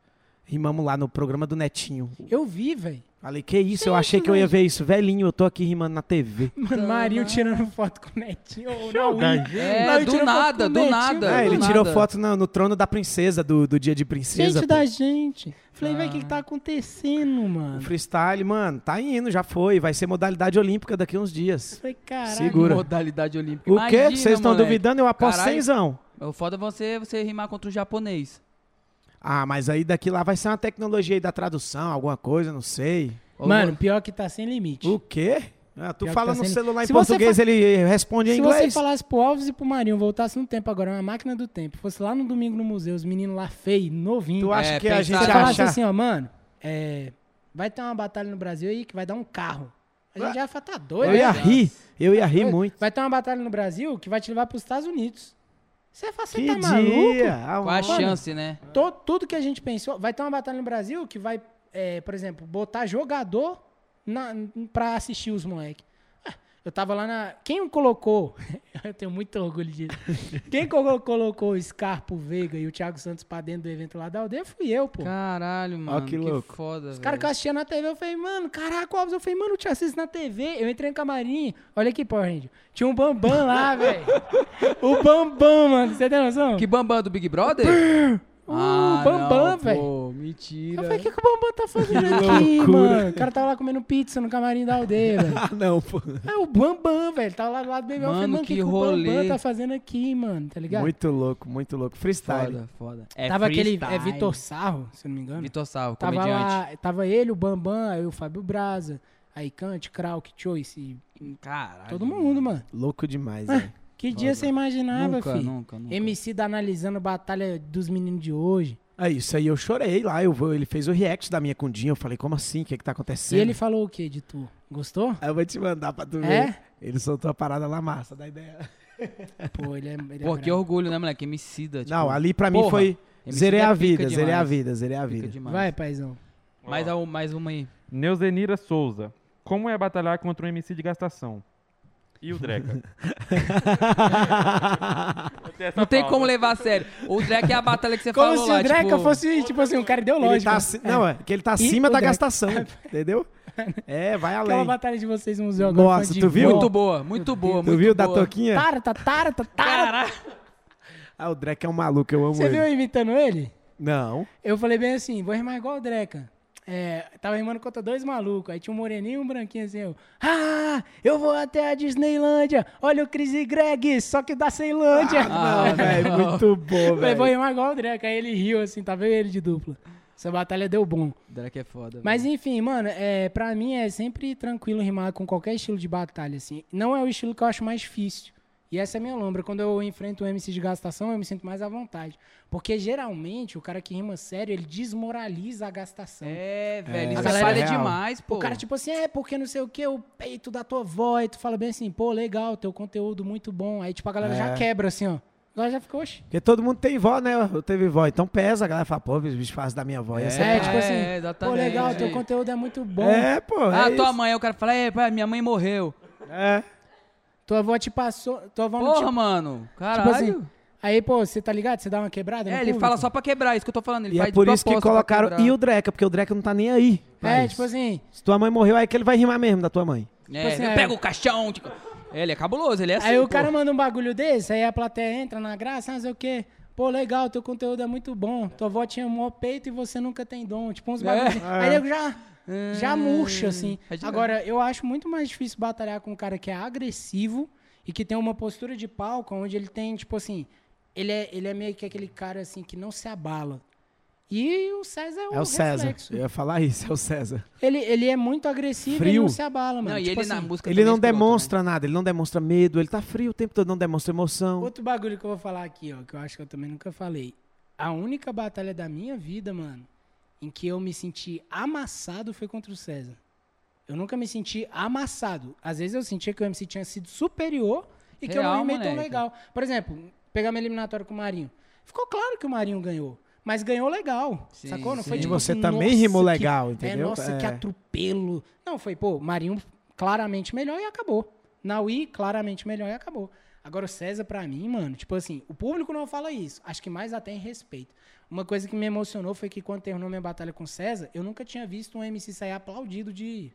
S1: Rimamos lá no programa do Netinho.
S6: Eu vi, velho.
S1: Falei, que isso? eu achei que eu ia ver isso. Velhinho, eu tô aqui rimando na TV.
S6: Mano, Marinho tirando foto com o Netinho. ou não,
S2: É,
S6: Não, ele tirou
S2: do
S6: foto
S2: nada,
S6: com
S2: do
S6: o
S2: nada.
S6: Netinho,
S1: É,
S2: do
S1: ele tirou
S2: nada.
S1: foto no, no trono da princesa, do, do dia de princesa.
S6: Gente
S1: pô. Ah.
S6: da gente. Falei, velho, o que, que tá acontecendo,
S1: O
S6: mano?
S1: freestyle, mano, tá indo, já foi. Vai ser modalidade olímpica daqui uns dias.
S6: Falei, caralho.
S1: Segura.
S2: Modalidade olímpica.
S1: O quê?
S2: Imagina,
S1: que vocês estão
S2: moleque.
S1: duvidando? Eu aposto
S2: Caralho.
S1: cenzão.
S2: O foda é você, você rimar contra o japonês.
S1: Ah, mas aí daqui lá vai ser uma tecnologia aí da tradução, alguma coisa, não sei.
S2: Ou
S6: Mano, pior que tá sem limite.
S1: O quê? Ah, tu
S6: Pior que
S1: fala
S6: tá
S1: no
S6: sendo-
S1: celular em
S6: Se você
S1: português, ele responde em
S6: Se você
S1: inglês.
S6: falasse pro Alves e pro Marinho, voltasse no tempo agora, é uma máquina do tempo, fosse lá no domingo no museu, os meninos lá feios, novinhos.
S1: Tu acha
S2: É,
S1: que a
S2: pensar-
S1: gente
S6: você
S2: acha-
S6: falasse
S1: acha...
S6: assim, ó, mano, é, vai ter uma batalha no Brasil aí que vai dar um carro. A gente já ia falar, tá doido,
S1: eu ia
S6: né?
S1: rir, eu ia rir
S6: Doido.
S1: muito.
S6: Vai ter uma batalha no Brasil que vai te levar pros Estados Unidos. Você ia falar, você
S1: Que
S6: tá maluco?
S1: dia!
S2: Qual a
S1: Ah,
S2: chance, né?
S6: To- tudo que a gente pensou. Vai ter uma batalha no Brasil que vai é, por exemplo, botar jogador na, pra assistir os moleques. Eu tava lá na. Quem colocou? Eu tenho muito orgulho disso. Quem colo- colocou o Scarpo Veiga e o Thiago Santos pra dentro do evento lá da aldeia fui eu, pô.
S2: Caralho, mano.
S1: que
S2: que,
S1: louco.
S2: foda,
S6: Os caras que eu assistia na TV, eu falei, mano, caraca, Alves, eu falei, mano, eu te assisto na TV. Eu entrei no camarim, olha aqui, Power Ranger. Tinha um Bambam lá, velho. O Bambam, mano, você tem noção?
S2: Que Bambam do Big Brother? Ah,
S6: o
S2: não,
S6: Bambam,
S2: pô,
S6: velho. Eu
S2: Mentira.
S6: falei, o que, que o Bambam tá fazendo aqui, mano? O cara tava lá comendo pizza no camarim da aldeia, velho.
S1: Ah, não, pô.
S6: É o Bambam, velho. Tava lá do lado do bebê. Eu falei,
S2: Mano,
S6: mano, o que,
S2: que
S6: que o
S2: rolê.
S6: Bambam tá fazendo aqui, mano? Tá ligado?
S1: Muito louco, muito louco. Freestyle.
S2: Foda, foda.
S4: É
S6: tava aquele. É
S4: freestyle.
S6: Vitor Sarro, se eu não me engano.
S2: Vitor Salvo,
S6: Tava
S2: comediante.
S6: lá, tava ele, o Bambam, aí o Fábio Braza, aí Kant, Krauk, Choice, e
S2: Caralho.
S6: todo mundo, mano.
S1: Louco demais,
S6: Ah.
S1: velho.
S6: Que dia você imaginava,
S2: Nunca,
S6: filho?
S2: nunca, nunca.
S6: MC da tá analisando batalha dos meninos de hoje.
S1: É isso aí, eu chorei lá. Eu, vou- ele fez o react da minha cundinha. Eu falei, como assim? O que, é que tá acontecendo?
S6: E ele falou o que de tu? Gostou?
S1: Aí eu vou te mandar pra tu
S6: É?
S1: ver. Ele soltou a parada lá massa da ideia.
S6: Pô, ele é. Ele
S2: Pô,
S6: é
S2: que
S6: brabo.
S2: orgulho, né, moleque? Emicida. Tipo,
S1: não, ali pra mim
S2: porra,
S1: foi.
S2: Emicida
S1: Zerei a
S2: é pica
S1: vida,
S2: demais,
S1: zerei a vida, zerei a
S2: pica
S1: vida.
S2: demais.
S6: Vai, paizão.
S2: Mais, a- um, mais uma aí.
S8: Neuzenira Souza. Como é batalhar contra um MC de gastação? E o Dreca?
S2: Não tem como levar a sério. O Drake é a batalha que você
S6: Como
S2: falou
S6: se
S2: lá,
S6: o Dreca
S2: tipo...
S6: fosse, tipo assim, um cara
S1: Ele
S6: ideológico.
S1: tá, aci- Não, é que ele tá
S6: E
S1: acima
S6: o
S1: da
S6: Drake.
S1: gastação, entendeu? É, vai
S6: Aquela
S1: além.
S6: batalha de vocês no museu agora.
S1: Nossa,
S6: foi de
S1: tu viu?
S2: Muito boa, muito boa,
S1: Tu
S2: muito
S1: viu da
S2: boa.
S1: toquinha?
S6: Tarta, tarta, tarta.
S2: Caralho.
S1: Ah, o Drake é um maluco, eu amo
S6: Você
S1: ele.
S6: viu eu imitando ele?
S1: Não.
S6: Eu falei bem assim, vou rimar igual o Dreca. É, tava rimando contra dois malucos. Aí tinha um moreninho e um branquinho assim. Eu, ah, eu vou até a Disneylândia. Olha o Chris e Greg, só que da Ceilândia.
S1: Ah,
S2: não.
S1: velho, muito bom,
S6: Falei, vou
S1: velho.
S6: rimar igual o Dreca. Aí ele riu assim, tá vendo ele de dupla. Essa batalha deu bom.
S2: Drake é foda.
S6: Mas
S2: velho.
S6: enfim, mano, é, pra mim é sempre tranquilo rimar com qualquer estilo de batalha, assim. Não é o estilo que eu acho mais difícil. E essa é a minha lombra. Quando eu enfrento um MC de gastação, eu me sinto mais à vontade. Porque geralmente o cara que rima sério, ele desmoraliza a gastação.
S2: É, velho,
S1: É,
S2: isso
S6: isso é
S2: é falha
S1: real.
S2: demais, pô.
S6: O cara, tipo assim, é porque não sei o que, o peito da tua avó, e tu fala bem assim, pô, legal, teu conteúdo muito bom. Aí, tipo, a galera já quebra, assim, ó. Agora já ficou, oxe.
S1: Porque todo mundo tem vó, né? Eu teve vó, então pesa. A galera fala, pô, os bichos fazem da minha vó. Essa
S6: É,
S1: É,
S6: tipo assim, pô,
S2: exatamente.
S6: legal, teu conteúdo é muito bom.
S1: é pô.
S2: Ah,
S1: é
S2: tua
S1: isso.
S2: mãe, aí o cara fala, é, pai, minha mãe morreu.
S1: É.
S6: Tua avó te passou, tua avó não
S2: Porra,
S6: te...
S2: mano,
S6: Tipo
S2: caralho.
S6: assim, aí, pô, você tá ligado? Você dá uma quebrada no
S2: é, ele
S6: público.
S2: fala só pra quebrar, isso que eu tô falando. Ele
S1: E
S2: faz
S1: é
S2: de
S1: por isso que
S2: propósito pra
S1: colocaram
S2: quebrar.
S1: e o Dreca, porque o Dreca não tá nem aí. pra
S6: É,
S1: isso.
S6: tipo assim,
S1: Se tua mãe morreu, aí que ele vai rimar mesmo da tua mãe.
S2: É,
S6: assim,
S2: ele
S6: é.
S2: pega o caixão, tipo... É, ele é cabuloso, ele é assim,
S6: aí o
S2: pô.
S6: cara manda um bagulho desse, aí a plateia entra na graça, não sei o quê. Pô, legal, teu conteúdo é muito bom. Tua avó tinha mó peito e você nunca tem dom. Tipo, uns bagulhos. assim. Aí eu já,
S2: Hum,
S6: já murcha, assim.
S2: É de-
S6: Agora, eu acho muito mais difícil batalhar com um cara que é agressivo e que tem uma postura de palco onde ele tem, tipo assim, ele é, ele é meio que aquele cara, assim, que não se abala. E o César é o,
S1: É o César.
S6: reflexo.
S1: Eu ia falar isso, é o César.
S6: Ele, ele é muito agressivo e
S1: Frio.
S6: não se abala, mano.
S2: Não, e ele
S6: Tipo
S2: na
S6: assim,
S2: música
S1: Ele
S2: também é
S1: não
S2: escroto, né?
S1: demonstra nada, ele não demonstra medo, ele tá frio o tempo todo, não demonstra emoção.
S6: Outro bagulho que eu vou falar aqui, ó, que eu acho que eu também nunca falei. A única batalha da minha vida, mano, em que eu me senti amassado foi contra o César. Eu nunca me senti amassado. Às vezes eu sentia que o MC tinha sido superior e que eu não
S2: Real,
S6: rimei tão
S2: moleque.
S6: legal. Por exemplo, pegar minha eliminatória com o Marinho. Ficou claro que o Marinho ganhou. Mas ganhou legal,
S2: Sim,
S6: sacou? Não foi
S2: sim.
S6: tipo
S1: E você
S6: assim,
S1: também
S6: "Nossa,
S1: rimou
S6: que-
S1: legal,
S6: É,
S1: entendeu?
S6: nossa, que
S1: É.
S6: atropelo. Não, foi, pô, Marinho claramente melhor e acabou. Naui, claramente melhor e acabou. Agora o César, pra mim, mano, tipo assim, o público não fala isso. Acho que mais até em respeito. Uma coisa que me emocionou foi que quando terminou minha batalha com o César, eu nunca tinha visto um MC sair aplaudido de,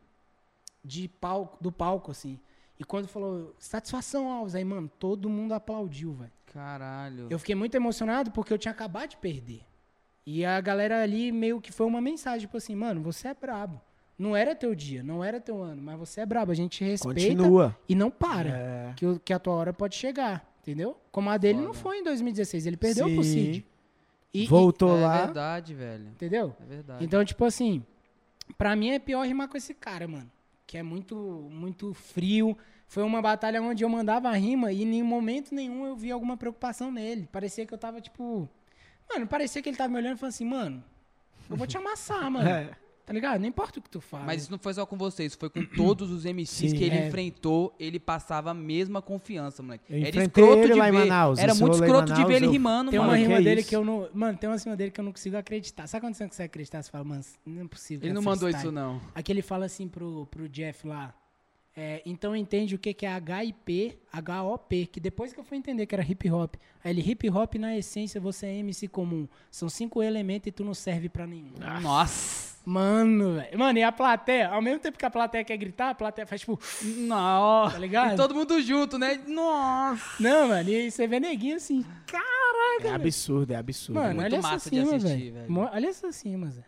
S6: de palco, do palco, assim. E quando falou, satisfação, Alves, aí, mano, todo mundo aplaudiu, velho.
S2: Caralho.
S6: Eu fiquei muito emocionado porque eu tinha acabado de perder. E a galera ali meio que foi uma mensagem, tipo assim, mano, você é brabo. Não era teu dia, não era teu ano, mas você é brabo, a gente te respeita
S1: Continua. É.
S6: e não para. Que, o- que a tua hora pode chegar, entendeu? Como a dele não foi em 2016, ele perdeu pro
S1: Sim.
S6: Cid. E, e-
S1: Voltou
S2: É
S1: lá.
S2: verdade, velho.
S6: entendeu?
S2: É verdade.
S6: Então, tipo assim, pra mim é pior rimar com esse cara, mano. Que é muito, muito frio. Foi uma batalha onde eu mandava a rima e em momento nenhum eu vi alguma preocupação nele. Parecia que eu tava, tipo. Mano, parecia que ele tava me olhando e falando assim, mano, eu vou te amassar, mano. Tá ligado? Não importa o que tu fala.
S2: É. Mas isso não foi só com você, isso foi com todos os MCs
S1: Sim,
S2: que ele
S6: é.
S2: enfrentou, ele passava a mesma confiança, moleque.
S1: Eu
S2: Era
S1: enfrentei
S2: escroto
S1: ele
S2: de
S1: lá em
S2: ver.
S1: Manaus,
S2: Era
S1: esse
S2: muito
S1: rolê em
S2: escroto de ver
S1: Manaus,
S2: ele
S1: eu-
S2: rimando,
S6: tem
S2: mano.
S6: uma
S1: que
S6: rima
S1: é
S6: dele
S1: isso?
S6: que eu não. Mano, tem uma rima dele que eu não consigo acreditar. Sabe quando você não consegue acreditar? Você fala, mano, não é possível. que
S2: Ele não
S6: é
S2: mandou
S6: freestyle."
S2: isso, não.
S6: Aqui ele fala assim pro, pro Jeff lá. é, então entende o que, que é HIP, HOP, que depois que eu fui entender que era hip hop. Aí ele, hip hop na essência você é MC comum. São cinco elementos e tu não serve pra nenhum.
S2: Ah. Nossa.
S6: Mano, velho. Mano, e a plateia, ao mesmo tempo que a plateia quer gritar, a plateia faz tipo.
S2: Não.
S6: Tá ligado?
S2: E todo mundo junto, né? Nossa.
S6: Não, mano, e você vê neguinho assim. Caraca!
S2: né?
S1: É absurdo, é absurdo.
S6: Mano,
S2: muito
S6: olha essas
S2: massa de
S6: cimas,
S2: assistir,
S6: velho.
S2: velho.
S6: Mo- Olha essas cimas, velho.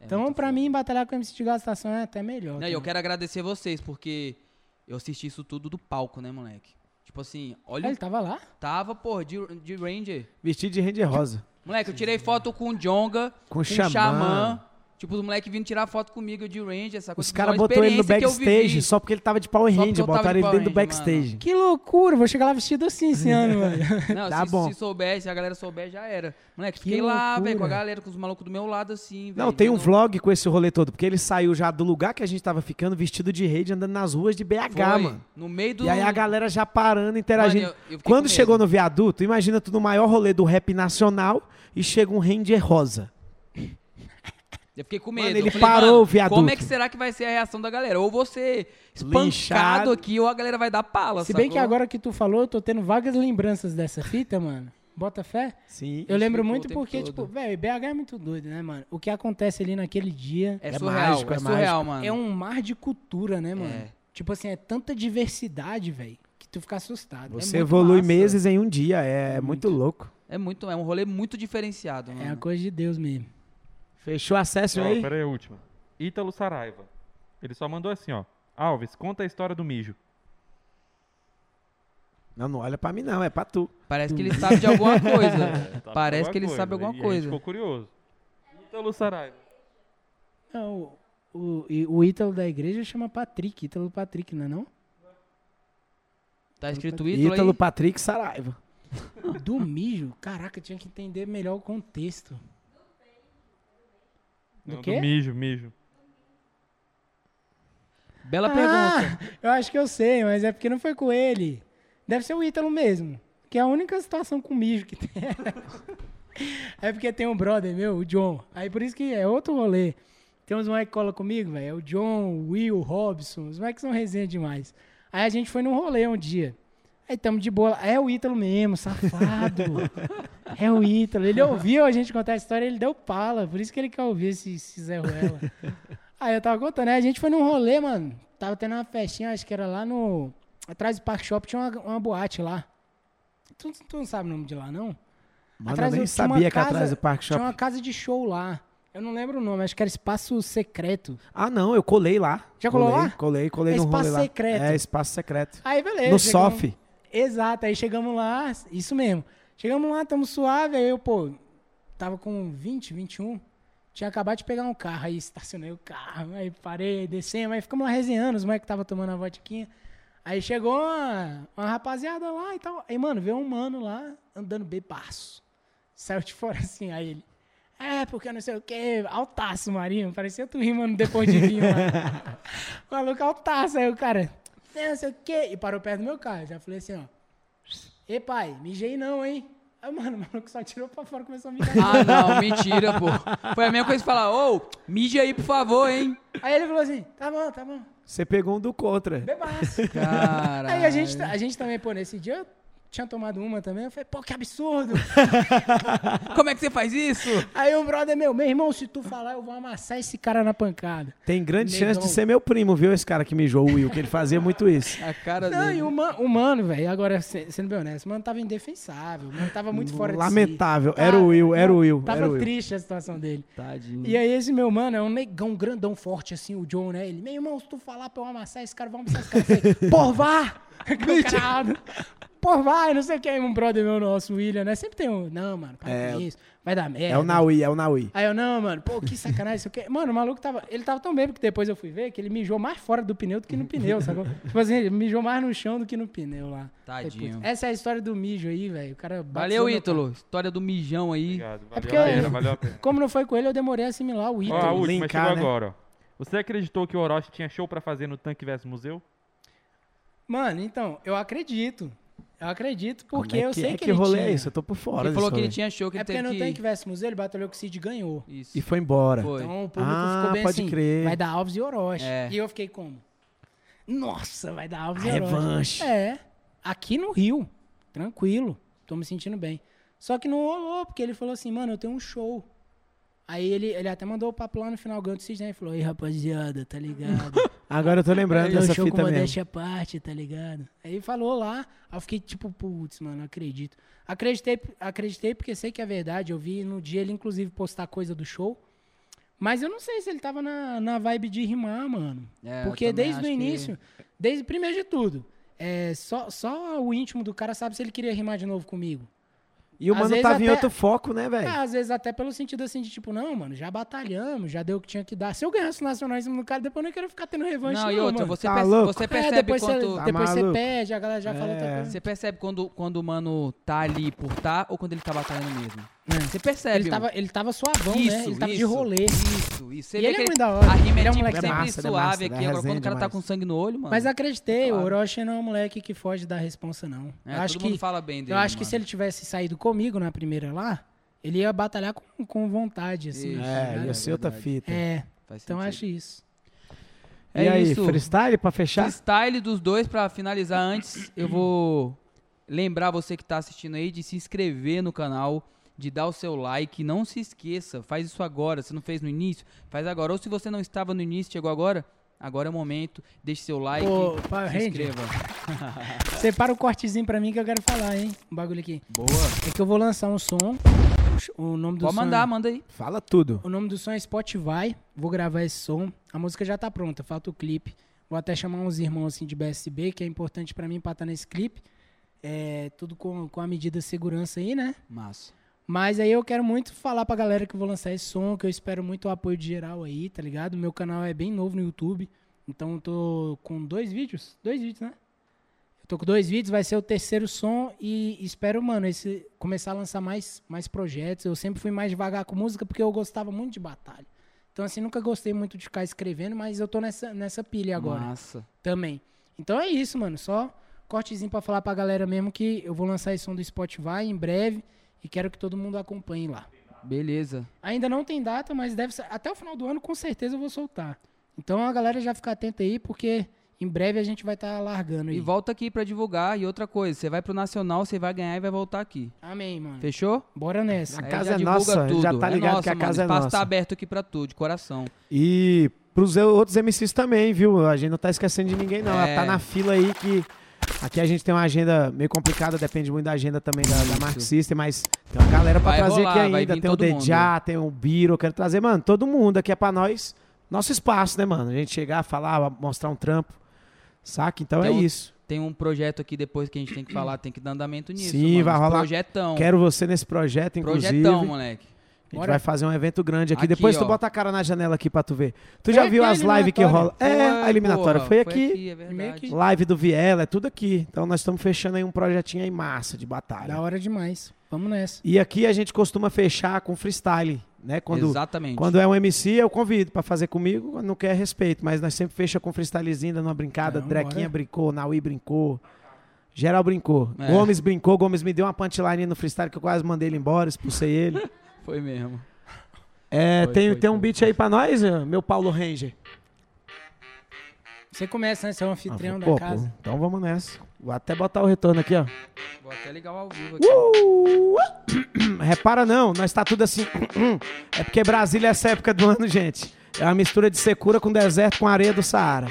S2: É
S6: então,
S2: muito
S6: pra mim, batalhar com MC de gastação é até melhor.
S2: Não,
S6: tá
S2: e eu
S6: ligado?
S2: quero agradecer vocês, porque eu assisti isso tudo do palco, né, moleque? Tipo assim,
S6: Ah,
S2: olha,
S6: ele tava lá?
S2: tava, porra, de, de Ranger.
S1: Vestido de Ranger Rosa.
S2: Moleque, eu tirei foto com o Jonga,
S1: Com
S2: com o
S1: Xamã.
S2: Xamã. Tipo, os moleques vindo tirar foto comigo de Ranger, essa coisa.
S1: Os caras botou ele no backstage só porque ele tava de Power
S2: Só porque
S1: Ranger.
S2: eu tava de
S1: Botaram ele
S2: Power
S1: dentro do
S2: Ranger, mano.
S1: backstage.
S6: Que loucura, vou chegar lá vestido assim esse ano, velho.
S2: Não,
S1: Tá
S2: se,
S1: bom.
S2: se souber, se a galera souber, já era. Moleque,
S6: Que
S2: fiquei lá, velho, com a
S6: loucura.
S2: galera, com os malucos do meu lado, assim, velho.
S1: Não, tem um
S2: vendo-
S1: vlog com esse rolê todo, porque ele saiu já do lugar que a gente tava ficando vestido de rede, andando nas ruas de BH,
S2: Foi,
S1: mano.
S2: No meio do.
S1: E aí a galera já parando, interagindo.
S2: Mano, eu- eu fiquei com
S1: Quando
S2: medo.
S1: chegou no viaduto, imagina tu no maior rolê do rap nacional e chega um Ranger rosa.
S2: Eu fiquei com medo.
S1: Mano,
S2: Eu
S1: ele
S2: falei,
S1: parou
S2: mano,
S1: o viaduto.
S2: Como é que será que vai ser a reação da galera? Ou você espancado
S1: Linchado.
S2: aqui, ou a galera vai dar pala,
S6: Se bem
S2: sacou?
S6: que agora que tu falou, eu tô tendo vagas lembranças dessa fita, mano. Bota fé?
S1: Sim.
S6: Eu lembro
S2: ficou o
S6: muito
S2: tempo
S6: porque,
S2: todo.
S6: tipo, velho, BH é muito doido, né, mano? O que acontece ali naquele dia
S2: É,
S1: É
S2: surreal,
S1: mágico,
S2: é,
S1: é
S2: surreal, mano.
S6: é um mar de cultura, né, mano?
S2: É.
S6: Tipo assim, é tanta diversidade, velho, que tu fica assustado. É
S1: Você
S2: muito
S1: evolui
S2: massa.
S1: meses em um dia, é, é muito louco.
S2: É muito, é um rolê muito diferenciado, mano.
S6: É a coisa de Deus mesmo.
S1: Fechou o acesso
S8: Não,
S1: aí?
S8: pera aí, a última. Ítalo Saraiva. Ele só mandou assim, ó. Alves, conta a história do mijo.
S1: Não, não olha pra mim não, é pra tu.
S2: Parece que ele
S6: Hum.
S2: sabe de alguma
S6: É,
S2: coisa.
S8: Sabe
S2: Parece
S8: alguma
S2: que ele
S8: coisa,
S2: sabe
S8: né?
S2: É, tá alguma
S8: E a gente
S2: coisa.
S8: Ficou curioso. Ítalo Saraiva.
S6: Não, o, o, e o Ítalo da igreja chama Patrick, Ítalo Patrick, não é não?
S2: Tá escrito ídolo
S1: Ítalo
S2: aí?
S1: Patrick Saraiva.
S6: Do mijo? Caraca, eu tinha que entender melhor o contexto. Do
S8: Não,
S6: quê?
S8: Do mijo, mijo.
S2: Bela pergunta.
S6: Ah, eu acho que eu sei, mas é porque não foi com ele. Deve ser o Ítalo mesmo. Que é a única situação com mijo que tem. é porque tem um brother meu, o John. Aí por isso que é outro rolê. Tem uns moleques que colam comigo, velho. É o John, o Will, o Robson. Os moleques são resenha demais. Aí a gente foi num rolê um dia. Aí tamo de boa. lá. É o Ítalo mesmo, safado. é o Ítalo. Ele ouviu a gente contar a história, ele deu pala. Por isso que ele quer ouvir esse, esse Zé Ruela. Aí eu tava contando, né? A gente foi num rolê, mano. Tava tendo uma festinha, acho que era lá no. Atrás do Park Shop tinha uma, uma boate lá. Tu, tu não sabe o nome de lá, não?
S1: Mano,
S6: Atrás
S1: eu nem
S6: do- tinha uma
S1: sabia que
S6: casa-
S1: atrás do Park Shop.
S6: Tinha uma casa de show lá. Eu não lembro o nome, acho que era Espaço Secreto.
S1: Ah, não, eu colei lá.
S6: Já colou
S1: Colei,
S6: lá?
S1: Colei, colei
S6: É
S1: no
S6: espaço
S1: rolê lá.
S6: secreto. Ah, é,
S1: É, espaço secreto.
S6: Aí beleza.
S1: no
S6: chegamos-
S1: SOF.
S6: Exato, aí chegamos lá, isso mesmo. Chegamos lá, tamo suave, aí eu, pô, tava com 20, 21. Tinha acabado de pegar um carro, aí estacionei o carro, aí parei, descemos, aí ficamos lá resenhando, os moleques tava tomando a vodquinha. Aí chegou uma, uma rapaziada lá e tal. Aí, mano, veio um mano lá andando bebaço. Saiu de fora assim, aí ele. É, porque eu não sei o quê, altaço, Marinho. Parecia tu rir, mano, depois de vir, mano. O maluco altaço, aí o cara. "É, Não sei o quê. E parou perto do meu carro. Eu já falei assim, ó. Ei, pai, mijei não, hein? Aí, mano, o maluco só tirou pra fora e começou a mijar.
S2: Ah, não, mentira, pô. Foi a mesma coisa de falar, ô, mídia aí, por favor, hein?
S6: Aí ele falou assim: tá bom, tá bom.
S1: Você pegou um do contra.
S6: Bebaço.
S2: Cara.
S6: Aí a gente, a gente também, pô, nesse dia eu tinha tomado uma também. Eu falei, pô, que absurdo.
S2: Como é que você faz isso?
S6: Aí um brother meu, meu irmão, se tu falar, eu vou amassar esse cara na pancada.
S1: Tem grande
S6: Negão.
S1: chance de ser meu primo, viu? Esse cara que mijou o Will, que ele fazia muito isso.
S2: A cara
S6: Não, e
S2: dele.
S6: o, man, o mano, velho, agora, se- sendo bem honesto, o mano tava indefensável, o mano tava muito fora
S1: Lamentável.
S6: de si.
S1: Era o Will, era o Will.
S6: Tava
S1: era o Will.
S6: triste a situação dele.
S2: Tadinho.
S6: E aí esse meu mano é um negão grandão forte assim, o John, né? Ele, meu irmão, se tu falar pra eu amassar esse cara, vamos amassar esse cara. Eu falei, Porra, vá! Caralho. Pô, vai, não sei o que. Aí um brother meu nosso, William, né? Sempre tem um. Não, mano, para
S1: É.
S6: com isso. Vai dar merda.
S1: É o Naui, é o Naui.
S6: Aí eu, não, mano, pô, que sacanagem, isso aqui. Mano, o maluco tava. Ele tava tão bêbado que depois eu fui ver que ele mijou mais fora do pneu do que no pneu, sacou? tipo assim, ele mijou mais no chão do que no pneu lá. Falei,
S2: Tadinho.
S6: "Putz, Essa é a história do mijo aí, velho. O cara bateu
S2: Valeu,
S6: no
S2: Ítalo. História do mijão aí.
S8: Obrigado. Valeu
S6: porque-
S8: a pena, valeu a pena.
S6: carro. Como não foi com ele, eu demorei a assimilar o
S8: Ó, a
S6: Ítalo.
S8: última
S1: linkar,
S8: chegou
S1: né?
S8: agora, ó. Você acreditou que o Orochi tinha show pra fazer no Tanque Verso Museu?
S6: Mano, então, eu acredito. Eu acredito, porque
S1: Como é
S6: eu sei
S1: é
S6: que,
S1: que
S6: ele
S1: rolê
S6: tinha.
S1: é isso? Eu tô por fora
S2: Ele falou
S1: disso
S2: que ele
S1: aí.
S2: tinha show que
S6: É
S2: ele
S6: porque
S2: teve
S6: não tem que
S2: que...
S6: ver esse museu, ele bateu com o Cid e ganhou.
S2: Isso.
S1: E foi embora.
S2: Foi.
S6: Então o público
S1: Ah,
S6: ficou bem
S1: pode
S6: assim.
S1: crer.
S6: Vai dar Alves e Orochi.
S2: É.
S6: E eu fiquei como? Nossa, vai dar Alves
S1: A
S6: e Orochi.
S1: revanche.
S6: É. Aqui no Rio, tranquilo. Tô me sentindo bem. Só que não rolou, porque ele falou assim, mano, eu tenho um show. Aí ele, ele até mandou o papo lá no final, ganhou do Sidney, e falou, ei, rapaziada, tá ligado?
S1: Agora eu tô lembrando
S6: Aí o
S1: dessa
S6: um show
S1: fita
S6: com
S1: mesmo.
S6: modéstia à parte, tá ligado? Aí ele falou lá, aí eu fiquei tipo, putz, mano, não acredito. Acreditei, acreditei porque sei que é verdade, eu vi no dia ele inclusive postar coisa do show, mas eu não sei se ele tava na, na vibe de rimar, mano.
S2: É, eu
S6: porque
S2: também
S6: desde o
S2: acho que-
S6: início, desde primeiro de tudo, é, só, só o íntimo do cara sabe se ele queria rimar de novo comigo.
S1: E o
S6: Às
S1: mano
S6: vezes
S1: tava em
S6: até-
S1: outro foco, né, velho?
S6: É, às vezes até pelo sentido assim de tipo, não, mano, já batalhamos, já deu o que tinha que dar. Se eu ganhasse o nacionalismo no cara, depois eu não quero ficar tendo revanche
S2: Não,
S6: não,
S2: e outra,
S6: mano.
S2: você,
S1: Tá
S2: perce-
S1: louco?
S2: você
S6: É,
S2: percebe
S6: depois
S2: quando...
S6: Você,
S1: Tá
S6: depois você
S1: maluco? É.
S6: pede, a galera já fala outra coisa.
S2: Você percebe quando, quando o mano tá ali por tá ou quando ele tá batalhando mesmo?
S6: É.
S2: Você percebe.
S6: Ele
S2: mano.
S6: tava, ele tava suavão, né? Ele tava de
S2: isso,
S6: rolê.
S2: Isso, isso. Você
S6: E
S2: vê
S6: ele é
S2: que
S6: muito da hora.
S2: A rima
S6: Ele
S2: é
S6: é um
S2: tipo
S6: moleque
S2: sempre
S1: massa, ele é massa,
S2: suave
S1: ele é
S2: aqui. Agora, quando o cara
S1: resenha
S2: tá
S1: demais.
S2: com sangue no olho, mano.
S6: Mas acreditei,
S2: Claro.
S6: o Orochi não é um moleque que foge da responsa, não.
S2: é,
S6: eu acho
S2: todo mundo
S6: que,
S2: fala bem dele.
S6: eu acho que
S2: mano.
S6: se ele tivesse saído comigo na primeira lá, ele ia batalhar com, com vontade, assim.
S2: Isso,
S6: tá
S1: É,
S6: ligado?
S1: ia ser outra fita.
S6: É,
S2: Faz
S6: então
S2: sentido.
S6: acho isso.
S1: e
S2: É
S1: aí,
S2: isso.
S1: freestyle pra fechar?
S2: Freestyle dos dois, pra finalizar antes, eu vou lembrar você que tá assistindo aí de se inscrever no canal, de dar o seu like. Não se esqueça, faz isso agora. Se não fez no início, faz agora. Ou se você não estava no início, chegou agora, agora é o momento. Deixe seu like,
S6: Ô, pá,
S2: se
S6: rende.
S2: inscreva.
S6: Separa o cortezinho pra mim que eu quero falar, hein? Um bagulho aqui.
S2: Boa.
S6: É que eu vou lançar um som. O nome do
S2: Pode
S6: som é-
S2: mandar, manda aí.
S1: Fala tudo.
S6: O nome do som é Spotify. Vou gravar esse som. A música já tá pronta, falta o clipe. Vou até chamar uns irmãos assim de BSB, que é importante pra mim pra estar nesse clipe. É, tudo com, com a medida de segurança aí, né?
S2: Massa.
S6: Mas aí eu quero muito falar pra galera que eu vou lançar esse som, que eu espero muito o apoio de geral aí, tá ligado? Meu canal é bem novo no YouTube, então eu tô com dois vídeos, dois vídeos, né? Eu tô com dois vídeos, vai ser o terceiro som e espero, mano, esse começar a lançar mais mais projetos. Eu sempre fui mais devagar com música porque eu gostava muito de batalha. Então assim, nunca gostei muito de ficar escrevendo, mas eu tô nessa nessa pilha agora
S2: Massa.
S6: também. Então é isso, mano. Só cortezinho pra falar pra galera mesmo que eu vou lançar esse som do Spotify em breve e quero que todo mundo acompanhe lá.
S2: Beleza.
S6: Ainda não tem data, mas deve ser, até o final do ano com certeza eu vou soltar. Então a galera já fica atenta aí porque em breve a gente vai estar largando aí.
S2: E volta aqui pra divulgar. E outra coisa, você vai pro Nacional, você vai ganhar e vai voltar aqui.
S6: Amém, mano.
S2: Fechou?
S6: Bora nessa.
S1: A
S2: Aí
S1: casa
S2: já
S1: é
S2: divulga
S1: nossa,
S2: tudo.
S1: já tá ligado
S2: nossa,
S1: que a
S2: mano.
S1: casa é
S2: O espaço tá
S1: nossa.
S2: aberto aqui pra tu, de coração.
S1: E pros eu- outros MCs também, viu? A gente não tá esquecendo de ninguém, não.
S2: É.
S1: Ela tá na fila aí que. Aqui a gente tem uma agenda meio complicada, depende muito da agenda também da, da marxista, mas tem uma galera pra
S2: Vai
S1: trazer
S2: rolar,
S1: aqui
S2: vai
S1: ainda.
S2: vir
S1: Tem o
S2: todo mundo.
S1: Dejá, tem o Biro, eu quero trazer, mano, todo mundo aqui é pra nós, nosso espaço, né, mano? A gente chegar, falar, mostrar um trampo, saca? Então é
S2: Tem um-
S1: isso.
S2: Tem um projeto aqui depois que a gente tem que falar, tem que dar andamento nisso.
S1: Sim,
S2: mano.
S1: vai rolar.
S2: Projetão.
S1: Quero você nesse projeto, inclusive.
S2: Projetão, moleque.
S1: A gente
S6: Bora.
S1: vai fazer um evento grande aqui.
S2: Aqui,
S1: Depois tu
S2: ó.
S1: bota a cara na janela aqui pra tu ver. Tu
S6: Foi
S1: já
S6: aqui
S1: viu
S6: a
S1: as lives que rola?
S6: eliminatória.
S1: É, a eliminatória
S2: porra,
S1: foi aqui.
S2: é
S6: Meio
S2: verdade.
S6: que-
S1: Live do Viela, é tudo aqui. Então nós estamos fechando aí um projetinho aí massa de
S6: Da
S1: batalha.
S6: hora demais. Vamos nessa.
S1: E aqui a gente costuma fechar com freestyle, né? Quando,
S2: Exatamente.
S1: quando é um MC, eu convido pra fazer comigo, quando não quer respeito, mas nós sempre fecha com freestylezinho, dando uma brincada.
S6: Não,
S1: Drequinha
S6: bora.
S1: brincou, Naui brincou, geral brincou.
S2: É.
S1: Gomes brincou, Gomes me deu uma punchline no freestyle que eu quase mandei ele embora, expulsei ele.
S2: Foi mesmo.
S1: É,
S2: Foi,
S1: tem,
S2: foi,
S1: tem um
S2: foi,
S1: beat aí pra nós, meu Paulo Ranger?
S6: Você começa, né? Você é um anfitrião da
S1: Pô, pô,
S6: casa.
S1: Ah, então vamos nessa. Vou até botar o retorno aqui, ó.
S2: Vou até ligar o ao vivo aqui.
S1: Uh! Repara não, nós tá tudo assim. É porque Brasília é essa época do ano, gente. É uma mistura de secura com deserto com areia do Saara.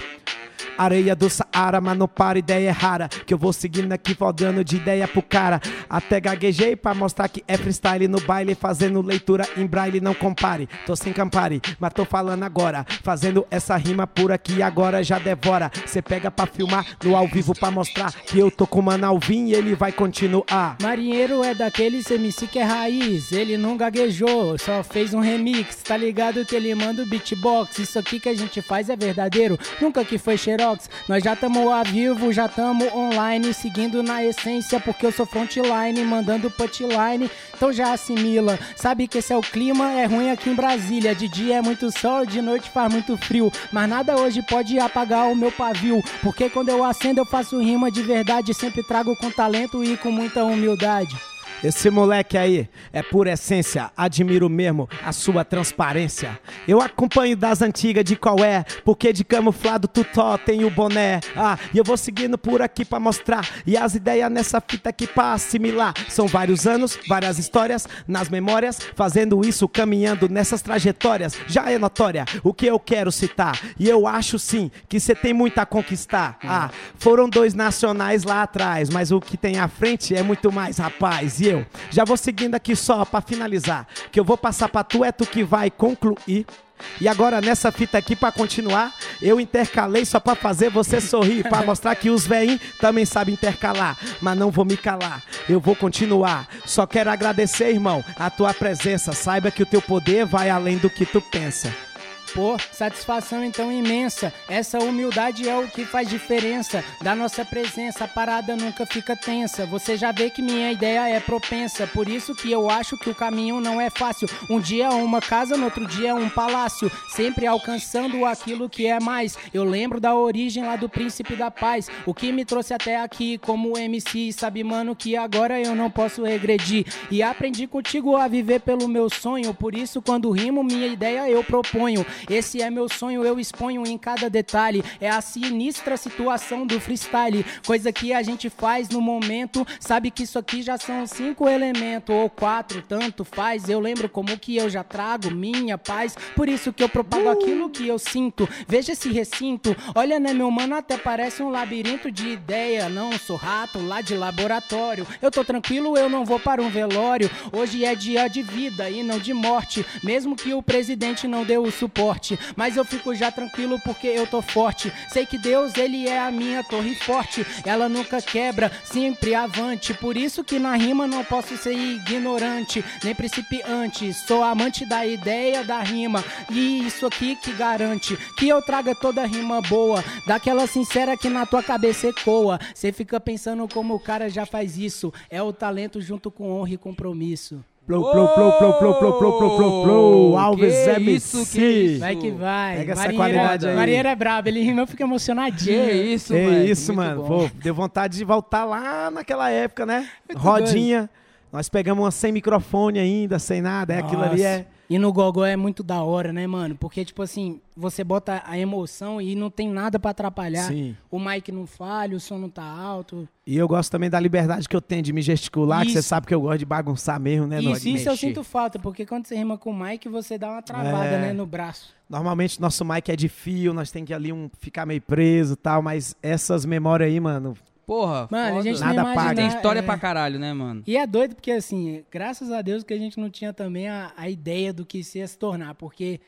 S1: Areia do Saara, mas não para, ideia é rara. Que eu vou seguindo aqui, rodando de ideia pro cara. Até gaguejei pra mostrar que é freestyle no baile, fazendo leitura em braille, não compare. Tô sem campare, mas tô falando agora, fazendo essa rima pura que agora já devora. Cê pega pra filmar no ao vivo pra mostrar que eu tô com o Manalvin e ele vai continuar.
S6: Marinheiro é daqueles MC que é raiz, ele não gaguejou, só fez um remix, tá ligado que ele manda o beatbox, isso aqui que a gente faz é verdadeiro, nunca que foi xerox, nós já tamo ao vivo, já tamo online, seguindo na essência, porque eu sou frontline, mandando punchline, então já assimila, sabe que esse é o clima, é ruim aqui em Brasília, de dia é muito sol, de noite faz muito frio, mas nada hoje pode apagar o meu pavio, porque quando eu acendo eu faço rima de verdade, sempre trago com talento e com muita humildade.
S1: Esse moleque aí é pura essência, admiro mesmo a sua transparência. Eu acompanho das antigas de qual é, porque de camuflado tu tó tem o boné. Ah, e eu vou seguindo por aqui pra mostrar. E as ideias nessa fita aqui pra assimilar. São vários anos, várias histórias nas memórias, fazendo isso, caminhando nessas trajetórias. Já é notória o que eu quero citar. E eu acho sim que você tem muito a conquistar. Ah, foram dois nacionais lá atrás, mas o que tem à frente é muito mais, rapaz. E eu já vou seguindo aqui só pra finalizar, que eu vou passar pra tu, é tu que vai concluir. E agora nessa fita aqui pra continuar, eu intercalei só pra fazer você sorrir, pra mostrar que os veinhos também sabem intercalar, mas não vou me calar. Eu vou continuar. Só quero agradecer, irmão, a tua presença. Saiba que o teu poder vai além do que tu pensa.
S6: Pô, satisfação então imensa. Essa humildade é o que faz diferença. Da nossa presença, a parada nunca fica tensa. Você já vê que minha ideia é propensa. Por isso que eu acho que o caminho não é fácil. Um dia é uma casa, no outro dia é um palácio. Sempre alcançando aquilo que é mais. Eu lembro da origem lá do príncipe da paz. O que me trouxe até aqui como MC. Sabe, mano, que agora eu não posso regredir. E aprendi contigo a viver pelo meu sonho. Por isso, quando rimo, minha ideia eu proponho. Esse é meu sonho, eu exponho em cada detalhe. É a sinistra situação do freestyle, coisa que a gente faz no momento. Sabe que isso aqui já são cinco elementos ou quatro, tanto faz. Eu lembro como que eu já trago minha paz, por isso que eu propago aquilo que eu sinto. Veja esse recinto, olha né meu mano, até parece um labirinto de ideia. Não sou rato lá de laboratório. Eu tô tranquilo, eu não vou para um velório. Hoje é dia de vida e não de morte, mesmo que o presidente não dê o suporte suporte. Mas eu fico já tranquilo porque eu tô forte. Sei que Deus, ele é a minha torre forte. Ela nunca quebra, sempre avante. Por isso que na rima não posso ser ignorante, nem principiante. Sou amante da ideia da rima. E isso aqui que garante que eu traga toda rima boa. Daquela sincera que na tua cabeça ecoa. Cê fica pensando como o cara já faz isso. É o talento junto com honra e compromisso.
S1: Plou, plou, plou, plou, plou, plou, plou, plou, plou, plou. Alves
S2: Oh, Que
S1: MC.
S2: isso, que isso.
S6: Vai que vai.
S1: Pega essa
S6: Marinheiro-
S1: qualidade aí.
S6: Marinheiro é brabo, ele rima, eu fico
S2: Que
S6: emocionadinho.
S2: isso,
S1: é
S2: moleque,
S1: isso,
S2: muito
S1: mano.
S2: bom.
S1: Pô, deu vontade de voltar lá naquela época, né?
S6: É
S1: Rodinha. Nós pegamos uma sem microfone ainda, sem nada. É, aquilo ali
S6: Nossa.
S1: é.
S6: E no Gogó é muito da hora, né, mano? Porque, tipo assim, você bota a emoção e não tem nada pra atrapalhar.
S1: Sim.
S6: O mic não falha, o som não tá alto.
S1: E eu gosto também da liberdade que eu tenho de me gesticular, que você
S6: Isso.
S1: sabe que eu gosto de bagunçar mesmo, né,
S6: isso,
S1: Nod?
S6: isso eu
S2: mexer.
S6: sinto falta, porque quando você rima com o mic, você dá uma travada,
S1: É.
S6: né, no braço.
S1: Normalmente nosso mic é de fio, nós tem que ali um ficar meio preso e tal, mas essas memórias aí, mano.
S2: Porra,
S6: Mano,
S2: foda.
S6: a gente
S1: Tá Nada
S6: não
S1: paga.
S6: imagina.
S2: Tem história
S6: é.
S2: pra caralho, né, mano?
S6: E é doido porque, assim, graças a Deus que a gente não tinha também a, a ideia do que isso ia se tornar, porque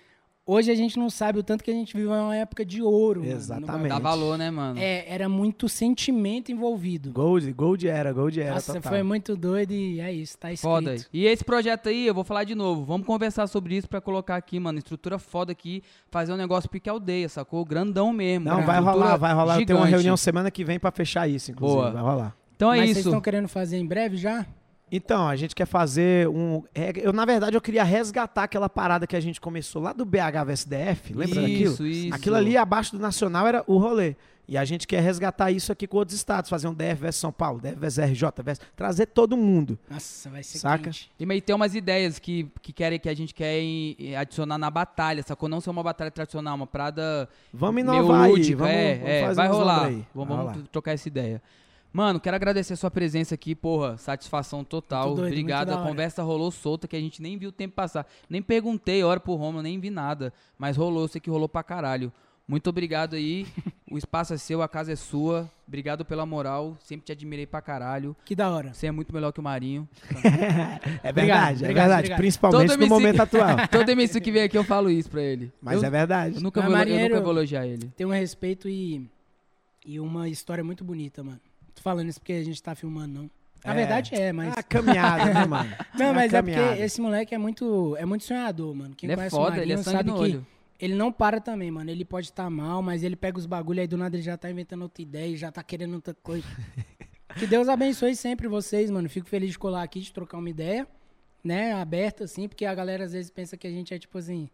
S6: hoje a gente não sabe o tanto que a gente viveu uma época de ouro. mano, no
S1: Exatamente.
S2: Dá valor, né, mano?
S6: É, era muito sentimento envolvido.
S1: Gold, Gold era, Gold era.
S6: Nossa,
S1: total.
S6: foi muito doido e é isso, tá escrito.
S2: Foda. Então E esse projeto aí, eu vou falar de novo. Vamos conversar sobre isso pra colocar aqui, mano. Estrutura foda aqui. Fazer um negócio pique aldeia, sacou? Grandão mesmo.
S1: Não,
S2: uma
S1: vai
S2: estrutura
S1: rolar, vai rolar. Eu tenho uma
S2: gigante.
S1: reunião semana que vem pra fechar isso, inclusive.
S2: Boa.
S1: Vai rolar.
S2: Então é
S6: Mas vocês
S2: isso.
S6: estão querendo fazer em breve já?
S1: Então, a gente quer fazer um. é, eu, na verdade, eu queria resgatar aquela parada que a gente começou lá do BH vs DF, lembra daquilo?
S2: Isso, isso.
S1: Aquilo ali é abaixo do Nacional era o rolê. E a gente quer resgatar isso aqui com outros estados, fazer um DF vs São Paulo, DF vs RJ, versus, trazer todo mundo.
S6: Nossa, vai ser
S1: Saca?
S6: quente.
S2: E meio tem umas ideias que, que querem que a gente quer em- em adicionar na batalha, sacou? Não ser uma batalha tradicional, uma parada
S1: Vamos
S2: meio
S1: inovar aí,
S2: lúdica,
S1: vamos,
S2: é,
S1: vamos
S2: é,
S1: fazer
S2: vai
S1: uns
S2: rolar.
S1: nomes aí.
S2: Vamos,
S1: Vai
S2: vamos
S1: rolar.
S2: trocar essa ideia. Mano, quero agradecer a sua presença aqui, porra. Satisfação total.
S6: Muito doido,
S2: Obrigado.
S6: muito da
S2: A
S6: hora.
S2: conversa rolou solta, que a gente nem viu o tempo passar. Nem perguntei hora pro Roma, nem vi nada. Mas rolou, sei que rolou pra caralho. Muito obrigado aí. O espaço é seu, a casa é sua. Obrigado pela moral. Sempre te admirei pra caralho.
S6: Que da hora.
S2: Você é muito melhor que o Marinho.
S1: É
S6: Obrigado,
S1: verdade, é
S6: obrigado,
S1: verdade.
S6: obrigado.
S1: Principalmente
S2: Todo
S1: no
S2: MC
S1: momento atual.
S2: Todo MC que vem aqui eu falo isso pra ele.
S1: Mas
S2: eu,
S1: é verdade.
S2: eu nunca
S6: Mas
S2: vou, eu
S6: marinheiro-
S2: nunca vou elogiar ele.
S6: Tem um respeito e, e uma história muito bonita, mano. Tô falando isso porque a gente tá filmando, não. Na
S1: É.
S6: verdade é, mas.
S1: É a caminhada, né, mano?
S2: Ah,
S6: não,
S1: a
S6: mas é porque
S1: caminhada.
S6: esse moleque é muito, é muito sonhador, mano. Quem
S2: ele é
S6: conhece
S2: foda,
S6: o Marinho
S2: ele é sangue
S6: sabe
S2: no
S6: que
S2: olho.
S6: ele não para também, mano. Ele pode estar mal, mas ele pega os bagulho aí do nada ele já tá inventando outra ideia, já tá querendo outra coisa. que Deus abençoe sempre vocês, mano. Fico feliz de colar aqui, de trocar uma ideia, né? Aberta, assim, porque a galera às vezes pensa que a gente é tipo assim,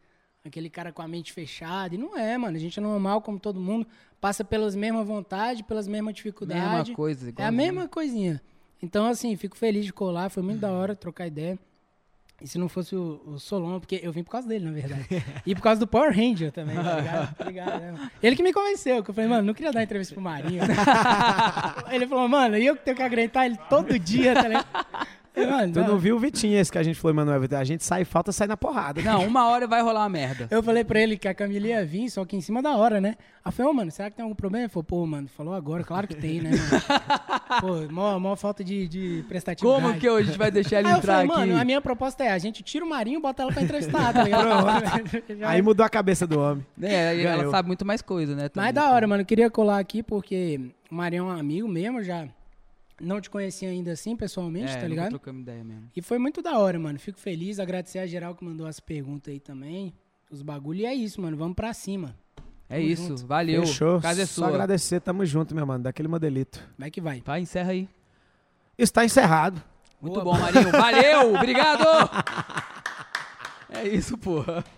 S6: aquele cara com a mente fechada. E não é, mano. A gente é normal, como todo mundo. Passa pelas mesmas vontades, pelas mesmas dificuldades.
S2: Mesma coisa.
S6: É a
S2: igualzinho.
S6: mesma coisinha. Então, assim, fico feliz de colar. Foi muito da hora trocar ideia. E se não fosse o, o Solon, porque eu vim por causa dele, na verdade. E por causa do Power Ranger também, tá ligado? Tá ligado, né, mano? Ele que me convenceu, que eu falei, mano, não queria dar entrevista pro Marinho. ele falou, mano, e eu que tenho que aguentar ele todo dia, tá ligado? Eu falei, Mano,
S1: Tu
S6: não.
S1: não viu o Vitinho esse que a gente falou, Emanuel? A gente sai falta, sai na porrada.
S2: Não, uma hora vai rolar uma merda.
S6: Eu falei pra ele que a Camila ia vir, só que em cima da hora, né? Aí eu falei, ô, mano, será que tem algum problema? Ele falou, pô, mano, falou agora, claro que tem, né? Mano? Pô, mó, mó falta de, de prestatividade. né?
S2: Como que a gente vai deixar ele
S6: Tipo, Aí eu
S2: entrar
S6: falei,
S2: aqui?
S6: mano, a minha proposta é a gente tira o Marinho e bota ela pra entrevistar, tá ligado? Já-
S1: Aí mudou a cabeça do homem.
S2: É, e ela
S1: Ganhou.
S2: sabe muito mais coisa, né? também.
S6: Mas é da hora, mano. Eu queria colar aqui porque o Marinho é um amigo mesmo, já não te conhecia ainda assim pessoalmente,
S2: É,
S6: tá
S2: nunca
S6: ligado?
S2: trocamos ideia mesmo.
S6: E foi muito da hora, mano. Fico feliz, agradecer a geral que mandou as perguntas aí também, os bagulho. E é isso, mano. Vamos pra cima.
S2: É
S6: Tamo
S2: isso,
S6: junto.
S2: valeu.
S1: Fechou.
S2: Casa é
S1: Só
S2: sua.
S1: agradecer, tamo junto, meu mano, daquele modelito.
S6: Vai que vai.
S2: Vai, encerra aí.
S1: Está encerrado.
S2: Muito bom, Marinho. Valeu, obrigado! É isso, porra.